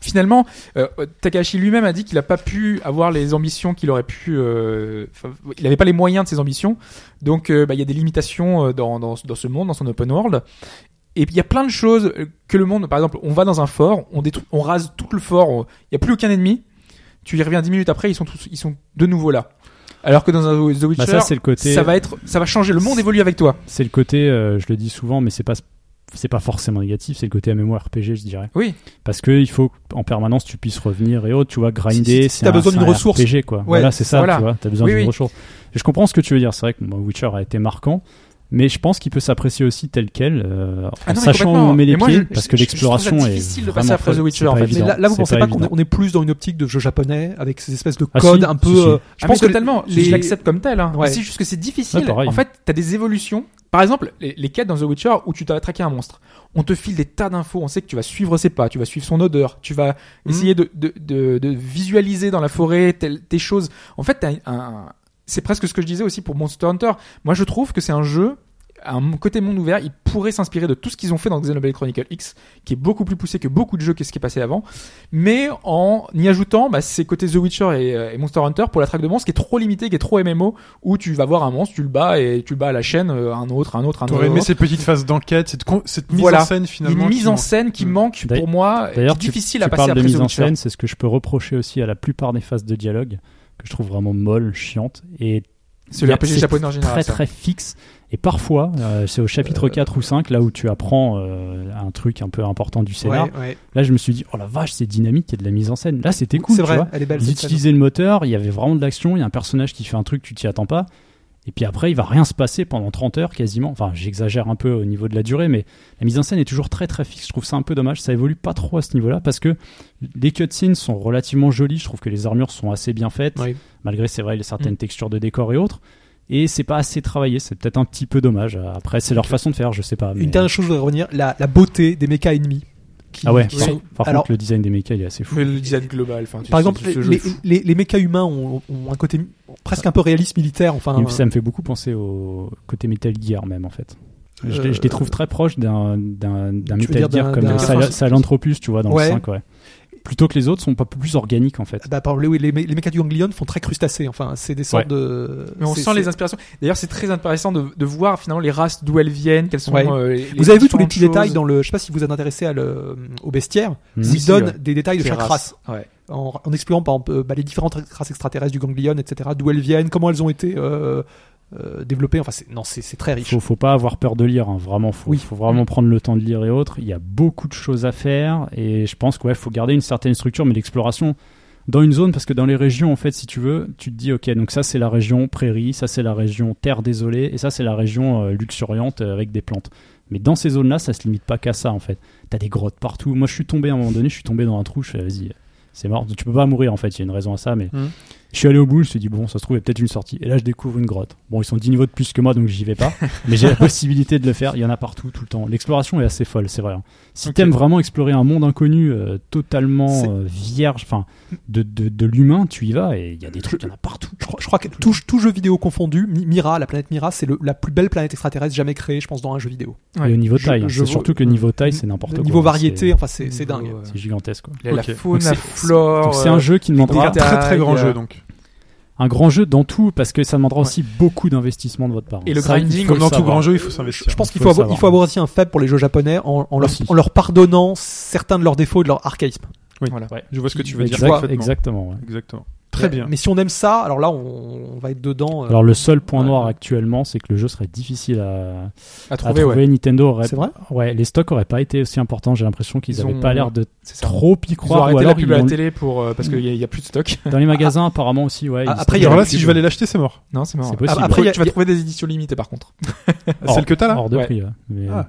S4: finalement, euh, Takahashi lui-même a dit qu'il n'a pas pu avoir les ambitions qu'il aurait pu. euh, enfin, il n'avait pas les moyens de ses ambitions. Donc, euh, bah, il y a des limitations euh, dans, dans, dans ce monde, dans son open world. Et puis, il y a plein de choses euh, que le monde. Par exemple, on va dans un fort, on, détruit, on rase tout le fort, on- il n'y a plus aucun ennemi. Tu y reviens 10 minutes après, ils sont, tous, ils sont de nouveau là. Alors que dans un The Witcher,
S3: Bah ça c'est le côté
S4: ça va être, ça va changer. Le monde
S3: C'est-
S4: évolue avec toi.
S3: c'est le côté euh, je le dis souvent mais c'est pas c'est pas forcément négatif, c'est le côté MMORPG, je dirais.
S4: Oui.
S3: Parce que il faut en permanence tu puisses revenir et autres, tu vois,
S5: Si- si-
S3: grinder.
S5: si
S3: c'est
S5: t'as
S3: un-
S5: besoin
S3: c'est
S5: d'une
S3: un
S5: ressource.
S3: RPG, quoi. voilà, c'est ça,
S4: voilà.
S3: tu vois, t'as besoin
S4: Oui,
S3: d'une
S4: oui.
S3: ressource. Et je comprends ce que tu veux dire, c'est vrai que bon, Witcher a été marquant, mais je pense qu'il peut s'apprécier aussi tel quel, euh, en
S4: Ah non, mais
S3: sachant où
S4: complètement.
S3: on met les
S4: Mais moi,
S3: pieds,
S4: je-
S3: parce
S4: je-
S3: que
S4: je- je trouve ça
S3: l'exploration est.
S4: difficile de passer
S3: vraiment
S4: après The
S3: folle,
S4: Witcher,
S3: c'est pas
S4: en fait. Mais
S5: Mais
S3: évident,
S5: là, là, vous
S3: c'est
S5: pensez pas, qu'on
S3: évident.
S5: on est plus dans une optique de jeu japonais avec ces espèces de
S3: Ah,
S5: codes
S3: si,
S5: un
S3: si,
S5: peu.
S3: si.
S5: euh,
S4: Je pense que totalement.
S5: les-
S4: Je l'accepte comme tel. Hein.
S5: Ouais.
S4: C'est juste que c'est difficile.
S3: Ouais, pareil.
S4: en fait, t'as des évolutions. Par exemple, les, les quêtes dans The Witcher où tu dois traquer un monstre. On te file des tas d'infos. On sait que tu vas suivre ses pas, tu vas suivre son odeur, tu vas
S5: Mhm.
S4: essayer de, de, de, de visualiser dans la forêt telles- tes choses. En fait, t'as un. C'est presque ce que je disais aussi pour Monster Hunter. Moi, je trouve que c'est un jeu. Un côté monde ouvert, il pourrait s'inspirer de tout ce qu'ils ont fait dans Xenoblade Chronicle X, qui est beaucoup plus poussé que beaucoup de jeux que ce qui est passé avant mais en y ajoutant bah, ces côtés The Witcher et, euh, et Monster Hunter pour la traque de monstres qui est trop limitée, qui est trop MMO, où tu vas voir un monstre, tu le bats et tu le bats à la chaîne, euh, un autre, un autre, un autre.
S2: T'aurais aimé cette petite phase d'enquête, cette, con- cette mise
S4: Voilà.
S2: en scène
S4: Il y a
S2: finalement.
S4: une mise
S2: qui
S4: en
S2: manque.
S4: scène qui
S2: Mm.
S4: manque pour
S3: D'ailleurs-
S4: moi, et qui est
S3: D'ailleurs, tu-
S4: Euh, difficile
S3: tu,
S4: à passer
S3: parles de
S4: après The
S3: mise en
S4: Witcher.
S3: scène, c'est ce que je peux reprocher aussi à la plupart des phases de dialogue que je trouve vraiment molle, chiante et
S4: C'est le
S3: y a-
S4: RPG
S3: c'est
S4: japonais en général.
S3: très
S4: ça.
S3: très fixe. Et parfois, euh, c'est au chapitre 4 ou 5, là où tu apprends euh, un truc un peu important du
S5: Ouais,
S3: scénar.
S5: ouais.
S3: Là, je me suis dit, oh la vache, c'est dynamique, il y a de la mise en scène. Là, c'était cool,
S5: c'est
S3: tu
S5: vrai,
S3: vois.
S5: elle est belle.
S3: Ils
S5: cette scène.
S3: utilisaient le moteur, il y avait vraiment de l'action, il y a un personnage qui fait un truc, tu t'y attends pas. Et puis après, il va rien se passer pendant 30 heures quasiment. Enfin, j'exagère un peu au niveau de la durée, mais la mise en scène est toujours très très fixe. Je trouve ça un peu dommage. Ça évolue pas trop à ce niveau-là parce que les cutscenes sont relativement jolies. Je trouve que les armures sont assez bien faites,
S5: Oui.
S3: malgré c'est vrai les certaines
S5: Mm.
S3: textures de décor et autres. Et c'est pas assez travaillé. C'est peut-être un petit peu dommage. Après, c'est leur façon de faire, je sais pas. Ah, mais-
S5: Une dernière chose, je voudrais revenir la, la beauté des mechas ennemis. qui
S3: Ah ouais.
S5: sont-
S3: par- Par
S5: Alors-
S3: contre, le design des mechas, il est assez fou.
S4: Mais le design global. enfin, tu
S5: Par
S4: sais,
S5: exemple,
S4: ce
S5: les,
S4: jeu est
S5: les,
S4: fou.
S5: les- les mechas humains ont, ont un côté presque un peu réaliste militaire. Enfin,
S3: Et ça me fait beaucoup penser au côté Metal Gear même en fait. Je, les- je les
S5: Euh,
S3: trouve très proches d'un d'un d'un
S5: tu veux
S3: Metal
S5: dire
S3: Gear
S5: d'un-
S3: comme
S5: d'un-
S3: Sil- Silentropus, tu vois, dans
S5: Ouais.
S3: le 5, ouais. Plutôt que les autres sont pas plus organiques en fait.
S5: bah, par exemple, les, les, les mechas du Ganglion font très crustacés. Enfin, c'est des sortes
S3: Ouais.
S5: de.
S4: Mais on
S5: c'est-
S4: sent les
S5: c'est-
S4: inspirations. D'ailleurs, c'est très intéressant de, de voir finalement les races d'où elles viennent, quelles sont.
S5: Ouais.
S4: euh, les-
S5: Vous avez vu tous les
S4: différentes
S5: petits détails
S4: choses.
S5: dans le. Je sais pas si vous êtes intéressé à le, au bestiaire.
S3: Mm.
S5: Ils
S4: Si,
S5: donnent
S4: ouais.
S5: des détails de
S4: Ces
S5: chaque
S4: races.
S5: race.
S4: Ouais.
S5: en, en explorant par exemple euh, bah, les différentes races extraterrestres du ganglion, etc., d'où elles viennent, comment elles ont été euh, euh, développées. Enfin, c'est, non, c'est, c'est très riche.
S3: Faut, faut pas avoir peur de lire, hein, vraiment. Faut,
S5: Oui.
S3: faut vraiment prendre le temps de lire et autres. Il y a beaucoup de choses à faire et je pense qu'il ouais, faut garder une certaine structure, mais l'exploration dans une zone, parce que dans les régions, en fait, si tu veux, tu te dis, ok, donc ça c'est la région prairie, ça c'est la région terre désolée et ça c'est la région euh, luxuriante euh, avec des plantes. Mais dans ces zones-là, ça se limite pas qu'à ça, en fait. T'as des grottes partout. Moi, je suis tombé à un moment donné, je suis tombé dans un trou, je fais, vas-y, c'est mort. Tu peux pas mourir, en fait, il y a une raison à ça, mais
S5: Mhm.
S3: je suis allé au bout, je me suis dit, bon, ça se trouve, il y a peut-être une sortie. Et là, je découvre une grotte. Bon, ils sont 10 niveaux de plus que moi, donc j'y vais pas. mais j'ai la possibilité de le faire. Il y en a partout, tout le temps. L'exploration est assez folle, c'est vrai. hein. Si
S4: Ok.
S3: t'aimes vraiment explorer un monde inconnu, euh, totalement
S5: C'est-
S3: euh, vierge, enfin, de, de, de l'humain, tu y vas et il y a des trucs, il y en a partout.
S5: Je crois, je crois que tout, tout jeu vidéo confondu, Mi- Mira, la planète Mira, c'est le- la plus belle planète extraterrestre jamais créée, je pense, dans un jeu vidéo.
S4: Ouais.
S3: Et au niveau
S5: Je-
S3: taille, hein,
S5: je
S3: c'est
S5: vois-
S3: surtout que niveau taille, c'est n'importe
S5: Le
S3: quoi.
S5: niveau
S3: hein,
S5: variété,
S3: c'est-
S5: enfin, c'est, c'est dingue.
S4: Niveau, euh,
S3: C'est gigantesque. quoi.
S4: La, la
S2: Ok.
S4: faune,
S3: Donc
S4: la
S3: c'est-
S4: flore.
S3: Donc c'est un
S4: euh,
S3: jeu qui demandera
S2: Donc un très très grand
S4: Taille, euh,
S2: jeu donc.
S3: un grand jeu dans tout parce que ça demandera aussi beaucoup d'investissement de votre part.
S4: Et le
S3: Ça, il
S4: grinding,
S3: faut
S2: Comme dans tout
S3: savoir.
S2: grand jeu, il faut
S5: Je,
S2: s'investir.
S5: je pense qu'il
S3: faut
S5: faut,
S3: le
S5: avoir, il
S3: savoir.
S5: faut avoir aussi un faible pour les jeux japonais en, en leur,
S3: Aussi.
S5: en leur pardonnant certains de leurs défauts et de leur archaïsme.
S2: Je vois ce que tu veux dire.
S3: Exact-
S2: parfaitement.
S3: Exactement. ouais.
S2: Exactement. Très
S5: Mais-
S2: bien.
S5: Mais si on aime ça, alors là, on, on va être dedans. euh,
S3: Alors le seul point
S5: ouais.
S3: noir actuellement, c'est que le jeu serait difficile à,
S4: à
S3: à
S4: trouver,
S3: trouver.
S4: ouais.
S3: Nintendo aurait,
S5: c'est vrai
S3: ouais, les stocks auraient pas été aussi importants. J'ai l'impression qu'ils
S4: Ils
S3: n'avaient
S4: ont-
S3: pas l'air de
S4: C'est ça.
S3: trop y
S4: Ils ont
S3: croire. Ou
S4: arrêté la
S3: alors
S4: pub
S3: ils
S4: à la
S3: l'ont-
S4: télé pour euh, parce qu'il y, a- il y a plus de stock.
S3: dans les magasins apparemment aussi. Ouais.
S5: Ah,
S3: ils-
S5: après, il y a-
S2: Alors là, si je vais aller l'acheter, c'est mort.
S4: Non, c'est marrant.
S3: C'est possible.
S4: Après,
S5: Après, il y a-
S4: tu vas
S5: il y a-
S4: trouver des éditions limitées par contre,
S3: hors-
S2: Celle que t'as là.
S3: hors de
S4: Ouais.
S3: prix. ouais. Mais,
S2: Ah.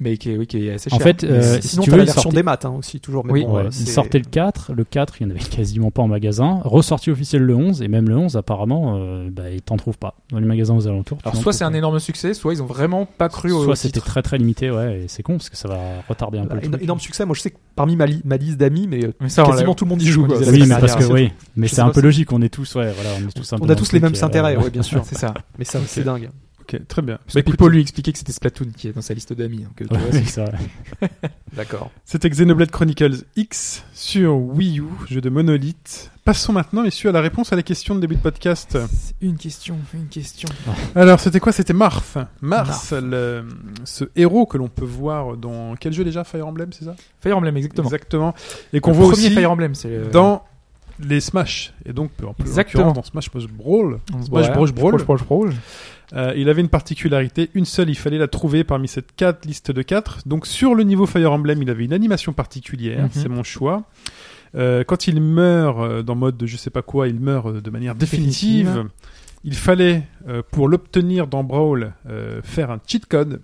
S4: mais qui est, oui, qui est assez
S3: En
S4: cher.
S3: fait,
S4: Mais
S3: euh,
S4: si-
S3: si
S5: Sinon,
S3: tu
S5: t'as
S3: veux,
S5: la
S3: il
S5: version
S3: sortait-
S5: des maths hein, aussi, toujours. Mais
S4: Oui.
S5: bon,
S3: ouais,
S5: euh,
S3: ils
S5: c'est-
S3: sortaient le 4, le 4 il n'y en avait quasiment pas en magasin, ressorti officiel le 11, et même le 11 apparemment, euh, bah, ils t'en trouvent pas dans les magasins aux alentours. tu
S4: Alors
S3: n'en
S4: soit
S3: trouves
S4: c'est un
S3: pas.
S4: énorme succès, soit ils ont vraiment pas cru au
S3: Soit c'était
S4: titre.
S3: très très limité, ouais, et c'est con parce que ça va retarder un peu
S5: Voilà,
S3: le
S5: éno-
S3: truc.
S5: énorme succès. Moi, je sais que parmi ma, li- ma liste d'amis, mais euh,
S4: Mais ça, on
S5: quasiment
S4: l'a-
S5: tout le monde y joue.
S4: on
S5: quoi.
S4: disait la
S3: Oui,
S4: semaine
S3: mais parce que
S4: dernière,
S3: oui, mais
S4: Je
S3: c'est
S4: sais
S3: un
S4: pas
S3: peu
S4: si-
S3: logique, on est tous, ouais, voilà, on est tous un
S5: On
S3: peu
S5: a tous les
S3: dans le
S5: mêmes
S3: truc, euh,
S5: intérêts,
S3: ouais.
S5: ouais, bien sûr.
S4: C'est ça.
S5: Mais ça, c'est dingue.
S2: Ok, très bien.
S4: Parce
S2: Bah,
S4: que
S2: écoute,
S4: Pipo lui expliquait que c'était Splatoon qui est dans sa liste d'amis. hein, que tu vois,
S3: Ouais,
S4: c'est-
S3: c'est vrai.
S5: D'accord.
S2: C'était Xenoblade Chronicles X sur Wii U, jeu de monolithe. Passons maintenant, messieurs, à la réponse à la question de début de podcast.
S4: C'est Une question, une question.
S2: Alors, c'était quoi C'était Marth. Marth, le- ce héros que l'on peut voir dans quel jeu déjà Fire Emblem, c'est ça
S4: Fire Emblem, exactement.
S2: Exactement. Et qu'on
S4: Le
S2: voit
S4: premier
S2: aussi
S4: Fire Emblem, c'est euh,
S2: dans les Smash. Et donc, en plus, en
S4: Exactement.
S2: l'occurrence, dans Smash Bros. Brawl,
S4: on se
S2: Smash
S4: voit,
S2: Bros,
S4: je
S2: Brawl.
S4: je je Brawl.
S2: euh, il avait une particularité, une seule, il fallait la trouver parmi cette quatre, liste de 4. Donc sur le niveau Fire Emblem, il avait une animation particulière,
S4: Mhm.
S2: c'est mon choix. Euh, quand il meurt euh, dans mode de je sais pas quoi, il meurt euh, de manière définitive.
S4: Définitive.
S2: Il fallait, euh, pour l'obtenir dans Brawl, euh, faire un cheat code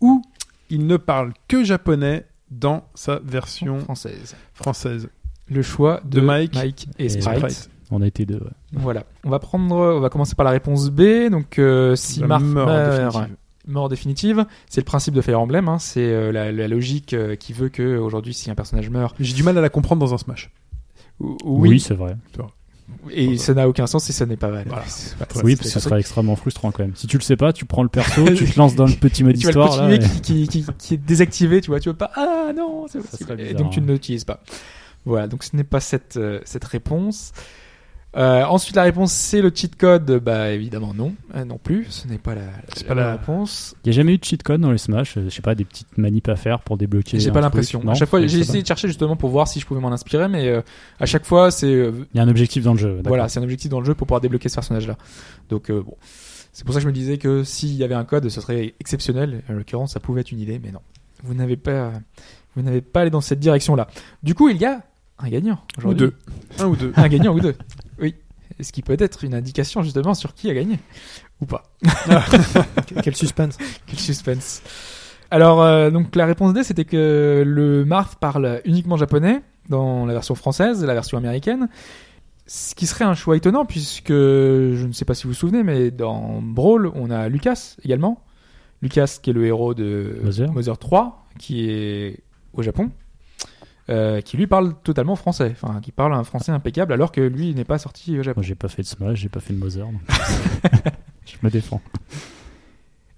S2: où il ne parle que japonais dans sa version
S4: française.
S2: française.
S4: Le choix de,
S2: De Mike.
S4: et
S3: Et
S4: Sprite.
S2: Sprite.
S3: On a été deux. ouais.
S4: Voilà. On va prendre, on va commencer par la réponse B. Donc, euh, si
S2: La
S4: Marth
S2: mort
S4: meurt,
S2: définitive.
S4: mort définitive, c'est le principe de Fire Emblem. hein. C'est euh, la, la logique euh, qui veut que aujourd'hui, si un personnage meurt,
S2: J'ai du mal à la comprendre dans un Smash.
S4: ou-
S3: Oui,
S4: oui,
S3: c'est vrai.
S4: et ça n'a aucun sens si ça n'est pas valable.
S2: Voilà.
S3: oui, parce que ce serait extrêmement frustrant quand même. Si tu le sais pas, tu prends le perso, tu te lances dans le petit mode
S4: Et tu vas le
S3: histoire.
S4: continuer
S3: là, et-
S4: qui, qui- qui- qui est désactivé, tu vois, tu veux pas. Ah non, c'est possible.
S3: serait
S4: Et
S3: bizarre,
S4: donc tu
S3: hein.
S4: ne l'utilises pas. Voilà, donc ce n'est pas cette, euh, cette réponse. Euh, ensuite, la réponse c'est le cheat code. Bah évidemment non, Euh, non plus. Ce n'est pas la,
S2: C'est
S4: la
S2: pas la-
S4: bonne réponse.
S3: Il n'y a jamais eu de cheat code dans les Smash. euh, Je sais pas, des petites manips à faire pour débloquer.
S4: J'ai
S3: un
S4: pas
S3: truc.
S4: l'impression.
S3: Non,
S4: À chaque fois,
S3: je sais
S4: j'ai
S3: pas.
S4: essayé de chercher justement pour voir si je pouvais m'en inspirer, mais euh, à chaque fois c'est euh,
S3: Il y a un objectif dans le jeu. d'accord.
S4: voilà, c'est un objectif dans le jeu pour pouvoir débloquer ce personnage-là. Donc euh, bon, c'est pour ça que je me disais que s'il y avait un code, ce serait exceptionnel. En l'occurrence, ça pouvait être une idée, mais non. Vous n'avez pas, vous n'avez pas allé dans cette direction-là. Du coup, il y a un gagnant
S2: Ou
S4: aujourd'hui.
S2: deux. Un ou deux.
S4: Un gagnant ou deux. Oui. Ce qui peut être une indication justement sur qui a gagné ou pas.
S5: Quel suspense.
S4: Quel suspense. Alors, euh, donc la réponse D, c'était que le Marth parle uniquement japonais dans la version française et la version américaine. Ce qui serait un choix étonnant, puisque je ne sais pas si vous vous souvenez, mais dans Brawl, on a Lucas également. Lucas, qui est le héros de
S3: Mother.
S4: 3, qui est au Japon, euh, qui lui parle totalement français, enfin, qui parle un français impeccable, alors que lui il n'est pas sorti au Japon.
S3: Moi, j'ai pas fait de Smash, j'ai pas fait de Mother. donc- je me défends.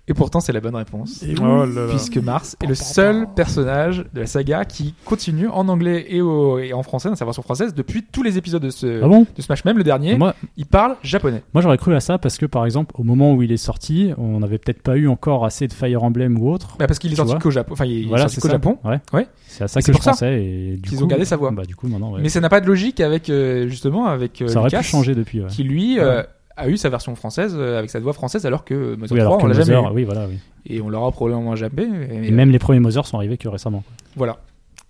S4: Et pourtant, c'est la bonne réponse.
S2: Oh là là.
S4: puisque Mars est le seul personnage de la saga qui continue en anglais et, au- et en français, dans sa version française, depuis tous les épisodes de ce,
S3: Ah bon
S4: de Smash, même le dernier,
S3: Moi,
S4: il parle japonais.
S3: Moi j'aurais cru à ça parce que par exemple au moment où il est sorti, on n'avait peut-être pas eu encore assez de Fire Emblem ou autre.
S4: Bah, parce qu'il est
S3: Tu
S4: sorti
S3: vois.
S4: qu'au Japon. Enfin, il est
S3: voilà,
S4: sorti
S3: c'est
S4: qu'au
S3: ça.
S4: Japon.
S3: Ouais.
S4: Ouais.
S3: C'est à ça
S4: C'est
S3: que je
S4: pour ça
S3: pensais et du
S4: qu'ils
S3: coup,
S4: ont gardé sa voix.
S3: Bah du coup maintenant ouais.
S4: Mais ça n'a pas de logique avec, euh, justement, avec euh,
S3: ça aurait
S4: Lucas,
S3: pu changer depuis. Ouais.
S4: qui lui euh, a eu sa version française euh, avec sa voix française, alors que euh, Mother
S3: Oui,
S4: 3,
S3: alors que
S4: on l'a jamais
S3: Mother,
S4: eu.
S3: oui voilà. oui.
S4: Et on l'aura probablement jamais. mais, euh,
S3: Et même les premiers Mother sont arrivés que récemment. quoi.
S4: Voilà.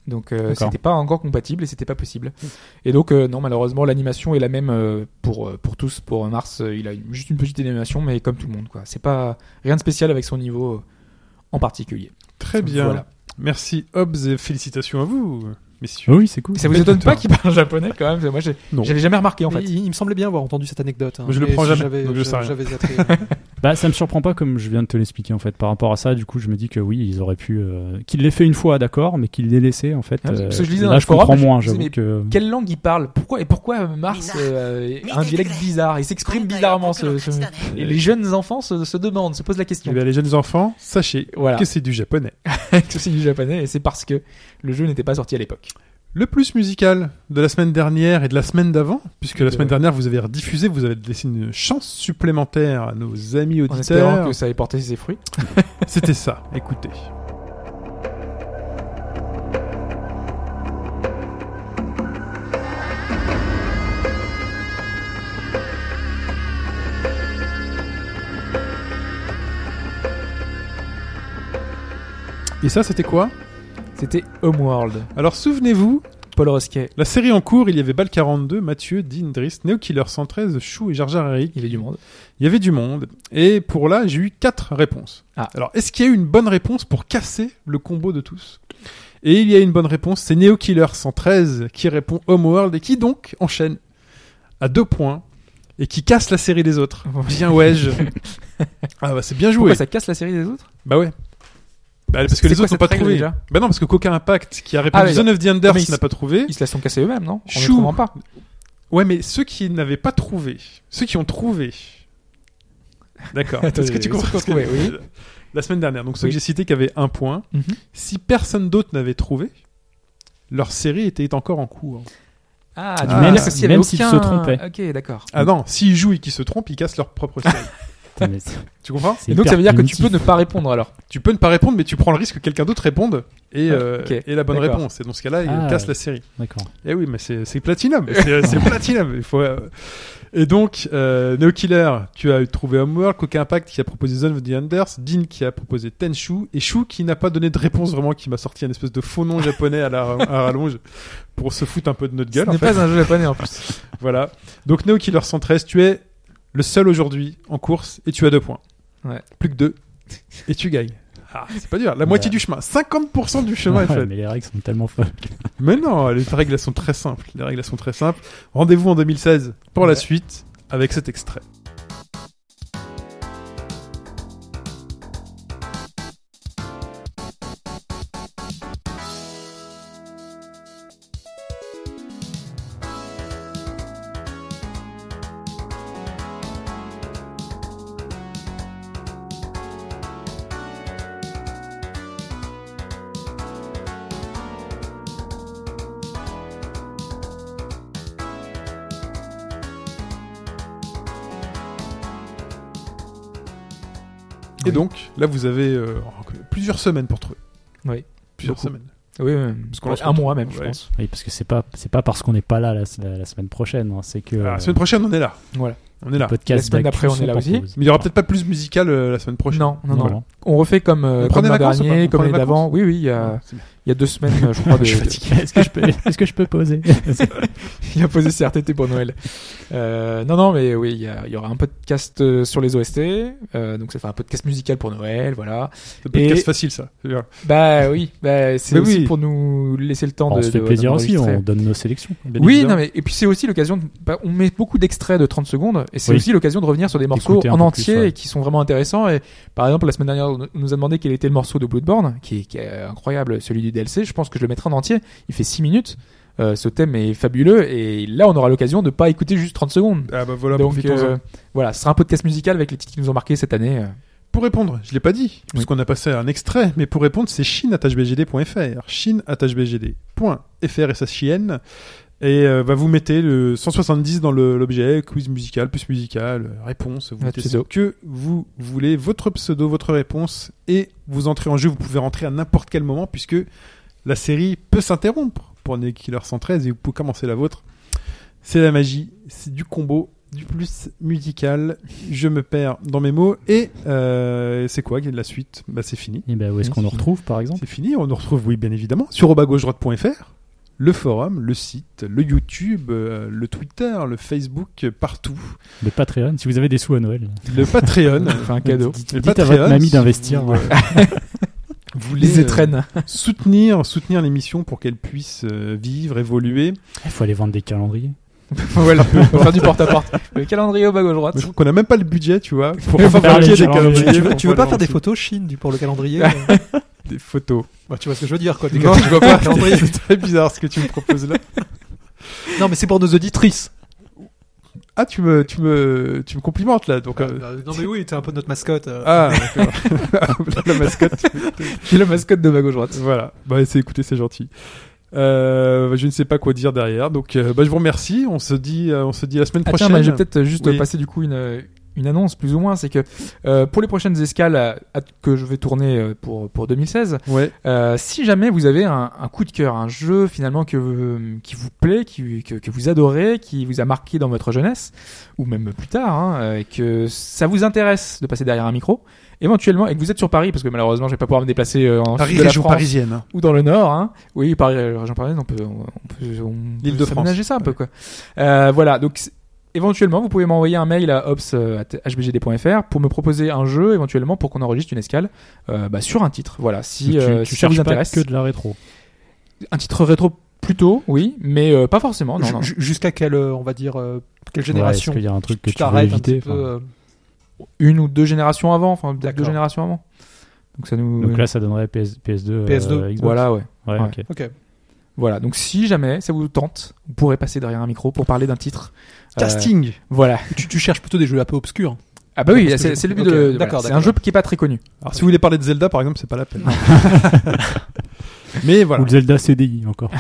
S4: Donc euh,
S3: D'accord.
S4: c'était pas encore compatible et c'était pas possible. Et donc euh, non malheureusement l'animation est la même euh, pour euh, pour tous pour euh, Mars euh, il a une- juste une petite animation mais comme tout le monde quoi. C'est pas rien de spécial avec son niveau euh, en particulier.
S2: Très Eh bien.
S4: Voilà.
S2: Merci Hobbs et félicitations à vous,
S4: Ah
S2: messieurs.
S3: oui c'est cool.
S4: Ça vous étonne pas qu'il parle japonais quand même parce que Moi j'ai-
S2: Non.
S4: j'avais jamais remarqué en fait.
S5: il, il me semblait bien avoir entendu cette anecdote. hein.
S2: Je le
S5: Mais
S2: prends
S5: si
S2: jamais,
S5: j'avais-
S2: donc je sais rien.
S5: J'avais zappé.
S3: Bah ça me surprend pas comme je viens de te l'expliquer en fait par rapport à ça. Du coup je me dis que oui ils auraient pu euh, qu'il l'ait fait une fois d'accord mais qu'il l'ait laissé en fait.
S4: Ah, parce que
S3: euh,
S4: je lisais dans
S3: là
S4: le
S3: je
S4: forum,
S3: comprends
S4: je me
S3: moins
S4: disais,
S3: j'avoue
S4: mais
S3: que.
S4: Quelle langue il parle Pourquoi et pourquoi euh, Mars euh, a un dialecte bizarre Il s'exprime bizarrement ce, ce- et les jeunes enfants se, se demandent, se posent la
S2: Eh
S4: question.
S2: bien, les jeunes enfants, sachez
S4: Voilà,
S2: que c'est du japonais.
S4: que c'est du japonais et c'est parce que le jeu n'était pas sorti à l'époque.
S2: Le plus musical de la semaine dernière et de la semaine d'avant, puisque la
S4: Ouais.
S2: semaine dernière vous avez rediffusé, vous avez laissé une chance supplémentaire à nos amis
S4: En espérant
S2: auditeurs.
S4: que ça ait porté ses fruits.
S2: C'était ça, écoutez. Et ça, c'était quoi
S4: C'était Homeworld.
S2: Alors souvenez-vous,
S4: Paul Rosquet,
S2: La série en cours, il y avait Bal 42, Mathieu, Dean, Driss, Neo Killer 113, Chou et Jar Jar Eric.
S4: il est du monde.
S2: Il y avait du monde. Et pour là, j'ai eu quatre réponses.
S4: Ah.
S2: Alors, est-ce qu'il y a eu une bonne réponse pour casser le combo de tous Et il y a une bonne réponse, c'est Neo Killer 113 qui répond Homeworld et qui donc enchaîne à deux points et qui casse la série des autres. Bien ouais, je... Ah bah c'est bien joué.
S4: Pourquoi ça casse la série des autres
S2: Bah ouais. Bah, parce que
S4: C'est
S2: les
S4: quoi
S2: autres n'ont
S4: cette
S2: pas
S4: règle,
S2: trouvé.
S4: déjà
S2: Bah non, parce que Coca Impact qui a répondu
S4: Ah, oui,
S2: Zone of the Enders
S4: mais ils-
S2: n'a pas trouvé.
S4: Ils se la sont cassés eux-mêmes, non En ne
S2: Chou.
S4: trouvant pas.
S2: Ouais, mais ceux qui n'avaient pas trouvé, ceux qui ont trouvé, D'accord.
S4: Attends,
S2: Est-ce que tu
S4: est-ce
S2: comprends
S4: qu'on
S2: ce que-
S4: trouvait, oui.
S2: La semaine dernière, donc ceux
S4: Oui.
S2: que j'ai cités qui avaient un point,
S4: Mhm.
S2: si personne d'autre n'avait trouvé, leur série était encore en cours.
S4: Ah,
S2: tu
S4: tu
S2: veux
S4: même,
S2: dire que
S3: s'il y avait aucun-
S4: se trompait. Ok, d'accord.
S2: Ah non, s'ils jouent et qu'ils se trompent, ils cassent leur propre série.
S3: Putain, mais c'est-
S2: tu comprends
S3: c'est
S4: Et donc ça
S3: hyper
S4: veut dire que tu
S3: punitif.
S4: peux ne pas répondre alors.
S2: Tu peux ne pas répondre, mais tu prends le risque que quelqu'un d'autre réponde et,
S4: Ah,
S2: euh,
S4: ok,
S2: et la bonne
S4: d'accord.
S2: réponse. Et dans ce cas-là, ils
S3: Ah.
S2: cassent la série.
S3: D'accord.
S2: Eh oui, mais c'est c'est Platinum. C'est c'est Platinum. Il faut, euh, Et donc, euh, Neo Killer, tu as trouvé Homeworld, Coca Impact qui a proposé Zone of the Enders, Dean qui a proposé Tenchu, et Shu qui n'a pas donné de réponse vraiment, qui m'a sorti un espèce de faux nom japonais à la à rallonge pour se foutre un peu de notre gueule.
S4: Ce
S2: en
S4: n'est
S2: fait.
S4: pas un jeu japonais en plus.
S2: Voilà. Donc, Neo Killer 113, tu es le seul aujourd'hui en course et tu as deux points.
S4: Ouais.
S2: Plus que deux. Et tu gagnes. Ah, c'est pas dur. La moitié
S3: Ouais.
S2: du chemin. 50% du chemin est
S3: Ouais,
S2: fait.
S3: mais les règles sont tellement folles.
S2: Mais non, les règles elles sont très simples. Les règles elles sont très simples. Rendez-vous en 2016 pour la suite avec cet extrait. Et
S4: Oui.
S2: donc, là vous avez euh, plusieurs semaines pour trouver.
S4: Oui.
S2: Plusieurs
S4: Beaucoup.
S2: semaines.
S4: Oui, oui,
S2: qu'on
S4: ouais,
S2: se
S4: un
S2: retrouve.
S4: mois même, je
S2: Ouais.
S4: pense.
S3: Oui, parce que c'est pas, c'est pas parce qu'on n'est pas là la, la- la semaine prochaine. hein, C'est que
S4: Ah,
S2: Alors,
S3: euh,
S2: la semaine prochaine on est là.
S4: Voilà.
S2: On est là.
S3: le podcast
S4: La semaine
S3: d'actu
S4: d'après, on est
S3: sont
S4: là
S3: en
S4: aussi.
S3: pause.
S2: Mais il y aura peut-être pas de plus musical euh, la semaine prochaine.
S4: Non, non,
S3: Non,
S4: non,
S3: non.
S4: On refait comme, euh,
S2: Vous
S4: comme
S2: prenez
S4: l'an
S2: vacances ou pas
S4: dernier,
S2: Vous
S4: comme
S2: prenez
S4: l'année d'avant. Oui, oui, il y, a,
S2: C'est bien.
S4: il y a deux semaines, je crois, Ah, de,
S3: Je suis
S4: de-
S3: fatigué. Est-ce que je peux, est-ce que je peux poser
S4: il a posé ses RTT pour Noël. Euh, non, non, mais oui, il y, a- il y aura un podcast euh, sur les OST, euh, donc ça fera un podcast musical pour Noël, voilà.
S2: C'est un podcast
S4: Et-
S2: facile ça. C'est bien.
S4: Bah oui, bah, c'est
S2: Mais
S4: aussi
S2: oui.
S4: pour nous laisser le temps
S3: Bah, On
S4: de.
S3: se fait
S4: de-
S3: plaisir aussi.
S4: d'enregistrer.
S3: On donne nos sélections.
S2: Bien
S4: Oui,
S2: évidemment.
S4: non, mais et puis c'est aussi l'occasion. de- bah, on met beaucoup d'extraits de 30 secondes, et c'est
S3: Oui.
S4: aussi l'occasion de revenir sur des morceaux
S3: D'écouter un
S4: en
S3: peu
S4: entier
S3: plus, ouais.
S4: et qui sont vraiment intéressants. Et par exemple, la semaine dernière, on on nous a demandé quel était le morceau de Bloodborne, qui est, qui est incroyable, celui du DLC. Je pense que je le mettrai en entier. Il fait 6 minutes. Euh, ce thème est fabuleux, et là, on aura l'occasion de pas écouter juste 30 secondes.
S2: Ah bah voilà,
S4: Donc
S2: profitons-en.
S4: euh, voilà, ce sera un podcast musical avec les titres qui nous ont marqué cette année. euh.
S2: Pour répondre, je l'ai pas dit, parce
S4: Oui.
S2: qu'on a passé à un extrait, mais pour répondre, c'est chine.bgd.fr. Chine.bgd.fr et sa chienne. Et euh, bah, vous mettez le 170 dans le- l'objet, quiz musical, plus musical, euh, réponse, vous
S4: Ah,
S2: mettez ce
S4: pseudo.
S2: que vous voulez, votre pseudo, votre réponse, et vous entrez en jeu, vous pouvez rentrer à n'importe quel moment, puisque la série peut s'interrompre pour Neo Killer 113 et vous pouvez commencer la vôtre. C'est la magie, c'est du combo, du plus musical. Je me perds dans mes mots. Et euh, c'est quoi la suite bah, C'est fini.
S3: Et ben, où est-ce
S4: Oui,
S3: qu'on nous
S4: c'est-
S3: retrouve, par exemple
S2: C'est fini. On nous retrouve, oui, bien évidemment, sur obagaugedroite.fr, le forum, le site, le YouTube, euh, le Twitter, le Facebook, euh, partout.
S3: Le Patreon. Si vous avez des sous à Noël,
S2: Le Patreon.
S4: On fait un cadeau.
S3: dites,
S2: Le
S3: dites à
S2: Patreon,
S3: votre mamie
S2: si
S3: d'investir.
S2: vous, euh, vous voulez,
S4: Les
S2: euh,
S4: étrennes.
S2: soutenir, soutenir l'émission pour qu'elle puisse euh, vivre, évoluer.
S3: Il faut aller vendre des calendriers.
S4: voilà, on va faire du porte-à-porte. Le calendrier au bas gauche droite.
S2: Mais je trouve qu'on a même pas le budget, tu vois, pour
S3: Faire les
S2: fabriquer des
S3: calendriers.
S2: calendriers.
S3: Tu
S5: Tu veux,
S2: pour
S5: tu veux pas faire des
S2: balancer
S5: photos Chine du- pour le calendrier euh,
S2: Des photos.
S5: bah, Tu vois ce que je veux dire, quoi. des
S2: Non, je vois pas.
S5: calendriers.
S2: C'est très bizarre ce que tu me proposes là.
S5: Non, mais c'est pour nos auditrices.
S2: Ah, tu me, tu me, tu me complimentes là, donc. euh,
S5: Euh, non, mais oui, t'es un peu notre mascotte. euh.
S2: Ah, d'accord. Ah, la mascotte.
S4: Qui est le mascotte de bas gauche droite.
S2: Voilà. Bah, c'est écoutez, c'est gentil. Euh, je ne sais pas quoi dire derrière, donc euh, bah, je vous remercie. On se dit, euh, on se dit la semaine
S4: Attends,
S2: prochaine.
S4: bah, je vais peut-être juste
S2: Oui.
S4: passer du coup une, euh, une annonce plus ou moins, c'est que euh, pour les prochaines escales à- à- que je vais tourner euh, pour, pour 2016,
S2: Ouais.
S4: euh, si jamais vous avez un, un coup de cœur, un jeu finalement que, euh, qui vous plaît, qui, que, que vous adorez, qui vous a marqué dans votre jeunesse, ou même plus tard, hein, euh, et que ça vous intéresse de passer derrière un micro, éventuellement, et que vous êtes sur Paris, parce que malheureusement je vais pas pouvoir me déplacer euh, en
S2: Paris,
S4: sud de la
S2: région
S4: France,
S2: parisienne. hein.
S4: ou dans le nord, hein. Oui, Paris, euh, région parisienne, on peut, on on peut, on peut
S2: L'Île de France.
S4: s'aménager ça un peu, quoi. Euh, voilà. Donc, c'est- éventuellement, vous pouvez m'envoyer un mail à ops.hbgd.fr pour me proposer un jeu, éventuellement, pour qu'on enregistre une escale, euh, bah, sur un titre. Voilà. Si,
S3: tu
S4: euh,
S3: tu
S4: si ça
S3: cherches
S4: vous
S3: pas
S4: intéresse.
S3: que de la rétro.
S4: Un titre rétro plutôt, oui, mais euh, pas forcément, non,
S5: Ju-
S4: non.
S5: ju- Jusqu'à quelle, euh, on va dire, euh, quelle génération
S3: Ouais, est-ce qu'il y a un truc que
S5: Tu
S3: tu, veux
S5: t'arrêtes un
S3: éviter
S5: petit peu.
S3: enfin.
S5: euh,
S4: Une ou deux générations avant, enfin, deux
S5: D'accord.
S4: générations avant. Donc, ça nous.
S3: Donc là, ça donnerait PS, PS2. euh,
S5: PS2.
S3: Xbox.
S4: voilà, ouais.
S3: Ouais,
S4: Ouais.
S3: ok.
S5: Ok.
S4: Voilà. Donc, si jamais ça vous tente, vous pourrez passer derrière un micro pour parler d'un titre. Euh,
S2: Casting.
S4: voilà.
S5: Tu, tu cherches plutôt des jeux un peu obscurs.
S4: Ah bah oui,
S5: Parce que
S4: c'est
S5: je-
S4: c'est le but
S5: ok,
S4: de. voilà,
S5: d'accord,
S4: c'est un
S5: d'accord.
S4: jeu qui est pas très connu.
S2: Alors si vous voulez parler de Zelda par exemple, c'est pas la peine. Mais voilà.
S3: Ou le Zelda CDI encore.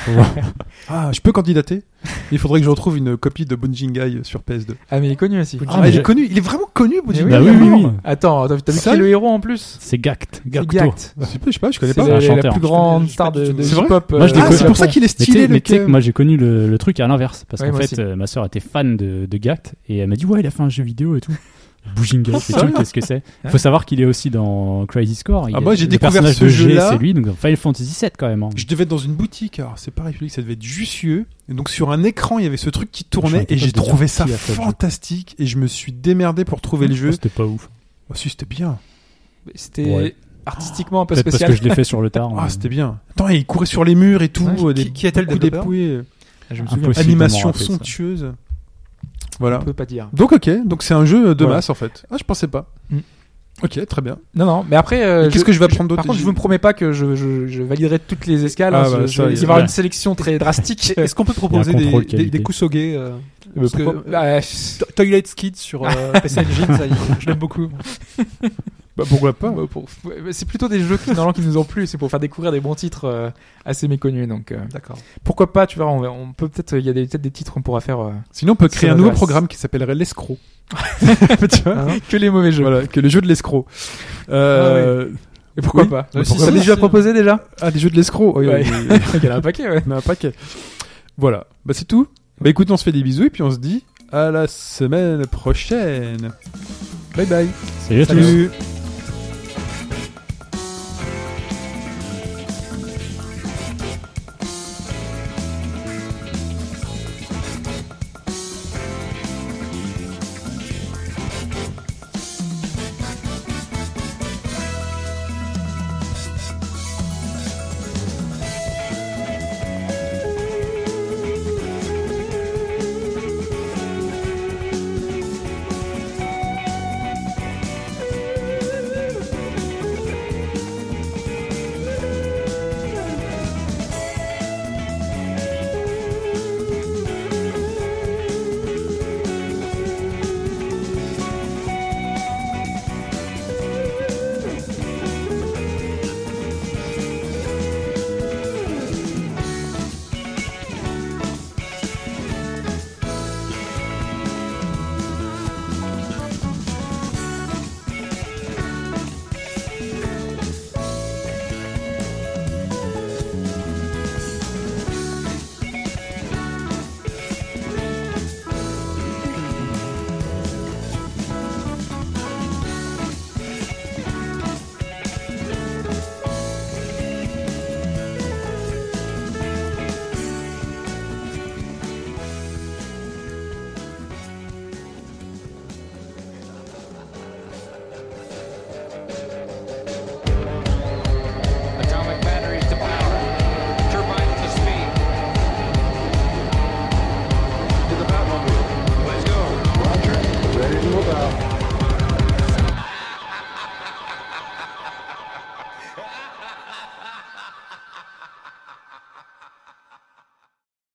S2: Ah, je peux candidater Il faudrait que je retrouve une copie de Bunjingai sur PS2.
S4: Ah mais il est connu aussi.
S2: Ah, mais il est connu, il est vraiment connu Bunjingai.
S3: Bah oui, oui, oui.
S4: Attends, t'as t'as vu qui est
S2: Seul
S4: le héros en plus
S3: C'est Gact.
S4: C'est
S3: Gacto.
S4: Gact.
S2: Je sais pas, je sais pas, je connais
S4: C'est
S2: pas.
S3: un
S4: la, la
S3: chanteur.
S4: plus
S5: Je
S4: grande
S5: connais- je
S4: star
S5: connais
S4: de,
S5: pas
S4: de
S5: du
S2: tout.
S4: hip-hop.
S3: Moi, je
S4: euh,
S2: Ah, c'est
S3: découvert.
S2: pour ça qu'il est
S3: Mais tu sais-
S2: stylé
S3: mais
S2: le
S3: tu sais que
S2: cœur.
S3: moi j'ai connu le, le truc à l'inverse parce
S4: Ouais,
S3: qu'en
S4: moi
S3: fait
S4: aussi.
S3: euh, ma soeur était fan de, de Gact et elle m'a dit ouais il a fait un jeu vidéo et tout. Boujinga, je fais tiens qu'est-ce que c'est Faut savoir qu'il est aussi dans Crazy Score. Il
S2: Ah,
S3: est-
S2: moi, j'ai
S3: le
S2: découvert
S3: personnage
S2: ce
S3: de G,
S2: jeu-là.
S3: C'est lui donc dans Final Fantasy 7 quand même. hein.
S2: Je devais être dans une boutique, alors c'est pas République, ça devait être Jussieu. Et donc sur un écran, il y avait ce truc qui
S3: Je
S2: tournait
S3: sais pas
S2: et
S3: si
S2: j'ai
S3: je veux
S2: trouvé
S3: dire
S2: ça
S3: qui a fait le jeu.
S2: fantastique et je me suis démerdé pour trouver le
S3: Oh,
S2: jeu.
S3: C'était pas ouf.
S2: Oh, si, c'était bien.
S4: C'était
S3: Ouais.
S4: artistiquement un peu
S3: Peut-être parce
S4: spécial.
S3: que je l'ai fait sur le tard. hein.
S2: Ah, c'était bien. Attends, et il courait sur les murs et tout,
S4: Ouais,
S2: euh,
S5: qui-
S2: des
S5: qui était le
S2: coups
S5: développeur
S2: d'épouée, euh,
S4: Je me souviens.
S3: Impossible de m'en
S2: animation
S3: rappeler, ça.
S2: somptueuse.
S4: On
S2: Voilà.
S4: peut pas dire.
S2: Donc ok, donc c'est un jeu de
S4: Voilà.
S2: masse en fait. Ah, je pensais pas.
S4: Mm.
S2: Ok, très bien.
S4: Non, non, mais après. euh,
S2: Et qu'est-ce que je vais apprendre d'autre
S4: Par contre, je
S2: J'ai-
S4: vous promets pas que je, je, je validerai toutes les escales.
S2: Ah,
S4: hein,
S2: bah, ça,
S4: je- je vais
S2: il y
S4: y
S2: a-
S4: avoir
S3: ouais.
S4: une sélection très drastique.
S5: Est-ce qu'on peut proposer
S3: Il y a un
S5: des,
S3: contrôle
S5: des,
S3: qualité.
S5: des Kusoge euh, parce que
S4: Pourquoi- Bah,
S5: To- Toilet Skid sur euh, PC Engine, ça, il- je l'aime beaucoup.
S2: Bah, pourquoi pas
S4: Bah, pour- C'est plutôt des jeux qui, normalement, qui nous ont plu, c'est pour faire découvrir des bons titres euh, assez méconnus. Donc euh,
S5: D'accord.
S4: pourquoi pas, tu verras, on, va- on peut peut-être, il y a des- peut-être des titres qu'on pourra faire euh,
S2: Sinon, on peut
S4: Ça
S2: créer un nouveau
S4: m'intéresse.
S2: programme qui s'appellerait l'escroc. tu vois
S5: Hein
S4: que les mauvais jeux. Ah
S2: Voilà, que le jeu de l'escroc. Euh,
S4: Et Bah, pourquoi
S2: Oui.
S4: pas
S2: Mais
S4: Si,
S2: pourquoi
S4: ça
S2: pas.
S4: déjà proposé déjà
S2: Ah, des jeux de l'escroc. Oui,
S4: Ouais.
S2: oui, oui.
S4: Il y en a un paquet, ouais.
S2: On a un paquet. Voilà, bah c'est tout. Bah écoute, on se fait des bisous et puis on se dit à la semaine prochaine. Bye bye.
S3: Salut à tous.
S2: Salut.